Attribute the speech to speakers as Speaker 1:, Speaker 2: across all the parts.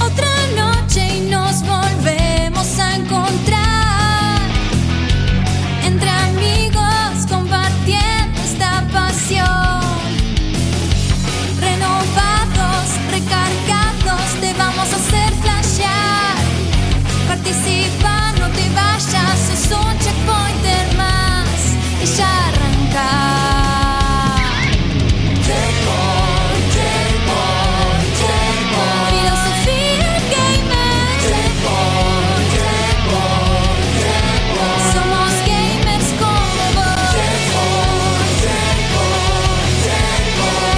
Speaker 1: Otra noche y nos volvemos a encontrar entre amigos compartiendo esta pasión. Renovados, recargados, te vamos a hacer flashear. Participa, no te vayas, es un checkpointer más y ya arrancar. Filosofía gamer. Somos gamers como vos.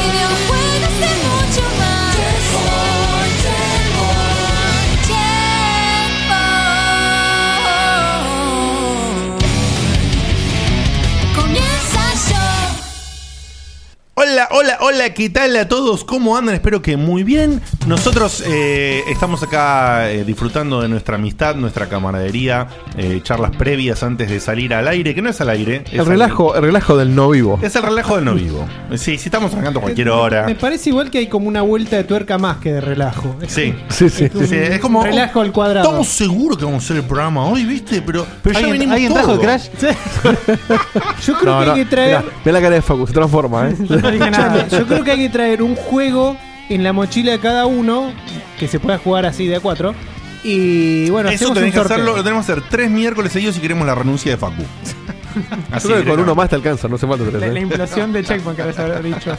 Speaker 1: Videojuegos y mucho más. Tiempo. Comienza yo.
Speaker 2: Hola, hola, hola, ¿qué tal a todos? ¿Cómo andan? Espero que muy bien. Nosotros eh, estamos acá eh, disfrutando de nuestra amistad, nuestra camaradería, eh, charlas previas antes de salir al aire, que no es al aire. es
Speaker 3: El relajo, el relajo del no vivo.
Speaker 2: al- es el relajo de no vivo. Sí, sí, estamos sacando cualquier hora.
Speaker 4: Me parece igual que hay como una vuelta de tuerca más que de relajo. Es
Speaker 2: Sí.
Speaker 3: Sí, sí.
Speaker 2: Sí, sí, es como.
Speaker 4: Relajo al cuadrado.
Speaker 2: Estamos seguros que vamos a hacer el programa hoy, ¿viste? Pero, pero ya
Speaker 4: ¿Alguien-
Speaker 2: venimos
Speaker 4: alguien
Speaker 2: todo.
Speaker 4: trajo el Crash? Yo creo
Speaker 3: No,
Speaker 4: que
Speaker 3: no,
Speaker 4: hay que traer.
Speaker 3: mirá, mirá la cara de Facu, se transforma, ¿eh?
Speaker 4: Escuchame, yo creo que hay que traer un juego en la mochila de cada uno que se pueda jugar así de a cuatro. Y bueno,
Speaker 2: Eso
Speaker 4: hacemos
Speaker 2: tenés
Speaker 4: un
Speaker 2: que
Speaker 4: sorteo.
Speaker 2: hacerlo, lo tenemos que hacer tres miércoles seguidos si queremos la renuncia de Facu.
Speaker 3: Yo creo que con uno más te alcanza, no se falta tres.
Speaker 5: La, la
Speaker 3: ¿eh?
Speaker 5: implosión de Checkpoint que habéis haber dicho.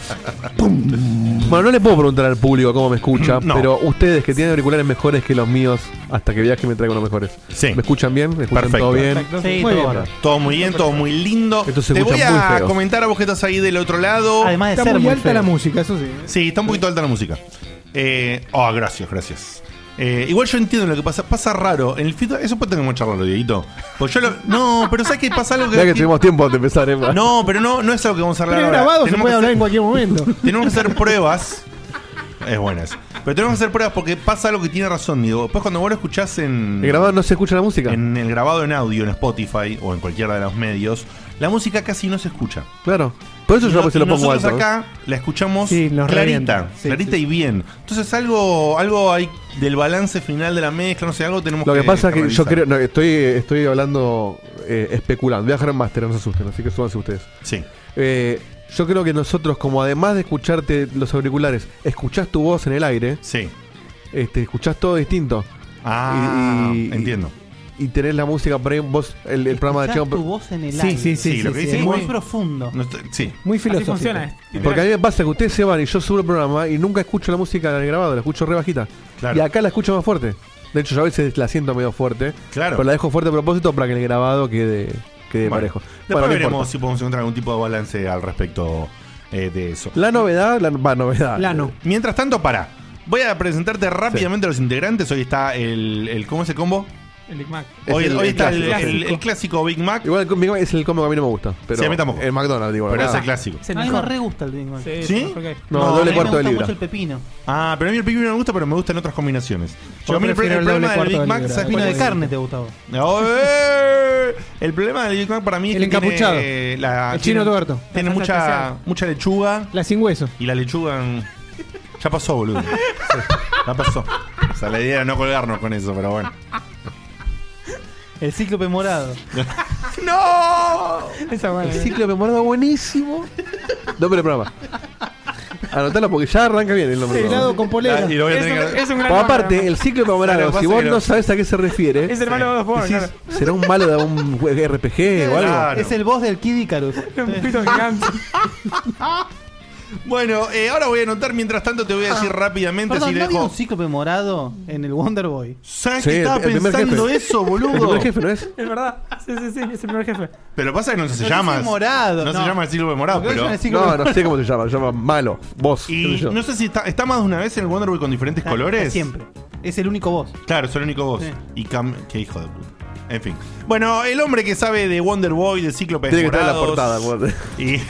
Speaker 3: Bueno, no le puedo preguntar al público cómo me escucha,
Speaker 2: No.
Speaker 3: pero ustedes que tienen auriculares mejores que los míos, hasta que viaje me traigo unos mejores.
Speaker 2: Sí.
Speaker 3: ¿Me escuchan bien? ¿Me escuchan
Speaker 2: Perfecto.
Speaker 3: todo bien?
Speaker 4: Sí,
Speaker 5: Muy
Speaker 4: todo
Speaker 5: bien.
Speaker 4: bien.
Speaker 2: Todo muy bien, todo muy lindo.
Speaker 3: Esto se
Speaker 2: Te
Speaker 3: escucha
Speaker 2: voy
Speaker 3: muy
Speaker 2: a
Speaker 3: feo.
Speaker 2: comentar a vos que estás ahí del otro
Speaker 6: Oh,
Speaker 2: lado.
Speaker 5: Además de
Speaker 4: Está
Speaker 5: ser
Speaker 4: muy
Speaker 5: muy
Speaker 4: alta
Speaker 5: feo.
Speaker 4: la música, eso sí.
Speaker 2: Sí, está un poquito alta la música. Eh, oh, gracias, gracias. Eh, igual yo entiendo lo que pasa. Pasa raro. En el feedback, eso puede tener que charlarlo, Dieguito. Pues yo lo- No, pero ¿sabes qué pasa algo que.
Speaker 3: Ya que tuvimos tiempo de empezar, ¿eh?
Speaker 2: No, pero no, no es algo que vamos a hablar
Speaker 4: Pero
Speaker 2: ahora.
Speaker 4: grabado se
Speaker 2: Tenemos
Speaker 4: puede
Speaker 2: que
Speaker 4: hablar
Speaker 2: hacer-
Speaker 4: en cualquier momento.
Speaker 2: Tenemos que hacer pruebas. Es buena eso. Pero tenemos que hacer pruebas porque pasa algo que tiene razón, Diego. Después cuando vos lo escuchás en.
Speaker 3: ¿El grabado no se escucha la música?
Speaker 2: en el grabado en audio, en Spotify o en cualquiera de los medios, la música casi no se escucha.
Speaker 3: Claro. Por eso
Speaker 2: Y
Speaker 3: yo
Speaker 2: no-
Speaker 3: pues, se lo
Speaker 2: y
Speaker 3: pongo
Speaker 2: nosotros
Speaker 3: alto. ¿eh?
Speaker 2: acá la escuchamos
Speaker 4: Sí, nos
Speaker 2: clarita,
Speaker 4: revienta. Sí,
Speaker 2: clarita y bien. Entonces algo, algo hay del balance final de la mezcla, no sé, algo tenemos
Speaker 3: Lo que pasa es que yo
Speaker 2: revisar.
Speaker 3: creo, no, estoy, estoy hablando, eh, especulando. Voy a dejar en máster, no se asusten, así que súbanse ustedes.
Speaker 2: Sí.
Speaker 3: Eh, yo creo que nosotros, como además de escucharte los auriculares, escuchás tu voz en el aire,
Speaker 2: Sí.
Speaker 3: este, escuchás todo distinto.
Speaker 2: Ah,
Speaker 3: Y- y-
Speaker 2: entiendo.
Speaker 3: Y tenés la música por ahí, vos, el, el programa de
Speaker 6: Escuchás
Speaker 3: Chavo.
Speaker 6: tu voz en el
Speaker 4: Sí,
Speaker 6: aire.
Speaker 4: sí, sí.
Speaker 2: Sí, lo que dice
Speaker 6: Es
Speaker 2: es
Speaker 6: muy
Speaker 2: muy-
Speaker 6: profundo.
Speaker 2: No estoy-
Speaker 3: Eh,
Speaker 2: sí.
Speaker 4: Muy
Speaker 5: Así
Speaker 4: filosófico.
Speaker 5: funciona.
Speaker 3: Porque a mí me pasa que ustedes se van y yo subo el programa y nunca escucho la música en el grabado, la escucho re bajita.
Speaker 2: Claro.
Speaker 3: Y acá la escucho más fuerte. De hecho, yo a veces la siento medio fuerte.
Speaker 2: Claro.
Speaker 3: Pero la dejo fuerte a propósito para que el grabado quede, quede
Speaker 2: Bueno,
Speaker 3: parejo.
Speaker 2: Después
Speaker 3: Bueno, no
Speaker 2: veremos
Speaker 3: importa.
Speaker 2: si podemos encontrar algún tipo de balance al respecto eh, de eso.
Speaker 3: La novedad, la va, novedad.
Speaker 4: Lano.
Speaker 2: Mientras tanto, para. Voy a presentarte rápidamente a los integrantes. Hoy está el, el- ¿Cómo es el combo?
Speaker 5: El Big Mac.
Speaker 3: Es
Speaker 2: Hoy,
Speaker 3: el-
Speaker 2: hoy
Speaker 3: el
Speaker 2: está el-
Speaker 3: clásico.
Speaker 2: el- el clásico Big Mac.
Speaker 3: Igual el com- es el combo que a mí no me gusta. Pero
Speaker 2: Sí, a mí tampoco.
Speaker 3: El McDonald's, digo.
Speaker 2: Pero
Speaker 3: la
Speaker 2: es el
Speaker 3: verdad.
Speaker 2: clásico.
Speaker 5: Es
Speaker 6: A
Speaker 5: el
Speaker 6: mí me
Speaker 5: mejor.
Speaker 6: re gusta el Big Mac.
Speaker 5: Sí,
Speaker 2: ¿Sí?
Speaker 5: es el mejor que hay.
Speaker 3: No,
Speaker 2: No,
Speaker 6: A mí
Speaker 3: doble
Speaker 6: me
Speaker 3: cuarto
Speaker 6: gusta
Speaker 3: de libra.
Speaker 6: mucho el pepino.
Speaker 2: Ah, pero a mí el Big Mac no me gusta, pero me gusta en otras combinaciones.
Speaker 4: Yo
Speaker 2: Yo a mí el, pro-
Speaker 4: prefiero
Speaker 2: el
Speaker 4: el
Speaker 2: problema
Speaker 4: doble
Speaker 2: del Big
Speaker 4: cuarto
Speaker 2: Mac,
Speaker 4: de libra.
Speaker 2: ¿sabes
Speaker 6: Pino
Speaker 2: cuál
Speaker 6: de
Speaker 2: es?
Speaker 6: carne te gustaba.
Speaker 2: No, eh, El problema del Big Mac para mí es
Speaker 4: El
Speaker 2: que tiene,
Speaker 4: encapuchado.
Speaker 2: eh, la-
Speaker 4: El chino
Speaker 2: tiene-
Speaker 4: tuerto.
Speaker 2: Tiene
Speaker 5: La salsa
Speaker 2: mucha,
Speaker 5: especial.
Speaker 2: mucha lechuga
Speaker 4: La sin hueso.
Speaker 2: y la lechuga en- ya pasó, boludo. Ya pasó. O sea, la idea era no colgarnos con eso, pero bueno.
Speaker 6: El cíclope morado.
Speaker 2: ¡No!
Speaker 5: Esa buena.
Speaker 3: El ciclo de morado buenísimo. Nombre del programa. Anotalo porque ya arranca bien el nombre. del
Speaker 4: Helado
Speaker 3: programa.
Speaker 4: con polera.
Speaker 2: Y lo voy a
Speaker 5: Es
Speaker 2: tener
Speaker 5: un-
Speaker 2: que-
Speaker 5: es un gran
Speaker 3: Pero
Speaker 5: nombre,
Speaker 3: aparte,
Speaker 5: ¿no?
Speaker 3: el ciclo de
Speaker 2: Claro,
Speaker 3: morado,
Speaker 2: pasa
Speaker 3: si
Speaker 2: que
Speaker 3: vos
Speaker 2: no-
Speaker 3: no sabés a qué se refiere,
Speaker 5: Es el malo de los pobres,
Speaker 3: decís, será un malo de un RPG o algo.
Speaker 2: Claro.
Speaker 6: Es el boss del Kid Icarus.
Speaker 5: claro. Un pito gigante.
Speaker 2: Bueno, eh, ahora voy a anotar, mientras tanto te voy
Speaker 4: Ah,
Speaker 2: a decir rápidamente
Speaker 6: Perdón,
Speaker 2: si
Speaker 6: ¿no había
Speaker 2: dejo.
Speaker 6: un cíclope morado en el Wonder Boy?
Speaker 2: ¿Sabes
Speaker 3: Sí,
Speaker 2: que
Speaker 3: el-
Speaker 2: estaba
Speaker 3: el primer
Speaker 2: pensando
Speaker 3: jefe.
Speaker 2: eso,
Speaker 3: El
Speaker 2: boludo?
Speaker 3: primer jefe no es.
Speaker 5: Es verdad. Ah, Sí, sí, sí. Es el primer jefe.
Speaker 2: Pero pasa que no se
Speaker 6: No
Speaker 2: llama.
Speaker 6: dice morado,
Speaker 2: no se
Speaker 6: no.
Speaker 2: llama el cíclope morado,
Speaker 6: Porque
Speaker 2: pero.
Speaker 6: es el cíclope-
Speaker 3: No, no sé cómo se llama, se llama malo, vos. qué
Speaker 2: Y
Speaker 3: sé yo.
Speaker 2: no sé si está, está más de una vez en el Wonder
Speaker 6: Ah,
Speaker 2: Boy con diferentes
Speaker 6: Está- está
Speaker 2: colores.
Speaker 6: Siempre. Es el único boss.
Speaker 2: Claro, es el único voz.
Speaker 6: Sí.
Speaker 2: Y Cam, qué hijo de puta. En fin. Bueno, el hombre que sabe de Wonder Boy, de Cíclope
Speaker 3: Tiene que estar en la
Speaker 2: Morados,
Speaker 3: portada, Wonder.
Speaker 2: Y,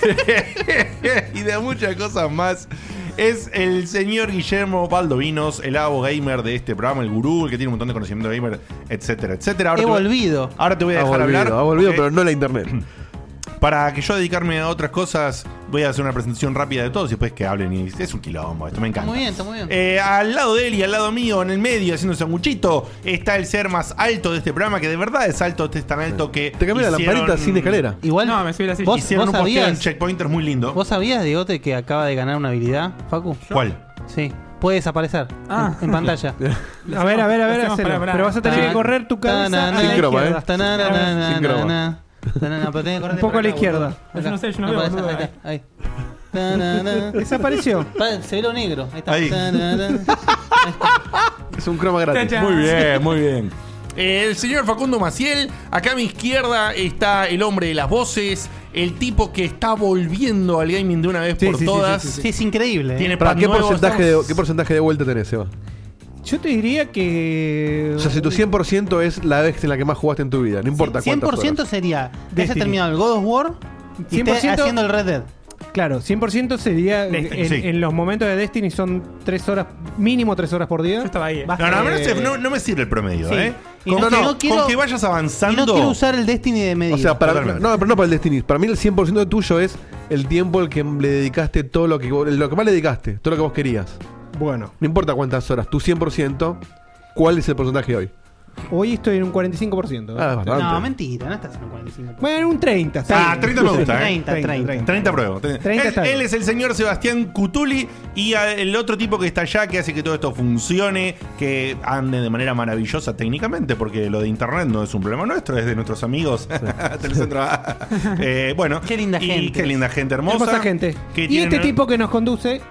Speaker 2: y de muchas cosas más. Es el señor Guillermo Baldovinos, el abo gamer de este programa, el gurú, el que tiene un montón de conocimiento gamer, etcétera, etcétera. Ahora
Speaker 6: He
Speaker 2: te voy-
Speaker 6: volvido.
Speaker 2: Ahora te voy a Ah,
Speaker 3: Ha
Speaker 2: dejar
Speaker 3: volvido,
Speaker 2: hablar.
Speaker 3: ha volvido,
Speaker 2: ok.
Speaker 3: pero no la internet.
Speaker 2: Para que yo dedicarme a otras cosas, voy a hacer una presentación rápida de todos y después que hablen. Y es un quilombo, esto me
Speaker 6: Está
Speaker 2: encanta.
Speaker 6: muy bien, está muy bien.
Speaker 2: Eh, al lado de él y al lado mío, en el medio, haciendo un sanguchito, está el ser más alto de este programa, que de verdad es alto, este es tan alto que.
Speaker 3: Te cambia la
Speaker 2: hicieron-
Speaker 3: lamparita sin escalera.
Speaker 6: Igual.
Speaker 5: No, me subí la silla.
Speaker 6: ¿Vos,
Speaker 2: Hicieron
Speaker 6: vos
Speaker 2: un posteo en
Speaker 6: sabías,
Speaker 2: Checkpointers muy lindo.
Speaker 6: ¿Vos sabías, Diegote, que acaba de ganar una habilidad, Facu?
Speaker 2: ¿Cuál?
Speaker 6: Sí. Puede desaparecer
Speaker 5: Ah.
Speaker 6: en, en pantalla.
Speaker 4: A ver, a ver, a ver,
Speaker 5: Hacemos, Ah.
Speaker 4: hacelo.
Speaker 5: pará, pará.
Speaker 4: Pero vas a tener que correr tu cabeza a la
Speaker 3: Sin croma,
Speaker 4: izquierda.
Speaker 3: eh. Sin croma.
Speaker 6: Un
Speaker 4: Un poco a la izquierda.
Speaker 5: Yo no sé, yo no veo, boludo,
Speaker 6: Ahí.
Speaker 5: eh.
Speaker 6: está, ahí. Ta, na, na.
Speaker 4: Desapareció.
Speaker 6: Pa- Se ve lo negro. Ahí está.
Speaker 2: Ahí.
Speaker 6: Ta, na, na.
Speaker 3: Es un croma gratis.
Speaker 5: Muy
Speaker 2: bien, muy bien. Eh, El señor Facundo Maciel, acá a mi izquierda está el hombre de las voces, el tipo que está volviendo al gaming de una vez
Speaker 4: Sí,
Speaker 2: por
Speaker 4: sí, sí,
Speaker 2: todas.
Speaker 4: sí, sí, sí.
Speaker 6: Sí, es increíble. eh.
Speaker 2: Tiene
Speaker 3: Pará,
Speaker 2: pad
Speaker 3: ¿qué,
Speaker 2: nuevo,
Speaker 3: porcentaje
Speaker 2: estamos-
Speaker 3: de, ¿Qué porcentaje de vuelta tenés, Seba?
Speaker 4: Yo te diría que.
Speaker 3: O sea, si tu 100% es la vez en la que más jugaste en tu vida, no importa cuántas
Speaker 6: 100%
Speaker 3: horas.
Speaker 6: sería que haya
Speaker 4: Destiny.
Speaker 6: terminado el God of War y esté
Speaker 4: 100%
Speaker 6: haciendo el Red Dead.
Speaker 4: Claro, 100% sería.
Speaker 2: Destiny,
Speaker 4: en,
Speaker 2: sí.
Speaker 4: en los momentos de Destiny son tres horas, mínimo tres horas por día.
Speaker 5: Yo estaba ahí. eh.
Speaker 4: Basta
Speaker 2: No, no,
Speaker 4: de-
Speaker 2: no, se- no- no me sirve el promedio,
Speaker 6: Sí.
Speaker 2: ¿eh?
Speaker 6: Y no-
Speaker 2: Con,
Speaker 6: no,
Speaker 2: que,
Speaker 6: no quiero-
Speaker 2: con que vayas
Speaker 6: Y no
Speaker 2: avanzando.
Speaker 6: quiero usar el Destiny de medida.
Speaker 3: O sea, para,
Speaker 2: Totalmente.
Speaker 3: no, pero no para el Destiny. Para mí el 100% de tuyo es el tiempo al que le dedicaste todo lo que vos- lo que más le dedicaste, todo lo que vos querías.
Speaker 4: Bueno,
Speaker 3: No importa cuántas horas, tu 100%, ¿cuál es el porcentaje hoy?
Speaker 4: hoy estoy en un 45%.
Speaker 3: Ah, es
Speaker 6: no,
Speaker 3: bastante.
Speaker 6: mentira, no estás en un 45.
Speaker 4: ¿eh? Bueno, un 30.
Speaker 2: Ah, 30 me gusta, ¿eh?
Speaker 6: 30, 30.
Speaker 2: 30 pruebas. 30.
Speaker 4: 30
Speaker 2: Él-
Speaker 4: está
Speaker 2: él,
Speaker 4: bien.
Speaker 2: es el señor Sebastián Cutuli y a- el otro tipo que está allá que hace que todo esto funcione, que ande de manera maravillosa técnicamente, porque lo de internet no es un problema nuestro, es de nuestros amigos. Telecentro A. Eh, bueno.
Speaker 6: Qué linda
Speaker 2: y
Speaker 6: gente.
Speaker 2: Qué linda gente hermosa.
Speaker 4: Hermosa gente.
Speaker 2: que
Speaker 4: Y
Speaker 2: tiene
Speaker 4: este
Speaker 2: una-
Speaker 4: tipo que nos conduce,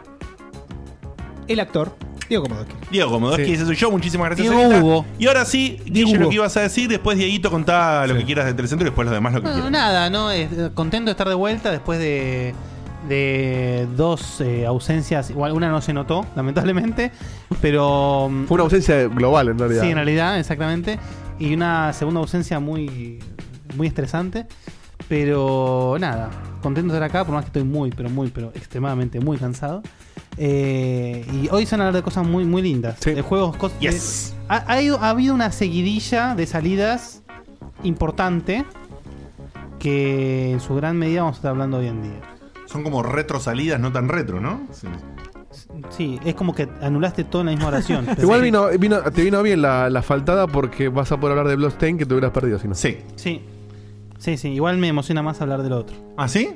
Speaker 4: el actor, Diego Komodowski.
Speaker 2: Diego Komodowski,
Speaker 3: Sí.
Speaker 2: ese soy yo, muchísimas gracias.
Speaker 6: Diego
Speaker 2: Anita.
Speaker 6: Hugo.
Speaker 2: Y ahora sí,
Speaker 4: Diego
Speaker 2: Guille, lo
Speaker 4: Hugo.
Speaker 2: que ibas a decir, después Dieguito contá lo que quieras de Telecentro y después los demás lo que
Speaker 6: No,
Speaker 2: quieras.
Speaker 6: nada, no, es- eh, contento de estar de vuelta después de, de dos eh, ausencias. Igual una no se notó, lamentablemente, pero mm,
Speaker 3: Fue una ausencia global en realidad.
Speaker 6: sí, en realidad, exactamente. Y una segunda ausencia muy, muy estresante. Pero nada, contento de estar acá, por más que estoy muy, pero muy, pero extremadamente muy cansado. Eh, y hoy se van a hablar de cosas muy, muy lindas.
Speaker 3: Sí.
Speaker 6: De juegos, cosas.
Speaker 2: Yes.
Speaker 6: Ha, ha- ha habido una seguidilla de salidas importante que en su gran medida vamos a estar hablando hoy en día.
Speaker 2: Son como retrosalidas, no tan retro, ¿no?
Speaker 6: Sí, es como que anulaste todo en la misma oración.
Speaker 3: Igual
Speaker 6: Sí.
Speaker 3: vino, vino- te vino bien la, la faltada porque vas a poder hablar de Bloodstained que te hubieras perdido si no.
Speaker 2: Sí.
Speaker 6: Sí. Sí, sí, igual me emociona más hablar del otro.
Speaker 2: ¿Ah, sí?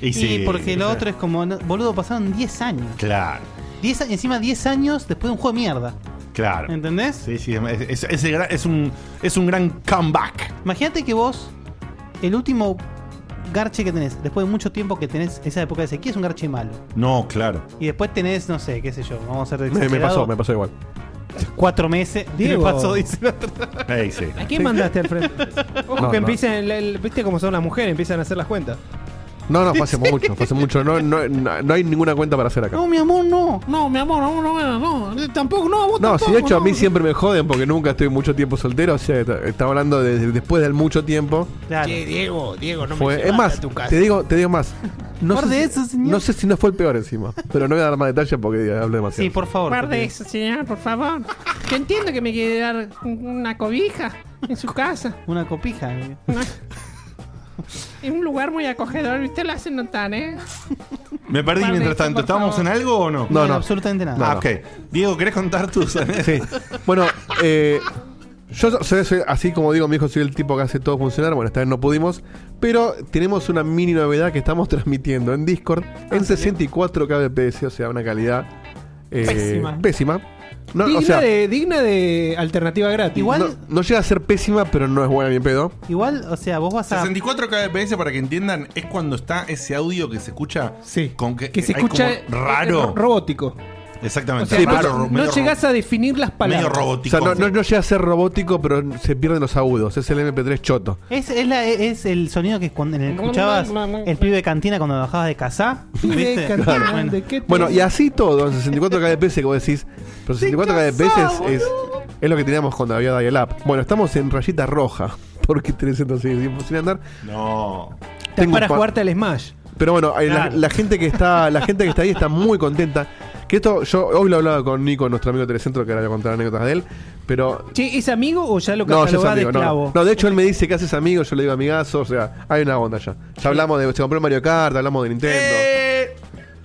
Speaker 2: Y
Speaker 6: Sí, porque lo
Speaker 2: claro.
Speaker 6: otro es como, no, boludo, pasaron 10 años.
Speaker 2: Claro,
Speaker 6: 10, a- encima 10 años después de un juego de mierda.
Speaker 2: claro.
Speaker 6: ¿Entendés?
Speaker 2: Sí, sí, es, es- es el gran- es un, es un gran comeback.
Speaker 6: Imagínate que vos, el último garche que tenés, después de mucho tiempo que tenés esa época de sequía, es un garche malo.
Speaker 2: No, claro.
Speaker 6: Y después tenés, no sé, qué sé yo, vamos a ser
Speaker 3: Me, me pasó,
Speaker 6: exagerados,
Speaker 3: me pasó igual.
Speaker 6: Cuatro meses.
Speaker 4: Diego.
Speaker 6: Me pasó, dice el otro.
Speaker 2: Ahí sí.
Speaker 4: ¿A quién mandaste al frente? Ojo
Speaker 3: No,
Speaker 4: que
Speaker 3: no.
Speaker 4: empiecen, el- el- viste cómo son las mujeres, empiezan a hacer las cuentas.
Speaker 3: No, no, fue hace mucho, fue hace mucho. No, no, no- no hay ninguna cuenta para hacer acá.
Speaker 6: No, mi amor, no.
Speaker 4: No, mi amor, no,
Speaker 7: eh,
Speaker 4: no, no, tampoco, no, vos
Speaker 3: No, si de hecho a mí siempre me joden porque nunca estoy mucho tiempo soltero. O sea, está- estaba hablando de- de- después del mucho tiempo.
Speaker 6: Claro.
Speaker 4: Diego, Diego,
Speaker 6: Pues
Speaker 4: no
Speaker 3: Fue- es más, te digo, te digo más. No
Speaker 6: Guarde
Speaker 3: sé,
Speaker 6: eso,
Speaker 3: si,
Speaker 6: señor.
Speaker 3: no sé si no fue el peor encima, pero no voy a dar más detalles porque hablo demasiado.
Speaker 6: Sí, por favor.
Speaker 7: Guarde
Speaker 6: te
Speaker 7: eso, señor, por favor. Yo entiendo que me quiere dar un- una cobija en su casa.
Speaker 6: pido. Una copija. eh.
Speaker 7: ¿no? Es un lugar muy acogedor, usted lo hace notar, ¿eh?
Speaker 2: Me perdí
Speaker 7: Vale,
Speaker 2: mientras
Speaker 7: por
Speaker 2: tanto. ¿Estábamos
Speaker 7: favor.
Speaker 2: en algo o no?
Speaker 3: No, no.
Speaker 6: Absolutamente nada.
Speaker 2: Ah, ok. Diego, ¿querés contar tus
Speaker 3: Sí. Bueno, eh, yo soy, soy- así como digo, mi hijo, soy el tipo que hace todo funcionar. Bueno, esta vez no pudimos. Pero tenemos una mini novedad que estamos transmitiendo en Discord en 64 kbps, o sea, una calidad eh,
Speaker 5: Pésima.
Speaker 3: pésima. No,
Speaker 4: digna,
Speaker 3: o sea,
Speaker 4: de, digna de alternativa gratis.
Speaker 6: Igual-
Speaker 3: no, no llega a ser pésima, pero no es buena ni en pedo.
Speaker 6: Igual, o sea, vos vas a.
Speaker 2: 64 kbps, para que entiendan, es cuando está ese audio que se escucha
Speaker 4: Sí.
Speaker 2: con que,
Speaker 4: se
Speaker 2: hay
Speaker 4: escucha eh,
Speaker 2: como raro.
Speaker 4: ro- robótico. O
Speaker 2: Exactamente,
Speaker 4: sea,
Speaker 3: Sí,
Speaker 4: no-
Speaker 2: raro,
Speaker 4: no
Speaker 2: medio
Speaker 4: llegás a definir las
Speaker 2: ro- medio
Speaker 4: palabras.
Speaker 3: O
Speaker 2: robótico.
Speaker 3: sea, no, no- no llega a ser robótico, pero se pierden los agudos. Es el MP3 choto.
Speaker 6: Es, es, la- es el sonido que cuando en el que escuchabas el pibe de cantina cuando bajabas de casa.
Speaker 4: Pibe,
Speaker 6: ¿viste?
Speaker 4: cantante,
Speaker 6: Bueno,
Speaker 4: ¿qué te-
Speaker 3: Bueno, y así todo, en 64 kbps que vos decís, pero 64 kbps es, es, es lo que teníamos cuando había dial-up. Bueno, estamos en rayita roja. porque tenés entonces tiempo sin andar.
Speaker 2: No.
Speaker 3: Tengo
Speaker 4: para
Speaker 3: pa-
Speaker 4: jugarte al Smash.
Speaker 3: Pero bueno, eh, la-
Speaker 4: Claro.
Speaker 3: la, gente que está, la gente que está ahí está muy contenta. Que esto, yo hoy lo hablaba con Nico, nuestro amigo de Telecentro, que ahora voy a contar anécdotas de él, pero
Speaker 4: Che, ¿es amigo o ya lo
Speaker 3: no, yo
Speaker 4: catalogás de
Speaker 3: no,
Speaker 4: esclavo?
Speaker 3: no. No, de hecho él me dice que haces amigo, yo le digo amigazo, o sea, hay una onda ya. Ya hablamos de, se compró Mario Kart, hablamos de Nintendo.
Speaker 2: Eh.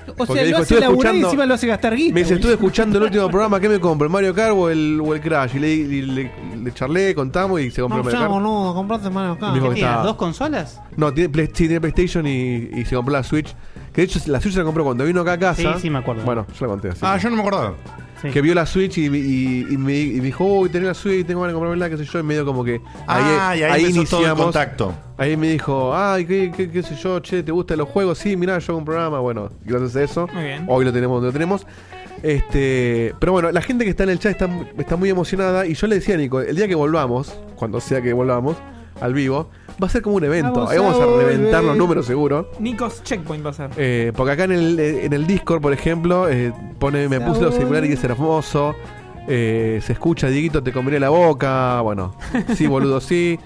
Speaker 4: o
Speaker 3: porque
Speaker 4: sea,
Speaker 3: dijo,
Speaker 4: lo hace
Speaker 3: estuve
Speaker 4: laburar y
Speaker 3: escuchando-
Speaker 4: encima lo hace gastar guita.
Speaker 3: Me dice,
Speaker 4: boludo.
Speaker 3: estuve escuchando el último programa, ¿qué me compro? ¿El Mario Kart o el, o el Crash? Y le, y le- le charlé, contamos y se compró el
Speaker 7: No,
Speaker 3: Mario
Speaker 7: ya,
Speaker 3: Kart.
Speaker 7: boludo, comprate Mario Kart.
Speaker 3: Me dijo que
Speaker 6: ¿Tienes
Speaker 3: estaba-
Speaker 6: Ah, dos consolas?
Speaker 3: No, tiene, Play- sí, tiene PlayStation y, y se compró la Switch. Que de hecho la Switch se la compró cuando vino acá a casa.
Speaker 6: Sí, sí, me acuerdo.
Speaker 3: Bueno, yo la conté así.
Speaker 2: Ah, yo no me acordaba.
Speaker 6: Sí.
Speaker 3: Que vio la Switch y, y- y me, y me dijo, uy, tenés la Switch, tengo ganas de comprarme la, qué sé yo, y medio como que
Speaker 2: Ah, y ahí empezó todo el contacto.
Speaker 3: Ahí me dijo, ay, qué, qué, qué sé yo, che, ¿te gustan los juegos? Sí, mirá, yo hago un programa, bueno, gracias a eso.
Speaker 5: Muy bien.
Speaker 3: Hoy lo tenemos donde lo tenemos. Este, pero bueno, la gente que está en el chat está, está muy emocionada y yo le decía a Nico, el día que volvamos, cuando sea que volvamos, al vivo, va a ser como un evento.
Speaker 4: Vamos
Speaker 3: Ahí vamos
Speaker 4: a
Speaker 3: a reventar
Speaker 4: volver.
Speaker 3: los números seguro.
Speaker 5: Nikos Checkpoint va a ser.
Speaker 3: Eh, porque acá en el, eh, en el Discord, por ejemplo, eh, pone, me puse los auriculares y es hermoso. Eh, se escucha, Dieguito, te comeré la boca. Bueno, sí, boludo, sí.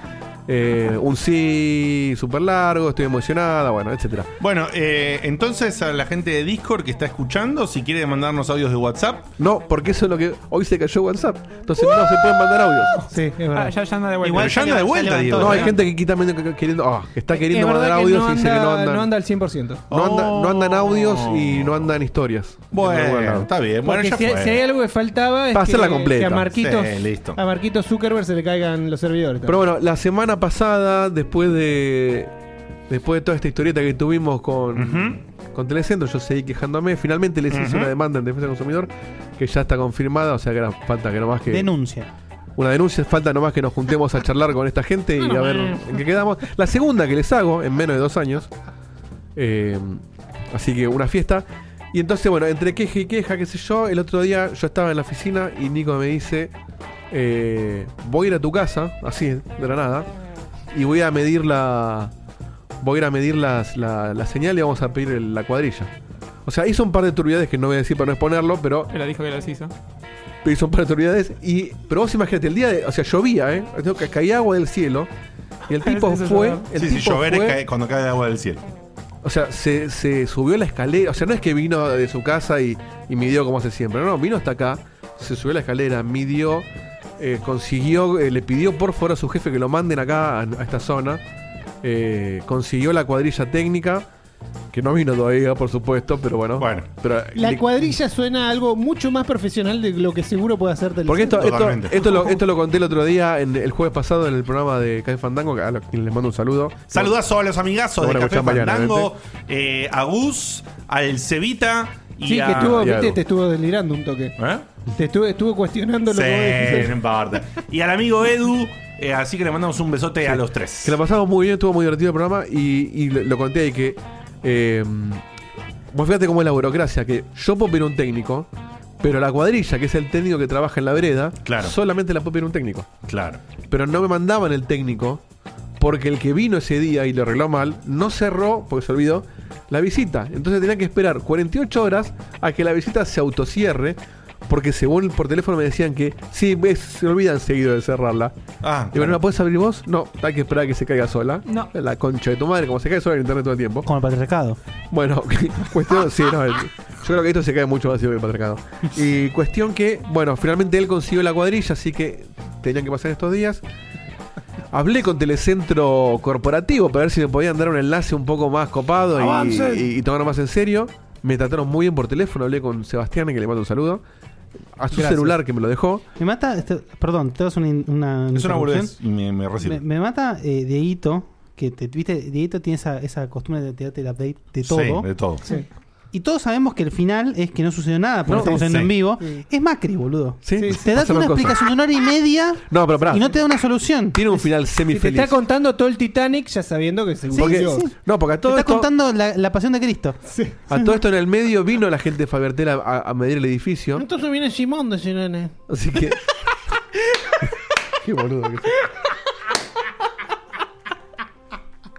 Speaker 3: Eh, un sí súper largo, estoy emocionada, bueno, etcétera.
Speaker 2: Bueno, eh, entonces a la gente de Discord que está escuchando, si quiere mandarnos audios de WhatsApp,
Speaker 3: No, porque eso es lo que hoy se cayó WhatsApp. Entonces no se pueden mandar audios.
Speaker 4: Sí, es verdad.
Speaker 5: Ah, ya, ya anda de vuelta.
Speaker 2: Igual- ya anda de vuelta, Diego.
Speaker 3: No, hay gente que quita medio- queriendo, ah, que está
Speaker 4: Es
Speaker 3: queriendo
Speaker 4: verdad
Speaker 3: mandar
Speaker 4: que
Speaker 3: audios
Speaker 4: no
Speaker 3: y dice que no andan. No,
Speaker 4: anda al 100%.
Speaker 3: anda- no andan
Speaker 2: Oh.
Speaker 3: audios y no andan historias.
Speaker 2: bueno,
Speaker 3: Bueno.
Speaker 2: está bien. Bueno,
Speaker 4: Porque
Speaker 2: ya
Speaker 4: si,
Speaker 2: fue.
Speaker 4: si hay algo que faltaba es
Speaker 3: Para hacerla
Speaker 4: que,
Speaker 3: completa.
Speaker 4: que a Marquitos,
Speaker 2: Sí, listo.
Speaker 4: a Marquitos Zuckerberg se le caigan los servidores.
Speaker 3: Pero bueno, la semana pasada, después de. Después de toda esta historieta que tuvimos con, con Telecentro, yo seguí quejándome. Finalmente les hice una demanda en defensa del consumidor que ya está confirmada. O sea que era falta que nomás que.
Speaker 6: Denuncia.
Speaker 3: una denuncia, falta nomás que nos juntemos a charlar con esta gente y a ver en qué quedamos. La segunda que les hago en menos de dos años. Eh, así que una fiesta. Y entonces, bueno, entre queja y queja, qué sé yo, el otro día yo estaba en la oficina y Nico me dice, eh, voy a ir a tu casa, así, de la nada, y voy a medir la... Voy a ir a medir las- la, la señal y vamos a pedir el- la cuadrilla. O sea, hizo un par de turbidades que no voy a decir para no exponerlo, pero
Speaker 5: Pero dijo que las hizo.
Speaker 3: pero son para autoridades. Y, pero vos imagínate, el día de. O sea, llovía, ¿eh? Tengo que caía agua del cielo. Y el tipo
Speaker 5: Eso es
Speaker 3: fue.
Speaker 5: verdad.
Speaker 3: El
Speaker 2: Sí,
Speaker 3: tipo
Speaker 2: si llover es
Speaker 3: fue-
Speaker 2: cae- cuando cae agua del cielo.
Speaker 3: O sea, se, se subió la escalera. O sea, no es que vino de su casa y, y midió como hace siempre. No, no, vino hasta acá. Se subió la escalera, midió. eh, consiguió. eh, le pidió por favor a su jefe que lo manden acá a, a esta zona. eh, consiguió la cuadrilla técnica. Que no vino todavía, por supuesto, pero bueno.
Speaker 2: Bueno.
Speaker 3: Pero, eh,
Speaker 4: la
Speaker 3: le-
Speaker 4: cuadrilla suena a algo mucho más profesional de lo que seguro puede hacer
Speaker 3: Porque esto, esto,
Speaker 2: Totalmente.
Speaker 3: esto lo, esto lo conté el otro día, en, el jueves pasado, en el programa de Café Fandango, que a los- les mando un saludo.
Speaker 2: Saludazo a los amigazos de
Speaker 3: Bueno,
Speaker 2: Café
Speaker 3: escuchá mañana,
Speaker 2: Fandango, eh, a Gus, al Cevita y
Speaker 4: Sí,
Speaker 2: a...
Speaker 4: que estuvo,
Speaker 3: y
Speaker 4: viste,
Speaker 3: algo.
Speaker 4: te estuvo delirando un toque.
Speaker 2: ¿Eh?
Speaker 4: Te estuvo, estuvo cuestionando lo
Speaker 2: Sí,
Speaker 4: que vos
Speaker 2: no
Speaker 4: dijiste.
Speaker 2: importa. Y al amigo Edu, eh, así que le mandamos un besote a los tres.
Speaker 3: Que la pasamos muy bien, estuvo muy divertido el programa y, y lo, lo conté ahí que... eh, vos fíjate cómo es la burocracia, que yo puedo pedir un técnico, pero la cuadrilla, que es el técnico que trabaja en la vereda,
Speaker 2: Claro.
Speaker 3: solamente la puedo pedir un técnico.
Speaker 2: Claro.
Speaker 3: Pero no me mandaban el técnico porque el que vino ese día y lo arregló mal, no cerró, porque se olvidó, la visita. Entonces tenía que esperar 48 horas a que la visita se autocierre. Porque según por teléfono me decían que sí, ves, se olvidan seguido de cerrarla.
Speaker 2: Ah,
Speaker 3: Y bueno, ¿la
Speaker 2: claro.
Speaker 3: puedes abrir vos? No, hay que esperar a que se caiga sola.
Speaker 5: No.
Speaker 3: La concha de tu madre, como se cae sola en internet todo el tiempo.
Speaker 6: Con el patriarcado.
Speaker 3: Bueno, cuestión, sí, no, el- yo creo que esto se cae mucho más que el patriarcado. Y cuestión que, bueno, finalmente él consiguió la cuadrilla, así que tenían que pasar estos días. Hablé con Telecentro Corporativo para ver si me podían dar un enlace un poco más copado y, y, y tomarlo más en serio. Me trataron muy bien por teléfono, hablé con Sebastián, que le mando un saludo. A su
Speaker 4: Gracias.
Speaker 3: celular que me lo dejó.
Speaker 6: Me mata. este- perdón, te das una. in- una
Speaker 2: Es una
Speaker 6: interrupción.
Speaker 2: boludez y me, me recibe.
Speaker 6: Me, me mata eh, Dieguito. Que te, viste, Dieguito tiene esa, esa costumbre de tirarte el update de todo.
Speaker 2: Sí, de todo.
Speaker 6: Y todos sabemos que el final es que no sucedió nada porque
Speaker 2: No,
Speaker 6: estamos
Speaker 2: sí,
Speaker 6: viendo
Speaker 2: sí.
Speaker 6: en vivo.
Speaker 4: Sí.
Speaker 6: Es Macri, boludo.
Speaker 3: Sí,
Speaker 4: Sí,
Speaker 3: sí,
Speaker 4: sí.
Speaker 6: Te das
Speaker 3: pasaron
Speaker 6: una
Speaker 3: cosas.
Speaker 6: explicación de una hora y media
Speaker 3: No, pero pará.
Speaker 6: y no te da una solución.
Speaker 3: Tiene un final
Speaker 4: Si te
Speaker 3: semifeliz.
Speaker 4: está contando todo el Titanic ya sabiendo que se
Speaker 3: Porque-
Speaker 4: hundió.
Speaker 3: No, porque a
Speaker 6: Te
Speaker 3: todo
Speaker 6: está
Speaker 3: esto-
Speaker 6: contando la, la pasión de Cristo.
Speaker 4: Sí.
Speaker 3: A todo esto en el medio vino la gente de Fabertel a, a- a medir el edificio.
Speaker 7: Entonces viene Simón de
Speaker 4: E.
Speaker 7: Sirene.
Speaker 3: Así que. Qué boludo que soy.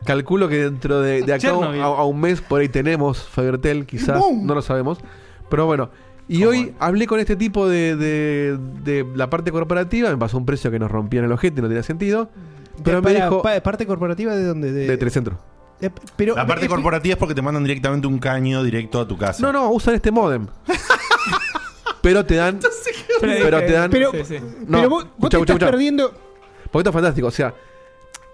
Speaker 3: Calculo que dentro de, de acá a,
Speaker 6: Chernobyl.
Speaker 3: a un mes por ahí tenemos Fabertel, quizás, no lo sabemos. Pero bueno, y hoy hablé con este tipo de, de- de la parte corporativa, me pasó un precio que nos rompían el ojete, no tenía sentido. Pero me
Speaker 4: Pará,
Speaker 3: dijo
Speaker 4: pa- ¿Parte corporativa de dónde? De,
Speaker 3: de Telecentro.
Speaker 4: Eh, pero,
Speaker 2: La parte
Speaker 4: eh,
Speaker 2: corporativa es porque te mandan directamente un caño directo a tu casa.
Speaker 3: No, no, usan este modem. pero te dan. Pero te dan.
Speaker 4: eh, Pero,
Speaker 5: Sí, sí.
Speaker 3: No,
Speaker 4: pero vos,
Speaker 3: escuchá,
Speaker 4: vos
Speaker 3: escuchá,
Speaker 4: te estás
Speaker 3: escuchá.
Speaker 4: perdiendo.
Speaker 3: Porque esto es fantástico. O sea,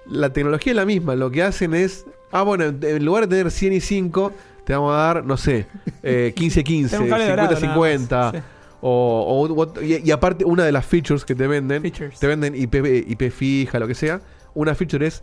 Speaker 3: la tecnología es la misma. Lo que hacen es. Ah, bueno, en- en lugar de tener 100 y 5, te vamos a dar, no sé, eh, 15, 15,
Speaker 5: Era un cable
Speaker 3: 50,
Speaker 5: dorado,
Speaker 3: 50.
Speaker 5: nada más. Sí.
Speaker 3: O, o un- y, y aparte, una de las features que te venden,
Speaker 5: Features.
Speaker 3: te venden IP, IP fija, lo que sea. Una feature es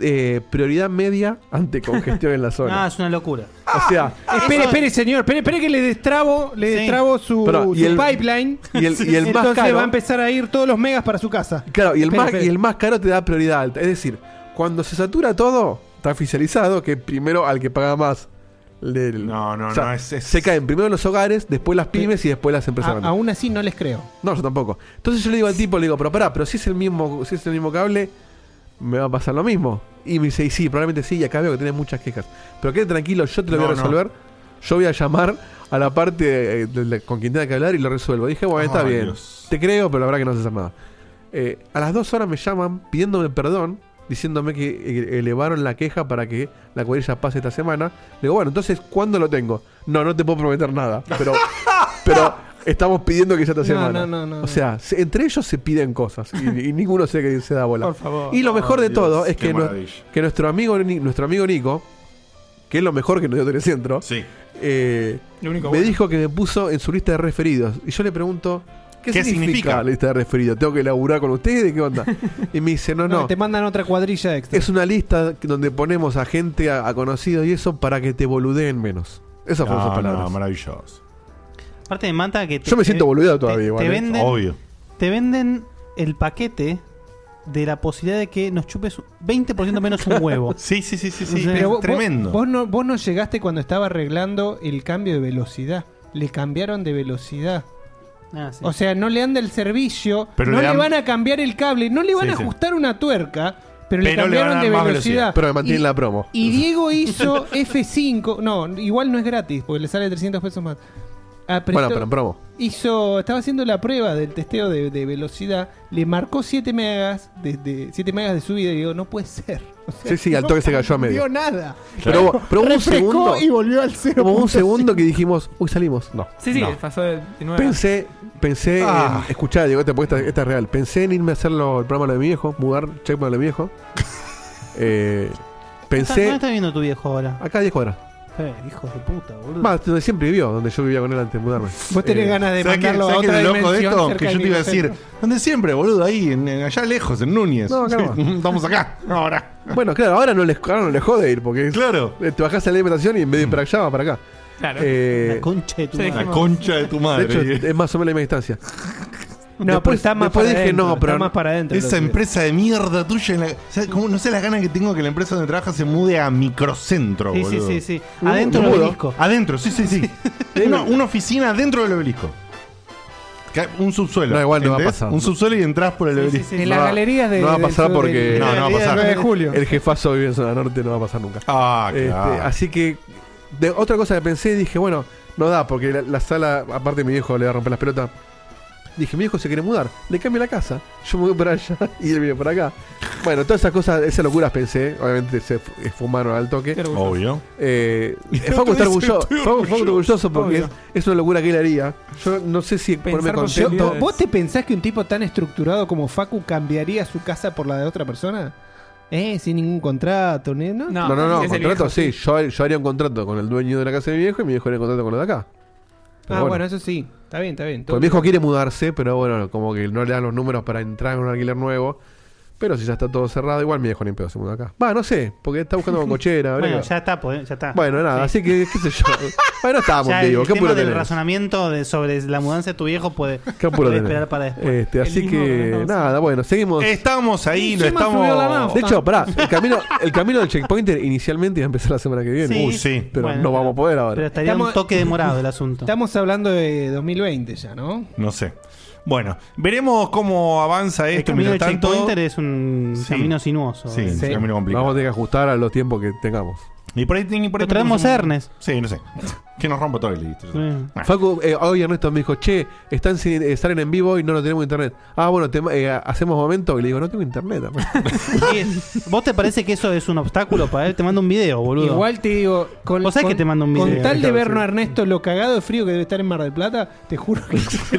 Speaker 3: eh, prioridad media ante congestión en la
Speaker 6: Ah,
Speaker 3: zona.
Speaker 6: es una locura.
Speaker 3: O
Speaker 5: ah,
Speaker 3: sea,
Speaker 4: Espere, espere, señor. Espere, espere que le destrabo, le
Speaker 6: Sí.
Speaker 4: destrabo su,
Speaker 3: Pero, y
Speaker 4: su
Speaker 3: el-
Speaker 4: pipeline.
Speaker 3: y el- y el más
Speaker 4: Entonces
Speaker 3: caro-
Speaker 4: va a empezar a ir todos los megas para su casa.
Speaker 3: Claro, y el,
Speaker 4: Espera,
Speaker 3: más,
Speaker 4: espera.
Speaker 3: y el más caro te da prioridad alta. Es decir, cuando se satura todo, está oficializado que primero al que paga más. le-
Speaker 2: No, no, no, es- es-
Speaker 3: Se caen primero los hogares, después las pymes y después las empresas
Speaker 4: A-
Speaker 3: grandes.
Speaker 4: aún así no les creo.
Speaker 3: No, yo tampoco. Entonces yo le digo al tipo, le digo, pero pará, pero si es el mismo, si es el mismo cable, me va a pasar lo mismo. Y me dice, y sí, probablemente sí, y acá veo que tienes muchas quejas. Pero quédate tranquilo, yo te lo voy
Speaker 2: No,
Speaker 3: a
Speaker 2: no.
Speaker 3: resolver. Yo voy a llamar a la parte eh, de- de- con quien tenga que hablar y lo resuelvo. Dije, bueno, está
Speaker 2: Ay,
Speaker 3: bien.
Speaker 2: Dios.
Speaker 3: Te creo, pero la verdad que no sé hacer nada. Eh, a las dos horas me llaman pidiéndome perdón, diciéndome que eh, elevaron la queja para que la cuadrilla pase esta semana. Le digo, bueno, entonces, ¿cuándo lo tengo? No, no te puedo prometer nada, pero, pero estamos pidiendo que sea esta
Speaker 4: No,
Speaker 3: semana.
Speaker 4: no, no, no,
Speaker 3: o sea, se- entre ellos se piden cosas y, y ninguno se, que se da bola.
Speaker 5: Por favor.
Speaker 3: Y lo mejor
Speaker 2: Ay,
Speaker 3: de
Speaker 2: Dios,
Speaker 3: todo es
Speaker 2: qué
Speaker 3: que, no-
Speaker 2: maravilla.
Speaker 3: que nuestro, amigo, Ni- nuestro amigo Nico, que es lo mejor que nos dio Telecentro,
Speaker 2: Sí.
Speaker 3: eh,
Speaker 5: Lo único
Speaker 3: me
Speaker 5: bueno.
Speaker 3: dijo que me puso en su lista de referidos. Y yo le pregunto, ¿qué,
Speaker 2: ¿Qué
Speaker 3: significa,
Speaker 2: significa?
Speaker 3: la lista de referidos? ¿Tengo que laburar con ustedes? ¿Qué onda? Y me dice, no, no.
Speaker 4: Te mandan otra cuadrilla extra.
Speaker 3: es una lista que- donde ponemos a gente, a, a conocidos y eso para que te boludeen menos. Esas fueron sus
Speaker 2: Ah, No,
Speaker 3: palabras.
Speaker 2: no, maravilloso.
Speaker 6: Aparte de Manta que... te-
Speaker 3: Yo me siento
Speaker 6: te-
Speaker 3: boludeado
Speaker 6: te-
Speaker 3: todavía,
Speaker 6: Te,
Speaker 3: igual, ¿eh?
Speaker 6: venden,
Speaker 2: Obvio.
Speaker 6: te venden el paquete de la posibilidad de que nos chupes 20% menos un huevo.
Speaker 2: Sí, sí, sí, sí, sí.
Speaker 4: Pero
Speaker 2: es
Speaker 4: vos-
Speaker 2: tremendo.
Speaker 4: Vos, no, vos no llegaste cuando estaba arreglando el cambio de velocidad. Le cambiaron de velocidad.
Speaker 6: Ah, sí.
Speaker 4: O sea, no le anda el servicio,
Speaker 2: Pero
Speaker 4: no
Speaker 2: le
Speaker 4: le,
Speaker 2: dan-
Speaker 4: van a cambiar el cable, no le van
Speaker 2: Sí,
Speaker 4: a
Speaker 2: sí.
Speaker 4: ajustar una tuerca, pero, le
Speaker 2: Pero le van
Speaker 4: cambiaron
Speaker 2: a dar
Speaker 4: de
Speaker 2: más
Speaker 4: velocidad.
Speaker 2: velocidad.
Speaker 3: Pero me mantienen
Speaker 4: Y-
Speaker 3: la promo.
Speaker 4: Y Diego hizo F5, no, igual no es gratis, porque le sale 300 pesos más. Apretó-
Speaker 3: Bueno, pero en promo.
Speaker 4: hizo, estaba haciendo la prueba del testeo de, de velocidad, le marcó 7 megas de, de- 7 megas de subida y digo, no puede ser. O sea,
Speaker 3: Sí, sí, al toque se cayó a
Speaker 4: No
Speaker 3: medio.
Speaker 4: dio nada.
Speaker 3: Pero, pero hubo un
Speaker 4: Refrescó
Speaker 3: segundo.
Speaker 4: y volvió al cero.
Speaker 3: Hubo un segundo que dijimos, uy, salimos. No.
Speaker 5: Sí, sí,
Speaker 3: no.
Speaker 5: pasó de, de
Speaker 6: Ah.
Speaker 5: nuevo.
Speaker 3: Pensé, pensé
Speaker 2: Ah.
Speaker 3: en. Escuchá, Diego, esta, porque esta, esta es real. Pensé en irme a hacerlo el programa de mi viejo, mudar checkpoint de mi viejo. Eh,
Speaker 6: ¿Dónde
Speaker 3: pensé.
Speaker 6: está viendo tu viejo ahora?
Speaker 3: Acá a 10 cuadras.
Speaker 6: Eh, hijo de puta, boludo.
Speaker 3: Más, donde siempre vivió, donde yo vivía con él antes de mudarme.
Speaker 4: Vos tenés
Speaker 3: Eh,
Speaker 4: ganas de
Speaker 2: ¿Sabés qué-
Speaker 4: mandarlo a
Speaker 2: sabés qué es
Speaker 4: otra
Speaker 2: lo loco de
Speaker 4: dimensión
Speaker 2: esto?
Speaker 4: cerca
Speaker 2: Que yo
Speaker 4: de
Speaker 2: te iba a decir,
Speaker 4: Nicocentro.
Speaker 2: ¿dónde siempre, boludo? Ahí, en- en- allá lejos, en Núñez.
Speaker 3: No, acá no.
Speaker 2: Estamos acá, ahora.
Speaker 3: Bueno, claro, ahora no les, ahora no les jode ir porque. es-
Speaker 2: Claro.
Speaker 3: eh, Te bajás a la alimentación y en vez de ir para allá, va para acá.
Speaker 5: Claro.
Speaker 3: Eh,
Speaker 6: la concha de tu
Speaker 5: Sí,
Speaker 6: madre.
Speaker 2: La concha de tu
Speaker 3: de
Speaker 2: madre.
Speaker 3: hecho, es más o menos la misma distancia.
Speaker 4: No,
Speaker 3: Después-
Speaker 4: pero está más
Speaker 3: después
Speaker 4: para
Speaker 3: dije,
Speaker 4: adentro,
Speaker 3: no, pero-
Speaker 4: está más para adentro.
Speaker 2: Esa empresa de mierda tuya, en la- o sea, como- no sé las ganas que tengo que la empresa donde trabaja se mude a
Speaker 3: Ah,
Speaker 2: microcentro,
Speaker 6: Sí, sí,
Speaker 2: boludo.
Speaker 6: sí, sí. Adentro
Speaker 3: me
Speaker 6: del
Speaker 3: mudo.
Speaker 6: obelisco.
Speaker 2: Adentro, sí, sí, sí. una, una oficina dentro del obelisco. Ca- Un subsuelo.
Speaker 3: No, igual no va a
Speaker 2: ¿entendés?
Speaker 3: pasar.
Speaker 2: Un subsuelo y entras por el
Speaker 6: Sí, sí,
Speaker 2: obelisco.
Speaker 6: sí.
Speaker 3: No
Speaker 4: En las
Speaker 3: va-
Speaker 4: galerías de.
Speaker 3: no va a
Speaker 4: del
Speaker 3: pasar
Speaker 4: sur
Speaker 3: porque-
Speaker 4: de-
Speaker 2: No, no va a pasar.
Speaker 4: 9 de julio.
Speaker 3: El jefazo vive en zona norte, no va a pasar nunca.
Speaker 2: Ah,
Speaker 3: Este,
Speaker 2: claro.
Speaker 3: así que, de otra cosa que pensé, dije, bueno, no da, porque la, la sala, aparte mi viejo le va a romper las pelotas. Dije, mi viejo se quiere mudar, le cambio la casa. Yo me voy para allá y él viene para acá. Bueno, todas esas cosas, esas locuras pensé, obviamente se fu- eh, fumaron al
Speaker 5: Qué
Speaker 3: toque.
Speaker 5: orgulloso.
Speaker 2: Obvio.
Speaker 3: Eh,
Speaker 2: el
Speaker 3: Facu
Speaker 2: otro
Speaker 3: está
Speaker 2: dice,
Speaker 3: orgulloso,
Speaker 2: "Estoy
Speaker 3: Facu- Facu está orgulloso porque es,
Speaker 5: Obvio.
Speaker 3: es una locura que él haría. Yo no sé si ponerme
Speaker 5: Pensar con
Speaker 4: Yo-
Speaker 3: contento.
Speaker 5: seriedad.
Speaker 4: ¿Vos te pensás que un tipo tan estructurado como Facu cambiaría su casa por la de otra persona? ¿Eh? Sin ningún contrato, ni- ¿no? Ah,
Speaker 5: No.
Speaker 3: No, no, no,
Speaker 5: es el
Speaker 3: contrato,
Speaker 5: viejo,
Speaker 3: sí. Yo, yo haría un contrato con el dueño de la casa de mi viejo y mi viejo haría un contrato con los de acá. Pero
Speaker 4: Ah, bueno, eso sí. Está bien, está bien.
Speaker 3: Pues mi viejo quiere mudarse, pero bueno, como que no le dan los números para entrar en un alquiler nuevo. Pero si ya está todo cerrado, igual mi viejo ni en pedo se muda acá. Va, no sé, porque está buscando con cochera. habría
Speaker 6: Bueno,
Speaker 3: que-
Speaker 6: ya está, pues, ya está.
Speaker 3: bueno, nada, así que, qué sé yo. bueno, estábamos
Speaker 6: Ya
Speaker 3: en vivo,
Speaker 6: el
Speaker 3: qué
Speaker 6: tema
Speaker 3: apuro
Speaker 6: del
Speaker 3: tenemos.
Speaker 6: razonamiento de- sobre la mudanza de tu viejo puede,
Speaker 3: Qué apuro
Speaker 6: puede
Speaker 3: tenemos.
Speaker 6: esperar para después.
Speaker 3: Este, así
Speaker 5: mismo
Speaker 3: que,
Speaker 5: ordenador.
Speaker 3: nada, bueno, seguimos.
Speaker 2: Estamos ahí, lo
Speaker 4: Encima subió la
Speaker 2: estamos.
Speaker 4: nafta.
Speaker 3: De hecho, pará, el camino, el camino del checkpointer inicialmente iba a empezar la semana que viene.
Speaker 6: Sí.
Speaker 2: Uy, sí.
Speaker 3: Pero
Speaker 6: Bueno,
Speaker 3: no vamos a poder ahora.
Speaker 6: Pero estaría un
Speaker 4: Estamos-
Speaker 6: toque demorado el asunto.
Speaker 4: Estamos hablando de 2020 ya, ¿no?
Speaker 2: No sé. Bueno, veremos cómo avanza
Speaker 6: el
Speaker 2: esto.
Speaker 6: camino del
Speaker 2: Mientras tanto.
Speaker 6: checkpointer es un
Speaker 2: Sí.
Speaker 6: camino sinuoso.
Speaker 2: Sí, es
Speaker 6: ¿eh?
Speaker 2: un
Speaker 4: Sí.
Speaker 2: camino
Speaker 3: Nos vamos
Speaker 2: complicado.
Speaker 3: a tener que ajustar a los tiempos que tengamos.
Speaker 2: Y por ahí, y por ahí
Speaker 6: Lo traemos
Speaker 2: tenemos
Speaker 6: a Ernest.
Speaker 2: Sí, no sé. Que nos rompa todo y listo. Ah.
Speaker 3: Facu, eh, hoy Ernesto me dijo, che, están sin- eh, salen en vivo y no lo tenemos internet. Ah, bueno, te- eh, hacemos momento. Y le digo, no tengo internet. amor".
Speaker 6: ¿Vos te parece que eso es un obstáculo para él? Te mando un video, boludo.
Speaker 4: Igual te digo, con,
Speaker 6: Vos sabés
Speaker 4: con-
Speaker 6: que te mando un
Speaker 4: con
Speaker 6: video.
Speaker 4: tal de
Speaker 6: Claro,
Speaker 4: vernos a
Speaker 6: sí.
Speaker 4: Ernesto lo cagado de frío que debe estar en Mar del Plata, te juro que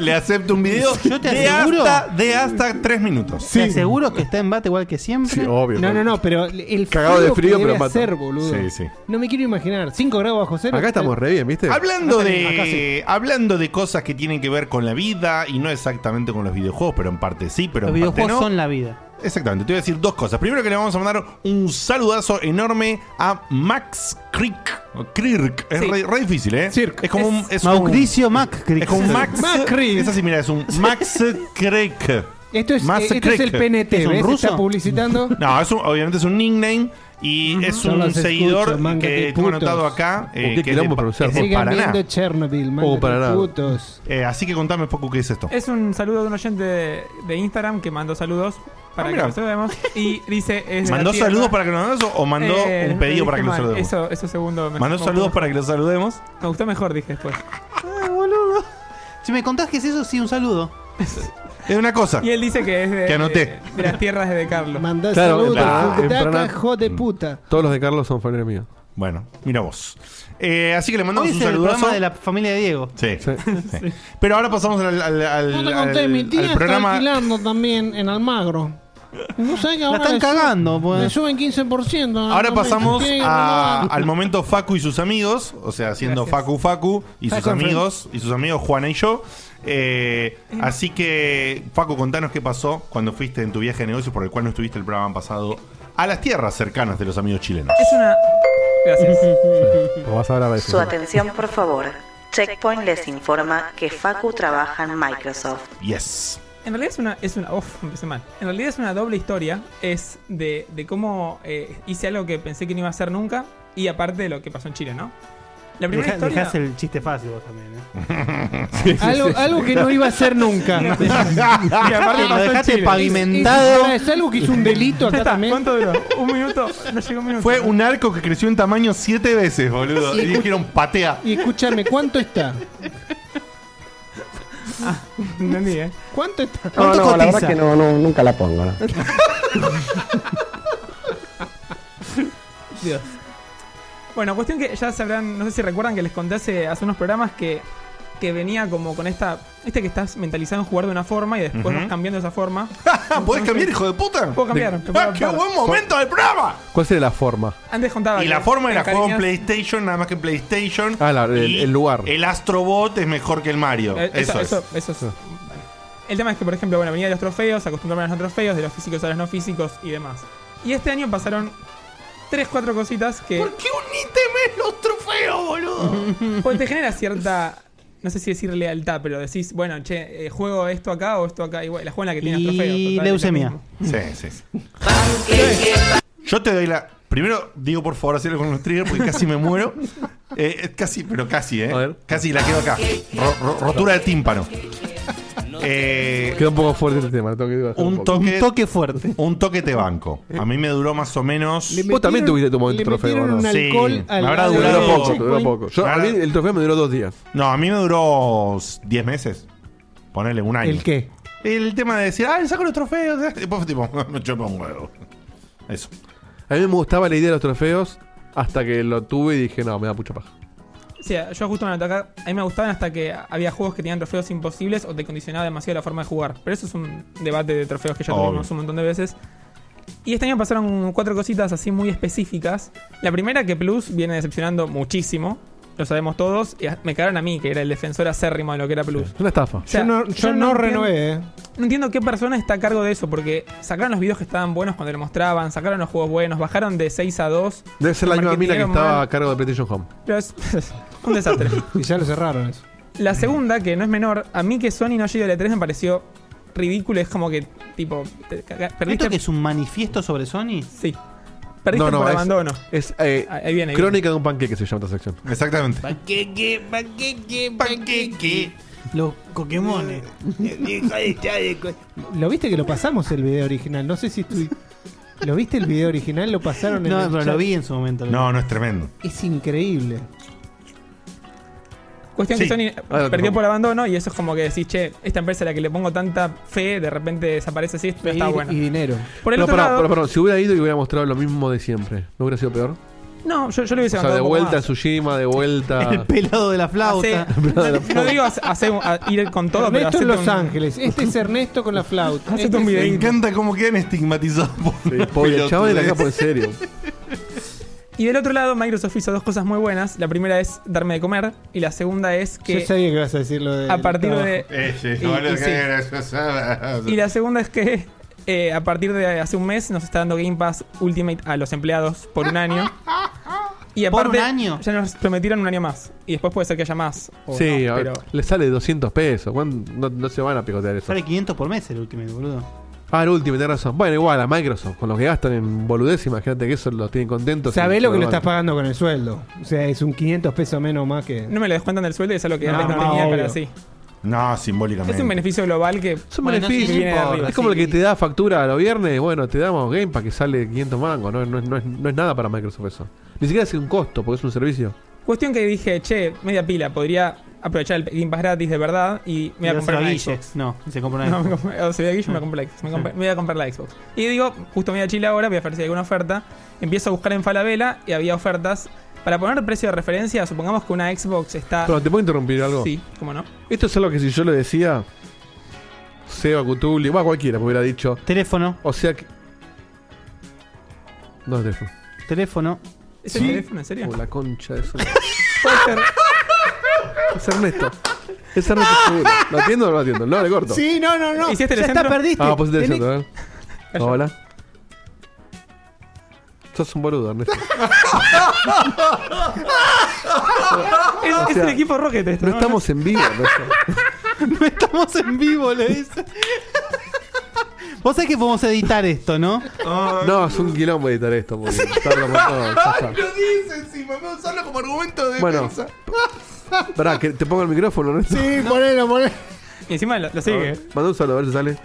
Speaker 2: Le acepto un video
Speaker 6: Yo te
Speaker 2: de,
Speaker 6: aseguro-
Speaker 2: hasta, de hasta tres minutos.
Speaker 6: Te aseguro que está en bate igual que siempre.
Speaker 3: Sí, obvio.
Speaker 4: No, no, no, pero el
Speaker 3: Cagado de frío,
Speaker 4: que
Speaker 3: pero
Speaker 4: debe
Speaker 3: mata.
Speaker 4: hacer, boludo.
Speaker 2: Sí, sí.
Speaker 4: No me quiero imaginar. 5 grados bajo cero.
Speaker 3: Acá estamos re bien, ¿viste?
Speaker 2: Hablando
Speaker 4: Acá
Speaker 2: de,
Speaker 4: sí, acá sí.
Speaker 2: hablando de cosas que tienen que ver con la vida y no exactamente con los videojuegos, pero en parte sí, pero
Speaker 6: Los
Speaker 2: en parte
Speaker 6: videojuegos
Speaker 2: no.
Speaker 6: son la vida.
Speaker 2: Exactamente, te voy a decir dos cosas. Primero que le vamos a mandar un saludazo enorme a Max Kirk. O Kirk. Es
Speaker 5: Sí.
Speaker 2: re, re difícil, ¿eh?
Speaker 5: Kirk.
Speaker 2: Es como un... Es como un-
Speaker 6: Mauricio Mac,
Speaker 2: es como un Max...
Speaker 4: Max Kirk.
Speaker 2: Es así, mira, es un Max Kirk.
Speaker 4: Esto es,
Speaker 2: Más
Speaker 4: eh, esto es el
Speaker 2: crack.
Speaker 4: PNT,
Speaker 6: ¿Es un
Speaker 4: ¿ves?
Speaker 6: ruso?
Speaker 4: Está publicitando.
Speaker 2: No, es un- obviamente es un nickname y es
Speaker 4: Yo
Speaker 2: un
Speaker 4: los
Speaker 2: seguidor
Speaker 4: escucho, manga, qué
Speaker 2: que tengo
Speaker 4: putos. Oh,
Speaker 2: anotado acá. eh,
Speaker 3: qué
Speaker 2: que es de,
Speaker 3: quilombo pronunciar,
Speaker 2: es de
Speaker 4: Sigan
Speaker 2: Paraná.
Speaker 4: viendo Chernobyl, man.
Speaker 3: Oh, para nada.
Speaker 4: putos.
Speaker 2: Eh, así que contame, poco qué es esto.
Speaker 5: Es un saludo de un oyente de, de Instagram que mandó saludos para
Speaker 2: Ah,
Speaker 5: que
Speaker 2: mira.
Speaker 5: nos saludemos. Y dice. es de la
Speaker 2: ¿Mandó
Speaker 5: tierra-
Speaker 2: saludos para que lo saludemos o mandó
Speaker 5: Eh,
Speaker 2: un pedido
Speaker 5: lo
Speaker 2: para que
Speaker 5: dije
Speaker 2: lo
Speaker 5: mal.
Speaker 2: saludemos?
Speaker 5: Eso, eso segundo. me-
Speaker 2: ¿Mandó
Speaker 5: me
Speaker 2: saludos
Speaker 5: gustó-
Speaker 2: para que lo saludemos?
Speaker 5: Me gustó mejor, dije después.
Speaker 6: boludo. Si me contás que es eso, sí, un saludo.
Speaker 2: Es una cosa.
Speaker 5: Y él dice que es de,
Speaker 2: Que anoté.
Speaker 5: de, las tierras de Carlos.
Speaker 4: Mandá
Speaker 3: Claro,
Speaker 4: saludos,
Speaker 3: claro, en Paraná.
Speaker 4: Jucutaca, hijo de puta.
Speaker 3: Todos los de Carlos son familia mía.
Speaker 2: Bueno, mira vos. Eh, así que le mandamos
Speaker 6: Hoy
Speaker 2: un
Speaker 6: es el
Speaker 2: saludazo.
Speaker 6: programa de la familia de Diego.
Speaker 2: Sí.
Speaker 3: Sí.
Speaker 2: sí. Pero ahora pasamos al, al- al-
Speaker 7: No te
Speaker 2: al-
Speaker 7: conté, mi
Speaker 2: al
Speaker 7: tía está
Speaker 2: programa.
Speaker 7: alquilando también en Almagro. No sé que
Speaker 6: La
Speaker 7: ahora
Speaker 6: están
Speaker 7: le sub-
Speaker 6: cagando,
Speaker 3: eh.
Speaker 7: le
Speaker 6: pues.
Speaker 7: suben 15%.
Speaker 2: Ahora
Speaker 5: Ah,
Speaker 7: Normalmente
Speaker 2: pasamos
Speaker 7: tiene que
Speaker 2: a-
Speaker 7: renovar.
Speaker 2: al momento Facu y sus amigos, o sea, haciendo
Speaker 5: Gracias.
Speaker 2: Facu Facu y sus
Speaker 4: Facu and
Speaker 2: amigos, y sus amigos Juana y yo. Eh,
Speaker 5: Mm.
Speaker 2: así que, Facu, contanos qué pasó cuando fuiste en tu viaje de negocios por el cual no estuviste el programa pasado a las tierras cercanas de los amigos chilenos.
Speaker 5: Es una. Gracias.
Speaker 3: O vas a hablar de
Speaker 8: Su
Speaker 3: eso.
Speaker 8: atención, por favor. Checkpoint les informa que Facu trabaja en Microsoft.
Speaker 2: Yes.
Speaker 5: En realidad es una. Es una uf, empecé mal. En realidad es una doble historia. Es de, de cómo eh, hice algo que pensé que no iba a hacer nunca. Y aparte de lo que pasó en Chile, ¿no? La primera
Speaker 6: Dejá-
Speaker 5: historia.
Speaker 6: Dejás el chiste fácil vos también, ¿eh?
Speaker 4: Algo, algo que no iba a hacer nunca.
Speaker 5: y aparte
Speaker 6: Lo
Speaker 5: pasó en
Speaker 6: dejaste
Speaker 5: Chile.
Speaker 6: pavimentado.
Speaker 4: Es, es algo que hizo un delito
Speaker 5: Ya
Speaker 4: acá
Speaker 5: está,
Speaker 4: también.
Speaker 5: ¿Cuánto duró? ¿Un minuto? No llegó un minuto.
Speaker 2: Fue un arco que creció en tamaño siete veces, boludo. Y dijeron patea.
Speaker 4: Y escúchame, ¿cuánto está?
Speaker 5: Entendí, ¿eh?
Speaker 4: ¿Cuánto está?
Speaker 6: ¿Cuánto cotiza?
Speaker 9: no, no, nunca la pongo. ¿no?
Speaker 5: Dios. Bueno, cuestión que ya sabrán, no sé si recuerdan que les conté hace, hace unos programas que, que venía como con esta. Este que estás mentalizado en jugar de una forma y después
Speaker 2: Ujú.
Speaker 5: vas cambiando esa forma.
Speaker 2: Ah, ¿Podés cambiar, hijo de puta?
Speaker 5: Puedo cambiar. te puedo
Speaker 2: ¡Ah, ¡Qué
Speaker 5: adaptar.
Speaker 2: buen momento del programa!
Speaker 3: ¿Cuál sería la forma?
Speaker 5: Antes contaba.
Speaker 2: Y
Speaker 5: que
Speaker 2: la forma era
Speaker 5: te
Speaker 2: juego en
Speaker 5: encariñas-
Speaker 2: PlayStation, nada más que en PlayStation.
Speaker 3: Ah, la- el-
Speaker 2: Y
Speaker 3: el lugar.
Speaker 2: El Astrobot es mejor que el Mario.
Speaker 5: Eh,
Speaker 2: eso,
Speaker 5: Eso,
Speaker 2: es.
Speaker 5: eso, eso es. El tema es que, por ejemplo, bueno, venía de los trofeos, acostumbrarme a los no trofeos, de los físicos a los no físicos y demás. Y este año pasaron 3, 4 cositas que.
Speaker 2: ¿Por qué un ítem es los trofeos, boludo?
Speaker 5: Porque pues, te genera cierta. No sé si decir lealtad, pero decís, bueno, che, eh, juego esto acá o esto acá. Y bueno, la juego en la que tiene
Speaker 6: Y
Speaker 5: los trofeos. total, es la
Speaker 6: leucemia.
Speaker 5: misma.
Speaker 2: sí, sí. sí. Yo te doy la. Primero, digo por favor, hacerlo con los triggers porque casi me muero. Eh, eh, casi, pero casi, ¿eh?
Speaker 3: A ver.
Speaker 2: Casi la quedo acá. Ro- ro- rotura de tímpano. Eh,
Speaker 3: Queda un poco fuerte el tema. lo tengo que digo.
Speaker 2: un
Speaker 3: poco.
Speaker 2: toque.
Speaker 6: Un toque fuerte.
Speaker 2: Un toque te banco. A mí me duró más o menos.
Speaker 4: Le
Speaker 3: Vos también
Speaker 4: metieron-
Speaker 3: tuviste tu momento
Speaker 4: le
Speaker 3: trofeo,
Speaker 4: metieron
Speaker 3: ¿no?
Speaker 4: un
Speaker 2: Sí,
Speaker 4: alcohol al
Speaker 2: me habrá
Speaker 4: lado
Speaker 3: Duró
Speaker 4: del
Speaker 2: durado
Speaker 3: poco,
Speaker 4: checkpoint.
Speaker 3: duró poco. Yo, a mí el trofeo me duró dos días.
Speaker 2: No, a mí me duró 10 meses. Ponele un año.
Speaker 4: ¿El qué?
Speaker 2: El tema de decir, ah, le saco los trofeos. Y después fue tipo, me chupa un huevo. Eso.
Speaker 3: A mí me gustaba la idea de los trofeos hasta que lo tuve y dije, no, me da mucha paja.
Speaker 5: O sea, yo justo me atacar. A mí me gustaban hasta que había juegos que tenían trofeos imposibles o te condicionaba demasiado la forma de jugar. Pero eso es un debate de trofeos que ya
Speaker 2: Obvio.
Speaker 5: tuvimos un montón de veces. Y este año pasaron cuatro cositas así muy específicas. La primera que Plus viene decepcionando muchísimo. Lo sabemos todos. Y a- me cagaron a mí, que era el defensor acérrimo de lo que era Plus.
Speaker 3: Es una estafa.
Speaker 5: O sea,
Speaker 4: yo no, yo no
Speaker 5: entiendo-
Speaker 4: renové, eh.
Speaker 5: No entiendo qué persona está a cargo de eso, porque sacaron los videos que estaban buenos cuando lo mostraban, sacaron los juegos buenos, bajaron de 6 a 2.
Speaker 3: Debe ser la
Speaker 5: lo
Speaker 3: misma mina que
Speaker 5: marketearon
Speaker 3: estaba a
Speaker 5: mal,
Speaker 3: cargo de PlayStation Home.
Speaker 5: pero es un desastre.
Speaker 4: Y ya lo cerraron eso.
Speaker 5: La segunda, que no es menor, a mí que Sony no llegue a la 3 me pareció ridículo. Es como que, tipo, te caga-
Speaker 6: ¿Esto
Speaker 5: perdiste.
Speaker 6: que es un manifiesto sobre Sony?
Speaker 5: Sí. Perdiste
Speaker 3: No, no,
Speaker 5: por
Speaker 3: es-
Speaker 5: abandono.
Speaker 3: Es eh,
Speaker 5: Ahí ahí viene. ahí
Speaker 3: Crónica de un panqueque se llama esta sección.
Speaker 2: Exactamente.
Speaker 6: Los Pokémones.
Speaker 4: ¿Lo viste que lo pasamos el video original? No sé si tú... ¿Lo viste el video original? Lo pasaron en
Speaker 6: No,
Speaker 4: el
Speaker 6: pero
Speaker 4: chat.
Speaker 6: lo vi en su momento.
Speaker 2: No, no es tremendo.
Speaker 4: Es increíble.
Speaker 5: Cuestión
Speaker 2: Sí.
Speaker 5: que Sony
Speaker 3: Ah, lo
Speaker 5: perdió
Speaker 3: tengo.
Speaker 5: por abandono y eso es como que decís, che, esta empresa a la que le pongo tanta fe, de repente desaparece así, no está
Speaker 4: Y-
Speaker 5: bueno.
Speaker 4: y dinero.
Speaker 5: Por el
Speaker 3: No,
Speaker 5: otro
Speaker 3: pará,
Speaker 5: lado,
Speaker 3: pará, perdón. Si hubiera ido y hubiera mostrado lo mismo de siempre, ¿no hubiera sido peor?
Speaker 5: no, yo, yo lo
Speaker 3: O
Speaker 5: hubiese
Speaker 3: sea,
Speaker 5: bancado
Speaker 3: de
Speaker 5: un poco
Speaker 3: vuelta a
Speaker 5: más.
Speaker 3: Tsushima, de vuelta.
Speaker 6: El pelado de la flauta.
Speaker 5: Hace- no digo hace- hace un- a ir con todo, pero
Speaker 4: Ernesto
Speaker 5: hacete
Speaker 4: en Los
Speaker 5: un-
Speaker 4: Ángeles. Este es Ernesto con la flauta.
Speaker 5: Hacete
Speaker 4: Este
Speaker 5: un
Speaker 4: es-
Speaker 2: Me
Speaker 5: video.
Speaker 2: encanta cómo quedan estigmatizados por
Speaker 3: Sí, Pobre chavo de la capa,
Speaker 2: pues.
Speaker 3: en serio.
Speaker 5: Y del otro lado, Microsoft hizo dos cosas muy buenas. La primera es darme de comer y la segunda es
Speaker 4: Yo
Speaker 5: que
Speaker 4: sabía que ibas a decir lo de.
Speaker 5: a partir de...
Speaker 2: Eh,
Speaker 5: Y- y sí. Y la segunda es que eh, a partir de hace un mes nos está dando Game Pass Ultimate a los empleados por un año. Y
Speaker 6: ¿Por
Speaker 5: aparte,
Speaker 6: un año?
Speaker 5: ya nos prometieron un año más. Y después puede ser que haya más. o
Speaker 3: Sí,
Speaker 5: Oh, no,
Speaker 3: a ver,
Speaker 5: pero
Speaker 3: le sale 200 pesos. ¿cuán- No, no se van a picotear eso.
Speaker 6: Sale 500 por mes el último, boludo.
Speaker 3: Ah, el último, tenés razón. Bueno, igual a Microsoft, con lo que gastan en boludez, imagínate que eso los tienen contentos.
Speaker 4: Sabés
Speaker 3: Y-
Speaker 4: lo que lo
Speaker 3: bueno,
Speaker 4: estás pagando con el sueldo. O sea, es un 500 pesos menos más que.
Speaker 5: no me lo descuentan del sueldo y es algo que
Speaker 4: No,
Speaker 5: antes no,
Speaker 4: no,
Speaker 5: tenía, pero
Speaker 4: obvio.
Speaker 5: sí.
Speaker 2: No, simbólicamente.
Speaker 5: Es un beneficio global que.
Speaker 3: Es un
Speaker 6: Bueno,
Speaker 3: beneficio.
Speaker 6: sí,
Speaker 5: viene de
Speaker 6: importa,
Speaker 5: arriba.
Speaker 3: es como el
Speaker 6: sí.
Speaker 3: que te da factura a los viernes, bueno, te damos Game para que sale 500 mangos. No, no, es- no es, no es nada para Microsoft eso. Ni siquiera es un costo, porque es un servicio.
Speaker 5: Cuestión que dije, che, media pila, podría aprovechar el Game Pass gratis de verdad y me voy a
Speaker 6: Y
Speaker 5: comprar
Speaker 6: hacer
Speaker 5: una
Speaker 6: a
Speaker 5: Xbox.
Speaker 6: Guillex. No, se compra una
Speaker 5: No, me
Speaker 6: Xbox.
Speaker 5: compré, o sea, de aquí yo me compré la Xbox. Me, compré- me voy a comprar la Xbox. Y digo, justo media chile ahora, voy a ver si hay alguna oferta. Empiezo a buscar en Falabella y había ofertas. Para poner precio de referencia, supongamos que una Xbox está.
Speaker 3: Pero, ¿te puedo interrumpir algo?
Speaker 5: Ah. Sí, cómo no.
Speaker 3: Esto es algo que si yo lo decía, Seba Cutuli, va cualquiera me hubiera dicho.
Speaker 6: Teléfono,
Speaker 3: O sea que. No es teléfono.
Speaker 6: teléfono.
Speaker 5: ¿Es el teléfono, en serio?
Speaker 3: Oh, la concha de su. es Ernesto. Es Ernesto seguro. ¿Lo atiendo o no lo atiendo? No, le corto.
Speaker 4: Sí, no, no, no.
Speaker 5: ¿Hiciste este el
Speaker 4: ya está,
Speaker 5: centro?
Speaker 4: perdiste.
Speaker 3: Ah, pues te
Speaker 4: Tenés-
Speaker 3: siento, a ver. Hola. Sos un boludo, Ernesto.
Speaker 5: Es, es
Speaker 3: sea,
Speaker 5: el equipo Rocket. esto,
Speaker 3: No estamos en vivo, Ernesto.
Speaker 6: No estamos en vivo, le dice. Vos sabés que podemos editar esto, ¿no?
Speaker 3: No, es un quilombo editar esto, porque tarda un montón, ya está.
Speaker 2: Lo dice encima, no solo como argumento de
Speaker 3: Bueno.
Speaker 2: defensa.
Speaker 3: Pará, que te pongo el micrófono, Ernesto.
Speaker 4: Sí, ponelo, ponelo.
Speaker 5: Y encima lo, lo sigue.
Speaker 3: Manda un saludo, a ver si sale.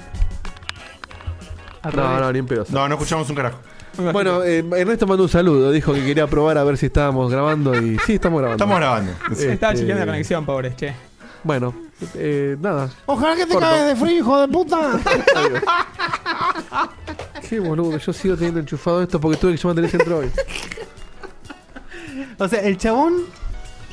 Speaker 6: Al
Speaker 3: No,
Speaker 6: revés.
Speaker 3: no, ni en pedo.
Speaker 2: No, no escuchamos un carajo.
Speaker 5: Muy
Speaker 3: Bueno, eh, Ernesto mandó un saludo. Dijo que quería probar a ver si estábamos grabando y sí, estamos grabando.
Speaker 2: Estamos grabando.
Speaker 5: bajito. estaba
Speaker 3: este-
Speaker 5: chileando la conexión, pobres, che.
Speaker 3: Bueno, eh, nada.
Speaker 4: Ojalá que te
Speaker 3: Corto.
Speaker 4: cagues de frío, hijo de puta.
Speaker 3: Qué boludo, yo sigo teniendo enchufado esto porque tuve que llamar al centro hoy.
Speaker 6: O sea, el chabón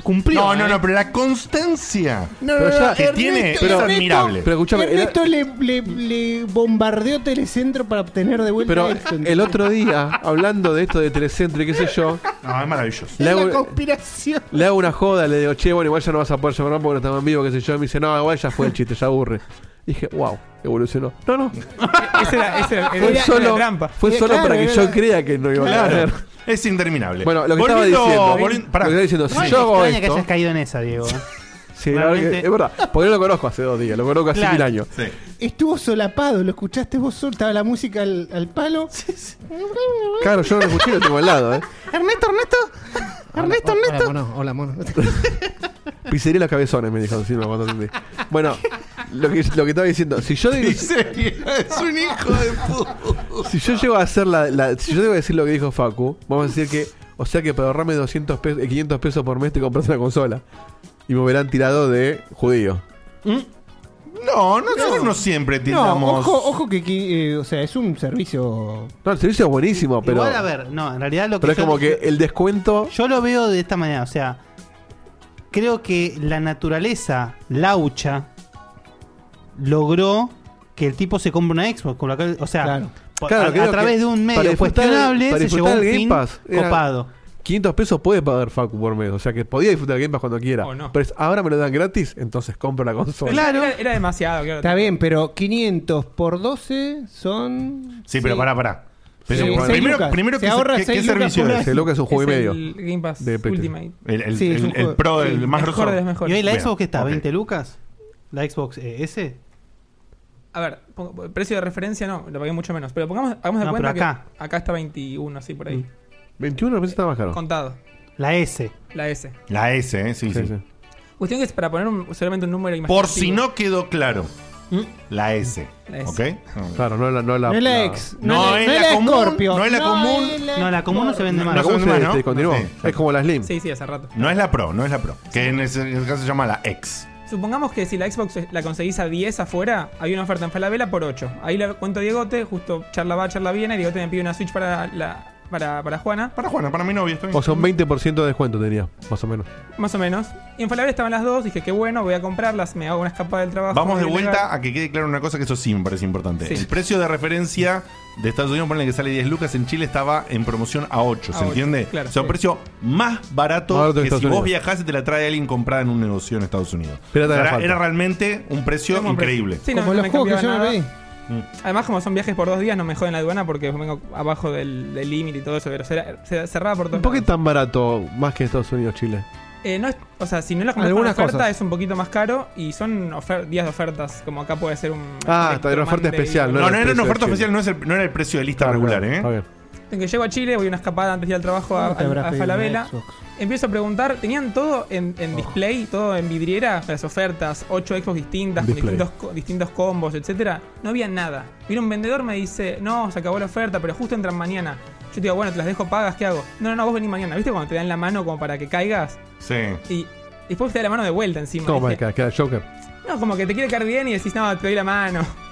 Speaker 6: cumplió.
Speaker 2: No, no,
Speaker 6: ¿eh?
Speaker 2: no, pero la constancia
Speaker 4: No,
Speaker 3: Pero ya-
Speaker 2: que tiene
Speaker 4: Ernesto,
Speaker 2: es
Speaker 4: Ernesto,
Speaker 2: admirable.
Speaker 3: Pero escúchame, era-
Speaker 4: Ernesto le, le- le bombardeó Telecentro para obtener de vuelta
Speaker 3: pero
Speaker 4: esto.
Speaker 3: el otro día, hablando de esto de Telecentro y qué sé yo,
Speaker 2: No, es maravilloso.
Speaker 3: le
Speaker 4: Es la
Speaker 3: hago,
Speaker 4: conspiración.
Speaker 3: le hago una joda, le digo, che, bueno, igual ya no vas a poder llamar más porque no estamos en vivo, qué sé yo. Y me dice, no, igual ya fue el chiste, ya aburre. Dije, wow, evolucionó. No, no,
Speaker 5: Ese era, ese era,
Speaker 3: fue
Speaker 5: era
Speaker 3: solo,
Speaker 5: la trampa.
Speaker 3: fue
Speaker 4: Sí,
Speaker 3: solo
Speaker 4: claro,
Speaker 3: para que
Speaker 4: era-
Speaker 3: yo crea que no iba a
Speaker 2: Claro.
Speaker 3: hablar.
Speaker 2: Es interminable.
Speaker 3: Bueno, lo que
Speaker 2: Volviendo-
Speaker 3: estaba diciendo,
Speaker 2: volviendo-
Speaker 3: lo que
Speaker 2: pará.
Speaker 3: estaba diciendo,
Speaker 6: Igual
Speaker 3: si
Speaker 6: me
Speaker 3: yo hago
Speaker 6: extraña que
Speaker 3: esto,
Speaker 6: hayas caído en esa, Diego. ¿eh?
Speaker 3: sí, la verdad que-
Speaker 6: Realmente-
Speaker 3: es verdad, porque no lo conozco hace dos días, lo conozco hace
Speaker 6: Claro.
Speaker 3: mil años.
Speaker 2: Sí.
Speaker 4: Estuvo solapado, lo escuchaste vos solo, estaba la música al, al palo.
Speaker 3: Claro, yo no lo escuché, lo tengo al lado, eh.
Speaker 4: Ernesto, Ernesto. Ernesto,
Speaker 7: Hola,
Speaker 4: Ernesto.
Speaker 7: mono, hola, mono.
Speaker 3: Pizzería los cabezones, me dijo encima cuando entendí. Bueno, lo que, lo que estaba diciendo, si yo digo,
Speaker 2: Es un hijo de puta.
Speaker 3: si yo llego a hacer la, la- si yo debo decir lo que dijo Facu, vamos a decir que, o sea que para ahorrarme 200 pesos, eh, 500 pesos por mes te compras una consola y me hubieran tirado de judío.
Speaker 2: No, nosotros no, siempre
Speaker 4: No,
Speaker 2: tildamos.
Speaker 4: ojo, ojo que, que, eh, o sea, es un servicio.
Speaker 3: No, el servicio es buenísimo, pero
Speaker 6: Igual, a ver, no, en realidad lo que.
Speaker 3: pero es
Speaker 6: yo-
Speaker 3: como que el descuento
Speaker 6: Yo lo veo de esta manera, o sea, creo que la naturaleza laucha logró que el tipo se compre una Xbox, con lo cual- o sea,
Speaker 4: Claro.
Speaker 6: po-
Speaker 3: Claro,
Speaker 6: a- a,
Speaker 3: creo que
Speaker 6: través de un
Speaker 3: para
Speaker 6: medio
Speaker 3: disfrutar-
Speaker 6: cuestionable
Speaker 3: para
Speaker 6: se llegó a
Speaker 3: disfrutar el
Speaker 6: un
Speaker 3: Game
Speaker 6: fin
Speaker 3: Pass era-
Speaker 6: copado.
Speaker 3: 500 pesos puede pagar Facu por mes, o sea que podía disfrutar de Game Pass cuando quiera.
Speaker 5: O no.
Speaker 3: Pero es, ahora me lo dan gratis, entonces compro la consola.
Speaker 5: Claro. Era, era demasiado, claro.
Speaker 4: Está bien, pero 500 por 12 son.
Speaker 2: Sí, pero pará, pará. Pero
Speaker 4: Sí,
Speaker 2: bueno,
Speaker 4: seis
Speaker 2: primero,
Speaker 4: lucas.
Speaker 2: primero
Speaker 4: Se
Speaker 2: ¿qué,
Speaker 4: ahorra
Speaker 2: qué-
Speaker 4: seis
Speaker 2: qué
Speaker 4: lucas
Speaker 2: servicio
Speaker 4: por
Speaker 2: es?
Speaker 4: año.
Speaker 3: Se loca es un juego y
Speaker 5: Es
Speaker 3: medio.
Speaker 5: el Game Pass
Speaker 3: De PT.
Speaker 5: Ultimate.
Speaker 2: El, el,
Speaker 4: Sí, es
Speaker 2: el-
Speaker 4: un
Speaker 2: el
Speaker 4: juego.
Speaker 2: pro, el más
Speaker 5: el
Speaker 2: grosor.
Speaker 5: mejor de los mejores.
Speaker 6: Y hoy la
Speaker 2: Bien,
Speaker 6: Xbox que está,
Speaker 2: ok.
Speaker 6: 20 lucas, la Xbox eh, S,
Speaker 5: A ver, pongo- precio de referencia no, lo pagué mucho menos. Pero pongamos, hagamos de
Speaker 6: No,
Speaker 5: cuenta
Speaker 6: pero acá.
Speaker 5: que acá está 21, así por ahí.
Speaker 2: Mm.
Speaker 3: 21 veces está más caro.
Speaker 5: Contado,
Speaker 6: la S.
Speaker 5: la S.
Speaker 2: La S, ¿eh? Sí, sí.
Speaker 3: Sí, sí.
Speaker 5: Cuestión que es para poner un- solamente un número
Speaker 2: Por
Speaker 5: imaginativo.
Speaker 2: si no quedó claro.
Speaker 4: ¿Mm?
Speaker 2: La S.
Speaker 5: La S.
Speaker 2: ¿Ok?
Speaker 3: Claro, no la, no la,
Speaker 4: No es la ex.
Speaker 2: No es la común,
Speaker 4: Scorpio.
Speaker 2: no es la común.
Speaker 6: No, la común no se vende más.
Speaker 2: no
Speaker 3: La común
Speaker 2: se vende
Speaker 3: se
Speaker 2: más, ¿no?
Speaker 3: discontinuó.
Speaker 2: Sí.
Speaker 3: Es como la Slim.
Speaker 5: Sí, sí, hace rato.
Speaker 2: No es la Pro, no es la Pro. Que en ese en ese caso se llama la X.
Speaker 5: Supongamos que si la Xbox la conseguís a 10 afuera, hay una oferta en Falabella por 8. Ahí le cuento a Diegote, justo charla va, charla viene, Diegote me pide una Switch para la para, para Juana,
Speaker 2: Para Juana, para mi novia, estoy.
Speaker 3: O sea, un 20% de descuento tenía, más o menos.
Speaker 5: más o menos. Y en Falabella estaban las dos, dije que bueno, voy a comprarlas, me hago una escapada del trabajo.
Speaker 2: Vamos de
Speaker 5: voy a
Speaker 2: vuelta
Speaker 5: llegar.
Speaker 2: a que quede clara una cosa que eso sí me parece importante.
Speaker 5: Sí.
Speaker 2: El precio de referencia de Estados Unidos, ponle que sale 10 lucas, en Chile estaba en promoción a 8,
Speaker 5: A
Speaker 2: ¿se
Speaker 5: ocho,
Speaker 2: entiende?
Speaker 5: claro,
Speaker 2: o sea, un
Speaker 5: sí.
Speaker 2: precio más barato,
Speaker 3: Más barato
Speaker 2: que
Speaker 3: que
Speaker 2: si
Speaker 3: Estados
Speaker 2: vos
Speaker 3: Unidos.
Speaker 2: viajás y te la trae alguien comprada en un negocio en Estados Unidos.
Speaker 3: Pero te
Speaker 2: O sea,
Speaker 3: la
Speaker 2: era,
Speaker 3: falta.
Speaker 2: era realmente un precio
Speaker 5: Tenemos pre-
Speaker 2: increíble.
Speaker 5: Sí, no,
Speaker 4: Como
Speaker 5: no
Speaker 4: los
Speaker 5: me
Speaker 4: juegos que
Speaker 5: cambiaba
Speaker 4: yo me
Speaker 5: nada.
Speaker 4: pedí.
Speaker 5: Además, como son viajes por dos días, no me joden la aduana porque vengo abajo del del límite y todo eso, pero será- se- cerrada por todos
Speaker 3: ¿Por qué
Speaker 5: lados.
Speaker 3: tan barato más que Estados Unidos, Chile?
Speaker 5: Eh, no es- o sea, si no la compras con
Speaker 7: Algunas
Speaker 5: oferta
Speaker 7: cosas.
Speaker 5: es un poquito más caro y son ofer- días de ofertas, como acá puede ser un...
Speaker 3: Ah, está, era una oferta
Speaker 5: Electromonday,
Speaker 3: especial,
Speaker 2: No, no
Speaker 3: el
Speaker 2: era una
Speaker 3: precio de
Speaker 2: oferta
Speaker 3: Chile. Ah,
Speaker 2: oficial, no, es el- no era el precio de lista regular, ¿eh?
Speaker 3: Está bien.
Speaker 5: En que llego a Chile, voy a una escapada antes de ir al trabajo a,
Speaker 4: ¿Cómo te
Speaker 5: a-
Speaker 4: habrás
Speaker 5: a
Speaker 4: pedido
Speaker 5: Falabella.
Speaker 4: una Xbox?
Speaker 5: Empiezo a preguntar, tenían todo en, en display, todo en vidriera, las ofertas, 8 Xbox distintas, con
Speaker 3: Display.
Speaker 5: distintos, co- distintos combos, etcétera. No había nada. Viene un vendedor, me dice, no, se acabó la oferta, pero justo entran mañana. Yo te digo, bueno, te las dejo pagas, ¿qué hago? No, no, no, vos venís mañana. ¿Viste cuando te dan la mano como para que caigas?
Speaker 2: Sí.
Speaker 5: Y después te da la mano de vuelta encima.
Speaker 3: Toma,
Speaker 5: Dije,
Speaker 3: queda, queda el Joker.
Speaker 5: no, como que te quiere caer bien y decís, no, te doy la mano.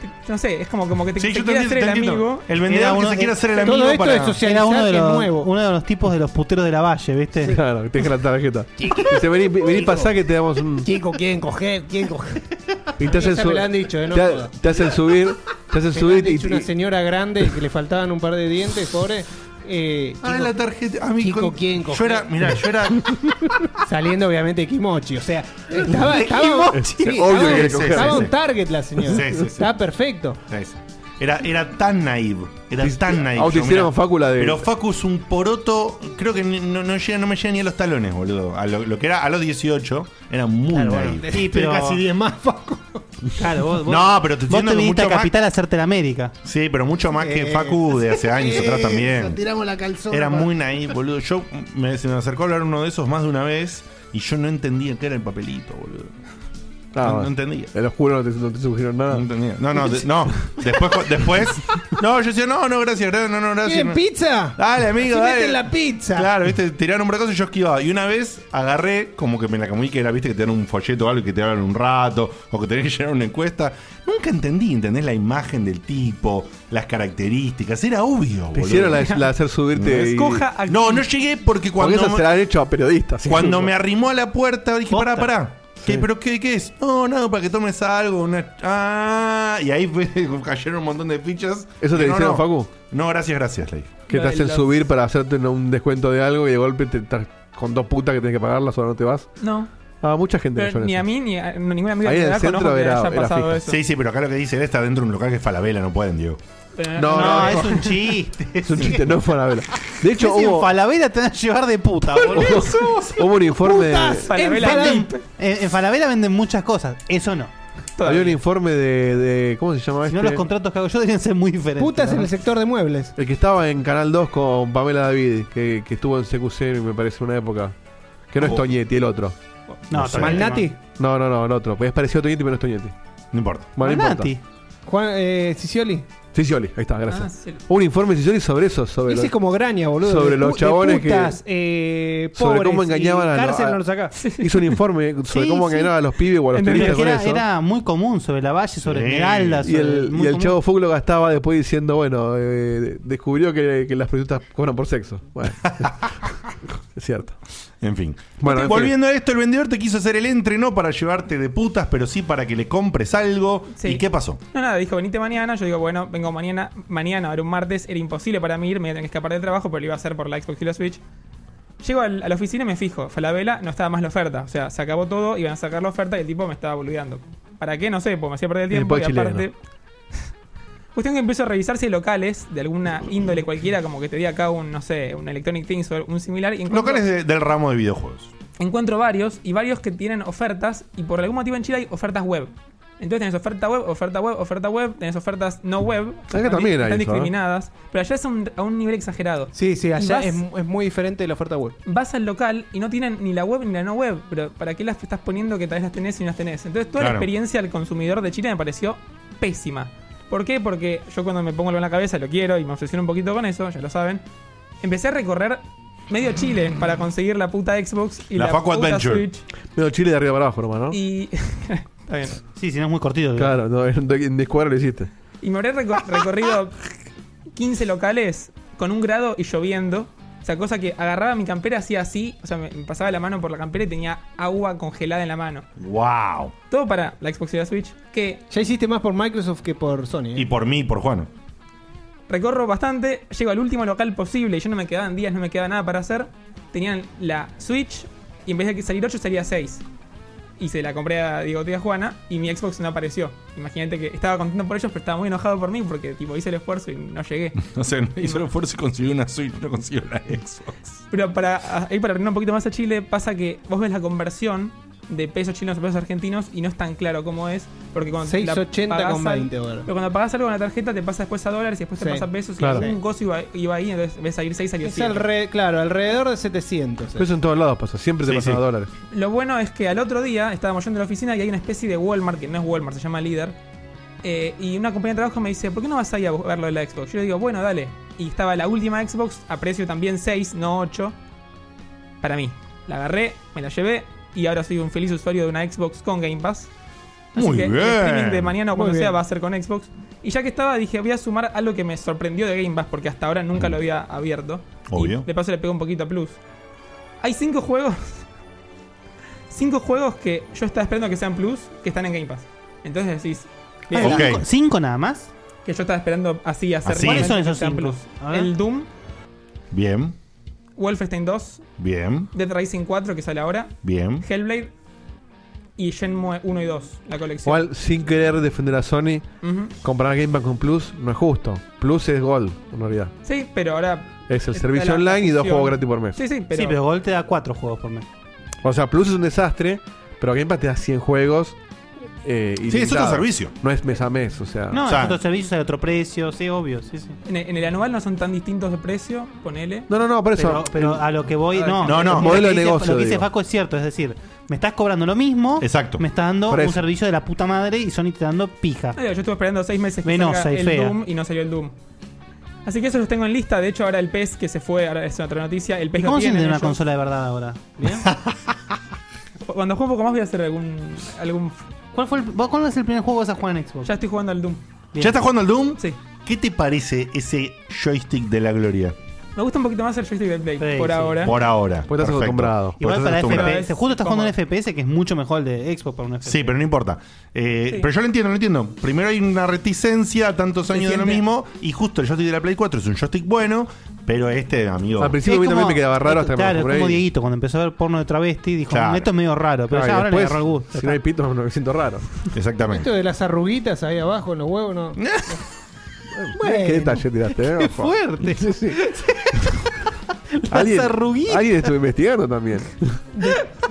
Speaker 5: Te- No sé, es como, como que te,
Speaker 2: Sí,
Speaker 5: te
Speaker 2: yo
Speaker 5: quiere
Speaker 2: también
Speaker 5: hacer el amigo.
Speaker 2: El vendedor que
Speaker 6: uno-
Speaker 2: se quiere hacer el amigo
Speaker 4: Todo esto
Speaker 2: para...
Speaker 4: es
Speaker 6: Era uno de,
Speaker 4: socializar de
Speaker 6: los,
Speaker 4: nuevo.
Speaker 6: uno de los tipos de los puteros de la valle, ¿viste?
Speaker 3: Claro, te deja la tarjeta. Dice, vení, vení pasá que te damos un.
Speaker 4: Chico, ¿quién coger? ¿Quién coger?
Speaker 3: Y te hacen,
Speaker 4: Esa
Speaker 3: su-
Speaker 4: me la han dicho, eh, no
Speaker 3: te, ha-
Speaker 4: jodas.
Speaker 3: te hacen subir. Te hacen
Speaker 4: Me
Speaker 3: subir
Speaker 4: han
Speaker 3: y,
Speaker 4: dicho una
Speaker 3: y-
Speaker 4: señora grande que le faltaban un par de dientes, pobre. Eh,
Speaker 2: Ah,
Speaker 4: chico,
Speaker 2: la tarjeta. A mí,
Speaker 4: Chico,
Speaker 2: con-
Speaker 4: ¿quién
Speaker 2: Yo
Speaker 4: cogió?
Speaker 2: era, mirá, yo era.
Speaker 4: saliendo obviamente de Kimochi, o sea, estaba, estaba, sí,
Speaker 3: Es
Speaker 4: estaba-
Speaker 3: obvio que le
Speaker 2: coger.
Speaker 4: estaba
Speaker 2: Sí, sí.
Speaker 4: un target la señora.
Speaker 2: Sí, sí, sí.
Speaker 4: Estaba perfecto.
Speaker 2: Eso. Era, era tan naive. Era
Speaker 3: Te-
Speaker 2: tan naive.
Speaker 3: ah, te
Speaker 2: Yo,
Speaker 3: hicieron
Speaker 2: mirá,
Speaker 3: Facu la de-
Speaker 2: Pero Facu es un poroto. Creo que ni- no, no llega, no me llega ni a los talones, boludo. A lo, lo que era a los 18, era muy naive.
Speaker 6: Sí, pero,
Speaker 4: Casi 10 más, Faco.
Speaker 6: claro, vos, vos-
Speaker 2: No, pero te
Speaker 6: vos
Speaker 2: entiendo
Speaker 6: te
Speaker 2: que
Speaker 6: viniste a
Speaker 2: mucho más.
Speaker 6: Capital a hacerte la América.
Speaker 2: Sí, pero mucho más que Facu de hace años atrás también.
Speaker 7: tiramos la calzona.
Speaker 2: Era
Speaker 7: pa-
Speaker 2: muy naive, boludo. Yo me, se me acercó a hablar uno de esos más de una vez y yo no entendía qué era el papelito, boludo.
Speaker 3: Ah,
Speaker 2: no, no entendía.
Speaker 3: El oscuro no te, no te sugirieron
Speaker 2: No
Speaker 3: nada.
Speaker 2: entendía. No, no, de- no. Después, cu- después. No, yo decía, no, no, gracias, gracias, no, no, gracias.
Speaker 4: ¿Quieren
Speaker 2: no.
Speaker 4: pizza?
Speaker 2: Dale, amigo,
Speaker 4: Se
Speaker 2: dale.
Speaker 4: meten la pizza.
Speaker 2: Claro, viste, tiraron un brazo y yo esquivaba. Y una vez agarré, como que me la comí, que era, viste, que te dan un folleto o algo y que te hablan un rato, o que tenés que llenar una encuesta. Nunca entendí, ¿entendés? La imagen del tipo, las características. Era obvio,
Speaker 3: Te
Speaker 2: boludo.
Speaker 3: hicieron la, la de hacer subirte. y-
Speaker 5: Escoja a-
Speaker 2: No, no llegué porque
Speaker 3: Porque
Speaker 2: cuando.
Speaker 3: esa se la han hecho a periodistas.
Speaker 2: Cuando
Speaker 3: incluso.
Speaker 2: me arrimó a la puerta, dije, pará, pará. ¿Qué, ¿Pero qué, qué es? No, nada, para que tomes algo. Una... Ah, y ahí fue- cayeron un montón de fichas.
Speaker 3: ¿Eso te
Speaker 2: No, no.
Speaker 3: hicieron, Facu?
Speaker 2: No, gracias, gracias, Ley.
Speaker 3: Que te
Speaker 5: La-
Speaker 3: hacen
Speaker 5: la-
Speaker 3: subir para hacerte un- un descuento de algo y de golpe te estás con dos putas que tenés que pagarlas o no te vas.
Speaker 5: No,
Speaker 3: Ah, mucha gente
Speaker 5: pero
Speaker 3: le hizo
Speaker 5: ni
Speaker 3: eso.
Speaker 5: a mí ni a no, ninguna amiga
Speaker 3: Ahí
Speaker 5: de mi
Speaker 3: en el
Speaker 5: edad
Speaker 3: centro
Speaker 5: conozco que le
Speaker 3: era-
Speaker 5: haya
Speaker 3: era
Speaker 5: pasado
Speaker 3: fija.
Speaker 5: eso.
Speaker 2: Sí, sí, pero acá lo que dice él está dentro de un local que es Falabella, no pueden, Diego.
Speaker 5: Pero
Speaker 3: No,
Speaker 6: No,
Speaker 3: no,
Speaker 6: es un chiste.
Speaker 3: Es un chiste, no fue una vela. De
Speaker 6: Si
Speaker 3: hecho,
Speaker 6: en
Speaker 3: hubo,
Speaker 6: Falabella te van a llevar de puta, boludo.
Speaker 3: hubo, un informe.
Speaker 5: Putas, Falabella
Speaker 4: Falabella.
Speaker 5: Deep.
Speaker 6: En, en Falabella venden muchas cosas, eso no.
Speaker 3: Había un informe de, de- ¿Cómo se llamaba
Speaker 6: Si
Speaker 3: este?
Speaker 6: no, los contratos que hago yo deberían ser muy diferentes.
Speaker 4: Putas en
Speaker 6: ¿no?
Speaker 4: el sector de muebles.
Speaker 3: El que estaba en Canal 2 con Pamela David, que, que estuvo en CQC, me parece, una época. Que no es
Speaker 2: Oh.
Speaker 3: Toñetti, el otro.
Speaker 6: No,
Speaker 2: No sé.
Speaker 6: Tomás
Speaker 4: Malnati,
Speaker 3: No, no, no, el otro. Pues Es parecido a Toñetti, pero no es Toñetti.
Speaker 2: No importa.
Speaker 3: Bueno, no
Speaker 6: Malnati.
Speaker 4: Juan eh, Sicioli.
Speaker 3: Sí, Scioli, ahí está,
Speaker 5: Ah,
Speaker 3: gracias.
Speaker 5: sí.
Speaker 3: Hubo un informe de Scioli sobre eso, sobre
Speaker 4: Ese
Speaker 3: lo-
Speaker 4: es como graña, boludo.
Speaker 3: sobre
Speaker 4: de
Speaker 3: los
Speaker 4: pu- de
Speaker 3: chabones que-
Speaker 4: putas, eh,
Speaker 3: sobre
Speaker 4: pobres
Speaker 3: cómo engañaban
Speaker 4: y
Speaker 3: a-
Speaker 4: cárcel
Speaker 3: a-
Speaker 4: no lo saca.
Speaker 3: Hizo un informe sobre
Speaker 6: Sí,
Speaker 3: cómo
Speaker 6: sí.
Speaker 3: engañaban a los pibes o a los
Speaker 5: Entendí,
Speaker 3: turistas
Speaker 6: Que
Speaker 3: con
Speaker 6: era,
Speaker 3: eso.
Speaker 6: era muy común sobre la valle, sobre
Speaker 2: Sí.
Speaker 6: Esmeralda.
Speaker 3: Y
Speaker 6: sobre-
Speaker 3: el,
Speaker 6: muy
Speaker 3: y el
Speaker 6: común.
Speaker 3: chavo Fuglo gastaba después diciendo, bueno, eh, descubrió que, que las prostitutas cobran por sexo. Bueno, es cierto.
Speaker 2: En fin.
Speaker 3: Bueno, en fin.
Speaker 2: Volviendo a esto, el vendedor te quiso hacer el entre, no para llevarte de putas, pero sí para que le compres algo.
Speaker 5: Sí.
Speaker 2: ¿Y qué pasó?
Speaker 5: No, nada, dijo, venite mañana. Yo digo, bueno, vengo mañana. Mañana, era un martes, era imposible para mí ir, me iba a tener que escapar del trabajo, pero lo iba a hacer por la Xbox y la Switch. Llego al- a la oficina y me fijo, Falabella no estaba más la oferta. O sea, se acabó todo, iban a sacar la oferta y el tipo me estaba boludeando. ¿Para qué? No sé, porque me hacía perder el
Speaker 3: El
Speaker 5: tiempo. y
Speaker 3: poder chileno.
Speaker 5: aparte. Cuestión que empiezo a revisar si hay locales de alguna índole cualquiera, como que te di acá un, no sé, un Electronic Things o un similar. y encuentro-
Speaker 2: Locales de- del ramo de videojuegos.
Speaker 5: encuentro varios y varios que tienen ofertas y por algún motivo en Chile hay ofertas web. Entonces tenés oferta web, oferta web, oferta web, tenés ofertas no web.
Speaker 3: Acá
Speaker 5: que están
Speaker 3: también hay
Speaker 5: están
Speaker 3: eso, ¿eh?
Speaker 5: discriminadas. Pero allá es un- a un nivel exagerado.
Speaker 4: Sí, sí, allá
Speaker 5: Vas-
Speaker 4: es, es muy diferente de la oferta web.
Speaker 5: Vas al local y no tienen ni la web ni la no web. Pero ¿para qué las estás poniendo que tal vez las tenés y no las tenés? Entonces toda
Speaker 2: Claro.
Speaker 5: la experiencia del consumidor de Chile me pareció pésima. ¿Por qué? Porque yo cuando me pongo algo en la cabeza lo quiero y me obsesiono un poquito con eso, ya lo saben. Empecé a recorrer medio Chile para conseguir la puta Xbox y
Speaker 2: La
Speaker 5: la,
Speaker 2: Facu
Speaker 5: puta
Speaker 2: Adventure.
Speaker 5: Switch.
Speaker 3: Medio chile de arriba para abajo nomás, ¿no?
Speaker 5: Y. Está bien.
Speaker 6: Sí, si no es muy cortito.
Speaker 3: Claro, no, en en Discord lo hiciste.
Speaker 5: Y me habré reco- recorrido 15 locales con un grado y lloviendo. O sea, cosa que agarraba mi campera, hacía así, o sea, me me pasaba la mano por la campera y tenía agua congelada en la mano.
Speaker 2: ¡Wow!
Speaker 5: Todo para la Xbox y la Switch, que
Speaker 4: Ya hiciste más por Microsoft que por Sony. ¿eh?
Speaker 2: Y por mí, por Juan.
Speaker 5: recorro bastante, llego al último local posible y yo no me quedaban días, no me quedaba nada para hacer. Tenían la Switch y en vez de que salir 8 salía 6. Y se la compré a Diego Tía Juana y mi Xbox no apareció. Imagínate que estaba contento por ellos, pero estaba muy enojado por mí porque tipo hice el esfuerzo y no llegué.
Speaker 2: No sé, hizo el esfuerzo y consiguió una Switch, no consiguió la Xbox.
Speaker 5: Pero para a- ahí para abrir un poquito más a Chile, pasa que vos ves la conversión de pesos chilenos a pesos argentinos y no es tan claro cómo es. Porque cuando la
Speaker 4: 6.80
Speaker 5: pagás
Speaker 4: con
Speaker 5: al-
Speaker 4: 20 ahora.
Speaker 5: Pero cuando pagás algo con la tarjeta, te pasa después a dólares y después te
Speaker 4: Sí,
Speaker 5: pasa a pesos.
Speaker 3: claro.
Speaker 5: Y un gozo iba, iba ahí, entonces ves salir 6, salió
Speaker 4: Es
Speaker 5: 7.
Speaker 4: alre- claro, alrededor de 700. eh.
Speaker 2: Pues,
Speaker 3: Pero eso en todos lados pasa, siempre te
Speaker 2: Sí,
Speaker 3: pasan
Speaker 2: sí.
Speaker 3: a dólares.
Speaker 5: Lo bueno es que al otro día estábamos yendo a la oficina y hay una especie de Walmart, que no es Walmart, se llama Líder. eh, y una compañía de trabajo me dice, ¿por qué no vas ahí a bu- ver lo de la Xbox? Yo le digo, bueno, dale. Y estaba la última Xbox a precio también 6, no 8. Para mí. La agarré, me la llevé y ahora soy un feliz usuario de una Xbox con Game Pass. Así
Speaker 2: Muy
Speaker 5: que
Speaker 2: bien.
Speaker 5: el streaming de mañana o
Speaker 4: Muy
Speaker 5: cuando sea
Speaker 4: bien.
Speaker 5: va a ser con Xbox. Y ya que estaba, dije, voy a sumar algo que me sorprendió de Game Pass porque hasta ahora nunca lo había abierto.
Speaker 2: Obvio.
Speaker 5: Y de paso le pego un poquito a Plus. Hay cinco juegos. Cinco juegos que yo estaba esperando que sean Plus, que están en Game Pass. Entonces decís,
Speaker 6: Ah,
Speaker 5: bien,
Speaker 2: Ok.
Speaker 6: ¿cinco, cinco nada más?
Speaker 5: que yo estaba esperando así hacer
Speaker 2: Así.
Speaker 5: realmente
Speaker 2: ¿Cuáles
Speaker 6: son
Speaker 5: que
Speaker 6: esos
Speaker 5: sean
Speaker 6: cinco? A ver.
Speaker 5: El Doom,
Speaker 2: Bien,
Speaker 5: Wolfenstein 2,
Speaker 2: bien,
Speaker 5: Dead Rising 4 que sale ahora,
Speaker 2: bien.
Speaker 5: Hellblade y Shenmue 1 y 2, la colección.
Speaker 3: Igual, sin querer defender a Sony,
Speaker 5: Ujú.
Speaker 3: comparar Game Pass con Plus no es justo. Plus es Gold, en realidad.
Speaker 5: Sí, pero ahora.
Speaker 3: Es el
Speaker 5: Está
Speaker 3: servicio
Speaker 5: la- la
Speaker 3: online y dos
Speaker 5: función.
Speaker 3: juegos gratis por mes.
Speaker 5: Sí, sí, pero.
Speaker 6: Sí, pero Gold te da cuatro juegos por mes.
Speaker 3: O sea, Plus es un desastre, pero Game Pass te da 100 juegos. eh,
Speaker 2: Sí, es otro
Speaker 3: ilimitado.
Speaker 2: servicio.
Speaker 3: No es mes a mes, o
Speaker 5: Ah.
Speaker 3: sea.
Speaker 6: No,
Speaker 2: O sea-
Speaker 6: es otro servicio, es otro precio, sí, obvio, sí, sí.
Speaker 5: En el, en el anual no son tan distintos de precio, ponele.
Speaker 3: No, no, no, por eso.
Speaker 6: Pero, pero a lo que voy, no.
Speaker 2: No, no,
Speaker 6: Lo que
Speaker 3: modelo de
Speaker 6: dice-
Speaker 3: negocio,
Speaker 6: Lo que dice
Speaker 3: digo.
Speaker 6: Faco es cierto, es decir, me estás cobrando lo mismo,
Speaker 2: Exacto.
Speaker 6: me estás dando
Speaker 3: Por
Speaker 6: un
Speaker 3: eso.
Speaker 6: servicio de la puta madre y Sony te está dando pija.
Speaker 5: No, digo, yo estuve esperando seis meses que
Speaker 6: Venosa
Speaker 5: salga
Speaker 6: y
Speaker 5: el
Speaker 6: fea.
Speaker 5: Doom y no salió el Doom. Así que eso los tengo en lista. De hecho, ahora el PES que se fue, ahora es otra noticia. El
Speaker 6: ¿Y
Speaker 5: PES lo
Speaker 6: cómo se
Speaker 5: tienen
Speaker 6: entiende una
Speaker 5: ellos.
Speaker 6: consola de verdad ahora? ¿Bien?
Speaker 5: Cuando juegue un poco más voy a hacer algún. algún
Speaker 6: ¿Cuál, fue el, vos- ¿Cuál es el primer juego que vas a jugar en Xbox?
Speaker 5: ya estoy jugando al Doom.
Speaker 6: Bien.
Speaker 2: ¿Ya estás jugando al Doom?
Speaker 5: Sí.
Speaker 2: ¿Qué te parece ese joystick de la gloria?
Speaker 5: Me gusta un poquito más el joystick del Play
Speaker 6: Sí,
Speaker 5: por
Speaker 6: sí.
Speaker 5: ahora.
Speaker 2: Por ahora.
Speaker 3: Porque estás
Speaker 2: Perfecto.
Speaker 3: acostumbrado.
Speaker 2: Porque
Speaker 6: Igual
Speaker 2: Pues estás
Speaker 6: para
Speaker 2: acostumbrado.
Speaker 6: FPS, justo estás jugando en
Speaker 5: ¿Cómo?
Speaker 6: FPS que es mucho mejor el de Xbox para un FPS.
Speaker 2: Sí, pero no importa. Eh,
Speaker 5: Sí.
Speaker 2: Pero yo lo entiendo, lo entiendo. Primero hay una reticencia, tantos años de lo
Speaker 5: siente-
Speaker 2: mismo, y justo el joystick de la Play 4 es un joystick bueno, pero este, amigo.
Speaker 3: Al
Speaker 6: Sí,
Speaker 3: principio a mí
Speaker 6: es
Speaker 3: también
Speaker 6: como-
Speaker 3: me quedaba raro hasta que me
Speaker 6: Claro,
Speaker 3: lo
Speaker 6: es
Speaker 3: compré
Speaker 6: como
Speaker 3: y-
Speaker 6: Dieguito, cuando empezó a ver porno de travesti, dijo, "Mm,
Speaker 2: Claro.
Speaker 6: esto es medio raro, pero
Speaker 3: Claro,
Speaker 6: ya
Speaker 3: Ah, y
Speaker 6: ahora le
Speaker 3: después,
Speaker 6: agarró el gusto.
Speaker 3: Si no hay pitos, me lo siento raro.
Speaker 2: Exactamente.
Speaker 4: Esto de las arruguitas ahí abajo en los huevos, no.
Speaker 3: Qué detalle tiraste, ¿eh? Ojo.
Speaker 6: fuerte.
Speaker 3: Sí, sí.
Speaker 6: Las
Speaker 3: Alguien,
Speaker 6: arruguitas.
Speaker 3: alguien estuvo investigando también.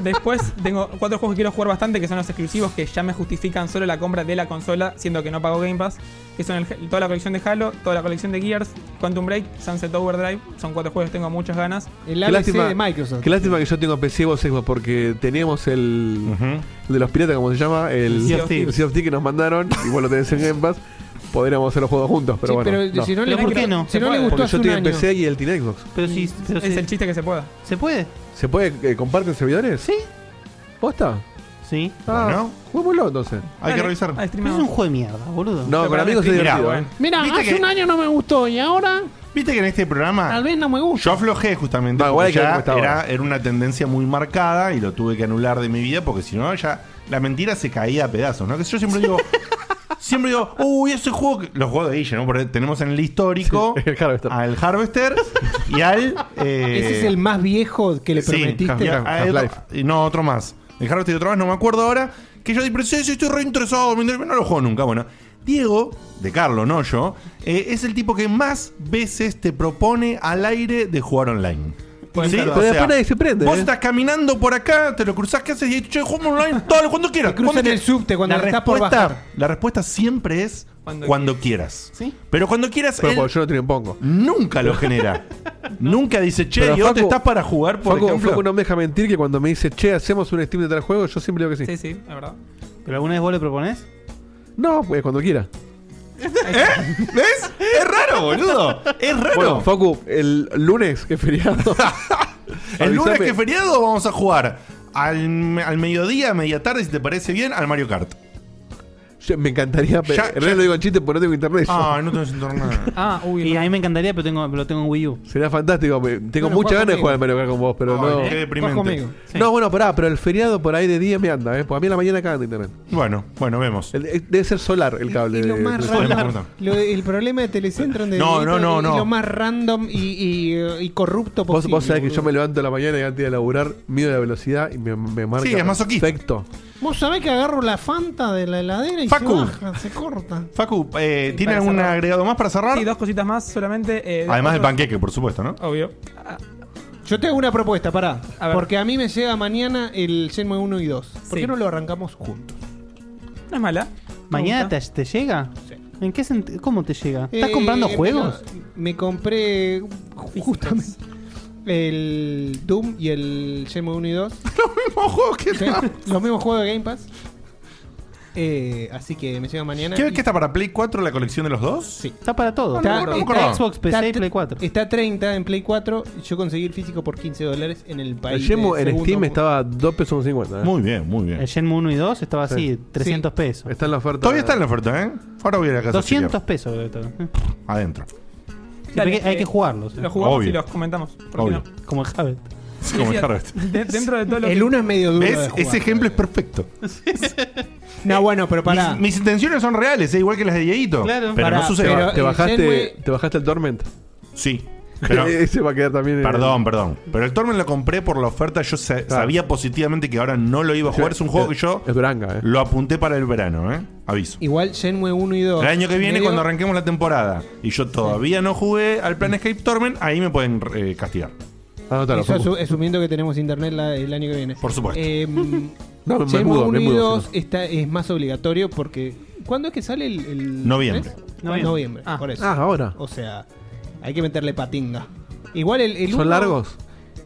Speaker 5: Después tengo cuatro juegos que quiero jugar bastante, que son los exclusivos, que ya me justifican solo la compra de la consola, siendo que no pago Game Pass, que son el- toda la colección de Halo, toda la colección de Gears, Quantum Break, Sunset Overdrive, son cuatro juegos que tengo muchas ganas.
Speaker 4: El
Speaker 3: Qué
Speaker 4: ABC
Speaker 3: lástima,
Speaker 4: de Microsoft.
Speaker 3: qué lástima que yo tengo PC y vos Xbox, porque teníamos el,
Speaker 2: Ujú.
Speaker 3: el de los piratas, como se llama, el
Speaker 5: Sea of Thieves.
Speaker 3: el Sea of Thieves que nos mandaron, y vos lo tenés en Game Pass, podríamos hacer los juegos juntos, pero
Speaker 4: Sí,
Speaker 3: bueno.
Speaker 4: pero
Speaker 3: no.
Speaker 4: si no,
Speaker 6: Pero
Speaker 4: le,
Speaker 6: ¿por qué no?
Speaker 4: Si
Speaker 5: Se
Speaker 4: no le
Speaker 5: puede.
Speaker 4: gustó
Speaker 3: Porque
Speaker 4: hace
Speaker 3: yo
Speaker 4: un
Speaker 3: tengo
Speaker 4: año.
Speaker 3: el PC y el tiene Xbox.
Speaker 6: Pero si, pero
Speaker 5: es
Speaker 6: si-
Speaker 5: el chiste que se pueda.
Speaker 6: ¿Se puede?
Speaker 3: ¿Se puede eh, comparten servidores?
Speaker 6: Sí.
Speaker 3: ¿Posta?
Speaker 6: Sí.
Speaker 3: Ah,
Speaker 2: Bueno.
Speaker 3: juguémoslo entonces.
Speaker 2: Hay que
Speaker 5: Dale, Ah,
Speaker 2: revisar.
Speaker 5: a
Speaker 6: Pero
Speaker 5: streamear.
Speaker 6: es un juego de mierda, boludo.
Speaker 3: No,
Speaker 5: Pero
Speaker 3: con
Speaker 5: para
Speaker 3: amigos es
Speaker 5: mí-
Speaker 2: Mirá,
Speaker 3: divertido. ¿eh?
Speaker 5: bueno.
Speaker 7: Mira,
Speaker 2: Viste
Speaker 7: hace
Speaker 2: que-
Speaker 7: un año no me gustó y ahora
Speaker 2: Viste que en este programa.
Speaker 7: tal vez no me gusta.
Speaker 2: Yo aflojé justamente.
Speaker 3: No, igual hay
Speaker 2: porque
Speaker 3: que
Speaker 2: ya
Speaker 3: ver cómo está
Speaker 2: era,
Speaker 3: ahora.
Speaker 2: era una tendencia muy marcada y lo tuve que anular de mi vida porque si no, ya la mentira se caía a pedazos. ¿no? Que yo siempre digo. Siempre digo, uy, ese juego. que-". Los juegos de Guille, ¿no? Porque tenemos en el histórico
Speaker 3: El Harvester.
Speaker 2: al Harvester y al. eh,
Speaker 4: Ese es el más viejo que le
Speaker 2: sí,
Speaker 4: prometiste.
Speaker 2: y a-
Speaker 3: Half-
Speaker 2: a-
Speaker 3: Half-Life.
Speaker 2: y no, otro más. El Harvester y otro más, no me acuerdo ahora. Que yo dije, pero sí, sí, estoy reinteresado. me interesa". No lo juego nunca. Bueno, Diego, de Carlo, no yo, eh, es el tipo que más veces te propone al aire de jugar online.
Speaker 5: Pueden
Speaker 2: Sí,
Speaker 5: ser
Speaker 2: o
Speaker 3: Pero
Speaker 2: sea,
Speaker 3: después nadie se prende.
Speaker 2: Vos
Speaker 3: ¿eh?
Speaker 2: estás caminando por acá, te lo cruzás, ¿qué haces? Y che, jugamos online todo lo- cuando quieras.
Speaker 4: cruzan
Speaker 2: cuando
Speaker 4: el
Speaker 2: quieras.
Speaker 4: subte cuando
Speaker 2: la
Speaker 4: estás por
Speaker 2: respuesta-
Speaker 4: bajar.
Speaker 2: La respuesta siempre es cuando,
Speaker 5: Cuando
Speaker 2: quieras.
Speaker 6: ¿Sí?
Speaker 2: Pero cuando quieras,
Speaker 3: Pero
Speaker 2: él
Speaker 3: porque yo no tengo pongo.
Speaker 2: nunca lo genera. nunca dice, che,
Speaker 3: Pero
Speaker 2: ¿y vos te
Speaker 3: Facu-
Speaker 2: estás para jugar, por
Speaker 3: Facu,
Speaker 2: ejemplo?
Speaker 3: Facu no me deja mentir que cuando me dice, che, hacemos un Steam de tal juego, yo siempre digo que sí.
Speaker 5: Sí, sí, es verdad.
Speaker 6: ¿Pero alguna vez vos le proponés?
Speaker 3: No, pues cuando quiera.
Speaker 2: ¿Ves? Es raro, boludo. Es raro.
Speaker 3: Bueno, Facu, el lunes, que es feriado.
Speaker 2: el lunes
Speaker 3: avísame.
Speaker 2: que es feriado vamos a jugar al, al mediodía, a media tarde, si te parece bien, al Mario Kart.
Speaker 3: Yo- me encantaría, pero
Speaker 2: Ya-
Speaker 3: en realidad lo digo en chiste porque no tengo internet. yo.
Speaker 2: Ah, no tenés internet.
Speaker 5: Ah, uy.
Speaker 6: Y
Speaker 5: no.
Speaker 6: a mí me encantaría, pero tengo, lo tengo en Wii U.
Speaker 3: Sería fantástico. me- Tengo
Speaker 4: Bueno,
Speaker 3: muchas
Speaker 4: juega
Speaker 3: ganas de
Speaker 4: conmigo.
Speaker 3: jugar al Mario Kart con vos, pero
Speaker 2: Ay,
Speaker 3: no.
Speaker 2: qué
Speaker 4: Vas
Speaker 2: deprimente.
Speaker 4: conmigo.
Speaker 3: No, bueno, pará, pero el feriado por ahí de 10 me anda, ¿eh? Porque a mí en la mañana acaba de internet.
Speaker 2: Bueno, bueno, vemos.
Speaker 3: El- eh, debe ser solar el cable.
Speaker 4: Y lo
Speaker 3: de-
Speaker 4: más
Speaker 3: de-
Speaker 2: raro-
Speaker 4: random. lo- el problema de Telecentro donde
Speaker 2: No,
Speaker 4: Dieguito
Speaker 2: no, no,
Speaker 4: es
Speaker 2: no.
Speaker 4: lo más random y, y, eh, y corrupto
Speaker 3: Vos,
Speaker 4: posible.
Speaker 3: vos sabés que yo
Speaker 4: boludo.
Speaker 3: me levanto a la mañana y antes de laburar, mido la velocidad y me, me marca.
Speaker 2: Sí, es masoquista.
Speaker 3: Perfecto.
Speaker 4: Vos sabés que agarro la Fanta de la heladera y
Speaker 2: Facu.
Speaker 4: se baja, se corta.
Speaker 2: Facu, eh, ¿tiene
Speaker 5: Para
Speaker 2: algún
Speaker 5: cerrar.
Speaker 2: agregado más para cerrar?
Speaker 5: Sí, dos cositas más solamente. eh,
Speaker 2: Además del
Speaker 5: otro-
Speaker 2: panqueque, por supuesto, ¿no?
Speaker 5: Obvio. Ah,
Speaker 4: Yo te hago una propuesta, pará.
Speaker 5: A ver.
Speaker 4: porque a mí me llega mañana el Shenmue 1 y 2. ¿Por
Speaker 5: Sí.
Speaker 4: qué no lo arrancamos juntos?
Speaker 5: No es mala. Me
Speaker 6: ¿Mañana
Speaker 5: gusta.
Speaker 6: te, te llega?
Speaker 4: Sí.
Speaker 6: ¿En qué sentido? ¿Cómo te llega? ¿Estás
Speaker 4: Eh,
Speaker 6: comprando
Speaker 4: me-
Speaker 6: juegos?
Speaker 4: Me compré justamente el Doom y el Shenmue 1 y 2.
Speaker 2: Los mismos juegos que
Speaker 4: Sí, Los mismos juegos de Game Pass. Eh, así que me llega mañana.
Speaker 2: ¿Qué,
Speaker 4: y-
Speaker 2: qué está para Play 4 la colección de los dos?
Speaker 4: Sí.
Speaker 6: Está para todo.
Speaker 4: Está-
Speaker 6: Está,
Speaker 2: está-
Speaker 6: Xbox, PC y
Speaker 4: Está-
Speaker 6: Play 4.
Speaker 4: Está 30 en Play 4. y Yo conseguí el físico por 15 dólares en el
Speaker 3: El
Speaker 4: país.
Speaker 3: Yemo
Speaker 4: de
Speaker 3: en
Speaker 4: segundo
Speaker 3: Steam
Speaker 4: mu-
Speaker 3: estaba a 2 pesos con 50. ¿eh?
Speaker 2: Muy bien, muy
Speaker 6: El
Speaker 2: bien.
Speaker 6: Shenmue 1 y 2 estaba así,
Speaker 3: Sí.
Speaker 6: 300
Speaker 4: Sí.
Speaker 6: pesos.
Speaker 3: Está en la oferta.
Speaker 2: Todavía está en la oferta, ¿eh? Ahora voy a la casa. a
Speaker 6: 200 pesos. creo que estaba.
Speaker 2: chequear. Adentro.
Speaker 6: Sí,
Speaker 5: Dale,
Speaker 6: porque hay
Speaker 5: eh,
Speaker 6: que jugarlos. eh.
Speaker 5: Los jugamos
Speaker 2: Obvio.
Speaker 5: y los comentamos. ¿Por qué
Speaker 2: Obvio.
Speaker 5: no?
Speaker 6: Como el Javet.
Speaker 2: Sí, como
Speaker 5: Sí,
Speaker 2: el
Speaker 5: sí,
Speaker 2: Harvest.
Speaker 5: de- dentro de todo lo que.
Speaker 4: El 1 es medio duro. de
Speaker 2: ¿Ves?
Speaker 4: jugar,
Speaker 2: Ese ejemplo es
Speaker 4: todavía.
Speaker 2: perfecto.
Speaker 4: No, bueno, pero pará.
Speaker 2: Mis, mis intenciones son reales, eh, igual que las de Dieguito.
Speaker 6: Claro.
Speaker 2: pero no
Speaker 4: Pará,
Speaker 2: sucede.
Speaker 4: pero-
Speaker 3: ¿Te
Speaker 4: el
Speaker 3: bajaste,
Speaker 4: Shenmue-
Speaker 3: ¿Te bajaste el Torment?
Speaker 2: Sí. Pero,
Speaker 3: Ese va a quedar también. en-
Speaker 2: perdón, perdón. Pero el Torment lo compré por la oferta. Yo sa- sabía positivamente que ahora no lo iba a jugar. Es un juego que yo
Speaker 3: Es branga, ¿eh?
Speaker 2: lo apunté para el verano, ¿eh? Aviso.
Speaker 4: Igual Shenmue 1 y 2.
Speaker 2: El año que viene,
Speaker 4: medio-
Speaker 2: cuando arranquemos la temporada y yo todavía no jugué al Plan Escape Torment, ahí me pueden eh, castigar.
Speaker 3: Anótalo.
Speaker 4: Eso
Speaker 3: Facu.
Speaker 4: asu- asumiendo que tenemos internet la- el año que viene.
Speaker 2: Por supuesto.
Speaker 4: Eh,
Speaker 3: No, me
Speaker 4: Shenmue
Speaker 3: mudo,
Speaker 4: 1
Speaker 3: me
Speaker 4: y
Speaker 3: mudo,
Speaker 4: 2
Speaker 3: si no.
Speaker 4: está, es más obligatorio porque. ¿Cuándo es que sale el. el
Speaker 2: Noviembre.
Speaker 4: tres?
Speaker 6: Noviembre.
Speaker 4: Noviembre,
Speaker 6: Ah.
Speaker 4: por eso.
Speaker 3: Ah, ahora.
Speaker 4: O sea, hay que meterle patinga. Igual el. el
Speaker 3: ¿Son
Speaker 4: uno-
Speaker 3: largos?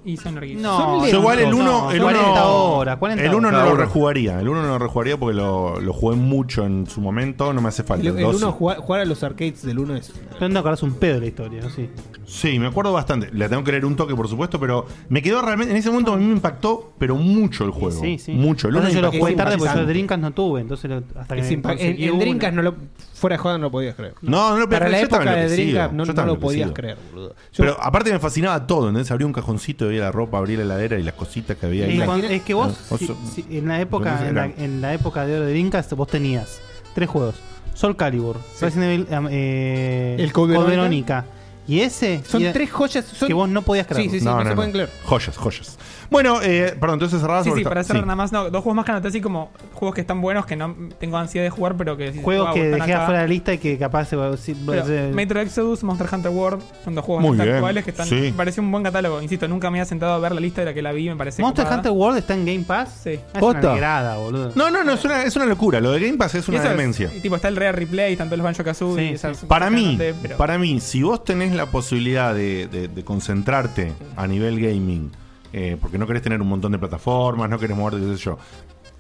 Speaker 5: Y son larguísimos.
Speaker 6: No,
Speaker 2: Yo igual el
Speaker 6: no,
Speaker 2: 1 el
Speaker 6: 40
Speaker 2: uno-
Speaker 6: horas, 40
Speaker 2: el uno no
Speaker 6: horas.
Speaker 2: lo
Speaker 3: Cada uno.
Speaker 2: rejugaría, el 1 no lo rejugaría porque lo, lo jugué mucho en su momento, no me hace falta.
Speaker 4: El,
Speaker 2: El
Speaker 4: el
Speaker 2: dos
Speaker 4: uno,
Speaker 2: sí.
Speaker 4: jugar, jugar a los arcades del 1 es.
Speaker 6: Pero no acordás un pedo de la historia, ¿no? sí.
Speaker 2: Sí, me acuerdo bastante. La tengo que leer un toque, por supuesto, pero me quedó realmente en ese momento a mí me impactó, pero mucho el juego.
Speaker 6: Sí, sí.
Speaker 2: Mucho, el
Speaker 6: Entonces
Speaker 2: uno
Speaker 6: yo lo
Speaker 2: impactó
Speaker 6: jugué
Speaker 4: es
Speaker 6: tarde porque yo
Speaker 4: impactante.
Speaker 6: Drinkas no tuve, entonces lo- hasta que
Speaker 4: es
Speaker 6: me
Speaker 4: impa- en,
Speaker 6: conseguí
Speaker 4: en
Speaker 6: una.
Speaker 4: Drinkas no lo. Fuera de joda no lo podías creer.
Speaker 2: No, no lo podías
Speaker 4: Para la
Speaker 2: creer, yo estaba
Speaker 4: época de
Speaker 2: enloquecido,
Speaker 4: Drinkas
Speaker 2: yo
Speaker 4: no,
Speaker 2: estaba
Speaker 4: no lo podías
Speaker 2: enloquecido.
Speaker 4: creer, boludo. Yo-
Speaker 2: Pero aparte me fascinaba todo, ¿entendés? Abría un cajoncito y veía la ropa, abría la heladera y las cositas que había
Speaker 6: Y
Speaker 2: ahí.
Speaker 6: cuando- es que vos,
Speaker 2: Ah, vos
Speaker 6: si-
Speaker 2: sos-
Speaker 6: si- en la época
Speaker 2: Entonces
Speaker 6: en la,
Speaker 2: era-
Speaker 6: en la época de oro de Drinkas, vos tenías tres juegos: Soul Calibur, Resident Evil, am- eh,
Speaker 4: El Code Verónica.
Speaker 6: Y ese
Speaker 4: son
Speaker 6: y era-
Speaker 4: tres joyas. Son...
Speaker 6: que vos no podías creer.
Speaker 4: Sí, sí, sí, no, se pueden creer.
Speaker 2: Joyas, joyas. Bueno, eh, perdón, entonces cerrabas
Speaker 5: Sí,
Speaker 2: sobre
Speaker 5: sí,
Speaker 2: esta-
Speaker 5: para cerrar
Speaker 2: sí.
Speaker 5: nada más. No, dos juegos más que anoté así como juegos que están buenos, que no tengo ansiedad de jugar, pero que. si-
Speaker 6: Juegos
Speaker 5: wow,
Speaker 6: que
Speaker 5: están
Speaker 6: dejé
Speaker 5: acá.
Speaker 6: afuera pues, de la lista y que capaz eh, se va a decir-
Speaker 5: Pero
Speaker 6: se-
Speaker 5: Metro Exodus, Monster Hunter World, son dos juegos
Speaker 2: Muy
Speaker 5: bastante
Speaker 2: bien,
Speaker 5: actuales que están.
Speaker 2: sí.
Speaker 5: me Parece un buen catálogo. Insisto, nunca me había sentado a ver la lista de la que la vi, me parece. ah,
Speaker 6: Monster
Speaker 5: copada.
Speaker 6: Hunter World está en Game Pass.
Speaker 5: Sí.
Speaker 6: Ah, Es una
Speaker 3: Posta.
Speaker 6: negrada, boludo.
Speaker 2: No, no, no, es una, es una locura. Lo de Game Pass es
Speaker 5: Y
Speaker 2: una
Speaker 5: eso es-
Speaker 2: demencia.
Speaker 5: y tipo, está el Rare Replay, tanto los Banjo Kazooie.
Speaker 6: Sí,
Speaker 5: esas-
Speaker 2: Para
Speaker 5: esas
Speaker 2: mí,
Speaker 5: anoté, pero-
Speaker 2: para mí, si vos tenés la posibilidad de, de- de concentrarte a nivel gaming, eh, porque no querés tener un montón de plataformas, no querés moverte, qué sé yo.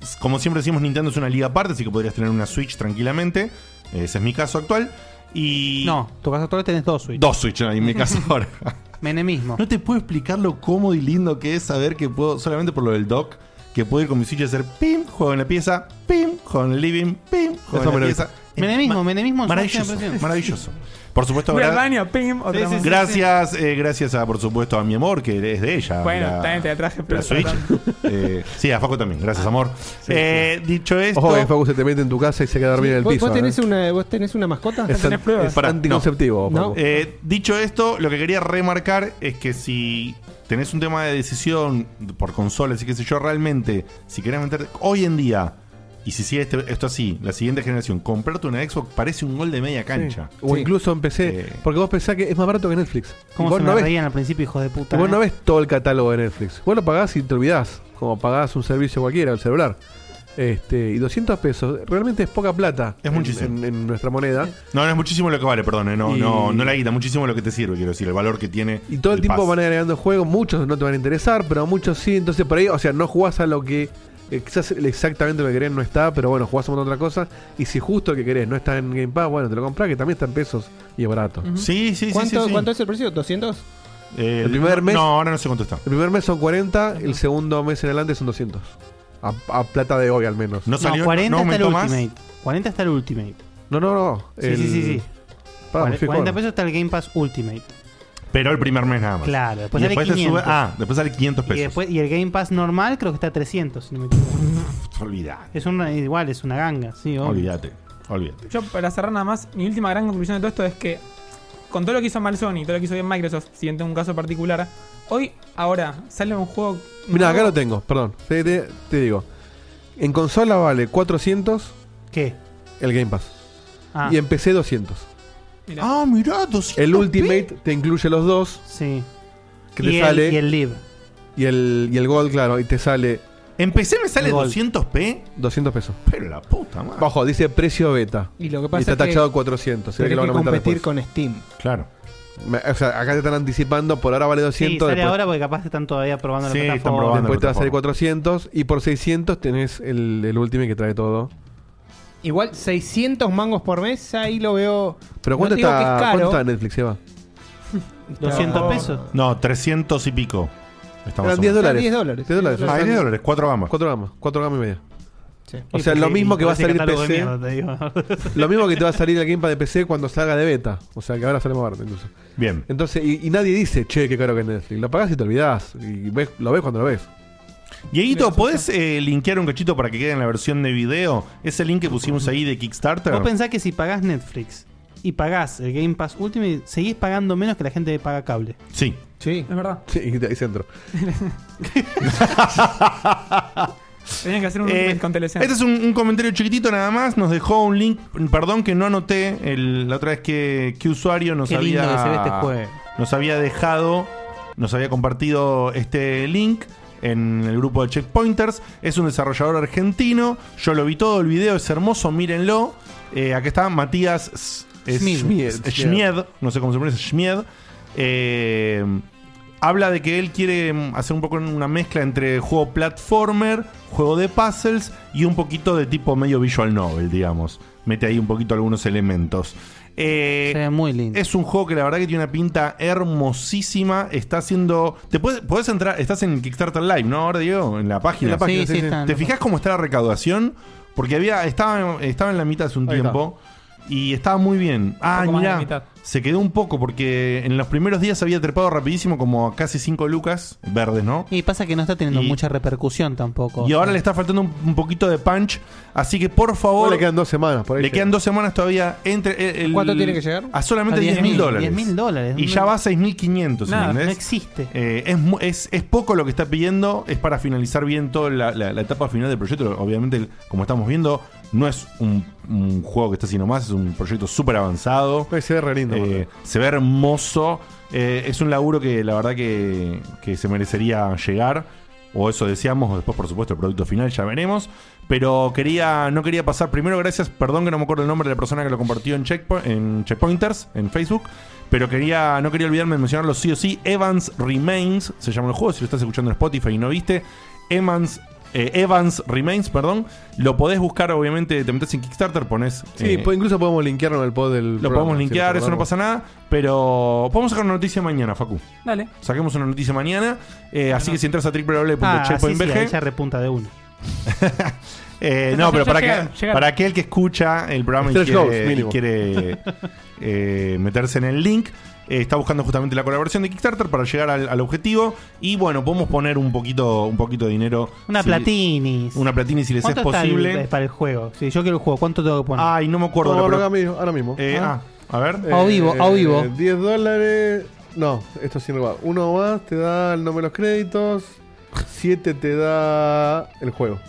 Speaker 2: S- Como siempre decimos, Nintendo es una liga aparte, así que podrías tener una Switch tranquilamente. Ese es mi caso actual. Y.
Speaker 6: No, tu casa actual tenés dos Switch.
Speaker 2: Dos Switch en mi caso ahora.
Speaker 6: Menemismo.
Speaker 2: No te puedo explicar lo cómodo y lindo que es saber que puedo, solamente por lo del dock, que puedo ir con mi Switch y hacer pim, juego en la pieza, pim, juego en el living, pim,
Speaker 3: Eso
Speaker 2: juego en
Speaker 3: me
Speaker 2: la
Speaker 3: lo
Speaker 2: pieza. Es
Speaker 6: Menemismo,
Speaker 2: ma-
Speaker 6: menemismo en su
Speaker 2: Maravilloso,
Speaker 6: máxima expresión.
Speaker 2: maravilloso. Por supuesto,
Speaker 5: Voy al
Speaker 2: gra-
Speaker 5: baño, pim, otra
Speaker 6: Sí, sí,
Speaker 5: más.
Speaker 6: sí.
Speaker 2: gracias, eh, gracias a, por supuesto, a mi amor, que es de ella.
Speaker 5: Bueno,
Speaker 2: la-
Speaker 5: también te la traje, pero
Speaker 2: la Switch. Eh, sí, a Faco también, gracias, amor. Eh, Dicho esto,
Speaker 3: Ojo que Facu se te mete en tu casa y se queda dormido en el
Speaker 4: ¿Vos,
Speaker 3: piso.
Speaker 4: vos tenés
Speaker 3: ¿eh?
Speaker 4: una, ¿Vos tenés una mascota?
Speaker 3: Es,
Speaker 5: ¿Tenés
Speaker 3: an-
Speaker 5: pruebas?
Speaker 3: es
Speaker 2: Pará, no.
Speaker 3: anticonceptivo.
Speaker 4: No.
Speaker 3: Facu.
Speaker 2: Eh, dicho esto, lo que quería remarcar es que si tenés un tema de decisión por consolas y qué sé yo, realmente, si querés meter hoy en día Y si sigue este- esto así, la siguiente generación, comprarte una Xbox parece un gol de media cancha.
Speaker 3: O incluso empecé.
Speaker 2: Eh.
Speaker 3: Porque vos pensás que es más barato que Netflix. Y
Speaker 6: ¿Cómo
Speaker 3: vos
Speaker 6: se
Speaker 3: no
Speaker 6: me
Speaker 3: ves-
Speaker 6: reían al principio, hijos de puta?
Speaker 3: y vos
Speaker 6: eh?
Speaker 3: no ves todo el catálogo de Netflix. Vos lo pagás y te olvidás. Como pagás un servicio cualquiera, el celular. Este, y 200 pesos. Realmente es poca plata.
Speaker 2: Es
Speaker 3: en-
Speaker 2: muchísimo.
Speaker 3: En, en nuestra moneda.
Speaker 2: No, no es muchísimo lo que vale, perdón, eh, no,
Speaker 3: Y-
Speaker 2: no, no la guita, muchísimo lo que te sirve, quiero decir, el valor que tiene.
Speaker 3: Y todo el, tiempo
Speaker 2: pase.
Speaker 3: van agregando juegos, muchos no te van a interesar, pero muchos sí. Entonces por ahí, o sea, no jugás a lo que eh, quizás exactamente lo que querés no está, pero bueno, jugás a una otra cosa. Y si justo lo que querés no está en Game Pass, bueno, te lo compras, que también está en pesos y es barato.
Speaker 2: Sí, sí, sí,
Speaker 4: ¿Cuánto,
Speaker 2: sí, sí.
Speaker 4: cuánto es el precio? ¿200?
Speaker 2: Eh,
Speaker 3: el primer
Speaker 2: no-
Speaker 3: mes?
Speaker 2: No, ahora no sé cuánto está.
Speaker 3: El primer mes son 40, el segundo mes en adelante son 200. A, a plata de hoy al menos.
Speaker 2: No salió,
Speaker 6: no, 40
Speaker 2: no
Speaker 6: está el
Speaker 2: aumentó más.
Speaker 6: Ultimate. 40 está el Ultimate.
Speaker 3: No, no, no.
Speaker 6: Sí,
Speaker 3: el-
Speaker 6: sí, sí, sí.
Speaker 3: Pará, me
Speaker 6: Cuare-
Speaker 3: fui
Speaker 6: 40
Speaker 3: con-
Speaker 6: pesos está el Game Pass Ultimate.
Speaker 2: Pero el primer mes nada más.
Speaker 6: Claro, después
Speaker 2: Y
Speaker 6: sale
Speaker 2: te
Speaker 6: 500.
Speaker 2: ah, después sale 500 pesos.
Speaker 6: Y, después, y el Game Pass normal creo que está a 300, si no me equivoco.
Speaker 2: Olvidate,
Speaker 6: Es una, igual, es una ganga, sí, obvio.
Speaker 2: olvidate, olvidate.
Speaker 5: Yo, para cerrar nada más, mi última gran conclusión de todo esto es que, con todo lo que hizo mal Sony, todo lo que hizo bien Microsoft, siguiente un caso particular, hoy, ahora, sale un juego.
Speaker 3: Mirá, acá
Speaker 5: nuevo.
Speaker 3: lo tengo, perdón. Te, te- te digo. En consola vale 400
Speaker 6: ¿Qué?
Speaker 3: el Game Pass.
Speaker 6: Ah,
Speaker 3: Y en PC 200.
Speaker 5: Mirá.
Speaker 2: Ah, mirá, 200
Speaker 3: El Ultimate te incluye los dos.
Speaker 6: sí.
Speaker 3: Que
Speaker 6: y,
Speaker 3: te
Speaker 6: el,
Speaker 3: sale.
Speaker 6: y el Live.
Speaker 3: y el, y el Gold, claro. Y te sale
Speaker 2: Empecé, me sale
Speaker 6: Gol.
Speaker 2: 200p.
Speaker 3: 200 pesos.
Speaker 2: Pero la puta madre.
Speaker 3: Bajo, dice precio beta.
Speaker 4: Y Ah. lo que
Speaker 3: Y
Speaker 4: pasa
Speaker 3: está
Speaker 4: es que
Speaker 3: tachado 400. se ve
Speaker 4: tenés
Speaker 3: que lo
Speaker 4: que
Speaker 3: van a aumentar
Speaker 4: competir
Speaker 3: después.
Speaker 4: con Steam.
Speaker 2: Claro.
Speaker 3: Me- O sea, acá te están anticipando. Por ahora vale
Speaker 6: Sí,
Speaker 3: 200.
Speaker 6: sale
Speaker 3: después
Speaker 6: ahora porque capaz están todavía probando
Speaker 2: Sí,
Speaker 6: la
Speaker 2: están
Speaker 6: plataforma.
Speaker 2: probando.
Speaker 3: después te va a salir
Speaker 2: plataforma.
Speaker 3: 400. Y por 600 tenés el, el Ultimate que trae todo.
Speaker 4: Igual 600 mangos por mes, ahí lo veo.
Speaker 3: Pero
Speaker 4: No
Speaker 3: ¿cuánto,
Speaker 4: te digo que
Speaker 3: está,
Speaker 4: es caro.
Speaker 3: ¿cuánto está en Netflix, Eva?
Speaker 6: 200
Speaker 4: No.
Speaker 6: pesos.
Speaker 2: No, 300 y pico. Estamos
Speaker 3: Eran 10
Speaker 2: hablando.
Speaker 3: dólares.
Speaker 4: 10 dólares.
Speaker 3: 10 dólares.
Speaker 2: Ah, 10 dólares, 4 gamas.
Speaker 3: 4 gamas. 4 gamas y media.
Speaker 4: Sí.
Speaker 3: O
Speaker 6: Sí,
Speaker 3: sea, lo
Speaker 6: porque-
Speaker 3: mismo que va a
Speaker 6: ese
Speaker 3: salir
Speaker 6: catálogo de
Speaker 3: PC.
Speaker 6: mierda, te digo.
Speaker 3: Lo mismo que te va a salir el Gamepad de PC cuando salga de beta. O sea, que ahora sale más barato incluso.
Speaker 2: Bien.
Speaker 3: Entonces, y, y nadie dice, che, qué caro que es Netflix. Lo pagás y te olvidás. Y ves- lo ves cuando lo ves.
Speaker 2: Dieguito, ¿podés eh, linkear un cachito para que quede en la versión de video? Ese link que pusimos ahí de Kickstarter.
Speaker 6: Vos pensás que si pagás Netflix y pagás el Game Pass Ultimate, seguís pagando menos que la gente que paga cable.
Speaker 2: Sí.
Speaker 4: Sí.
Speaker 5: Es verdad.
Speaker 3: Sí, y ahí centro.
Speaker 5: Tenían que hacer un
Speaker 2: Eh,
Speaker 5: remake con Telecentro.
Speaker 2: este es un, un comentario chiquitito nada más. Nos dejó un link. Perdón que no anoté el- la otra vez que, que usuario nos
Speaker 6: Qué
Speaker 2: había.
Speaker 6: lindo que se ve este juego.
Speaker 2: Nos había dejado. Nos había compartido este link en el grupo de Checkpointers. Es un desarrollador argentino. Yo lo vi todo, el video es hermoso, mírenlo. Eh, acá está Matías S- es-
Speaker 3: Schmied.
Speaker 2: Schmied, Schmied, no sé cómo se pronuncia, Schmied. Eh, habla de que él quiere mm, hacer un poco una mezcla entre juego platformer, juego de puzzles y un poquito de tipo medio visual novel, digamos. Mete ahí un poquito algunos elementos. Eh,
Speaker 6: Se ve muy lindo.
Speaker 2: es un juego que la verdad que tiene una pinta hermosísima. Está haciendo. Te puedes, podés entrar. Estás en Kickstarter Live, ¿no? Ahora digo, en la página.
Speaker 3: En la página,
Speaker 6: sí,
Speaker 3: sí,
Speaker 6: sí,
Speaker 3: sí.
Speaker 6: está en
Speaker 2: ¿Te
Speaker 6: la-
Speaker 2: fijas cómo está la recaudación? Porque había. Estaba, estaba en la mitad hace un
Speaker 3: Ahí está.
Speaker 2: tiempo. Y estaba muy bien. Ah,
Speaker 5: poco más de la mitad.
Speaker 2: mirá. Se quedó un poco porque en los primeros días había trepado rapidísimo como a casi 5 lucas verdes, ¿no?
Speaker 6: Y pasa que no está teniendo
Speaker 2: Y-
Speaker 6: mucha repercusión tampoco.
Speaker 2: Y ahora le está faltando un, un poquito de punch. Así que por favor.
Speaker 3: Ahora le quedan dos semanas. Por ahí
Speaker 2: Le quedan dos semanas todavía entre eh, el- el-
Speaker 4: ¿Cuánto tiene que llegar?
Speaker 2: A solamente
Speaker 6: A
Speaker 2: 10 mil
Speaker 6: 10.000
Speaker 2: dólares.
Speaker 6: 10.000 dólares.
Speaker 2: Y
Speaker 6: No-
Speaker 2: ya va a 6.500.
Speaker 5: Nada,
Speaker 6: no
Speaker 2: ¿entendés?
Speaker 6: existe.
Speaker 2: Eh, es, mu- es, es poco lo que está pidiendo, es para finalizar bien toda la, la- la etapa final del proyecto. Obviamente, el- como estamos viendo, no es un, un juego que está así nomás, es un proyecto súper avanzado.
Speaker 3: Ahí se ve re lindo.
Speaker 2: Eh,
Speaker 3: boludo.
Speaker 2: se ve hermoso. Eh, es un laburo que la verdad que, que se merecería llegar. O eso deseamos. o Después, por supuesto, el producto final ya veremos. Pero quería, no quería pasar. Primero, gracias. Perdón que no me acuerdo el nombre de la persona que lo compartió en, Checkpo- en Checkpointers, en Facebook. Pero quería, no quería olvidarme de mencionarlo sí o sí. Evans Remains se llama el juego. Si lo estás escuchando en Spotify y no viste, Evans. eh, Evans Remains, perdón. Lo podés buscar, obviamente. Te metes en Kickstarter, pones.
Speaker 3: Sí,
Speaker 2: eh,
Speaker 3: po- incluso podemos linkearlo en el pod del.
Speaker 2: lo podemos linkear, eso no pasa nada. Pero podemos sacar una noticia mañana, Facu.
Speaker 5: Dale.
Speaker 2: Saquemos una noticia mañana. eh, así que si entras a
Speaker 6: Ah, sí, sí,
Speaker 2: www.checkpointbg
Speaker 6: ahí ya repunta de uno.
Speaker 2: eh,
Speaker 5: Ya,
Speaker 2: no,
Speaker 5: ya
Speaker 2: pero para,
Speaker 5: llegaron,
Speaker 2: que-
Speaker 5: llegaron.
Speaker 2: para aquel que escucha el programa y
Speaker 3: Stretch goals,
Speaker 2: quiere, y
Speaker 3: mínimo.
Speaker 2: quiere, eh, meterse en el link, eh, está buscando justamente la colaboración de Kickstarter para llegar al, al objetivo. Y bueno, podemos poner un poquito, un poquito de dinero.
Speaker 6: Una
Speaker 2: si-
Speaker 6: platinis.
Speaker 2: Una platina y si les es
Speaker 6: ¿Cuánto está el-
Speaker 2: posible. Ah,
Speaker 6: para el juego? Si yo quiero el juego, ¿cuánto tengo que poner?
Speaker 2: Ay, no me acuerdo. la
Speaker 3: Ahora,
Speaker 2: pro-
Speaker 3: mismo, ahora mismo.
Speaker 2: eh, ah, a ver.
Speaker 6: a vivo, a vivo.
Speaker 3: 10 dólares. No, esto sin robar. Uno más te da el nombre de los créditos. 7 te da el juego.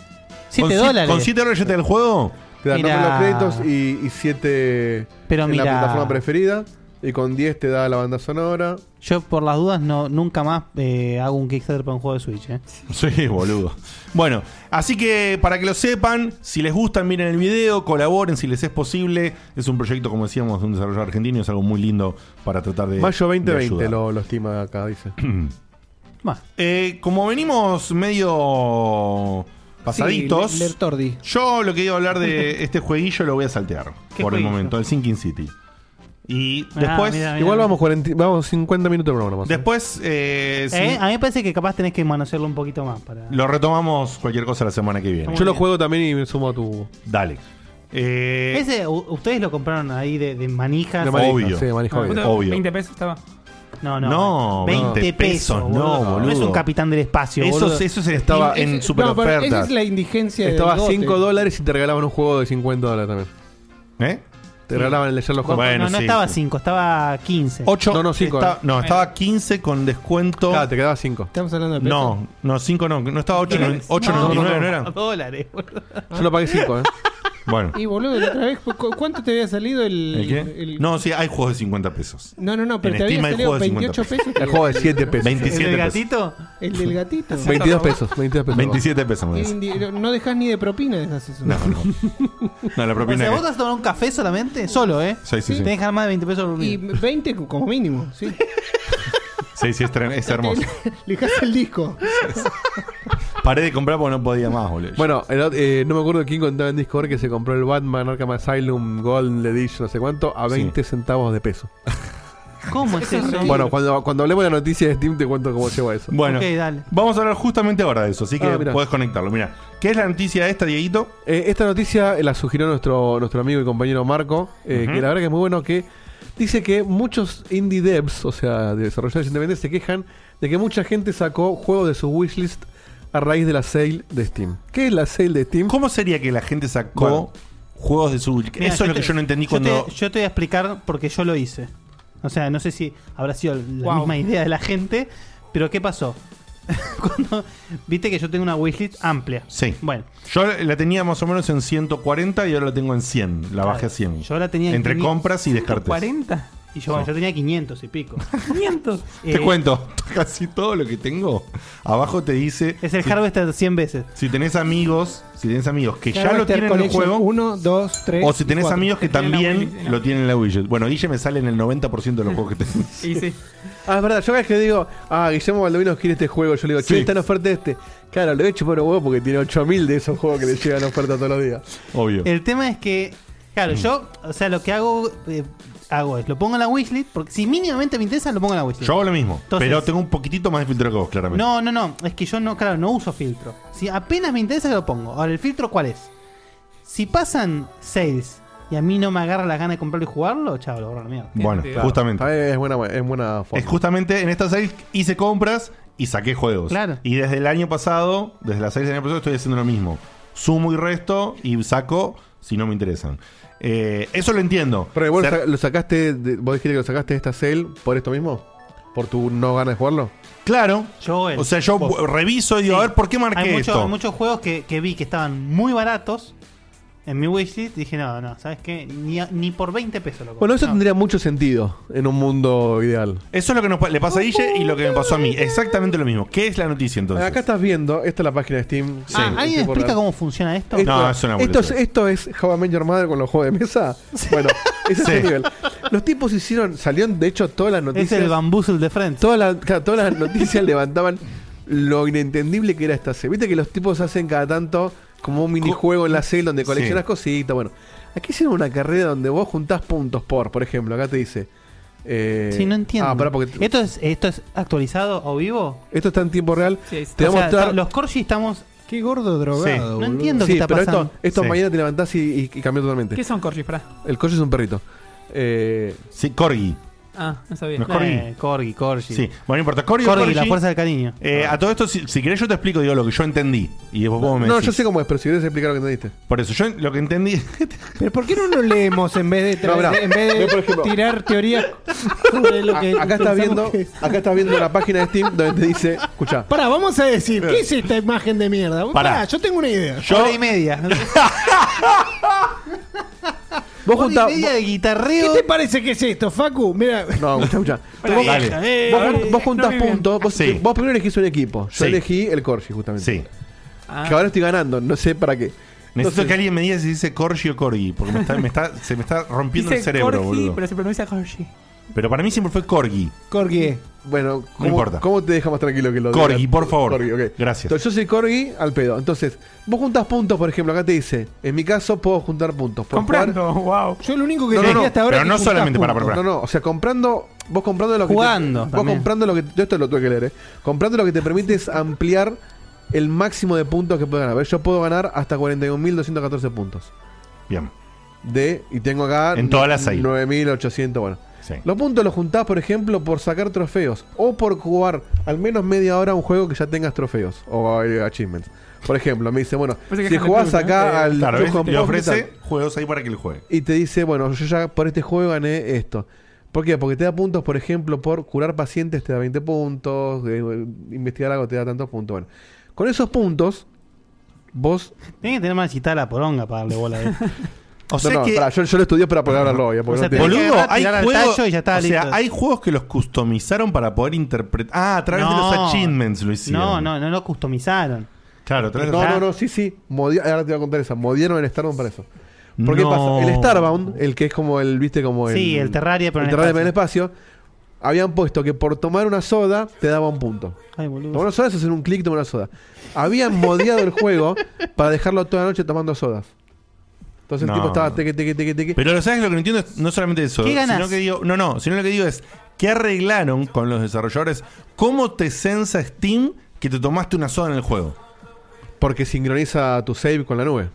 Speaker 6: 7
Speaker 2: con si-
Speaker 6: dólares.
Speaker 2: Con 7 dólares ya te da el juego.
Speaker 3: Te dan
Speaker 6: Mirá.
Speaker 3: nombre de los créditos y, y siete
Speaker 6: Pero
Speaker 3: en la
Speaker 6: mirá.
Speaker 3: plataforma preferida. Y con 10 te da la banda sonora.
Speaker 6: Yo por las dudas no nunca más eh, hago un Kickstarter para un juego de Switch. eh.
Speaker 2: Sí, boludo. Bueno, así que para que lo sepan, si les gustan, miren el video, colaboren si les es posible. Es un proyecto, como decíamos, de un desarrollador argentino y es algo muy lindo para tratar de.
Speaker 3: Mayo
Speaker 2: de
Speaker 3: 2020
Speaker 2: ayudar.
Speaker 3: lo, lo estima acá, dice.
Speaker 6: Bah,
Speaker 2: Eh, como venimos medio pasaditos,
Speaker 4: Sí, Ler- Lertordi.
Speaker 2: yo lo que iba a hablar de este jueguillo lo voy a saltear
Speaker 6: ¿Qué
Speaker 2: por el
Speaker 6: jueguillo?
Speaker 2: momento, el Sinking City. Y
Speaker 6: Ah,
Speaker 2: después,
Speaker 6: mira, mira.
Speaker 3: Igual vamos, 40 vamos 50 minutos por nomás.
Speaker 2: después eh, sí,
Speaker 6: Eh, a mí me parece que capaz tenés que manosearlo un poquito más para.
Speaker 2: lo retomamos cualquier cosa la semana que viene.
Speaker 6: Muy
Speaker 3: Yo lo
Speaker 6: bien.
Speaker 3: juego también y me sumo a tu.
Speaker 2: Dale. Eh,
Speaker 6: Ese, u- ustedes lo compraron ahí de, de manijas.
Speaker 3: de manija,
Speaker 2: obvio.
Speaker 3: sí, de manija, obvio.
Speaker 5: Puta,
Speaker 2: obvio.
Speaker 5: 20 pesos estaba.
Speaker 6: No, no.
Speaker 2: No,
Speaker 6: 20
Speaker 2: 20
Speaker 6: pesos.
Speaker 2: pesos,
Speaker 6: boludo.
Speaker 2: no, boludo.
Speaker 6: No es un capitán del espacio, boludo.
Speaker 2: eso, eso se estaba
Speaker 4: Ese-
Speaker 2: en super
Speaker 4: no, pero Esa
Speaker 2: oferta.
Speaker 4: es la indigencia del
Speaker 3: Estaba a
Speaker 4: gote.
Speaker 3: 5 dólares y te regalaban un juego de 50 dólares también.
Speaker 2: ¿Eh?
Speaker 3: Te regalaban el de Sherlock
Speaker 6: No,
Speaker 3: Holmes.
Speaker 2: Bueno,
Speaker 6: no, no
Speaker 2: sí,
Speaker 6: estaba
Speaker 2: sí.
Speaker 6: 5, estaba 15.
Speaker 2: Ocho-
Speaker 3: No, no, cinco,
Speaker 2: está-
Speaker 3: eh.
Speaker 2: no, estaba 15 con descuento.
Speaker 3: Ah, te quedaba 5.
Speaker 4: Estamos hablando de peso.
Speaker 2: No, no, 5 no, no estaba 8,
Speaker 6: Tres.
Speaker 2: 8.99, no,
Speaker 3: no,
Speaker 2: era?
Speaker 6: dólares, boludo.
Speaker 3: Yo lo pagué 5, ¿eh?
Speaker 2: Bueno,
Speaker 4: Y boludo, la otra vez, ¿cu- ¿cuánto te había salido el.
Speaker 2: ¿el qué?
Speaker 4: el-
Speaker 2: No, sí, hay juegos de 50 pesos.
Speaker 4: no, no, no, pero
Speaker 2: en
Speaker 4: te había
Speaker 2: Steam hay
Speaker 4: salido
Speaker 2: juegos de
Speaker 4: 28
Speaker 2: 50
Speaker 4: pesos.
Speaker 3: El juego de 7 pesos.
Speaker 2: 27
Speaker 6: ¿El del
Speaker 2: pesos.
Speaker 6: gatito?
Speaker 4: El del gatito.
Speaker 3: 22 pesos. 22 pesos.
Speaker 2: 27 pesos me
Speaker 4: Y
Speaker 2: parece.
Speaker 4: indi- No dejas ni de propina dejas eso.
Speaker 2: No, no. No, la
Speaker 6: O
Speaker 2: propina.
Speaker 6: sea,
Speaker 2: que-
Speaker 6: vos te vas a tomar un café solamente, solo, ¿eh?
Speaker 2: Sí, sí,
Speaker 6: Tenés
Speaker 2: sí.
Speaker 6: que dejar más de 20 pesos por
Speaker 4: Y
Speaker 6: mí.
Speaker 4: 20 como mínimo, sí.
Speaker 2: Sí, sí, es, tren- es hermoso.
Speaker 4: Le dejas el disco.
Speaker 2: Paré de comprar porque no podía más, boludo.
Speaker 3: Bueno, el ot- eh, no me acuerdo quién contaba en Discord que se compró el Batman Arkham Asylum Gold Edition, no sé cuánto, a
Speaker 2: Sí.
Speaker 3: 20 centavos de peso.
Speaker 6: ¿Cómo es eso?
Speaker 3: Bueno, cuando, cuando hablemos de la noticia de Steam te cuento cómo lleva eso.
Speaker 2: Bueno,
Speaker 6: Ok, dale.
Speaker 2: vamos a hablar justamente ahora de eso, así que
Speaker 3: Ah, mirá.
Speaker 2: podés conectarlo. Mira, ¿qué es la noticia esta, Dieguito?
Speaker 3: Eh, esta noticia eh, la sugirió nuestro, nuestro amigo y compañero Marco, eh, que la verdad que es muy bueno, que dice que muchos indie devs, o sea, de desarrolladores independientes, se quejan de que mucha gente sacó juegos de su wishlist a raíz de la sale de Steam. ¿Qué es la sale de Steam?
Speaker 2: ¿Cómo sería que la gente sacó
Speaker 3: Bueno.
Speaker 2: juegos de su...
Speaker 6: Mira,
Speaker 2: Eso es lo que
Speaker 6: te-
Speaker 2: yo no entendí cuando...
Speaker 6: Te, yo te voy a explicar porque yo lo hice. O sea, no sé si habrá sido la misma idea de la gente, pero ¿qué pasó? Cuando viste que yo tengo una wishlist amplia.
Speaker 2: Sí.
Speaker 6: Bueno,
Speaker 2: Yo la tenía más o menos en 140 y ahora la tengo en 100. La bajé a 100.
Speaker 6: Yo la tenía en
Speaker 2: Entre
Speaker 6: 500.
Speaker 2: compras y descartes.
Speaker 5: 40.
Speaker 6: y yo, bueno, yo tenía 500 y pico.
Speaker 5: 500.
Speaker 2: Te
Speaker 6: Eh,
Speaker 2: cuento, casi todo lo que tengo abajo te dice
Speaker 6: Es el Harvester 100 veces.
Speaker 2: si tenés amigos, si tenés amigos que ya lo
Speaker 4: Character
Speaker 2: tienen en el
Speaker 4: Collection
Speaker 2: juego
Speaker 4: 1, 2, 3.
Speaker 6: eh,
Speaker 2: o si tenés amigos que
Speaker 5: Que tienen la
Speaker 2: también
Speaker 5: widget, ¿no?
Speaker 2: lo tienen en la widget. Bueno, Guille me sale en el 90% de los juegos que tengo.
Speaker 5: Eh, Y sí.
Speaker 3: Ah, es verdad, yo cada vez que digo, ah, Guillermo Baldovino quiere este juego, yo le digo,
Speaker 2: Sí.
Speaker 3: ¿quién está en oferta este? Claro, lo he hecho por un huevo porque tiene 8000 de esos juegos que le llegan en oferta todos los días.
Speaker 2: Obvio.
Speaker 6: El tema es que,
Speaker 2: Mm.
Speaker 6: claro, yo, o sea, lo que hago eh, hago es lo pongo en la wishlist porque si mínimamente me interesa lo pongo en la wishlist.
Speaker 2: Yo hago lo mismo,
Speaker 6: Entonces-
Speaker 2: pero tengo un poquitito más de filtro que vos, claramente.
Speaker 6: No, no, no. Es que yo no, claro, no uso filtro. Si apenas me interesa, lo pongo. Ahora, ¿el filtro cuál es? Si pasan sales y a mí no me agarra la gana de comprarlo y jugarlo, chavo, lo borro a la mierda.
Speaker 2: bueno,
Speaker 5: Claro.
Speaker 2: justamente.
Speaker 3: Ah, Es buena, es buena forma.
Speaker 2: Es justamente en esta serie hice compras y saqué juegos.
Speaker 6: Claro.
Speaker 2: Y desde el año pasado, desde la serie del año pasado, estoy haciendo lo mismo. Sumo y resto y saco si no me interesan. Eh, eso lo entiendo.
Speaker 3: Pero vos
Speaker 2: Ser-
Speaker 3: lo sa- lo sacaste, de- vos dijiste que lo sacaste de esta sale por esto mismo, por tu no ganas de jugarlo.
Speaker 2: claro.
Speaker 6: Yo, el-
Speaker 2: o sea, yo
Speaker 6: vos.
Speaker 2: bu- reviso y digo,
Speaker 6: Sí.
Speaker 2: a ver, ¿por qué marqué
Speaker 6: hay, mucho-
Speaker 2: esto?
Speaker 6: hay muchos juegos que, que vi que estaban muy baratos en mi wishlist. Dije, no, no, ¿sabes qué? Ni, a- ni por 20 pesos lo compro.
Speaker 3: Bueno, eso
Speaker 2: Ah,
Speaker 6: No.
Speaker 3: tendría mucho sentido en un mundo ideal.
Speaker 2: Eso es lo que nos pa- le pasa a Guille y lo que me pasó a mí. Exactamente lo mismo. ¿Qué es la noticia entonces?
Speaker 3: Acá estás viendo, esta es la página de Steam.
Speaker 6: Ah,
Speaker 3: en
Speaker 6: ¿Alguien
Speaker 3: tiempo
Speaker 6: explica
Speaker 3: real.
Speaker 6: cómo funciona esto?
Speaker 3: Esto,
Speaker 2: No, es una
Speaker 3: esto, es,
Speaker 2: boludez.
Speaker 3: esto es How I Met Your Mother con los juegos de mesa. Bueno, ese
Speaker 2: Sí.
Speaker 3: es el nivel. Los tipos hicieron, salieron de hecho todas las
Speaker 6: es
Speaker 3: noticias.
Speaker 6: el bamboozle de Friends.
Speaker 3: todas las, claro, todas las noticias levantaban lo inentendible que era esta serie. Viste que los tipos hacen cada tanto como un minijuego en la serie donde coleccionas
Speaker 2: Sí.
Speaker 3: cositas. Bueno, aquí hicieron una carrera donde vos juntás puntos por, por ejemplo, acá te dice. eh,
Speaker 6: Sí, no entiendo.
Speaker 3: Ah, pará, porque
Speaker 6: ¿Esto, es, ¿Esto es actualizado o vivo?
Speaker 3: esto está en tiempo real.
Speaker 5: Sí, ahí está.
Speaker 3: Te
Speaker 6: o
Speaker 3: voy a
Speaker 6: sea,
Speaker 3: mostrar.
Speaker 6: los Corgi estamos...
Speaker 4: Qué gordo drogado.
Speaker 6: No
Speaker 4: boludo.
Speaker 6: entiendo
Speaker 3: Sí,
Speaker 6: qué está
Speaker 3: pero
Speaker 6: pasando.
Speaker 3: esto, esto
Speaker 2: Sí.
Speaker 3: mañana te levantás y, y- y cambió totalmente.
Speaker 5: ¿Qué son Corgis, Fra?
Speaker 3: El coche es un perrito. Eh,
Speaker 2: Sí, Corgi.
Speaker 5: Ah, no sabía.
Speaker 2: No es Corgi.
Speaker 6: Eh, Corgi, Corgi.
Speaker 2: Sí, bueno, no importa. Corgi, o
Speaker 6: Corgi,
Speaker 2: Corgi.
Speaker 6: la fuerza Ah. del cariño.
Speaker 2: Eh, a todo esto, si, si querés, yo te explico, digo, lo que yo entendí. Y después vos me
Speaker 3: No,
Speaker 2: decís.
Speaker 3: yo sé cómo es, pero si querés explicar lo que entendiste.
Speaker 2: Por eso, yo en- lo que entendí.
Speaker 4: Pero ¿por qué no lo leemos en vez de, tra-
Speaker 3: No, mirá.
Speaker 4: en vez de
Speaker 3: Yo, por ejemplo,
Speaker 4: tirar teorías sobre lo
Speaker 3: A-
Speaker 4: que
Speaker 3: Ah, acá está
Speaker 4: pensamos
Speaker 3: viendo,
Speaker 4: que es?
Speaker 3: acá está viendo la página de Steam donde te dice, escucha,
Speaker 4: Pará, vamos a decir, ¿qué es esta imagen de mierda? Pará,
Speaker 2: Eh. Pará.
Speaker 4: yo tengo una idea.
Speaker 2: Yo-
Speaker 6: Hora y media.
Speaker 3: vos
Speaker 6: Hora
Speaker 3: juntás.
Speaker 6: y media de
Speaker 4: ¿Qué
Speaker 6: guitarreo.
Speaker 4: te parece que es esto, Facu? Mira,
Speaker 3: No, escucha, escucha.
Speaker 5: Bueno,
Speaker 2: Dale.
Speaker 5: vieja,
Speaker 6: Eh,
Speaker 3: Vos,
Speaker 5: eh,
Speaker 3: jun- vos
Speaker 5: no
Speaker 3: juntás
Speaker 5: vi bien.
Speaker 3: puntos, vos,
Speaker 2: Sí.
Speaker 3: vos primero elegís un equipo.
Speaker 2: Sí.
Speaker 3: Yo elegí el Corgi, justamente.
Speaker 2: Sí.
Speaker 5: Ah,
Speaker 3: Que ahora estoy ganando, no sé para qué.
Speaker 2: Necesito
Speaker 3: Entonces-
Speaker 2: que alguien me diga si dice Corgi o Corgi, porque me está, me está- se me está rompiendo el
Speaker 5: dice
Speaker 2: cerebro,
Speaker 5: Corgi,
Speaker 2: boludo. Pero...
Speaker 5: pero se pronuncia Corgi.
Speaker 2: para mí siempre fue Corgi.
Speaker 4: Corgi.
Speaker 3: Bueno, ¿cómo,
Speaker 2: importa.
Speaker 3: ¿cómo te deja más tranquilo que lo
Speaker 2: Corgi,
Speaker 3: diga?
Speaker 2: por favor.
Speaker 3: Corgi, ok.
Speaker 2: Gracias.
Speaker 3: Entonces, yo soy Corgi al pedo. Entonces, vos juntas puntos, por ejemplo, acá te dice, en mi caso puedo juntar puntos. por jugar-
Speaker 5: Comprando, wow.
Speaker 4: Yo lo único que
Speaker 3: No, no,
Speaker 4: elegí
Speaker 3: no,
Speaker 4: hasta ahora
Speaker 2: pero
Speaker 4: es
Speaker 2: no
Speaker 4: que juntás
Speaker 2: solamente para- para-
Speaker 3: No, no, o sea, comprando, vos comprando lo que
Speaker 6: Jugando
Speaker 3: te, vos
Speaker 6: también.
Speaker 3: comprando lo que yo esto lo tuve que leer, eh. Comprando lo que te permite es ampliar el máximo de puntos que puedo ganar. A ver, yo puedo ganar hasta 41.214 puntos.
Speaker 2: Bien.
Speaker 3: De, y tengo acá
Speaker 2: En todas las seis.
Speaker 3: 9.800, bueno.
Speaker 2: Sí.
Speaker 3: Los puntos los juntás, por ejemplo, por sacar trofeos o por jugar al menos media hora a un juego que ya tengas trofeos o eh, achievements. Por ejemplo, me dice, bueno,
Speaker 5: Parece que
Speaker 3: si
Speaker 5: es
Speaker 3: jugás
Speaker 5: Juventud, ¿no?
Speaker 3: acá
Speaker 5: Eh,
Speaker 3: al
Speaker 2: Claro,
Speaker 3: Club
Speaker 2: ¿ves?
Speaker 3: Home
Speaker 2: le
Speaker 3: Pop, tal,
Speaker 2: ofrece juegos ahí para que él juegue.
Speaker 3: y te dice, bueno, yo ya por este juego gané esto. ¿Por qué? Porque te da puntos, por ejemplo, por curar pacientes te da 20 puntos, eh, investigar algo te da tantos puntos. Bueno, con esos puntos, vos...
Speaker 6: Tiene que tener más chitada la poronga para darle bola. eh. a él.
Speaker 2: O
Speaker 3: no,
Speaker 2: sea
Speaker 3: no,
Speaker 2: que.
Speaker 3: pará, yo, yo lo estudié para poder hablarlo hoy. porque no
Speaker 6: O sea,
Speaker 3: tiene-
Speaker 6: tenés que
Speaker 2: Boludo,
Speaker 6: agarrar,
Speaker 2: hay
Speaker 6: tirar al
Speaker 2: juegos,
Speaker 6: tacho y ya está,
Speaker 2: o sea,
Speaker 6: listo.
Speaker 2: hay juegos que los customizaron para poder interpretar. Ah, a través de los
Speaker 6: No.
Speaker 2: achievements lo hicieron.
Speaker 6: No, no, no lo customizaron.
Speaker 2: Claro, a través de
Speaker 3: No,
Speaker 2: los
Speaker 3: no, no, sí, sí. modia- Ahora te voy a contar esa. Modiaron el Starbound para eso. ¿Por qué
Speaker 2: No.
Speaker 3: pasa? El Starbound, el que es como el, viste, como el.
Speaker 6: Sí, el Terraria, pero
Speaker 3: el
Speaker 6: en el
Speaker 3: Terraria, pero en el espacio. Habían puesto que por tomar una soda te daba un punto.
Speaker 6: Ay, boludo.
Speaker 3: Tomar una soda es hacer un clic, tomar una soda. Habían modiado el juego para dejarlo toda la noche tomando sodas. Entonces
Speaker 2: No.
Speaker 3: el tipo estaba teque, teque, teque, teque.
Speaker 2: Pero lo sabes lo que no entiendo es no solamente eso,
Speaker 6: ¿Qué ganás?
Speaker 2: sino que digo, no, no, sino lo que digo es que arreglaron con los desarrolladores cómo te sensa Steam que te tomaste una soda en el juego.
Speaker 3: Porque sincroniza tu save con la nube.